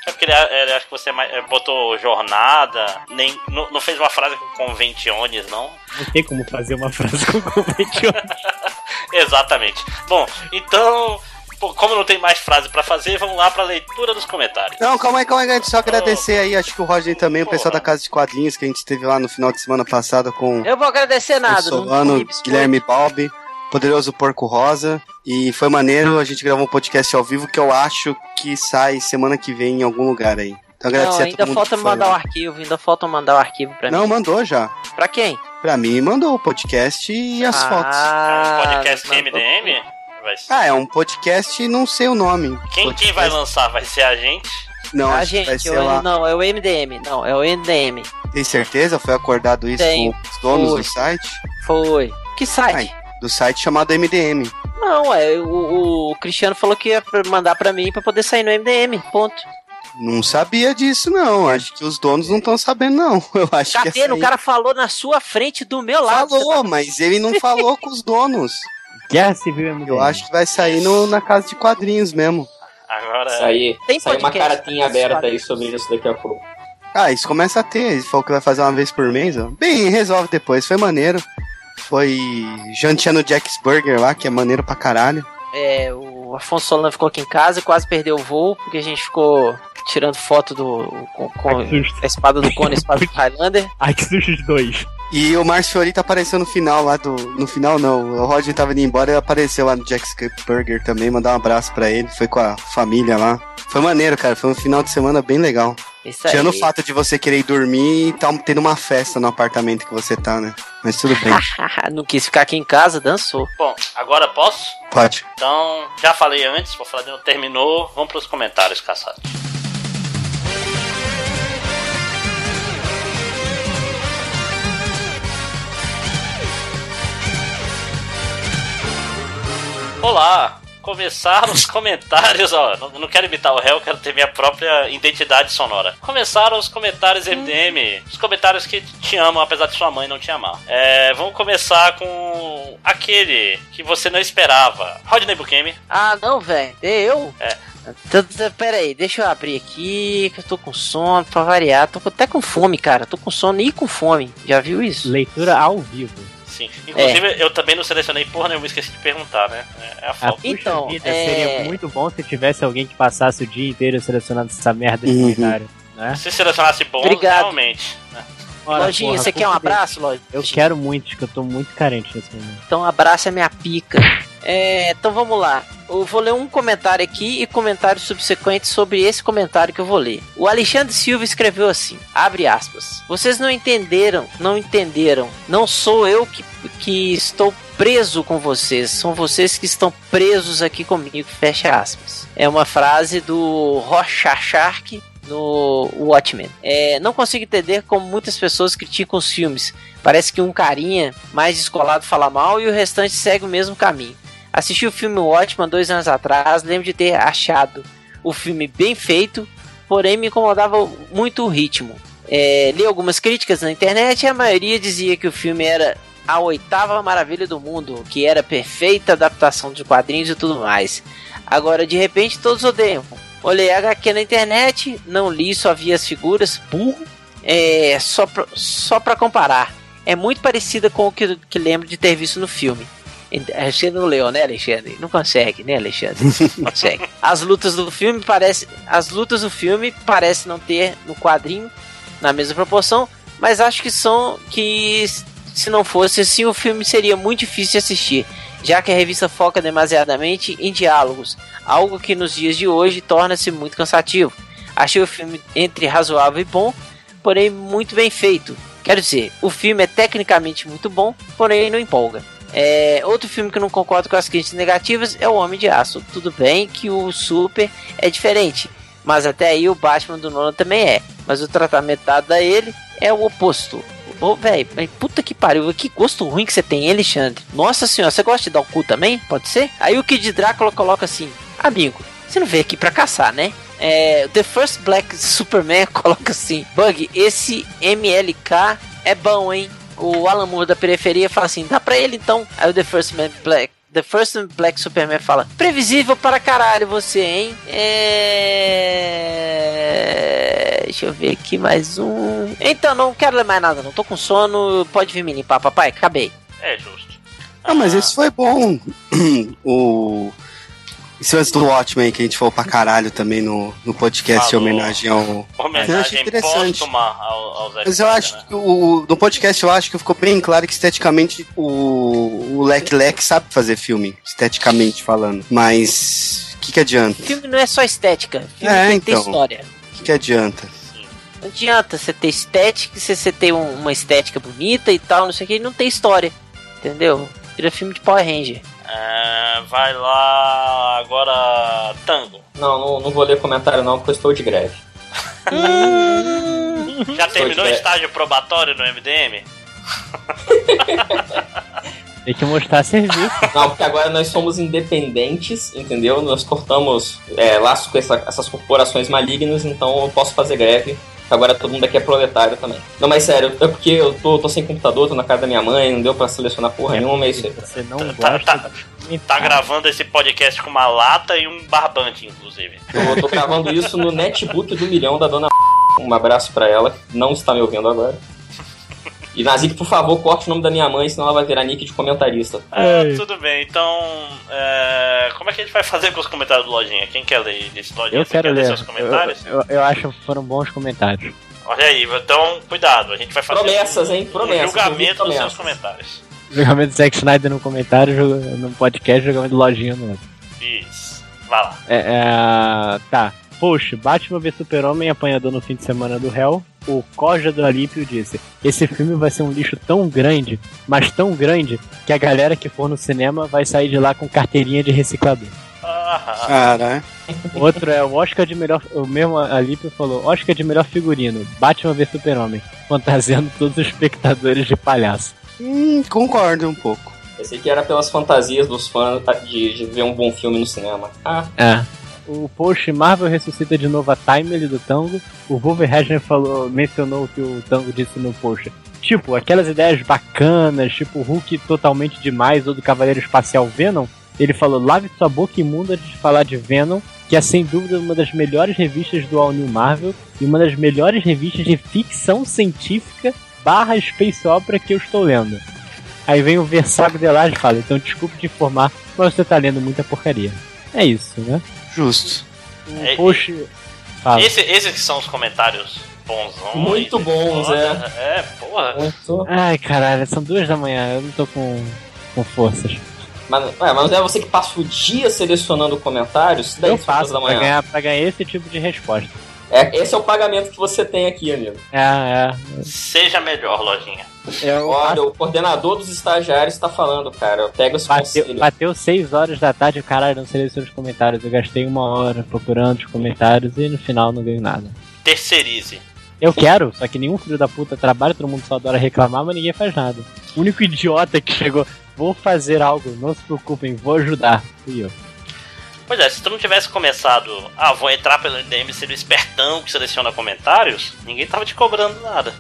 Speaker 5: É porque ele, ele, acho que você botou jornada, nem, não, não fez uma frase com conventiones, não?
Speaker 6: Não tem como fazer uma frase com conventiones.
Speaker 5: Exatamente. Bom, então, pô, como não tem mais frase pra fazer, vamos lá pra leitura dos comentários.
Speaker 14: Não, calma aí, calma aí, gente. Só agradecer aí, acho que o Roger também, o pessoal da Casa de Quadrinhos, que a gente teve lá no final de semana passada com.
Speaker 1: Eu vou agradecer
Speaker 14: o
Speaker 1: nada. não
Speaker 14: Solano,
Speaker 1: tem biscoito.
Speaker 14: Guilherme Balbi, Poderoso Porco Rosa. E foi maneiro, a gente gravou um podcast ao vivo que eu acho que sai semana que vem em algum lugar aí. Então agradecer
Speaker 1: Não,
Speaker 14: a todo
Speaker 1: ainda
Speaker 14: mundo
Speaker 1: falta
Speaker 14: que foi
Speaker 1: mandar um. o
Speaker 14: lá.
Speaker 1: arquivo, ainda falta mandar o arquivo pra
Speaker 14: Não,
Speaker 1: mim.
Speaker 14: mandou já.
Speaker 1: Pra quem?
Speaker 14: Pra mim mandou o podcast e as fotos.
Speaker 1: Ah,
Speaker 5: Podcast
Speaker 1: mandou.
Speaker 5: MDM? Vai ser-
Speaker 14: Ah, é um podcast e não sei o nome.
Speaker 5: Quem, quem vai lançar? Vai ser a gente?
Speaker 14: Não,
Speaker 1: Ah,
Speaker 14: acho que vai
Speaker 1: gente,
Speaker 14: ser
Speaker 1: eu-
Speaker 14: lá.
Speaker 1: não, é o MDM, não, é o MDM.
Speaker 14: Tem certeza? Foi acordado isso
Speaker 1: Tem.
Speaker 14: com os donos
Speaker 1: Foi.
Speaker 14: do site?
Speaker 1: Foi. Que site?
Speaker 14: do site chamado MDM.
Speaker 1: Não, é, o, o Cristiano falou que ia pra- mandar pra mim pra poder sair no MDM, ponto.
Speaker 14: Não sabia disso, não. Acho que os donos não estão sabendo, não. Eu acho
Speaker 1: Tá
Speaker 14: que
Speaker 1: vendo? O cara falou na sua frente, do meu lado.
Speaker 14: falou, mas ele não falou com os donos.
Speaker 6: Guerra Civil MDM.
Speaker 14: Eu acho que vai sair no- na casa de quadrinhos mesmo.
Speaker 5: Agora.
Speaker 9: Isso aí.
Speaker 1: Tem
Speaker 9: Saiu uma
Speaker 1: podcast.
Speaker 9: caratinha aberta aí sobre isso daqui a pouco.
Speaker 14: Ah, isso começa a ter. Ele falou que vai fazer uma vez por mês. ó. Bem, resolve depois. Foi maneiro. Foi janteando Jack's Burger lá, que é maneiro pra caralho.
Speaker 1: É, o Afonso Solano ficou aqui em casa, quase perdeu o voo, porque a gente ficou tirando foto do com, com
Speaker 6: Ai, que susto.
Speaker 1: a espada do Conan, a espada do Highlander.
Speaker 6: Ai, que susto de dois.
Speaker 14: E o Márcio Fiori tá aparecendo no final lá do. No final não, o Roger tava indo embora e apareceu lá no Jack's Burger também, mandar um abraço pra ele, foi com a família lá. Foi maneiro, cara, foi um final de semana bem legal.
Speaker 1: Isso Tá aí.
Speaker 14: Tirando o fato de você querer ir dormir e tá tendo uma festa no apartamento que você tá, né? Mas tudo bem,
Speaker 1: Não quis ficar aqui em casa, dançou.
Speaker 5: Bom, agora posso?
Speaker 14: pode.
Speaker 5: Então, já falei antes, vou falar de novo, terminou. Vamos pros comentários, caçado. Olá! Começaram os comentários, ó. Não, não quero imitar o réu, quero ter minha própria identidade sonora. Começaram os comentários
Speaker 14: Hum.
Speaker 5: MDM. Os comentários que te amam, apesar de sua mãe não te amar. É, vamos começar com aquele que você não esperava. Rodney Bukemi.
Speaker 1: Ah, não, velho. Eu?
Speaker 5: É.
Speaker 1: T- t- Pera aí, deixa eu abrir aqui, que eu tô com sono, pra variar. Tô até com fome, cara. Tô com sono e com fome. Já viu isso?
Speaker 6: Leitura ao vivo.
Speaker 5: Sim. Inclusive,
Speaker 14: É.
Speaker 5: eu também não selecionei porra nenhuma, esqueci de perguntar, né? É, é a
Speaker 6: Ah,
Speaker 5: falta.
Speaker 6: puxa
Speaker 1: Então,
Speaker 6: vida,
Speaker 1: é-
Speaker 6: seria muito bom se tivesse alguém que passasse o dia inteiro selecionando essa merda de
Speaker 14: Uhum.
Speaker 6: comentário. Né?
Speaker 5: Se selecionasse bom,
Speaker 1: Obrigado.
Speaker 5: realmente. né?
Speaker 6: Ora,
Speaker 1: Lojinha,
Speaker 6: porra,
Speaker 1: você quer um
Speaker 6: culpa dele.
Speaker 1: abraço, Lojinha?
Speaker 6: Eu quero muito, que eu tô muito carente nesse momento.
Speaker 1: Então abraça minha pica. É, então vamos lá. Eu vou ler um comentário aqui e comentário subsequente sobre esse comentário que eu vou ler. O Alexandre Silva escreveu assim: abre aspas. Vocês não entenderam, não entenderam. Não sou eu que, que estou preso com vocês, são vocês que estão presos aqui comigo. Fecha aspas. É uma frase do Rocha Shark no Watchmen. É, não consigo entender como muitas pessoas criticam os filmes. Parece que um carinha mais descolado fala mal e o restante segue o mesmo caminho. Assisti o filme Watchmen dois anos atrás, lembro de ter achado o filme bem feito, porém me incomodava muito o ritmo. É, li algumas críticas na internet e a maioria dizia que o filme era a oitava maravilha do mundo, que era perfeita adaptação de quadrinhos e tudo mais. Agora, de repente, todos odeiam. Olhei a HQ na internet, não li, só vi as figuras, burro. É, só, pra, só pra comparar. É muito parecida com o que, que lembro de ter visto no filme. Ent- eh, Você não leu, né, Alexandre? Não consegue, né, Alexandre? Não consegue. As lutas do filme parece, as lutas do filme parece não ter no quadrinho na mesma proporção, mas acho que são que se não fosse assim o filme seria muito difícil de assistir, já que a revista foca demasiadamente em diálogos, algo que nos dias de hoje torna-se muito cansativo. Achei o filme entre razoável e bom, porém muito bem feito. Quero dizer, o filme é tecnicamente muito bom, porém não empolga. É, outro filme que eu não concordo com as críticas negativas é O Homem de Aço. Tudo bem que o Super é diferente, Mas até aí o Batman do Nolan também é. Mas o tratamento dado a ele é o oposto. Ô, velho, puta que pariu, que gosto ruim que você tem, Alexandre. Nossa senhora, você gosta de dar o cu também? Pode ser? Aí o Kid Drácula coloca assim: Amigo, você não veio aqui pra caçar, né? É, The First Black Superman coloca assim: Bug, esse MLK é bom, hein? O Alan Moore da periferia fala assim: dá pra ele então. Aí o The First Man Black. The First Black Superman fala: Previsível para caralho você, hein? É. Deixa eu ver aqui mais um. Então, não quero ler mais nada, não. Tô com sono. Pode vir me limpar, papai. Acabei.
Speaker 5: É justo.
Speaker 14: Ah, mas esse foi bom. o. Esse lance do Watchmen que a gente falou pra caralho também no, no podcast
Speaker 5: Falou.
Speaker 14: em homenagem ao.
Speaker 5: Homenagem
Speaker 14: eu acho interessante.
Speaker 5: póstuma ao, ao Zack
Speaker 14: Mas eu
Speaker 5: Snyder,
Speaker 14: acho
Speaker 5: né?
Speaker 14: que o, no podcast eu acho que ficou bem claro que esteticamente o, o Lec Lec sabe fazer filme, esteticamente falando. Mas o que, que adianta?
Speaker 1: Filme não é só estética, filme
Speaker 14: É,
Speaker 1: tem que ter
Speaker 14: então.
Speaker 1: história.
Speaker 14: O que, que adianta?
Speaker 1: Não adianta você ter estética, você, você ter um- uma estética bonita e tal, não sei o que, e não tem história. Entendeu? Vira filme de Power Ranger.
Speaker 5: É, vai lá agora, Tango.
Speaker 9: Não, não, não vou ler comentário não, porque eu estou de greve.
Speaker 5: Já terminou o
Speaker 6: é.
Speaker 9: de pé.
Speaker 5: estágio probatório no MDM?
Speaker 6: Tem que mostrar serviço.
Speaker 9: Não, porque agora nós somos independentes, entendeu? Nós cortamos é, laço com essa- essas corporações malignas, então eu posso fazer greve. Agora todo mundo aqui é proletário também. Não, mas sério, é porque eu tô, tô sem computador, tô na casa da minha mãe, não deu pra selecionar porra nenhuma, é isso aí.
Speaker 6: Você não
Speaker 5: Tá, tá, tá gravando esse podcast com uma lata e um barbante, inclusive.
Speaker 9: Eu tô gravando isso no netbook do milhão da dona Um abraço pra ela, que não está me ouvindo agora. E Nazik, por favor, corte o nome da minha mãe, senão ela vai virar nick de comentarista.
Speaker 5: É, tudo bem, então. é, como é que a gente vai fazer com os comentários do Lojinha? Quem quer ler desse Lojinha?
Speaker 6: Eu
Speaker 5: Você
Speaker 6: quero
Speaker 5: quer
Speaker 6: ler.
Speaker 5: seus comentários?
Speaker 6: Eu, eu- eu acho que foram bons comentários.
Speaker 5: Olha aí, então cuidado, a gente vai fazer.
Speaker 9: Promessas,
Speaker 5: um-
Speaker 9: hein? Promessas,
Speaker 5: Um julgamento nos
Speaker 9: promessas.
Speaker 5: seus comentários.
Speaker 6: Jogamento do Zack Snyder no comentário, joga- no podcast, jogamento do Lojinha no outro.
Speaker 5: Isso. Vai lá.
Speaker 6: É, é, tá. Poxa, Batman v Super-Homem apanhador no fim de semana do réu. O Corja do Alípio disse: Esse filme vai ser um lixo tão grande, mas tão grande, que a galera que for no cinema vai sair de lá com carteirinha de reciclador.
Speaker 5: Ah,
Speaker 9: Ah.
Speaker 14: Caralho.
Speaker 6: Outro é o Oscar de melhor. O mesmo Alípio falou: Oscar de melhor figurino, Batman v Super-Homem, fantasiando todos os espectadores de palhaço.
Speaker 14: Hum, concordo um pouco.
Speaker 9: Pensei que era pelas fantasias dos fãs tá, de, de ver um bom filme no cinema. Ah,
Speaker 6: É. O post Marvel ressuscita de novo a Timely do Tango. O Wolverhampton falou, mencionou o que o Tango disse no post. Tipo, aquelas ideias bacanas, tipo o Hulk totalmente demais ou do Cavaleiro Espacial Venom. Ele falou, lave sua boca imunda antes de falar de Venom, que é sem dúvida uma das melhores revistas do All New Marvel e uma das melhores revistas de ficção científica barra space opera que eu estou lendo. Aí vem o Versago Delage e fala, então desculpe te informar, mas você tá lendo muita porcaria. É isso, né?
Speaker 14: Justo.
Speaker 6: Um
Speaker 5: É,
Speaker 6: Poxa, fala.
Speaker 5: Esse, esses que são os comentários bonzões.
Speaker 9: Muito bons,
Speaker 5: Olha, É, porra.
Speaker 6: Ai, caralho, são duas da manhã, eu não tô com, com forças.
Speaker 9: mas, ué, mas não é você que passa o dia selecionando comentários? Daí
Speaker 6: eu
Speaker 9: são duas
Speaker 6: faço né?
Speaker 9: da
Speaker 6: pra
Speaker 9: manhã.
Speaker 6: ganhar, pra ganhar esse tipo de resposta.
Speaker 9: É, esse é o pagamento que você tem aqui, amigo.
Speaker 6: É,
Speaker 5: Seja melhor, Lojinha.
Speaker 6: é. Eu
Speaker 9: Olha, o coordenador dos estagiários tá falando, cara. Pega esse
Speaker 6: bateu,
Speaker 9: conselho.
Speaker 6: bateu 6 horas da tarde, caralho, não seleciono os comentários. Eu gastei uma hora procurando os comentários e no final não ganho nada.
Speaker 5: Terceirize.
Speaker 6: Eu quero, só que nenhum filho da puta trabalha, todo mundo só adora reclamar, mas ninguém faz nada. O único idiota que chegou, vou fazer algo, não se preocupem, vou ajudar. Fui eu.
Speaker 5: Pois é, se tu não tivesse começado, ah, vou entrar pelo MDM ser o espertão que seleciona comentários, ninguém tava te cobrando nada.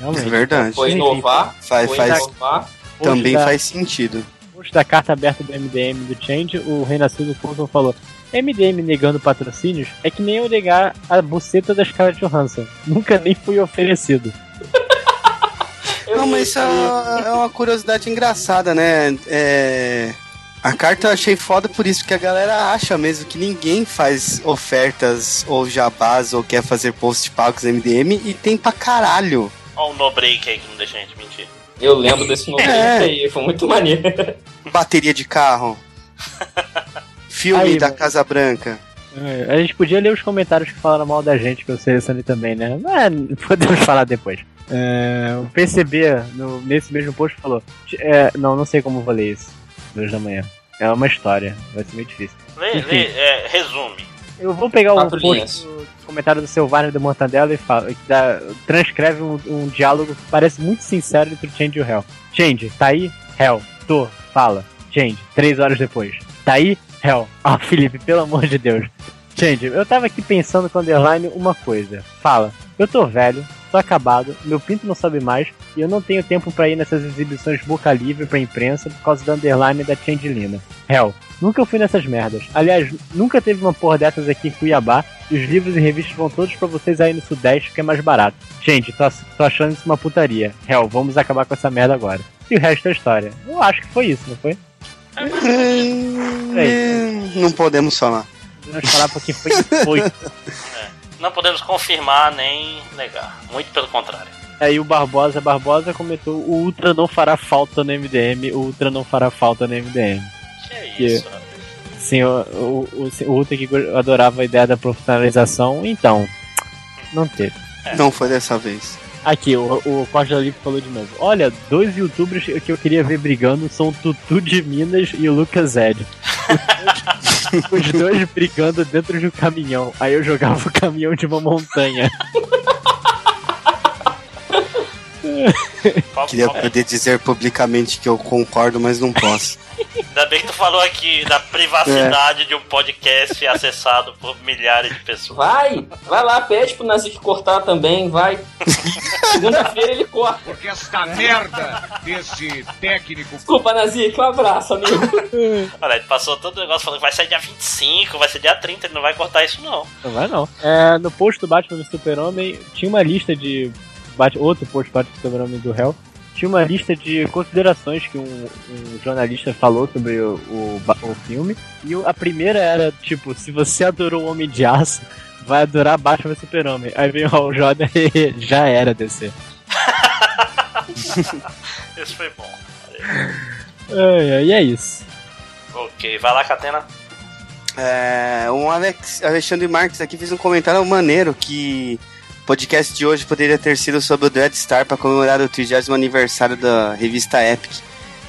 Speaker 14: É verdade.
Speaker 9: Foi inovar,
Speaker 14: Faz-
Speaker 9: foi
Speaker 14: faz-
Speaker 9: inovar.
Speaker 14: Também
Speaker 6: Poxa.
Speaker 14: faz sentido.
Speaker 6: post da carta aberta do MDM do Change, o Renascido Fulton falou: MDM negando patrocínios é que nem eu negar a buceta da Scarlett Johansson. Nunca nem fui oferecido.
Speaker 14: Não, mas isso é uma- é uma curiosidade engraçada, né? É, A carta eu achei foda por isso, porque a galera acha mesmo que ninguém faz ofertas ou jabás ou quer fazer posts pagos MDM e tem pra caralho.
Speaker 5: Olha o no break aí que não deixa a gente mentir.
Speaker 9: Eu lembro desse nome
Speaker 14: É.
Speaker 9: aí, foi muito maneiro.
Speaker 14: Bateria de carro. Filme
Speaker 6: Aí,
Speaker 14: da
Speaker 6: mano.
Speaker 14: Casa Branca.
Speaker 6: É, A gente podia ler os comentários que falaram mal da gente, que eu selecionei também, né? Mas podemos falar depois. É, o PCB, no- nesse mesmo post, falou: é, Não, não sei como eu vou ler isso. Duas da manhã. É uma história, vai ser meio difícil.
Speaker 5: Lê,
Speaker 6: Enfim.
Speaker 5: lê, é, resume.
Speaker 6: Eu vou pegar o
Speaker 9: Quatro
Speaker 6: post
Speaker 9: linhas.
Speaker 6: do comentário do Silvano e do Mortandela e falo, e dá- transcreve um, um diálogo que parece muito sincero entre o Change e o Hell. Change, tá aí? Hell, tô, fala. Change, três horas depois. Tá aí? Hell. Ah, Felipe, pelo amor de Deus. Change, eu tava aqui pensando com o Underline uma coisa. Fala, eu tô velho, tô acabado, meu pinto não sobe mais e eu não tenho tempo pra ir nessas exibições boca livre pra imprensa por causa da Underline e da Changelina. Hell, nunca fui nessas merdas. Aliás, nunca teve uma porra dessas aqui em Cuiabá e os livros e revistas vão todos pra vocês aí no Sudeste que é mais barato. Gente, tô, ass- tô achando isso uma putaria. Hell, vamos acabar com essa merda agora. E o resto é história. Eu acho que foi isso, não foi? É
Speaker 14: Hum, Não podemos falar.
Speaker 6: Vamos falar porque foi. foi.
Speaker 5: Não podemos confirmar nem negar. Muito pelo contrário.
Speaker 6: Aí o Barbosa, Barbosa comentou: o Ultra não fará falta no MDM, o Ultra não fará falta no MDM.
Speaker 5: Que é
Speaker 6: isso? Sim, o, o, o, o Ultra que go- adorava a ideia da profissionalização, então. Não teve.
Speaker 14: Não foi dessa vez.
Speaker 6: Aqui, o, o Costa Livre falou de novo. Olha, dois youtubers que eu queria ver brigando são o Tutu de Minas e o Lucas Ed. Os dois- Os dois brigando dentro de um caminhão. Aí eu jogava o caminhão de uma montanha.
Speaker 14: Queria poder dizer publicamente que eu concordo, mas não posso.
Speaker 5: Ainda bem que tu falou aqui da privacidade de um podcast acessado por milhares de pessoas.
Speaker 9: Vai, vai lá, pede pro Nazik cortar também, vai. Segunda-feira ele corta. Porque esta merda desse técnico. Desculpa, Nazik, um abraço, amigo.
Speaker 5: Olha, ele passou todo o negócio falando que vai sair dia 25, vai ser dia 30, ele não vai cortar isso não.
Speaker 6: Não vai não. É, no post do Batman do Super-Homem tinha uma lista de. Bat- outro post do Batman do Super-Homem do Hell. Tinha uma lista de considerações que um, um jornalista falou sobre o, o, ba- o filme. E o- a primeira era, tipo, se você adorou o Homem de Aço, vai adorar Batman e Super-Homem. Aí vem o Hal Jordan e já era DC.
Speaker 5: Isso foi bom.
Speaker 6: Ai, ai, E é isso.
Speaker 5: Ok, vai lá, Catena.
Speaker 14: É, um Alex, Alexandre Marques aqui fez um comentário maneiro que o podcast de hoje poderia ter sido sobre o Dread Star para comemorar o 30 aniversário da revista Epic.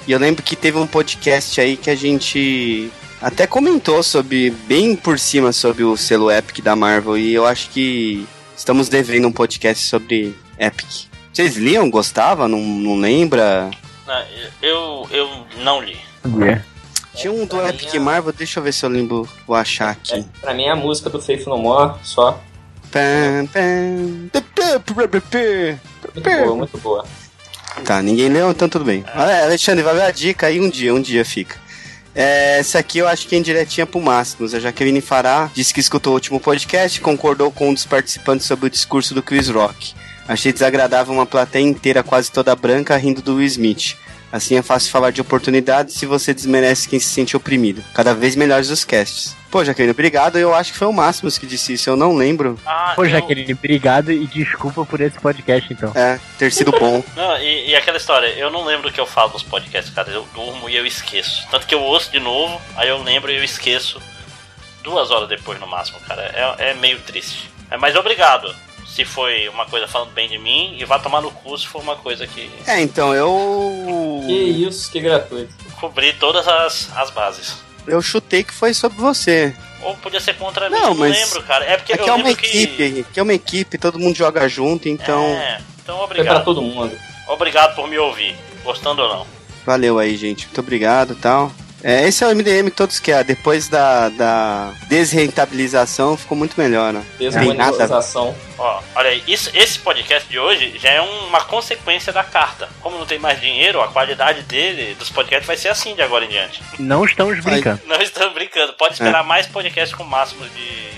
Speaker 14: E eu lembro que teve um podcast aí que a gente até comentou sobre, bem por cima, sobre o selo Epic da Marvel. E eu acho que estamos devendo um podcast sobre Epic. Vocês liam? Gostava? Não, não lembra?
Speaker 5: Ah, Eu, eu não li.
Speaker 14: Tinha um do Epic Marvel, deixa eu ver se eu lembro, vou achar aqui.
Speaker 9: pra mim é a música do Faith No More, só.
Speaker 14: Pam, pam.
Speaker 9: Muito boa, muito boa.
Speaker 14: Tá, ninguém leu, então tudo bem. Olha, Alexandre, vai ver a dica aí um dia, um dia fica. É, essa aqui eu acho que é indiretinha pro Máximos. A Jaqueline Fará disse que escutou o último podcast e concordou com um dos participantes sobre o discurso do Chris Rock. Achei desagradável uma plateia inteira, quase toda branca, rindo do Will Smith. Assim é fácil falar de oportunidades se você desmerece quem se sente oprimido. Cada vez melhores os casts. Pô, Jaqueline, obrigado. Eu acho que foi o Máximos que disse isso, eu não lembro.
Speaker 5: Ah,
Speaker 6: Pô, Jaqueline, obrigado e desculpa por esse podcast então.
Speaker 14: É, ter sido bom.
Speaker 5: Não, e, e aquela história, eu não lembro o que eu falo nos podcasts, cara. Eu durmo e eu esqueço. Tanto que eu ouço de novo, aí eu lembro e eu esqueço duas horas depois no máximo, cara. É, é meio triste. É, mas obrigado se foi uma coisa falando bem de mim e vá tomar no cu se for uma coisa que
Speaker 14: É, então eu.
Speaker 9: Que
Speaker 5: Hum.
Speaker 9: isso, que gratuito.
Speaker 5: cobrir todas as, as bases.
Speaker 14: Eu chutei que foi sobre você.
Speaker 5: Ou podia ser contra mim,
Speaker 14: Não,
Speaker 5: eu não
Speaker 14: mas
Speaker 5: lembro, cara. É porque
Speaker 14: Aqui é
Speaker 5: eu
Speaker 14: uma
Speaker 5: lembro que.
Speaker 14: equipe, aqui é uma equipe, todo mundo joga junto, então.
Speaker 5: É, então obrigado. Obrigado por me ouvir, gostando ou não.
Speaker 14: Valeu aí, gente. Muito obrigado e tal. É, esse é o MDM que todos querem. Depois da, da desrentabilização ficou muito melhor, né? Tem nada.
Speaker 9: Desumanização.
Speaker 5: Ó, olha aí, isso, esse podcast de hoje já é uma consequência da carta. Como não tem mais dinheiro, a qualidade dele, dos podcasts, vai ser assim de agora em diante.
Speaker 6: Não estamos brincando.
Speaker 5: Não estamos brincando, pode esperar mais podcasts com o máximo de
Speaker 14: É.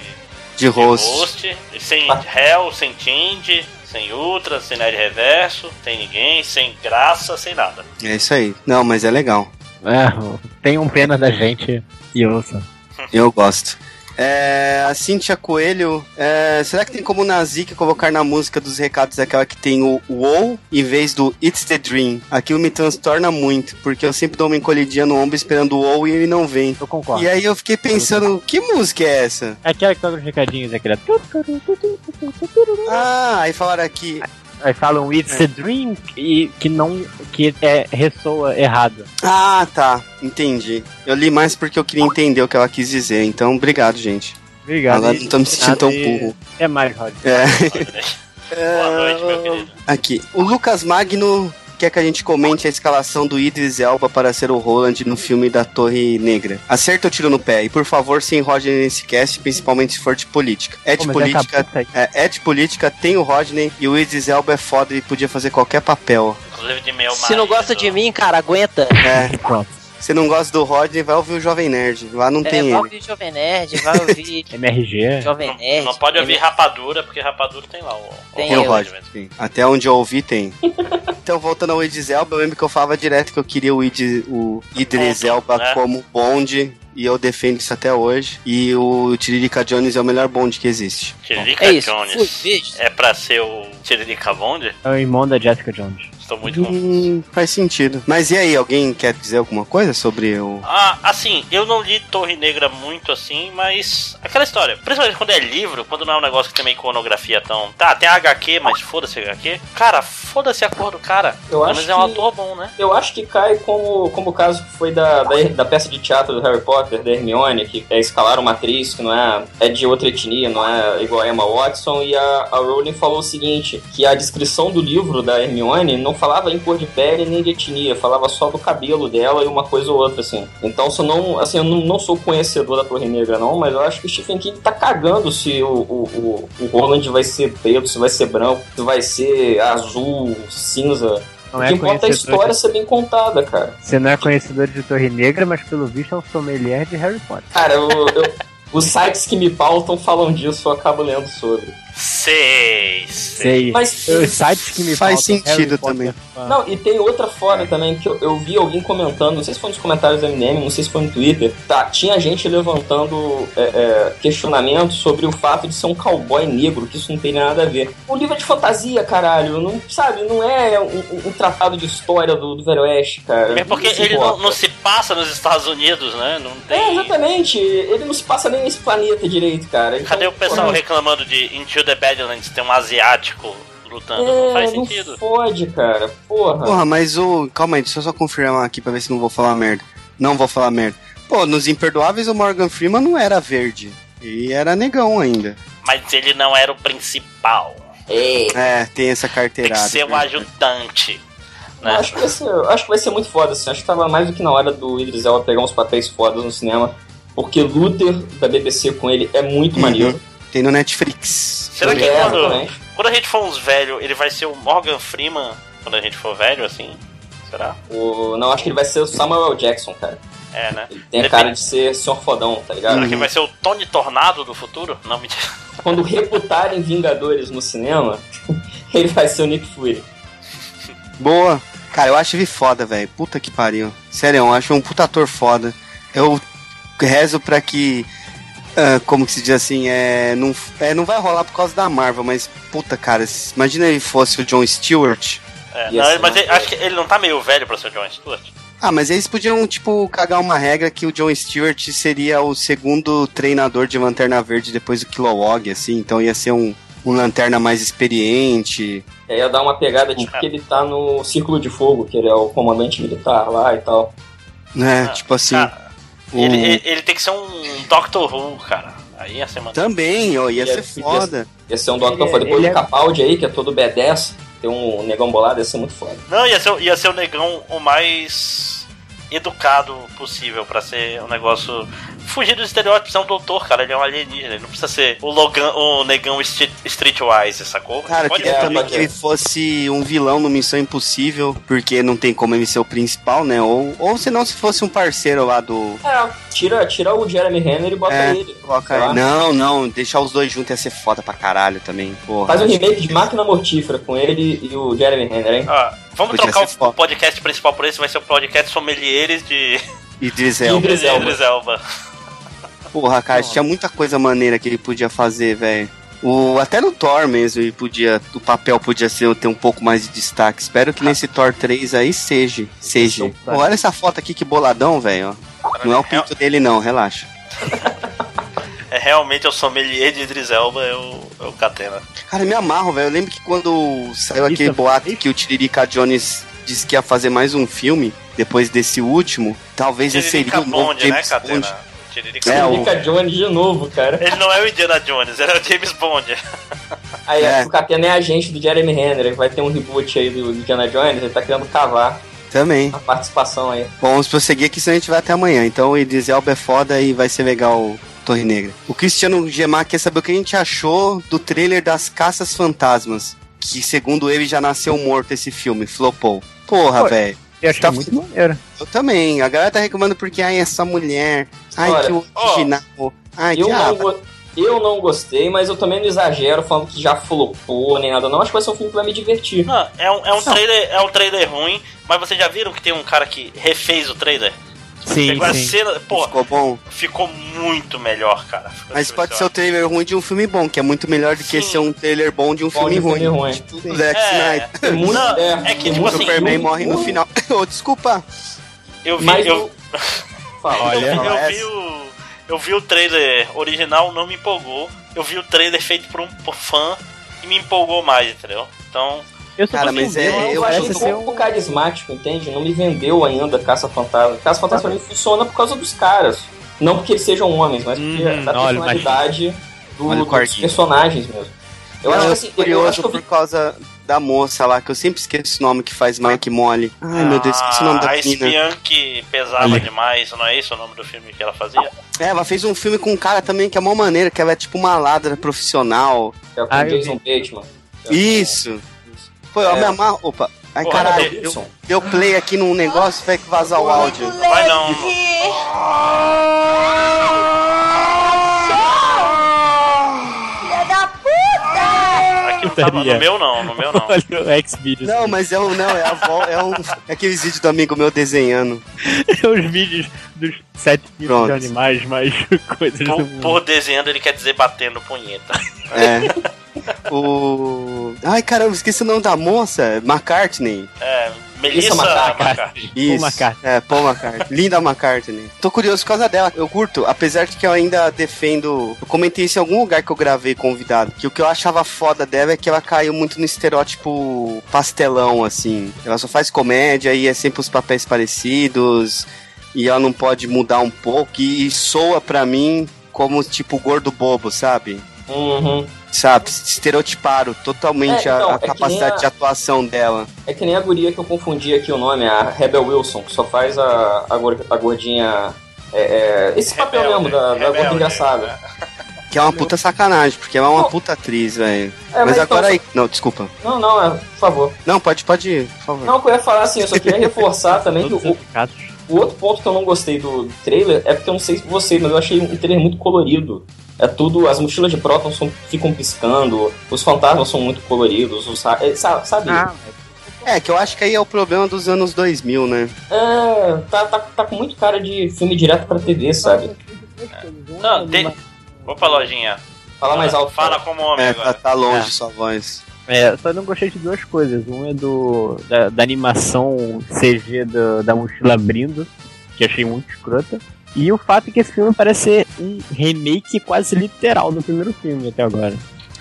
Speaker 14: De rosto.
Speaker 5: host, sem Hell, sem Change, sem Ultra, sem Nerd Reverso, sem ninguém, sem graça, sem nada.
Speaker 14: É isso aí. Não, mas é legal.
Speaker 6: É, tem um pena da gente e ouça.
Speaker 14: Eu gosto. É, a Cintia Coelho, é, será que tem como Nazik colocar na música dos recados aquela que tem o WoW em vez do It's the Dream? Aquilo me transtorna muito, porque eu sempre dou uma encolhidinha no ombro esperando o WoW e ele não vem.
Speaker 6: Eu concordo.
Speaker 14: E aí eu fiquei pensando, que música é essa?
Speaker 6: É Aquela que toca os recadinhos, aquela.
Speaker 14: Ah, aí falaram aqui.
Speaker 6: Aí falam It's
Speaker 9: É.
Speaker 6: a Dream e que não. que é, ressoa errado.
Speaker 14: Ah, tá, entendi. Eu li mais porque eu queria entender o que ela quis dizer, então obrigado, gente.
Speaker 6: Obrigado.
Speaker 14: Agora não tô me sentindo tão
Speaker 6: e-
Speaker 14: burro. É.
Speaker 6: Até mais, Roger.
Speaker 14: Boa
Speaker 5: noite, meu
Speaker 14: querido. Aqui. O Lucas Magno quer que a gente comente a escalação do Idris Elba para ser o Roland no filme da Torre Negra. Acerta o tiro no pé. E por favor, sem Rodney nesse cast, principalmente se for de política. É de
Speaker 15: Pô, mas
Speaker 14: política.
Speaker 15: acabou, tá aí.
Speaker 14: É, é de política, tem o Rodney e o Idris Elba é foda e podia fazer qualquer papel.
Speaker 5: Inclusive de meu
Speaker 1: Se não gosta de mim, cara, aguenta.
Speaker 14: É. Se não gosta do Rodney, vai ouvir o Jovem Nerd. Lá não
Speaker 1: é,
Speaker 14: tem
Speaker 1: vai
Speaker 14: ele.
Speaker 1: ouvir Jovem Nerd, vai ouvir
Speaker 6: MRG.
Speaker 1: Jovem Nerd.
Speaker 5: Não pode ouvir rapadura, porque rapadura tem lá o.
Speaker 14: Tem né? o Rodney. Sim. Até onde eu ouvi, tem. então, voltando ao Idris Elba, eu lembro que eu falava direto que eu queria o, Id, o Idris Elba
Speaker 5: né?
Speaker 14: como bonde, e eu defendo isso até hoje. E o Tiririca Jones é o melhor bonde que existe.
Speaker 5: Tiririca
Speaker 14: É isso.
Speaker 5: Jones. é pra ser o Tiririca Bond?
Speaker 6: É o irmão da Jessica Jones.
Speaker 5: Estou muito
Speaker 14: Hum, faz sentido. Mas e aí, alguém quer dizer alguma coisa sobre o.
Speaker 5: Ah, assim, eu não li Torre Negra muito assim, mas aquela história, principalmente quando é livro, quando não é um negócio que tem uma iconografia tão. Tá, tem HQ, mas foda-se HQ. Cara, foda-se a cor do cara.
Speaker 9: Eu
Speaker 5: Pelo
Speaker 9: acho
Speaker 5: menos é um
Speaker 9: que-
Speaker 5: autor bom, né?
Speaker 9: Eu acho que cai como, como o caso que foi da, da, da peça de teatro do Harry Potter, da Hermione, que é escalar uma atriz que não é, é de outra etnia, não é igual a Emma Watson, e a, a Rowling falou o seguinte, que a descrição do livro da Hermione não falava em cor de pele nem de etnia, falava só do cabelo dela e uma coisa ou outra, assim. Então, se eu não, assim, eu não, não sou conhecedor da Torre Negra, não, mas eu acho que o Stephen King tá cagando se o, o, o, o Roland vai ser preto, se vai ser branco, se vai ser azul, cinza.
Speaker 6: Não
Speaker 9: o
Speaker 6: é
Speaker 9: que importa é a
Speaker 6: conhecedor
Speaker 9: história
Speaker 6: de-
Speaker 9: ser bem contada, cara.
Speaker 6: Você não é conhecedor de Torre Negra, mas pelo visto é um sommelier de Harry Potter.
Speaker 9: Cara, eu- eu- os sites que me pautam falam disso, eu acabo lendo sobre.
Speaker 5: Seis.
Speaker 6: Sei.
Speaker 9: Mas-
Speaker 6: Os sites que me
Speaker 9: Faz
Speaker 6: faltam,
Speaker 9: sentido
Speaker 6: Harry Potter.
Speaker 9: Não, e tem outra fora também que eu, eu vi alguém comentando, não sei se foi nos comentários do MDM, não sei se foi no Twitter. Tá, tinha gente levantando é, é, questionamentos sobre o fato de ser um cowboy negro, que isso não tem nada a ver. O livro é de fantasia, caralho, não, sabe? Não é um, um- um tratado de história do, do Velho Oeste, cara.
Speaker 5: É porque
Speaker 9: se
Speaker 5: ele não,
Speaker 9: importa.
Speaker 5: não se passa nos Estados Unidos, né? Não tem.
Speaker 9: É, exatamente. Ele não se passa nem nesse planeta direito, cara. Então,
Speaker 5: Cadê o pessoal
Speaker 9: porra,
Speaker 5: reclamando de Into the Badlands tem um asiático lutando?
Speaker 9: É,
Speaker 5: não faz
Speaker 9: não
Speaker 5: sentido.
Speaker 9: Fode, cara. Porra.
Speaker 14: Porra, mas o. Calma aí, deixa eu só confirmar aqui pra ver se não vou falar merda. Não vou falar merda. Pô, nos Imperdoáveis o Morgan Freeman não era verde. E era negão ainda.
Speaker 5: Mas ele não era o principal.
Speaker 14: É, tem essa
Speaker 5: Tem que
Speaker 14: carteirada.
Speaker 5: ser um ajudante.
Speaker 9: Eu Acho, que vai ser, eu acho que vai ser muito foda, assim. Acho que tava mais do que na hora do Idris Elba pegar uns papéis fodas no cinema. Porque Luther da BBC com ele é muito maneiro.
Speaker 14: Tem no Netflix.
Speaker 5: Será que
Speaker 9: É,
Speaker 5: quando,
Speaker 9: exatamente.
Speaker 5: quando a gente for uns velhos, ele vai ser o Morgan Freeman quando a gente for velho, assim? Será?
Speaker 9: O, não, acho que ele vai ser o Samuel L. Jackson, cara.
Speaker 5: É, né?
Speaker 9: Tem a
Speaker 5: Depende-
Speaker 9: cara de ser senhor fodão, tá ligado?
Speaker 5: Será que vai ser o Tony Tornado do futuro? Não, mentira.
Speaker 9: Quando reputarem Vingadores no cinema, ele vai ser o Nick Fury.
Speaker 14: Boa. Cara, eu acho ele foda, velho. Puta que pariu. Sério, eu acho um puta ator foda. Eu rezo pra que. ah, como que se diz assim? É não, é. não vai rolar por causa da Marvel, mas puta, cara. s- Imagina ele fosse o John Stewart.
Speaker 5: É,
Speaker 14: Ia
Speaker 5: não,
Speaker 14: ser
Speaker 5: mas
Speaker 14: uma
Speaker 5: ele- acho que ele não tá meio velho pra ser o John Stewart.
Speaker 14: Ah, mas eles podiam, tipo, cagar uma regra que o John Stewart seria o segundo treinador de Lanterna Verde depois do Kilowog, assim. Então ia ser um, um lanterna mais experiente.
Speaker 9: É, ia dar uma pegada
Speaker 5: Uhum.
Speaker 9: tipo que ele tá no Círculo de Fogo, que ele é o comandante militar lá e tal.
Speaker 5: Ah,
Speaker 14: Né? tipo assim. o-
Speaker 5: Ele, ele- ele tem que ser um Doctor Who, cara. Aí a semana.
Speaker 14: Também, ó, ia ser foda.
Speaker 9: Ia, ser um Doctor
Speaker 5: Ele-
Speaker 9: Who. Depois
Speaker 5: ele
Speaker 9: do
Speaker 5: é-
Speaker 9: Capaldi aí, que é todo B10, tem um negão bolado, ia ser muito foda.
Speaker 5: Não, ia ser, o- ia ser o negão o mais educado possível pra ser um negócio. Fugir dos estereótipos, é um doutor, cara. Ele é um alienígena. Ele não precisa ser o, Logan, o negão street- streetwise, sacou?
Speaker 14: Cara, eu
Speaker 5: Pode
Speaker 14: queria
Speaker 5: ser
Speaker 14: também
Speaker 5: um
Speaker 14: que é. ele fosse um vilão no Missão Impossível, porque não tem como ele ser o principal, né? Ou, ou se não, se fosse um parceiro lá do.
Speaker 9: É, tira, tira o Jeremy Renner e bota
Speaker 14: É,
Speaker 9: ele.
Speaker 14: coloca ele. Não, não, deixar os dois juntos ia ser foda pra caralho também. Porra,
Speaker 9: Faz um
Speaker 14: acho
Speaker 9: remake
Speaker 14: que-
Speaker 9: de Máquina Mortífera com ele e o Jeremy Renner, hein?
Speaker 5: Ah, vamos
Speaker 9: Podia
Speaker 5: trocar
Speaker 9: ser
Speaker 5: o podcast principal por esse, vai ser o podcast Sommelieres de.
Speaker 14: E Drizel.
Speaker 5: Idris Idris Elba.
Speaker 14: Porra, cara, tinha muita coisa maneira que ele podia fazer, velho. O, até no Thor mesmo, ele podia. O papel podia ser, ter um pouco mais de destaque. Espero que nesse Thor 3 aí seja. Seja. Pô, olha essa foto aqui, que boladão, velho. ó. Não é o pinto dele, não, relaxa.
Speaker 5: É realmente o sommelier de Idris Elba, é o, é o Catena.
Speaker 14: Cara, eu me amarro, velho. Eu lembro que quando saiu aquele boato que o Tiririca Jones disse que ia fazer mais um filme, depois desse último, talvez esse
Speaker 5: Tiririca
Speaker 14: seria o novo
Speaker 5: Bond, né,
Speaker 14: James
Speaker 5: Catena?
Speaker 14: Bond.
Speaker 5: Tiririca
Speaker 9: É, o- Tiririca Jones de novo, cara.
Speaker 5: Ele não é o Indiana Jones, ele é o James Bond.
Speaker 9: Aí o Catena é agente do Jeremy Renner, vai ter um reboot aí do Indiana Jones, ele tá querendo cavar
Speaker 14: Também.
Speaker 9: a participação aí.
Speaker 14: Bom, vamos prosseguir aqui, senão a gente vai até amanhã. Então, o Idris Elba é foda e vai ser legal Torre Negra. O Cristiano Gemar quer saber o que a gente achou do trailer das Caças Fantasmas, que segundo ele já nasceu morto esse filme, flopou. Porra,
Speaker 18: Foi.
Speaker 14: velho.
Speaker 18: Eu
Speaker 9: Tá
Speaker 18: achei muito maneiro.
Speaker 14: Eu também. A galera tá reclamando porque, ai, essa mulher. Ai,
Speaker 9: Olha,
Speaker 14: que original. ai,
Speaker 9: eu,
Speaker 14: que
Speaker 9: não
Speaker 14: aba.
Speaker 9: go- eu não gostei, mas eu também não exagero falando que já flopou nem nada, não. Acho que vai ser um filme que vai me divertir.
Speaker 5: Não, é um, é um trailer, é um trailer ruim, mas vocês já viram que tem um cara que refez o trailer?
Speaker 14: Sim,
Speaker 5: Pegou a
Speaker 14: sim.
Speaker 5: cena, pô,
Speaker 14: Ficou bom.
Speaker 5: ficou muito melhor, cara. Ficou
Speaker 14: Mas
Speaker 5: muito
Speaker 14: pode ser
Speaker 5: melhor.
Speaker 14: o trailer ruim de um filme bom, que é muito melhor do que ser um trailer bom de um
Speaker 5: Bom
Speaker 14: filme
Speaker 5: de
Speaker 14: ruim.
Speaker 5: filme ruim.
Speaker 14: Tipo, Zack
Speaker 5: É,
Speaker 14: Snyder.
Speaker 5: muito- Não, é que, tipo
Speaker 14: o
Speaker 5: assim,
Speaker 14: Superman
Speaker 5: o-
Speaker 14: morre no final. oh, desculpa.
Speaker 5: Eu vi,
Speaker 14: Mas
Speaker 5: eu...
Speaker 14: Olha, é
Speaker 5: eu,
Speaker 14: fala
Speaker 5: eu vi o, eu vi o trailer original, não me empolgou. Eu vi o trailer feito por um por fã e me empolgou mais, entendeu? Então,
Speaker 6: Eu
Speaker 5: Cara, mas é-
Speaker 9: eu,
Speaker 5: eu
Speaker 9: achei
Speaker 5: acho
Speaker 9: um
Speaker 5: que
Speaker 14: assim,
Speaker 5: ser
Speaker 9: pouco carismático, entende? Não me vendeu ainda Caça Fantasma. Caça Fantasma pra mim funciona por causa dos caras. Não porque eles sejam homens, mas porque da
Speaker 14: Uhum, olha,
Speaker 9: personalidade do-
Speaker 14: Olha o
Speaker 9: dos
Speaker 14: corguinho.
Speaker 9: personagens mesmo. Eu acho que assim, eu- eu acho
Speaker 14: curioso
Speaker 9: que eu
Speaker 14: por causa da moça lá, que eu sempre esqueço o nome que faz Mike Mole. Ai, meu Deus, esqueci o nome da
Speaker 5: é Ah, a
Speaker 14: menina.
Speaker 5: espiã que pesava
Speaker 14: Ali.
Speaker 5: demais, não é isso o nome do filme que ela fazia?
Speaker 14: É, ela fez um filme com um cara também que é mó maneira, que ela é tipo uma ladra profissional.
Speaker 9: É o
Speaker 14: ah,
Speaker 9: Jason Bateman.
Speaker 5: É.
Speaker 14: Isso. Pô, eu
Speaker 9: É.
Speaker 14: me amarro. Opa. Ai,
Speaker 9: Porra,
Speaker 14: caralho,
Speaker 9: Deus.
Speaker 14: deu,
Speaker 5: é.
Speaker 14: deu play aqui num negócio, vai que vazar o áudio.
Speaker 5: Vai não.
Speaker 19: Filha da puta!
Speaker 5: Aqui não tava Tá no meu não, no meu não.
Speaker 6: Olha o X-Videos.
Speaker 14: Não, mas é um, não, é a avó, é um. É aquele vídeo do amigo meu desenhando.
Speaker 6: É os vídeos dos sete tipos
Speaker 14: Pronto.
Speaker 6: de animais, mais coisas do
Speaker 5: Por,
Speaker 6: mundo.
Speaker 5: por desenhando ele quer dizer batendo punheta.
Speaker 14: É. O. Ai, caramba, esqueci o nome da moça. McCartney.
Speaker 5: É, Melissa
Speaker 14: Melissa Macaca.
Speaker 5: Macaca.
Speaker 14: Isso. É, Paul McCartney. Linda McCartney. Tô curioso por causa dela. Eu curto, apesar de que eu ainda defendo. Eu comentei isso em algum lugar que eu gravei convidado. Que o que eu achava foda dela é que ela caiu muito no estereótipo pastelão, assim. Ela só faz comédia e é sempre os papéis parecidos. E ela não pode mudar um pouco. E soa pra mim como tipo gordo bobo, sabe?
Speaker 9: Uhum.
Speaker 14: Sabe? Estereotiparam totalmente
Speaker 9: É, então,
Speaker 14: a- a,
Speaker 9: é que nem
Speaker 14: capacidade
Speaker 9: a-
Speaker 14: de atuação dela.
Speaker 9: É que nem a guria que eu confundi aqui o nome, a Rebel Wilson, que só faz a, a, gor- a gordinha. é, é, esse papel mesmo, da, da gordinha engraçada.
Speaker 14: Que é uma puta sacanagem, porque ela é uma puta atriz, velho.
Speaker 9: É, mas
Speaker 14: mas
Speaker 9: então-
Speaker 14: agora aí. Não, desculpa.
Speaker 9: Não, não, é, por favor.
Speaker 14: Não, pode, pode ir, por favor.
Speaker 9: Não, o que eu ia falar assim, eu só queria reforçar também que o, o outro ponto que eu não gostei do trailer é porque eu não sei se vocês, mas eu achei um trailer muito colorido. É tudo, as mochilas de próton são- ficam piscando, os fantasmas são muito coloridos, os, ra- é, sa- sabe?
Speaker 14: É, que eu acho que aí é o problema dos anos 2000, né?
Speaker 9: É, tá, tá, tá com muito cara de filme direto pra TV, sabe?
Speaker 5: Não, de... Opa, lojinha.
Speaker 9: Fala mais alto.
Speaker 5: Fala como homem
Speaker 14: É, tá,
Speaker 5: agora.
Speaker 14: tá longe
Speaker 6: É.
Speaker 14: sua voz.
Speaker 6: É, eu só não gostei de duas coisas. Um é do da, da animação CG da, da mochila abrindo, que achei muito escrota. E o fato é que esse filme parece ser um remake quase literal do primeiro filme até agora.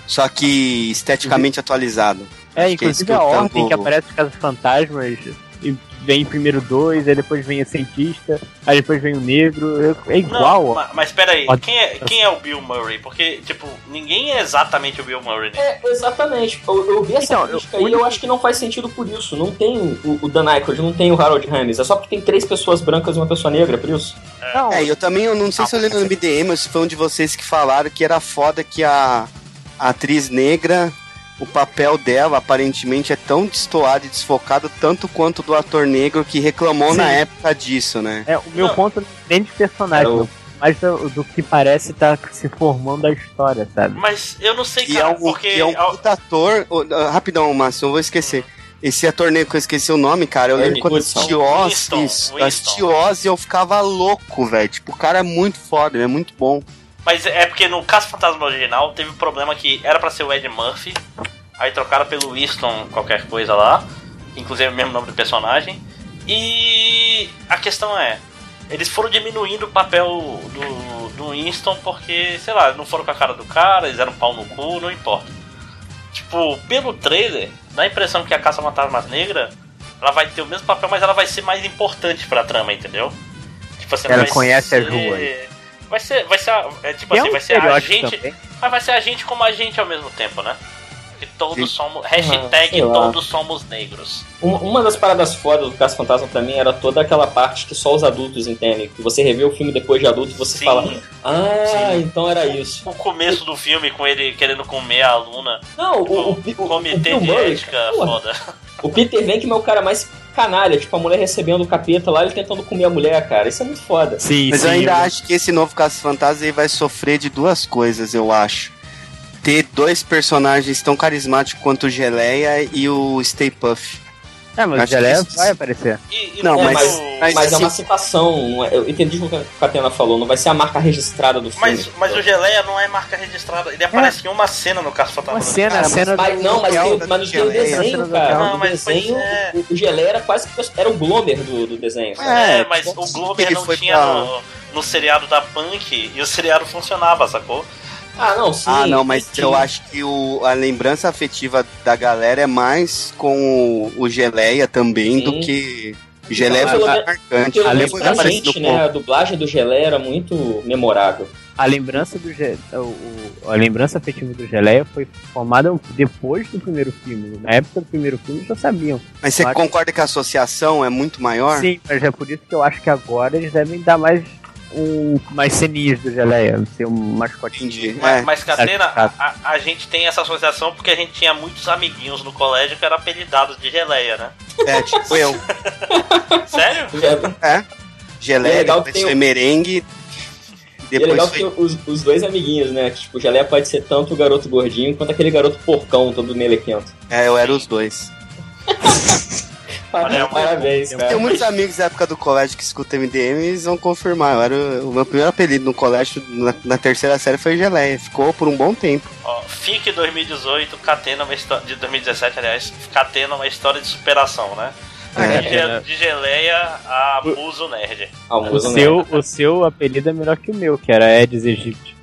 Speaker 14: Só que esteticamente atualizado.
Speaker 6: É,
Speaker 14: Acho que isso
Speaker 6: inclusive
Speaker 14: que
Speaker 6: a
Speaker 14: eu tava-
Speaker 6: ordem que aparece os casos fantasmas e vem primeiro dois, aí depois vem o cientista, aí depois vem o negro. é- É igual, ó.
Speaker 5: Mas, mas peraí,
Speaker 6: Pode-
Speaker 5: quem é, quem é o Bill Murray? Porque, tipo, ninguém é exatamente o Bill Murray, né?
Speaker 9: É, exatamente. Eu, eu vi essa crítica aí e eu acho que não faz sentido por isso. Não tem o, o Dan Aykroyd, não tem o Harold Ramis. É só porque tem três pessoas brancas e uma pessoa negra, por isso.
Speaker 14: É, e eu também eu não sei se eu li no MDM ou se foi um de vocês que falaram que era foda que a, a atriz negra, o papel dela aparentemente é tão destoado e desfocado, tanto quanto do ator negro que reclamou
Speaker 6: Sim.
Speaker 14: na época disso, né?
Speaker 6: É, o meu ponto não é nem de personagem,
Speaker 14: Era o-
Speaker 6: não, mas do, do que parece tá se formando a história, sabe?
Speaker 5: Mas eu não sei,
Speaker 14: que é um, que é um puta ator. ô, ah, rapidão, Márcio, eu vou esquecer. Esse ator negro que eu esqueci o nome, cara, eu
Speaker 9: Ernie
Speaker 14: lembro quando
Speaker 9: Hudson.
Speaker 14: assisti Oz,
Speaker 9: Winston,
Speaker 14: isso,
Speaker 9: Winston.
Speaker 14: assisti Oz e eu ficava louco, velho. Tipo, o cara é muito foda, ele é muito bom.
Speaker 5: Mas é porque no Caso Fantasma original teve um problema que era pra ser o Ed Murphy, aí trocaram pelo Winston qualquer coisa lá, inclusive é o mesmo nome do personagem. E a questão é, eles foram diminuindo o papel do, do Winston porque, sei lá, não foram com a cara do cara, eles eram pau no cu, não importa. Tipo, pelo trailer, dá a impressão que a Caça Fantasmas Negra ela vai ter o mesmo papel, mas ela vai ser mais importante pra trama, entendeu? Tipo, assim,
Speaker 18: Ela
Speaker 5: vai
Speaker 18: conhece as
Speaker 5: ser-
Speaker 18: ruas.
Speaker 5: Vai ser. Vai ser a- é, tipo
Speaker 17: Tem
Speaker 5: assim,
Speaker 17: um
Speaker 5: vai ser a
Speaker 17: estereótipo
Speaker 5: gente.
Speaker 17: também.
Speaker 5: Mas vai ser a gente como a gente ao mesmo tempo, né? Que todos somos. Hashtag
Speaker 9: sei lá.
Speaker 5: todos somos negros.
Speaker 9: Uma, uma das paradas fodas do Caso Fantasma pra mim era toda aquela parte que só os adultos entendem. Que você revê o filme depois de adulto e você fala. Ah, então era isso.
Speaker 5: O começo do filme com ele querendo comer a aluna.
Speaker 9: Não, o, o,
Speaker 5: Comitê
Speaker 9: o Bill
Speaker 5: de
Speaker 9: Murray,
Speaker 5: ética
Speaker 9: porra.
Speaker 5: foda.
Speaker 9: O Peter Venkman é o cara mais canalha, tipo, a mulher recebendo o capeta lá, ele tentando comer a mulher, cara. Isso é muito foda.
Speaker 14: Mas eu ainda
Speaker 11: né?
Speaker 14: acho que esse novo Caso Fantasma aí vai sofrer de duas coisas, eu acho. Ter dois personagens tão carismáticos quanto o Geleia e o Stay Puff.
Speaker 11: É, mas o
Speaker 14: Acho que
Speaker 11: Geleia
Speaker 14: isso-
Speaker 11: vai aparecer.
Speaker 14: Não,
Speaker 9: É,
Speaker 14: mas,
Speaker 9: mas,
Speaker 14: mas
Speaker 9: mas é uma
Speaker 14: assim,
Speaker 9: citação. não é- Eu entendi o que a Catena falou, não vai ser a marca registrada do filme.
Speaker 5: Mas, mas o Geleia não é marca registrada. Ele aparece em uma cena no Caso Fantasma.
Speaker 9: Cara, mas- mas, não, mas, tem, mas não tem o
Speaker 14: é,
Speaker 9: desenho, cara.
Speaker 5: Não,
Speaker 9: No
Speaker 5: Ah, mas pois
Speaker 9: desenho,
Speaker 5: é.
Speaker 9: o- o Geleia era quase que era um Glomer do, do desenho. sabe?
Speaker 5: É, mas o Glomer não tinha no, no seriado da Punk e o seriado funcionava, sacou?
Speaker 9: Ah, não, sim.
Speaker 14: Ah, não, mas eu acho que o- a lembrança afetiva da galera é mais com o, o Geleia também do que. Geleia
Speaker 9: Não,
Speaker 14: é
Speaker 9: pelo
Speaker 14: mais
Speaker 9: menos-
Speaker 14: marcante.
Speaker 9: Então, Pelo menos
Speaker 14: Depois
Speaker 9: pra
Speaker 14: aparece
Speaker 9: gente,
Speaker 14: no
Speaker 9: né? A
Speaker 14: ponto.
Speaker 9: dublagem do Geleia era muito memorável.
Speaker 6: A lembrança do Ge- o- o- a lembrança afetiva do Geleia foi formada depois do primeiro filme. Na época do primeiro filme já sabiam.
Speaker 14: Mas você
Speaker 6: Eu acho-
Speaker 14: concorda que a associação é muito
Speaker 9: Ah.
Speaker 14: maior?
Speaker 6: Sim, mas é por isso que eu acho que agora eles devem dar mais um mais ceninhas do Geleia, ser um mascotinho.
Speaker 14: É.
Speaker 5: Mas, mas
Speaker 6: É
Speaker 5: Catena, a, a- a gente tem essa associação porque a gente tinha muitos amiguinhos no colégio que eram apelidados de geleia, né?
Speaker 14: É, tipo eu.
Speaker 5: Sério?
Speaker 14: É.
Speaker 9: E é
Speaker 14: Geleia,
Speaker 9: legal que
Speaker 14: depois
Speaker 9: tem
Speaker 14: foi
Speaker 9: o-
Speaker 14: merengue.
Speaker 9: E é
Speaker 14: Depois
Speaker 9: legal
Speaker 14: foi.
Speaker 9: que tem os, os dois amiguinhos, né? Que, tipo, o Geleia pode ser tanto o garoto gordinho quanto aquele garoto porcão todo melequento.
Speaker 14: É, eu era os dois.
Speaker 9: Parabéns, cara.
Speaker 14: Tem muitos amigos da época do colégio que escutam MDM e eles vão confirmar. Eu era o, o meu primeiro apelido no colégio, na, na terceira série, foi Geleia. Ficou por um bom tempo.
Speaker 5: Ó, FIC 2018, Catena, é uma história. De 2017, aliás, Catena, é uma história de superação, né?
Speaker 6: É.
Speaker 5: De, ge- de geleia a Muso Nerd.
Speaker 6: O
Speaker 9: né?
Speaker 6: seu, o seu apelido é melhor que o meu, que era Edis Egypt.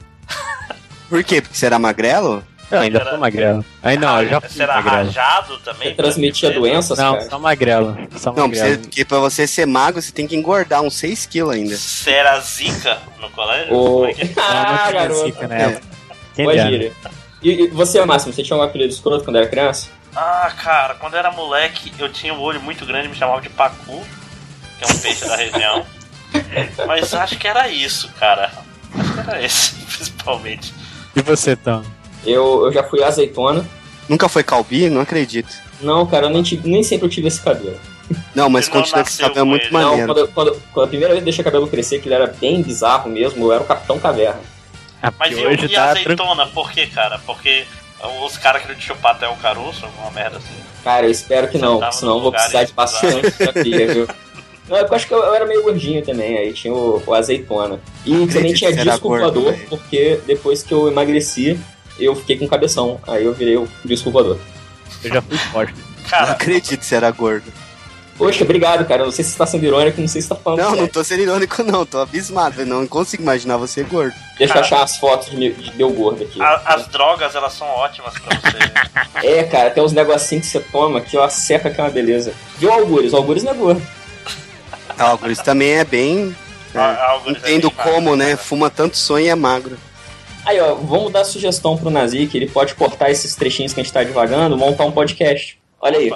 Speaker 14: Por quê? Porque você era magrelo?
Speaker 6: Eu ainda sou magrelo. Aí não, eu já fui
Speaker 5: Será
Speaker 6: magrelo.
Speaker 5: rajado também?
Speaker 6: Não, só magrelo. Só
Speaker 14: Não,
Speaker 6: magrelo.
Speaker 14: você, porque pra você ser magro, você tem que engordar uns 6 quilos ainda.
Speaker 5: Será zica no colégio?
Speaker 14: Ô.
Speaker 5: Como é que-
Speaker 9: Ah, garoto.
Speaker 14: Quem
Speaker 9: Boa
Speaker 6: né?
Speaker 14: dera.
Speaker 9: gíria. E, e você, Máximo, você tinha um apelido escroto quando era criança?
Speaker 5: Ah, cara, quando eu era moleque, eu tinha um olho muito grande, me chamava de Pacu, que é um peixe da região. Mas acho que era isso, cara. Acho que era esse, principalmente.
Speaker 6: E você, Tom?
Speaker 9: Eu, eu já fui azeitona.
Speaker 14: Nunca foi calbi? Não acredito.
Speaker 9: Não, cara, eu nem, tive- nem sempre eu tive esse cabelo.
Speaker 14: Não, mas continua que esse cabelo é muito
Speaker 9: Não,
Speaker 14: maneiro.
Speaker 9: quando, eu- quando, eu- quando a primeira vez eu deixei o cabelo crescer, que ele era bem bizarro mesmo, eu era o Capitão Caverna.
Speaker 6: Ah,
Speaker 5: Mas e, e
Speaker 6: tá
Speaker 5: a azeitona, por quê, cara? Porque os caras queriam te chupar até o caroço, alguma merda assim.
Speaker 9: Cara, eu espero que não,
Speaker 5: Sentava
Speaker 9: porque senão eu
Speaker 5: no
Speaker 9: vou
Speaker 5: lugar
Speaker 9: precisar
Speaker 5: e
Speaker 9: de bastante terapia, viu? Não, é porque eu acho que eu, eu era meio gordinho também, aí tinha o, o azeitona. E também
Speaker 14: acredito
Speaker 9: tinha
Speaker 14: que você era
Speaker 9: disco
Speaker 14: gordo,
Speaker 9: voador,
Speaker 14: velho.
Speaker 9: porque depois que eu emagreci, eu fiquei com cabeção. Aí eu virei o disco voador.
Speaker 6: Eu já fui forte.
Speaker 14: Não acredito que você era gordo.
Speaker 9: Poxa, obrigado, cara. Eu Não sei se você tá sendo irônico, não sei se você tá falando.
Speaker 14: Não, não
Speaker 9: sério.
Speaker 14: tô sendo irônico, não. Tô abismado. Eu não consigo imaginar você gordo.
Speaker 9: Deixa eu achar as fotos de meu, de meu gordo aqui.
Speaker 5: A- as drogas, elas são ótimas pra você.
Speaker 9: É, cara, tem uns negocinhos que você toma que ó, seca que é uma beleza. Viu o Algures? O Algures não é gordo.
Speaker 14: Álgoris também é bem.
Speaker 5: né?
Speaker 9: é
Speaker 14: Entendo como, né? Fuma tanto sonho e é magro.
Speaker 9: Aí, ó, vamos dar sugestão pro Nazi que ele pode cortar esses trechinhos que a gente tá divagando, montar um podcast. Olha aí.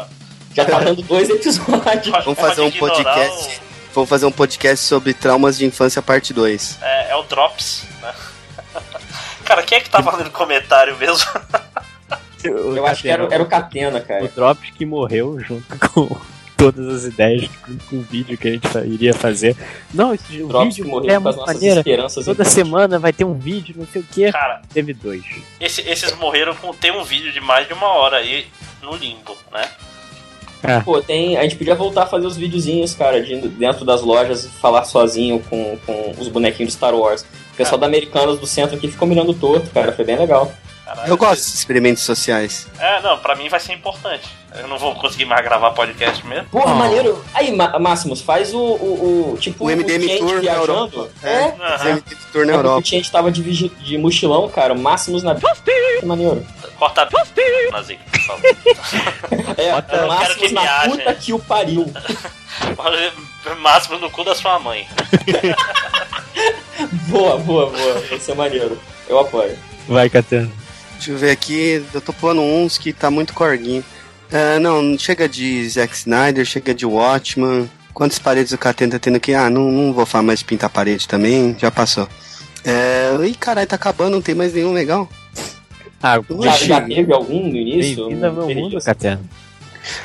Speaker 9: Já tá dando dois episódios.
Speaker 14: Vamos fazer um
Speaker 5: Pode ignorar
Speaker 14: podcast. Vamos fazer um podcast sobre traumas de infância, parte 2.
Speaker 5: É, é o Drops, né? Cara, quem é que tá fazendo comentário mesmo?
Speaker 9: Eu acho que era, era o Catena, cara.
Speaker 6: O Drops que morreu junto com todas as ideias, com, com o vídeo que a gente fa- iria fazer. Não, esse o
Speaker 9: Drops que
Speaker 6: vídeo
Speaker 9: morreu
Speaker 6: é
Speaker 9: com as
Speaker 6: muito
Speaker 9: nossas
Speaker 6: maneiro.
Speaker 9: esperanças em
Speaker 6: Toda
Speaker 9: Deus.
Speaker 6: semana vai ter um vídeo, não sei o que.
Speaker 5: Cara.
Speaker 6: Teve dois.
Speaker 5: Esse- esses morreram com. Tem um vídeo de mais de uma hora aí no limbo, né?
Speaker 9: Pô, tem. A gente podia voltar a fazer os videozinhos, cara, de, dentro das lojas e falar sozinho com, com os bonequinhos do Star Wars. O pessoal da Americanas do centro aqui ficou me olhando torto, cara. Foi bem legal.
Speaker 14: Eu
Speaker 9: É.
Speaker 14: gosto de experimentos sociais.
Speaker 5: É, não, pra mim vai ser importante. Eu não vou conseguir mais gravar podcast mesmo.
Speaker 9: Porra, maneiro. Aí, Ma- Máximos, faz o, o, o- Tipo,
Speaker 14: O MDM
Speaker 9: cliente
Speaker 14: Tour na
Speaker 9: viajando.
Speaker 14: Europa.
Speaker 9: É,
Speaker 14: É, fazer o MDM Tour na
Speaker 9: É, porque O
Speaker 14: Europa.
Speaker 9: cliente tava de, vigi- de mochilão, cara. o Máximos na. Que maneiro.
Speaker 5: Corta a p... Nazi, por favor.
Speaker 9: É,
Speaker 5: Bota- Eu não quero que
Speaker 9: Máximos na
Speaker 5: viaje.
Speaker 9: puta que o pariu.
Speaker 5: Máximo no cu da sua mãe.
Speaker 9: Boa, boa, boa. Esse é maneiro. Eu apoio.
Speaker 6: Vai, Catena.
Speaker 14: Deixa eu ver aqui. Eu tô pulando uns que tá muito corguinho. Ah, não, chega de Zack Snyder, chega de Watchman. Quantas paredes o Catena tá tendo aqui? Ah, não, não vou falar mais de pintar parede também, já passou. É... Ih, caralho, tá acabando, não tem mais nenhum legal.
Speaker 6: Ah,
Speaker 9: Já, já teve algum no início?
Speaker 6: Bem-vindo ao meu mundo, Catena.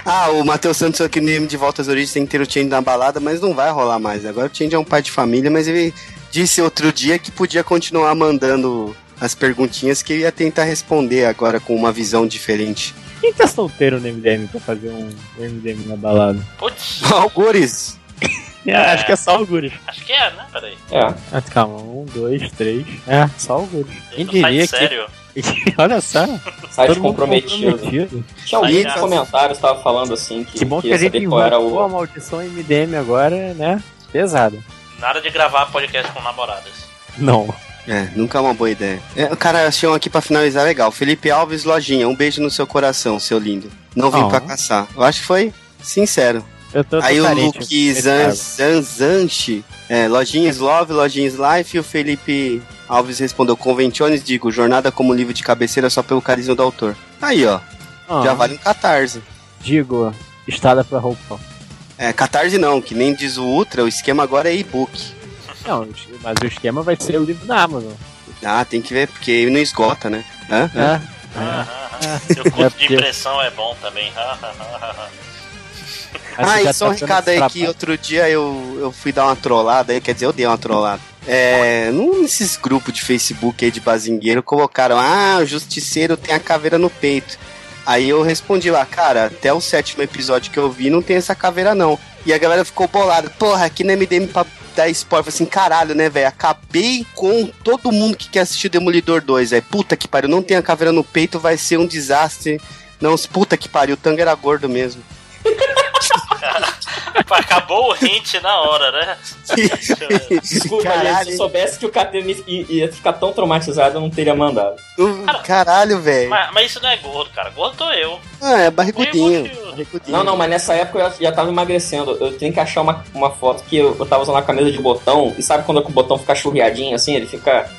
Speaker 14: Ah, o Matheus Santos falou que nem de volta às origens tem que ter o Change na balada, mas não vai rolar mais. Agora o Change é um pai de família, mas ele disse outro dia que podia continuar mandando as perguntinhas que ele ia tentar responder agora com uma visão diferente.
Speaker 6: Quem tá solteiro no MDM pra fazer um MDM na balada?
Speaker 5: Putz.
Speaker 14: Algures!
Speaker 6: É, acho que é só o Guri.
Speaker 5: Acho que é, né? Peraí.
Speaker 6: É. Ah, calma, um, dois, três. É, só o Guri. Quem diria que...
Speaker 5: tá sério?
Speaker 6: Olha só.
Speaker 9: Site
Speaker 6: todo mundo
Speaker 9: comprometido.
Speaker 6: comprometido.
Speaker 9: Tinha alguém nos comentários que tava falando assim que,
Speaker 6: Que bom que
Speaker 9: queria
Speaker 6: a gente
Speaker 9: saber qual era
Speaker 6: invocou
Speaker 9: o.
Speaker 6: a maldição MDM agora, né? Pesada.
Speaker 5: Nada de gravar podcast com namoradas.
Speaker 6: Não.
Speaker 14: É, nunca é uma boa ideia. É, o cara achou aqui pra finalizar legal. Felipe Alves Lojinha, um beijo no seu coração, seu lindo. Não vim
Speaker 6: Oh.
Speaker 14: pra caçar. Eu acho que foi sincero.
Speaker 6: Eu tô
Speaker 14: Aí o
Speaker 6: carente,
Speaker 14: Luke
Speaker 6: esse
Speaker 14: Zan,
Speaker 6: cara.
Speaker 14: Zan, Zanchi, é, Lojinhas Love, Lojinhas Life, e o Felipe Alves respondeu: Convenciones, digo, jornada como livro de cabeceira só pelo carisma do autor. Aí, ó.
Speaker 6: Ah.
Speaker 14: Já vale um catarse.
Speaker 6: Digo, estada pra roupa.
Speaker 14: É, catarse não, que nem diz o Ultra, o esquema agora é e-book.
Speaker 6: Não, mas o esquema vai ser o livro da Amazon.
Speaker 14: Ah, tem que ver, porque não esgota, né? Hã?
Speaker 6: É.
Speaker 5: Ah, ah, ah. Seu curso
Speaker 14: É
Speaker 5: de
Speaker 14: porque-
Speaker 5: impressão é bom também. Ah, ah, ah, ah,
Speaker 14: Ah,
Speaker 5: já
Speaker 14: e só um
Speaker 5: tá sendo
Speaker 14: recado aí que
Speaker 5: extrapolado.
Speaker 14: outro dia eu, eu fui dar uma trollada aí, quer dizer, eu dei uma trollada. É, num desses grupos de Facebook aí de bazingueiro colocaram, ah, o justiceiro tem a caveira no peito. Aí eu respondi lá, cara, até o sétimo episódio que eu vi não tem essa caveira não. E a galera ficou bolada, porra, aqui na MDM pra dar spoiler, Falei assim, caralho, né, velho, acabei com todo mundo que quer assistir Demolidor 2, aí, puta que pariu, não tem a caveira no peito, vai ser um desastre. Não, puta que pariu, o Tanga era gordo mesmo.
Speaker 5: ah. Pô, Acabou o hint na hora, né?
Speaker 9: Desculpa, gente, se eu soubesse que o Catena ia ia ficar tão traumatizado, eu não teria mandado.
Speaker 14: Caralho, velho.
Speaker 5: Mas, mas isso não é gordo, cara. Gordo sou eu.
Speaker 14: Ah, é barrigudinho.
Speaker 9: Não, não, mas nessa época eu já- já tava emagrecendo. Eu tenho que achar uma, uma foto que eu, eu tava usando a camisa de botão. E sabe quando o botão fica churriadinho assim? Ele fica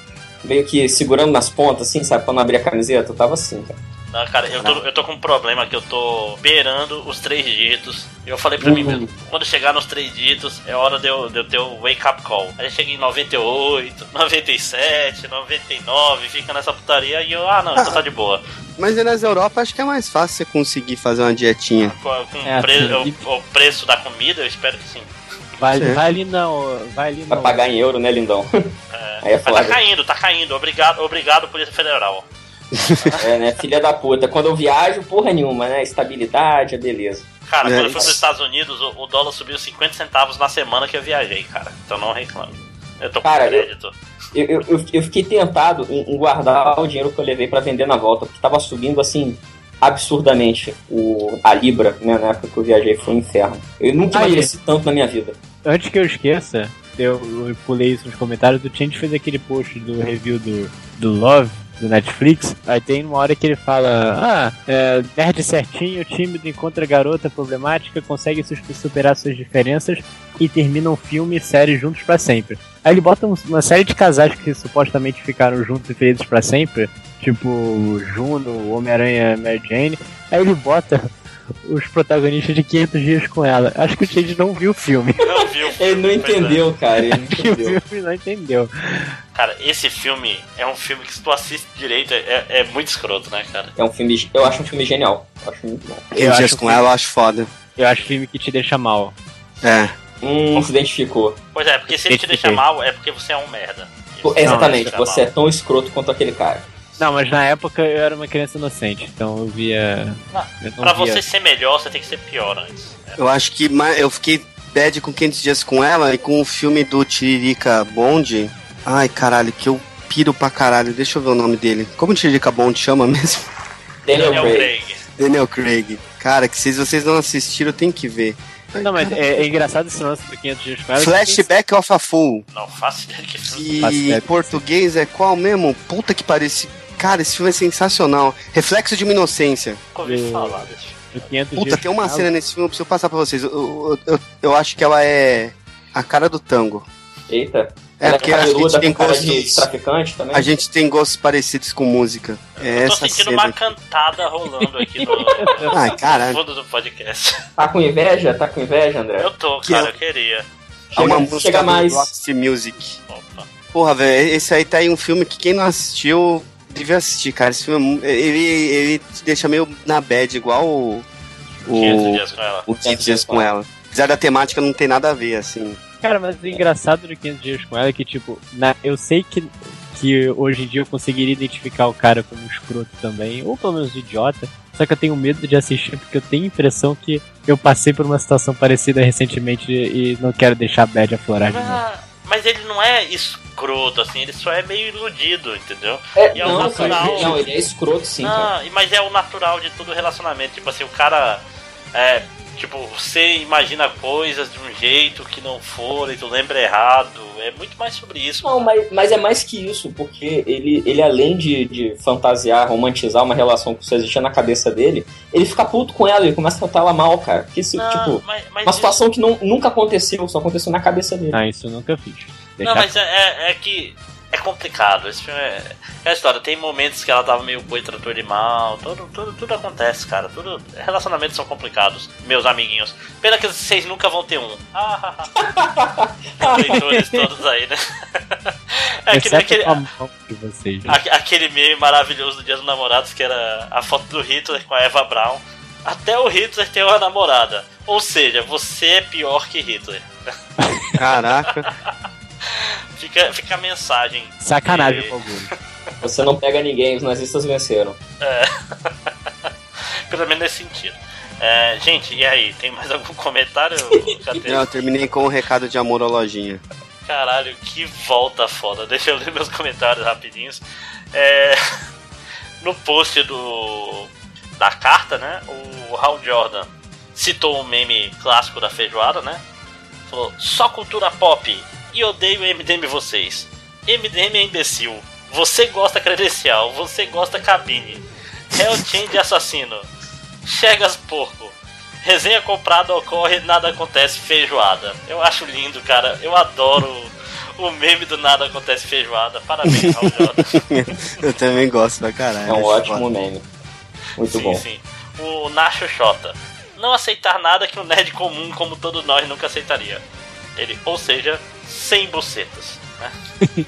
Speaker 9: meio que segurando nas pontas, assim, sabe? Pra não abrir a camiseta. Eu tava assim, cara.
Speaker 5: Não, cara, eu tô, eu tô com um problema que eu tô beirando os três dígitos. Eu falei pra
Speaker 9: Uhum.
Speaker 5: mim mesmo, quando chegar nos três dígitos, é hora de eu, de eu ter o wake up call. Aí chega em 98, 97, 99, fica nessa putaria e eu, ah não, então tá de boa.
Speaker 14: Mas aí nas Europa acho que é mais fácil você conseguir fazer uma dietinha.
Speaker 5: Com, com
Speaker 14: É,
Speaker 5: o pre-
Speaker 14: assim,
Speaker 5: o, o preço da comida, eu espero que sim.
Speaker 6: Vai,
Speaker 14: Sim.
Speaker 6: vai ali não, vai ali
Speaker 9: Vai
Speaker 6: não.
Speaker 9: pagar em euro, né, lindão?
Speaker 5: É,
Speaker 9: Aí é
Speaker 5: mas tá
Speaker 9: foda.
Speaker 5: caindo, tá caindo. Obrigado, obrigado Polícia Federal.
Speaker 9: É, né? Filha da puta. Quando eu viajo, porra nenhuma, né? Estabilidade, é beleza.
Speaker 5: Cara,
Speaker 9: É,
Speaker 5: quando eu fui
Speaker 9: isso.
Speaker 5: pros Estados Unidos, o, o dólar subiu 50 centavos na semana que eu viajei, cara. Então não reclamo. Eu tô com
Speaker 9: Cara, eu-
Speaker 5: crédito.
Speaker 9: Eu, eu, eu- eu fiquei tentado em, em guardar o dinheiro que eu levei pra vender na volta, porque tava subindo assim absurdamente o, a Libra, né? Na época que eu viajei foi um inferno. Eu nunca
Speaker 6: Aí.
Speaker 9: emagreci tanto na minha vida.
Speaker 6: Antes que eu esqueça, eu, eu pulei isso nos comentários, o Change fez aquele post do review do, do Love, do Netflix, aí tem uma hora que ele fala, ah, é, nerd certinho, tímido, encontra garota problemática, consegue sus- superar suas diferenças e terminam filme e série juntos pra sempre. Aí ele bota um- uma série de casais que supostamente ficaram juntos e felizes pra sempre, tipo Juno, Homem-Aranha, Mary Jane, aí ele bota os protagonistas de 500 dias com ela. Acho que o Change não viu o filme.
Speaker 5: Não viu.
Speaker 9: Ele não
Speaker 5: é.
Speaker 9: entendeu, cara. Ele não
Speaker 6: Que o
Speaker 9: entendeu.
Speaker 6: filme não entendeu.
Speaker 5: Cara, esse filme é um filme que se tu assiste direito é, é muito escroto, né, cara?
Speaker 9: É um filme. Eu acho um filme genial. Eu acho muito bom.
Speaker 14: Eu dias com ela, eu acho foda.
Speaker 6: Eu acho filme que te deixa mal.
Speaker 14: É.
Speaker 9: Hum, se identificou.
Speaker 5: Pois é, porque se ele te deixa
Speaker 6: Identifiquei.
Speaker 5: mal, é porque você é um merda.
Speaker 9: Pô, Exatamente, você é tão escroto quanto aquele cara.
Speaker 6: Não, mas na época eu era uma criança inocente, então eu via. eu
Speaker 9: um
Speaker 6: não
Speaker 5: Pra
Speaker 6: via.
Speaker 5: você ser melhor, você tem que ser pior antes.
Speaker 14: Eu acho que ma- eu fiquei bad com 500 dias com ela e com o filme do Tiririca Bond. Ai, caralho, que eu piro pra caralho. Deixa eu ver o nome dele. Como o Tiririca Bond chama mesmo?
Speaker 5: é
Speaker 9: Daniel Craig.
Speaker 14: Daniel Craig. Cara, que se vocês não assistiram, tem que ver.
Speaker 6: Não, mas é, é engraçado esse lance do 500 dias com ela.
Speaker 14: Flashback of a Fool.
Speaker 5: Não faço ideia que
Speaker 14: E
Speaker 6: Faço ideia.
Speaker 14: em português é qual mesmo? Puta que pariu. esse- Cara, esse filme é sensacional. Reflexo de uma inocência.
Speaker 5: Nunca ouvi falar desse filme.
Speaker 6: Do 500
Speaker 14: Puta,
Speaker 6: dias
Speaker 14: tem uma
Speaker 6: com ela.
Speaker 14: cena nesse filme, eu preciso passar pra vocês. Eu, eu, eu, eu acho que ela é a cara do tango.
Speaker 9: Eita.
Speaker 14: É,
Speaker 9: Ela
Speaker 14: porque a
Speaker 9: cabeluda,
Speaker 14: gente tem
Speaker 9: com cara de
Speaker 14: gostos.
Speaker 9: traficante também.
Speaker 14: A gente tem gostos parecidos com música. É
Speaker 5: Eu tô
Speaker 14: essa
Speaker 5: sentindo
Speaker 14: cena. Ah, é
Speaker 5: uma cantada rolando aqui no,
Speaker 14: Ai, caralho.
Speaker 5: no fundo do podcast.
Speaker 9: Tá com inveja? Tá com inveja, André?
Speaker 5: Eu tô,
Speaker 14: Que
Speaker 5: cara,
Speaker 14: é-
Speaker 5: eu queria.
Speaker 14: É uma música
Speaker 9: chega
Speaker 14: do
Speaker 9: mais.
Speaker 14: Roxy Music. Porra, velho, esse aí tá aí um filme que quem não assistiu devia assistir, cara. Esse filme, é mu- ele, ele te deixa meio na bad, igual o... O
Speaker 5: 500 dias com ela.
Speaker 14: o 500 dias com ela. Apesar da temática não tem nada a ver, assim.
Speaker 6: Cara, mas o engraçado do 500 Dias com ela é que, tipo, na, eu sei que, que hoje em dia eu conseguiria identificar o cara como um escroto também, ou pelo menos um idiota, só que eu tenho medo de assistir porque eu tenho a impressão que eu passei por uma situação parecida recentemente e não quero deixar a bad aflorar de novo.
Speaker 5: Mas, ah, mas ele não é escroto, assim, ele só é meio iludido, entendeu?
Speaker 9: É,
Speaker 5: E é o
Speaker 9: não, cara,
Speaker 5: natural.
Speaker 9: ele- não, ele é escroto, sim,
Speaker 5: Não,
Speaker 9: cara.
Speaker 5: e- mas é o natural de todo relacionamento. Tipo assim, o cara. É. Tipo, você imagina coisas de um jeito que não foram e tu lembra errado. É muito mais sobre isso.
Speaker 9: Não, mas, mas é mais que isso, porque ele, ele além de, de fantasiar, romantizar uma relação que só existia na cabeça dele, ele fica puto com ela, ele começa a tratar ela mal, cara. Porque isso,
Speaker 5: Não,
Speaker 9: tipo,
Speaker 5: mas- mas é-
Speaker 9: uma situação que não, nunca aconteceu, só aconteceu na cabeça dele.
Speaker 6: Ah, isso eu nunca fiz.
Speaker 5: Não, mas é, é- é que é complicado. Esse filme é, é a história. Tem momentos que ela tava meio boi, tratou ele mal. Tudo, tudo, tudo acontece, cara. Tudo, relacionamentos são complicados, meus amiguinhos. Pena que vocês nunca vão ter um. Ah, ah, ah. Leitores todos aí, né? É que nem
Speaker 6: Exceto
Speaker 5: aquele,
Speaker 6: com a mão de vocês.
Speaker 5: aque- aquele meme maravilhoso do Dia dos Namorados que era a foto do Hitler com a Eva Brown. Até o Hitler tem uma namorada. Ou seja, você é pior que Hitler.
Speaker 14: Caraca.
Speaker 5: Fica, fica a mensagem.
Speaker 6: Sacanagem,
Speaker 5: E-
Speaker 6: por favor.
Speaker 9: Você não pega ninguém, os nazistas venceram.
Speaker 5: É. Pelo menos nesse sentido. É, gente, e aí? Tem mais algum comentário? Já teve?
Speaker 14: Não, eu terminei com um recado de amor à lojinha.
Speaker 5: Caralho, que volta foda. Deixa eu ler meus comentários rapidinhos. É, no post do da carta, né? O Hal Jordan citou um meme clássico da feijoada, né? Falou, só cultura pop e odeio MDM vocês. MDM é imbecil. Você gosta credencial, você gosta cabine. Hellchain de assassino. Chegas porco. Resenha comprada ocorre, nada acontece, feijoada. Eu acho lindo, cara. Eu adoro o meme do nada acontece feijoada. Parabéns, Raul Jordan.
Speaker 14: eu também gosto pra caralho.
Speaker 9: É um
Speaker 14: acho
Speaker 9: ótimo
Speaker 14: foda.
Speaker 9: meme. Muito
Speaker 5: sim,
Speaker 9: bom.
Speaker 5: sim. O Nacho Xota. Não aceitar nada que um nerd comum como todos nós nunca aceitaria. Ele, ou seja, sem bucetas. Né?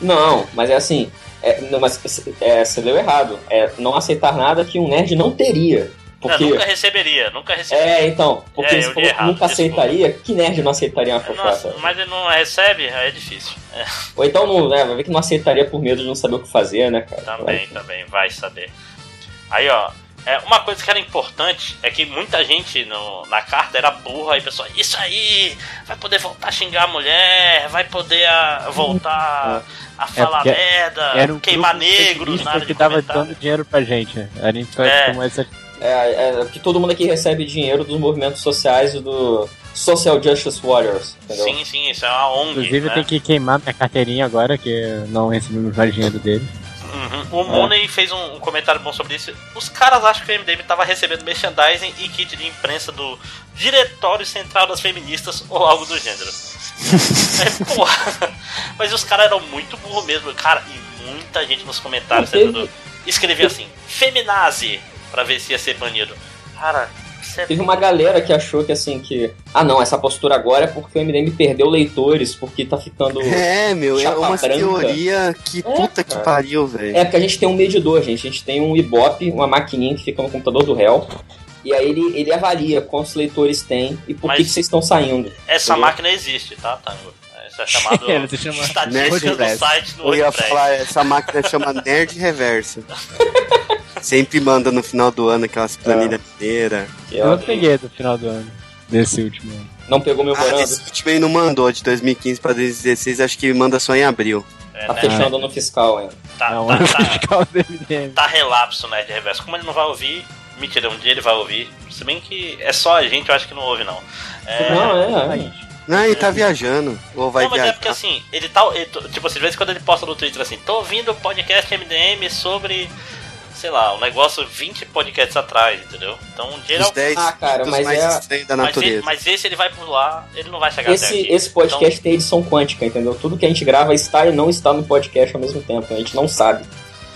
Speaker 9: Não, mas é assim. É, não, mas é, você leu errado. É não aceitar nada que um nerd não teria. Porque.
Speaker 5: Não, nunca receberia, nunca receberia.
Speaker 9: é, então, porque
Speaker 5: É,
Speaker 9: você
Speaker 5: eu li
Speaker 9: falou que
Speaker 5: errado,
Speaker 9: nunca
Speaker 5: desculpa.
Speaker 9: aceitaria. Que nerd não aceitaria uma
Speaker 5: Nossa,
Speaker 9: fofata?
Speaker 5: mas ele não recebe, aí é difícil. É,
Speaker 9: Ou então não, né, vai ver que não aceitaria por medo de não saber o que fazer, né, cara?
Speaker 5: também, também, vai saber. Aí, ó. É, uma coisa que era importante é que muita gente no- na carta era burra aí pessoal, isso aí, vai poder voltar a xingar a mulher, vai poder ah, voltar a falar
Speaker 6: É, porque
Speaker 5: merda,
Speaker 6: era um
Speaker 5: Ah, queimar
Speaker 6: grupo
Speaker 5: negros na
Speaker 6: feminista
Speaker 5: área de
Speaker 6: que tava
Speaker 5: comentário.
Speaker 6: dando dinheiro pra gente. né? A gente vai
Speaker 5: É.
Speaker 6: tomar essa.
Speaker 9: É, é que todo mundo aqui recebe dinheiro dos movimentos sociais e do Social Justice Warriors, entendeu?
Speaker 5: Sim, sim, isso é uma ONG.
Speaker 6: Inclusive,
Speaker 5: né?
Speaker 6: eu tenho que queimar minha carteirinha agora, que não recebemos mais dinheiro dele.
Speaker 5: Uhum. O Money fez um, um comentário bom sobre isso. Os caras acham que o MDM tava recebendo merchandising e kit de imprensa do Diretório Central das Feministas ou algo do gênero. É, porra. Mas os caras eram muito burro mesmo, cara, e muita gente nos comentários
Speaker 9: Teve-
Speaker 5: saindo do- escrevia assim, Feminazi, pra ver se ia ser banido. Cara, isso é
Speaker 9: Teve uma galera que achou que assim que. Ah não, essa postura agora é porque o MDM perdeu leitores, porque tá ficando.
Speaker 14: É, meu, é
Speaker 9: chapa
Speaker 14: uma
Speaker 9: branca.
Speaker 14: teoria que puta que
Speaker 9: cara.
Speaker 14: pariu, velho.
Speaker 9: É porque a gente tem um medidor, gente. A gente tem um Ibope, uma maquininha que fica no computador do réu. E aí ele, ele avalia quantos leitores tem e por
Speaker 5: Mas-
Speaker 9: que, que vocês estão saindo.
Speaker 5: Essa
Speaker 9: entendeu?
Speaker 5: máquina existe, tá, Tango? Isso é chamado
Speaker 6: Ela se chama
Speaker 5: estatísticas do
Speaker 14: WordPress.
Speaker 5: site no
Speaker 14: Eu ia
Speaker 5: WordPress.
Speaker 14: falar, essa máquina chama Nerd Reversa. Sempre manda no final do ano aquelas planilhas inteiras.
Speaker 6: Eu não peguei do final do ano, desse último ano.
Speaker 9: Não pegou meu
Speaker 14: Ah,
Speaker 9: morando?
Speaker 14: esse último aí não mandou, de 2015 pra 2016, acho que manda só em abril.
Speaker 5: É,
Speaker 9: Tá
Speaker 5: né?
Speaker 9: fechando no fiscal é. ainda.
Speaker 14: É,
Speaker 5: Tá,
Speaker 6: Não,
Speaker 14: um-
Speaker 5: tá,
Speaker 6: ano
Speaker 5: tá.
Speaker 6: fiscal do MDM.
Speaker 5: tá relapso né, de Reverso. Como ele não vai ouvir, mentira, um dia ele vai ouvir. Se bem que é só a gente, eu acho que não ouve, não. É,
Speaker 9: Não, é. é.
Speaker 14: Não, ele tá viajando. Ou vai
Speaker 5: não, mas é
Speaker 14: viajar.
Speaker 5: porque assim, ele tá. ele- tipo assim, de vez em quando ele posta no Twitter assim, tô ouvindo o podcast MDM sobre sei lá, um negócio 20 podcasts atrás, entendeu? Então, geral...
Speaker 14: Os 10
Speaker 7: ah, cara,
Speaker 14: dos
Speaker 7: mas
Speaker 14: mais
Speaker 7: é-
Speaker 14: estranhos da
Speaker 5: mas,
Speaker 14: natureza.
Speaker 5: ele- mas esse ele vai pular, ele não vai chegar até
Speaker 7: Esse,
Speaker 5: aqui.
Speaker 7: esse podcast tem edição quântica, entendeu? Tudo que a gente grava está e não está no podcast ao mesmo tempo. A gente não sabe.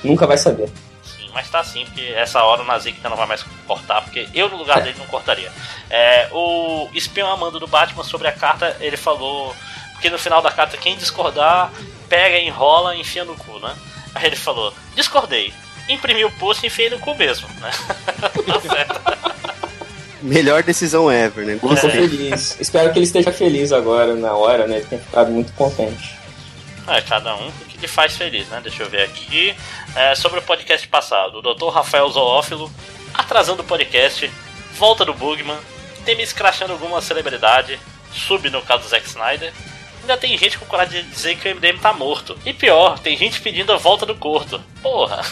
Speaker 7: Nunca vai saber.
Speaker 5: Sim, mas tá sim, porque essa hora o Nazik já não vai mais cortar, porque eu no lugar dele não cortaria. É, o espião Amando do Batman sobre a carta, ele falou. Porque no final da carta, quem discordar, pega, enrola e enfia no cu, né? Aí ele falou: discordei. Imprimi o post e enfiei no cu mesmo, né? tá certo.
Speaker 14: Melhor decisão ever, né?
Speaker 7: Eu tô
Speaker 14: Gostei.
Speaker 7: feliz. Espero que ele esteja feliz agora, na hora, né? Ele tenha ficado muito contente.
Speaker 5: É, cada um o que lhe faz feliz, né? Deixa eu ver aqui. É, sobre o podcast passado, o Dr. Rafael Zoófilo, atrasando o podcast, volta do Bugman, tem me escrachando alguma celebridade, sub no caso do Zack Snyder. Ainda tem gente com coragem de dizer que o MDM tá morto. E pior, tem gente pedindo a volta do Corto. Porra!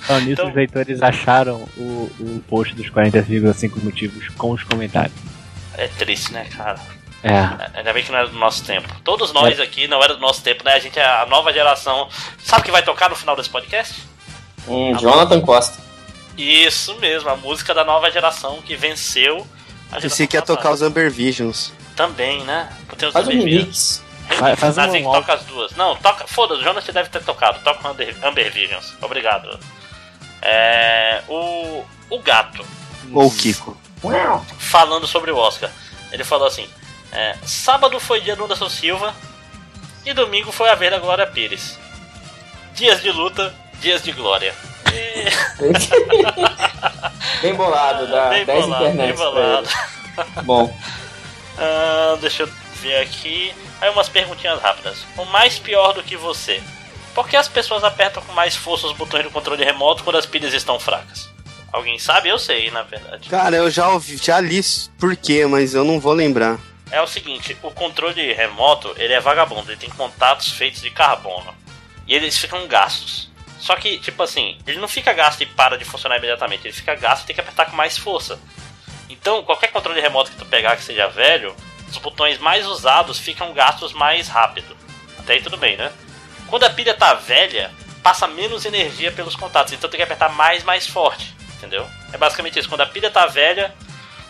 Speaker 6: Falando
Speaker 5: Então-
Speaker 6: nisso, os leitores acharam o, o post dos 40,5 motivos com os comentários.
Speaker 5: É triste, né, cara?
Speaker 6: É.
Speaker 5: Ainda bem que não era do nosso tempo. Todos nós aqui não era do nosso tempo, né? A gente é a nova geração. Sabe o que vai tocar no final desse podcast?
Speaker 7: Hum, Jonathan Costa.
Speaker 5: Isso mesmo, a música da nova geração que venceu a
Speaker 14: Pensei assim que ia tocar os Amber Visions.
Speaker 5: também, né? Tem os
Speaker 14: Faz um
Speaker 5: Amber
Speaker 14: mix. Vai, faz um
Speaker 5: Nazik,
Speaker 14: um
Speaker 5: toca as duas. Não, toca. Foda-se, o Jonas deve ter tocado. Toca o Amber, Amber Visions. Obrigado. É. O. O gato.
Speaker 14: Ou o Kiko.
Speaker 5: Falando sobre o Oscar. Ele falou assim: é, sábado foi dia do Anderson Silva e domingo foi a vez da Glória Pires. Dias de luta, dias de glória.
Speaker 7: Bem bolado, dá
Speaker 5: Bem
Speaker 7: 10
Speaker 5: bolado,
Speaker 7: internet.
Speaker 5: bem
Speaker 7: pra ele. Bom,
Speaker 5: Ah, deixa eu ver aqui. Aí umas perguntinhas rápidas. O mais pior do que você. Por que as pessoas apertam com mais força os botões do controle remoto quando as pilhas estão fracas? Alguém sabe? Eu sei, na verdade.
Speaker 14: Cara, eu já ouvi, já li s- por quê, mas eu não vou lembrar.
Speaker 5: É o seguinte, o controle remoto, ele é vagabundo, ele tem contatos feitos de carbono. E eles ficam gastos. Só que, tipo assim, ele não fica gasto e para de funcionar imediatamente, ele fica gasto e tem que apertar com mais força. Então, qualquer controle remoto que tu pegar que seja velho, os botões mais usados ficam gastos mais rápido. Até aí tudo bem, né? Quando a pilha tá velha, passa menos energia pelos contatos, então tem que apertar mais, mais forte, entendeu? É basicamente isso. Quando a pilha tá velha,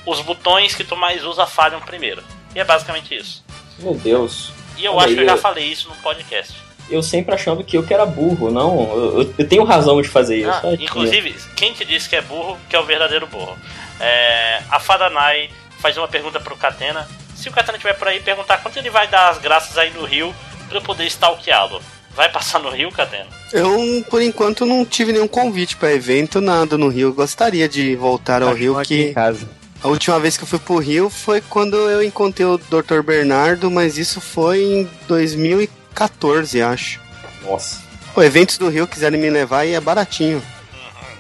Speaker 5: os botões que tu mais usa falham primeiro. E é basicamente isso.
Speaker 7: meu Deus.
Speaker 5: E eu
Speaker 7: Olha
Speaker 5: acho que
Speaker 7: aí,
Speaker 5: eu já falei isso no podcast.
Speaker 7: Eu sempre achando que eu que era burro, não. Eu, eu- eu tenho razão de fazer isso.
Speaker 5: Ah,
Speaker 7: Olha aqui.
Speaker 5: inclusive, quem te disse que é burro, que é o verdadeiro burro. É, a Fadanai faz uma pergunta pro Catena. Se o Catena estiver por aí, perguntar quanto ele vai dar as graças aí no Rio pra eu poder stalkeá-lo. Vai passar no Rio, Catena?
Speaker 14: Eu, por enquanto, não tive nenhum convite pra evento, nada no Rio. Eu gostaria de voltar ao Rio, que a última vez que eu fui pro Rio foi quando eu encontrei o Dr. Bernardo, mas isso foi em 2014, acho.
Speaker 7: Nossa.
Speaker 14: Pô, eventos do Rio quiserem me levar e é baratinho.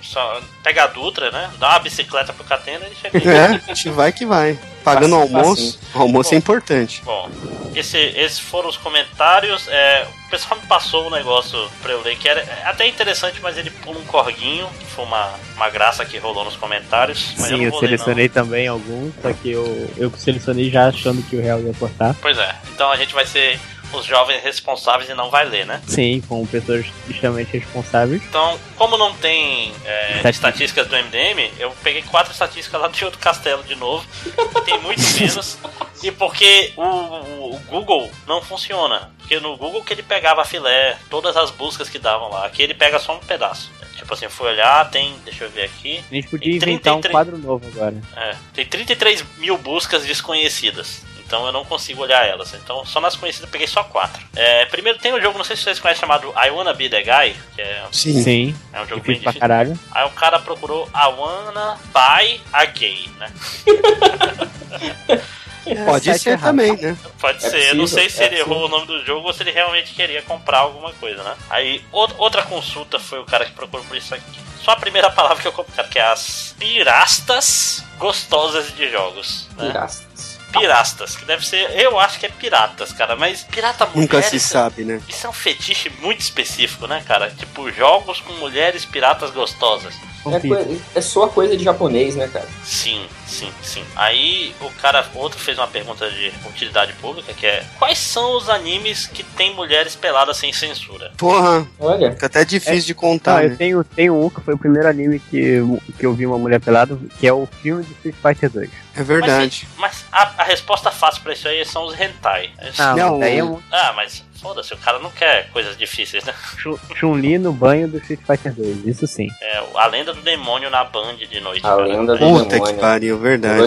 Speaker 5: Só pega a Dutra, né? Dá uma bicicleta pro Catena e chega aí.
Speaker 14: É, a gente vai que vai. Pagando
Speaker 5: Facinho,
Speaker 14: almoço,
Speaker 5: facinho.
Speaker 14: almoço é
Speaker 5: Bom,
Speaker 14: importante.
Speaker 5: Bom, esse, esses foram os comentários. É, o pessoal me passou um negócio pra eu ler que era é até interessante, mas ele pula um corguinho, que foi uma, uma graça que rolou nos comentários. Mas eu
Speaker 6: Sim,
Speaker 5: não
Speaker 6: eu
Speaker 5: vou ler, não.
Speaker 6: selecionei também alguns, só que eu, eu selecionei já achando que o Real ia cortar.
Speaker 5: Pois é, então a gente vai ser os jovens responsáveis e não vai ler, né?
Speaker 6: Sim, com pessoas extremamente responsáveis.
Speaker 5: Então, como não tem é,
Speaker 6: Estatística.
Speaker 5: estatísticas do MDM, eu peguei quatro estatísticas lá de outro castelo de novo. tem muito menos. E porque o, o- o Google não funciona. Porque no Google que ele pegava filé, todas as buscas que davam lá. Aqui ele pega só um pedaço. Tipo assim, eu fui olhar, tem. Deixa eu ver aqui.
Speaker 6: A gente podia
Speaker 5: Tem
Speaker 6: inventar um
Speaker 5: 33
Speaker 6: quadro novo agora.
Speaker 5: É, tem 33 mil buscas desconhecidas. Então eu não consigo olhar elas. Então só nas conhecidas eu peguei só quatro. É, primeiro tem um jogo, não sei se vocês conhecem, chamado I Wanna Be The Guy. Que é,
Speaker 6: Sim.
Speaker 5: É um jogo bem
Speaker 6: Difícil pra
Speaker 5: difícil.
Speaker 6: caralho.
Speaker 5: Aí o cara procurou I Wanna Buy a Gay, né?
Speaker 14: Pode ser também, né?
Speaker 5: Pode ser,
Speaker 14: É
Speaker 5: eu
Speaker 14: possível,
Speaker 5: não sei se
Speaker 14: é
Speaker 5: ele errou o nome do jogo ou se ele realmente queria comprar alguma coisa, né? Aí ou- outra consulta foi o cara que procurou por isso aqui. Só a primeira palavra que eu comprei, que é as pirastas gostosas de jogos. Né?
Speaker 7: Pirastas.
Speaker 5: Pirastas, que deve ser, eu acho que é piratas, cara, mas pirata mulher.
Speaker 14: Nunca se
Speaker 5: isso- é
Speaker 14: sabe, né?
Speaker 5: Isso é um fetiche muito específico, né, cara? Tipo, jogos com mulheres piratas gostosas.
Speaker 7: É, coi- é só coisa de japonês, né, cara?
Speaker 5: Sim, sim, sim. Aí o cara, outro fez uma pergunta de utilidade pública, que é quais são os animes que tem mulheres peladas sem censura?
Speaker 14: Porra.
Speaker 7: Olha.
Speaker 14: Fica até difícil
Speaker 6: É-
Speaker 14: de contar.
Speaker 6: Não,
Speaker 14: né?
Speaker 6: eu tenho, tenho um que foi o primeiro anime que, que eu vi uma mulher pelada, que é o filme de Street Fighter 2.
Speaker 14: É
Speaker 5: Mas, a, a resposta fácil pra isso aí são os hentai.
Speaker 6: Não, Não, daí é um-
Speaker 5: Ah, mas foda-se, o cara não quer coisas difíceis, né?
Speaker 6: Chun-Li no banho do Street Fighter 2, isso sim.
Speaker 5: É, a lenda do demônio na Band de noite.
Speaker 7: A lenda do
Speaker 14: Puta
Speaker 7: demônio.
Speaker 14: que pariu, é verdade.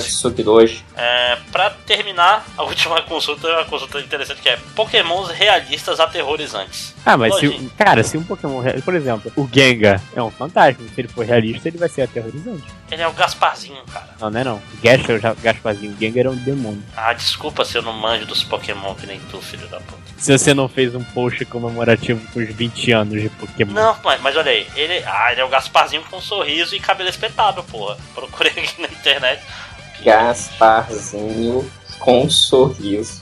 Speaker 7: hoje.
Speaker 5: É, pra terminar, a última consulta é uma consulta interessante que é Pokémons realistas aterrorizantes.
Speaker 6: Ah, mas se,
Speaker 5: Lojinha.
Speaker 6: o- cara, se um Pokémon. real- Por exemplo, o Gengar é um fantasma. Se ele for realista, ele vai ser aterrorizante.
Speaker 5: Ele é o Gasparzinho, cara.
Speaker 6: Não, não é não. O Gasher, já- Gasparzinho, o Gengar é um demônio.
Speaker 5: Ah, desculpa se eu não manjo dos Pokémon que nem tu, filho da puta.
Speaker 6: Se você não fez um post comemorativo com os 20 anos de Pokémon.
Speaker 5: Não, mas, mas olha aí, ele, ah, ele é o Gasparzinho com um sorriso e cabelo espetado, porra. Procurei aqui na internet.
Speaker 7: Gasparzinho com sorriso.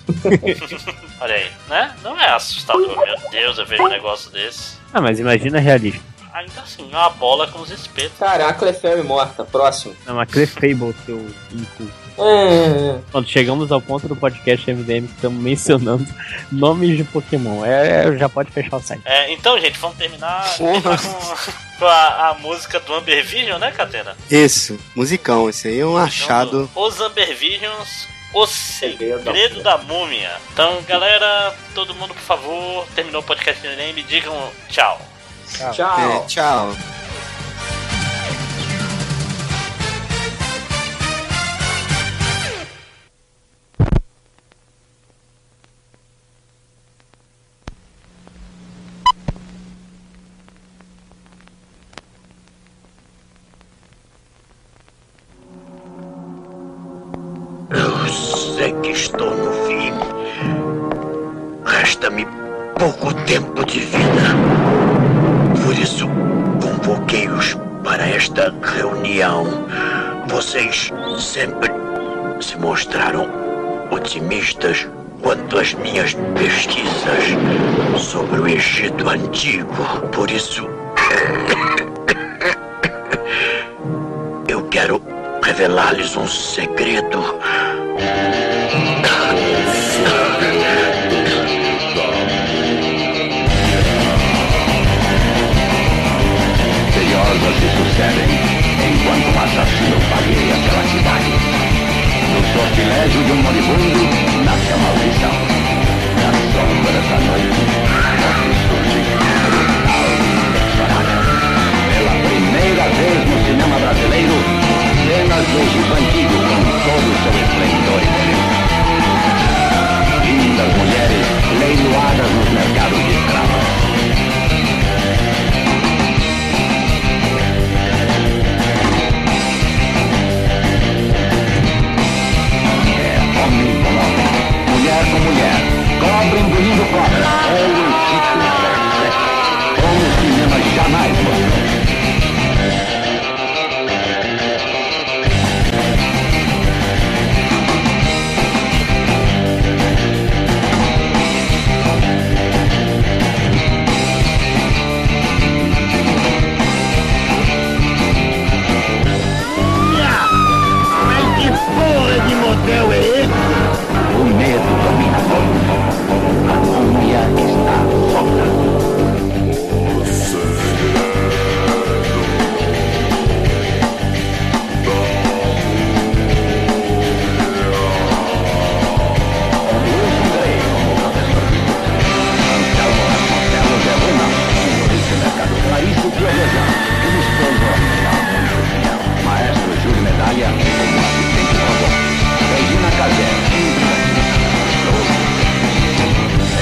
Speaker 5: Olha aí, né? Não é assustador, meu Deus, eu vejo um negócio desse.
Speaker 6: Ah, mas imagina realista.
Speaker 5: Ainda assim, é uma bola com os espetos.
Speaker 7: Cara, a Clefairy morta, próximo.
Speaker 6: Não, mas Clefable, seu inculto.
Speaker 7: É.
Speaker 6: Pronto, chegamos ao ponto do podcast MDM que estamos mencionando nomes de Pokémon. É, é, já pode fechar o site.
Speaker 5: É, então, gente, vamos terminar, terminar com, com a, a música do Amber Vision, né, Catena? Então,
Speaker 14: Isso, musicão, esse aí é um achado.
Speaker 5: Os Amber Visions, o segredo da múmia. Então, galera, todo mundo, por favor, terminou o podcast do Enem, me digam tchau.
Speaker 14: É, tchau.
Speaker 8: Eu sei que estou no fim. Resta-me pouco tempo de vida. Por isso, convoquei-os para esta reunião. Vocês sempre se mostraram otimistas quanto às minhas pesquisas sobre o Egito Antigo. Por isso. Eu quero revelar-lhes um segredo.
Speaker 20: misteriosas se sucedem enquanto um assassino vagueia pela cidade. No sortilégio de um moribundo nasce a maldição. Na sombra da noite surge alma inexorada. Pela primeira vez no cinema brasileiro, cenas do Egito Antigo com todo o seu esplendor e beleza. Lindas mulheres leiloadas nos mercados de escravas. homem com homem, mulher com mulher, cobra engolindo cobra. É o Egito perfeito, como o cinema jamais mostrou. Mas que porra de motel é esse? O medo domina todos. A múmia está solta. Eu estudei como professor de música. Anselmo Vasconcelos é uma, um polícia mercado Clarice Pioveja, um esposo há muito tempo. Maestro Júlio Medalha, como assistente robô. Regina Casé, Indra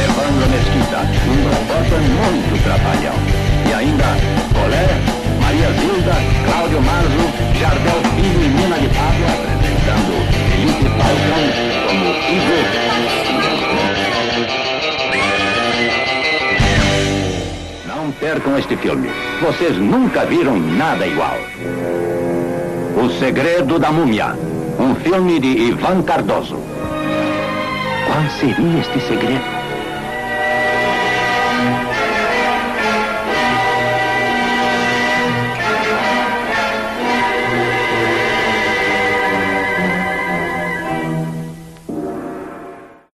Speaker 20: Evandro Mesquita, um robota muito trabalhão. E ainda Colé, Maria Zilda, Cláudio Marzo, Jardel Filho e Nina de Pádua, apresentando Felipe Falcão como Igor. Não percam este filme. Vocês nunca viram nada igual. O Segredo da Múmia.
Speaker 8: Oh,
Speaker 20: Um filme de Ivan Cardoso. Qual seria este segredo?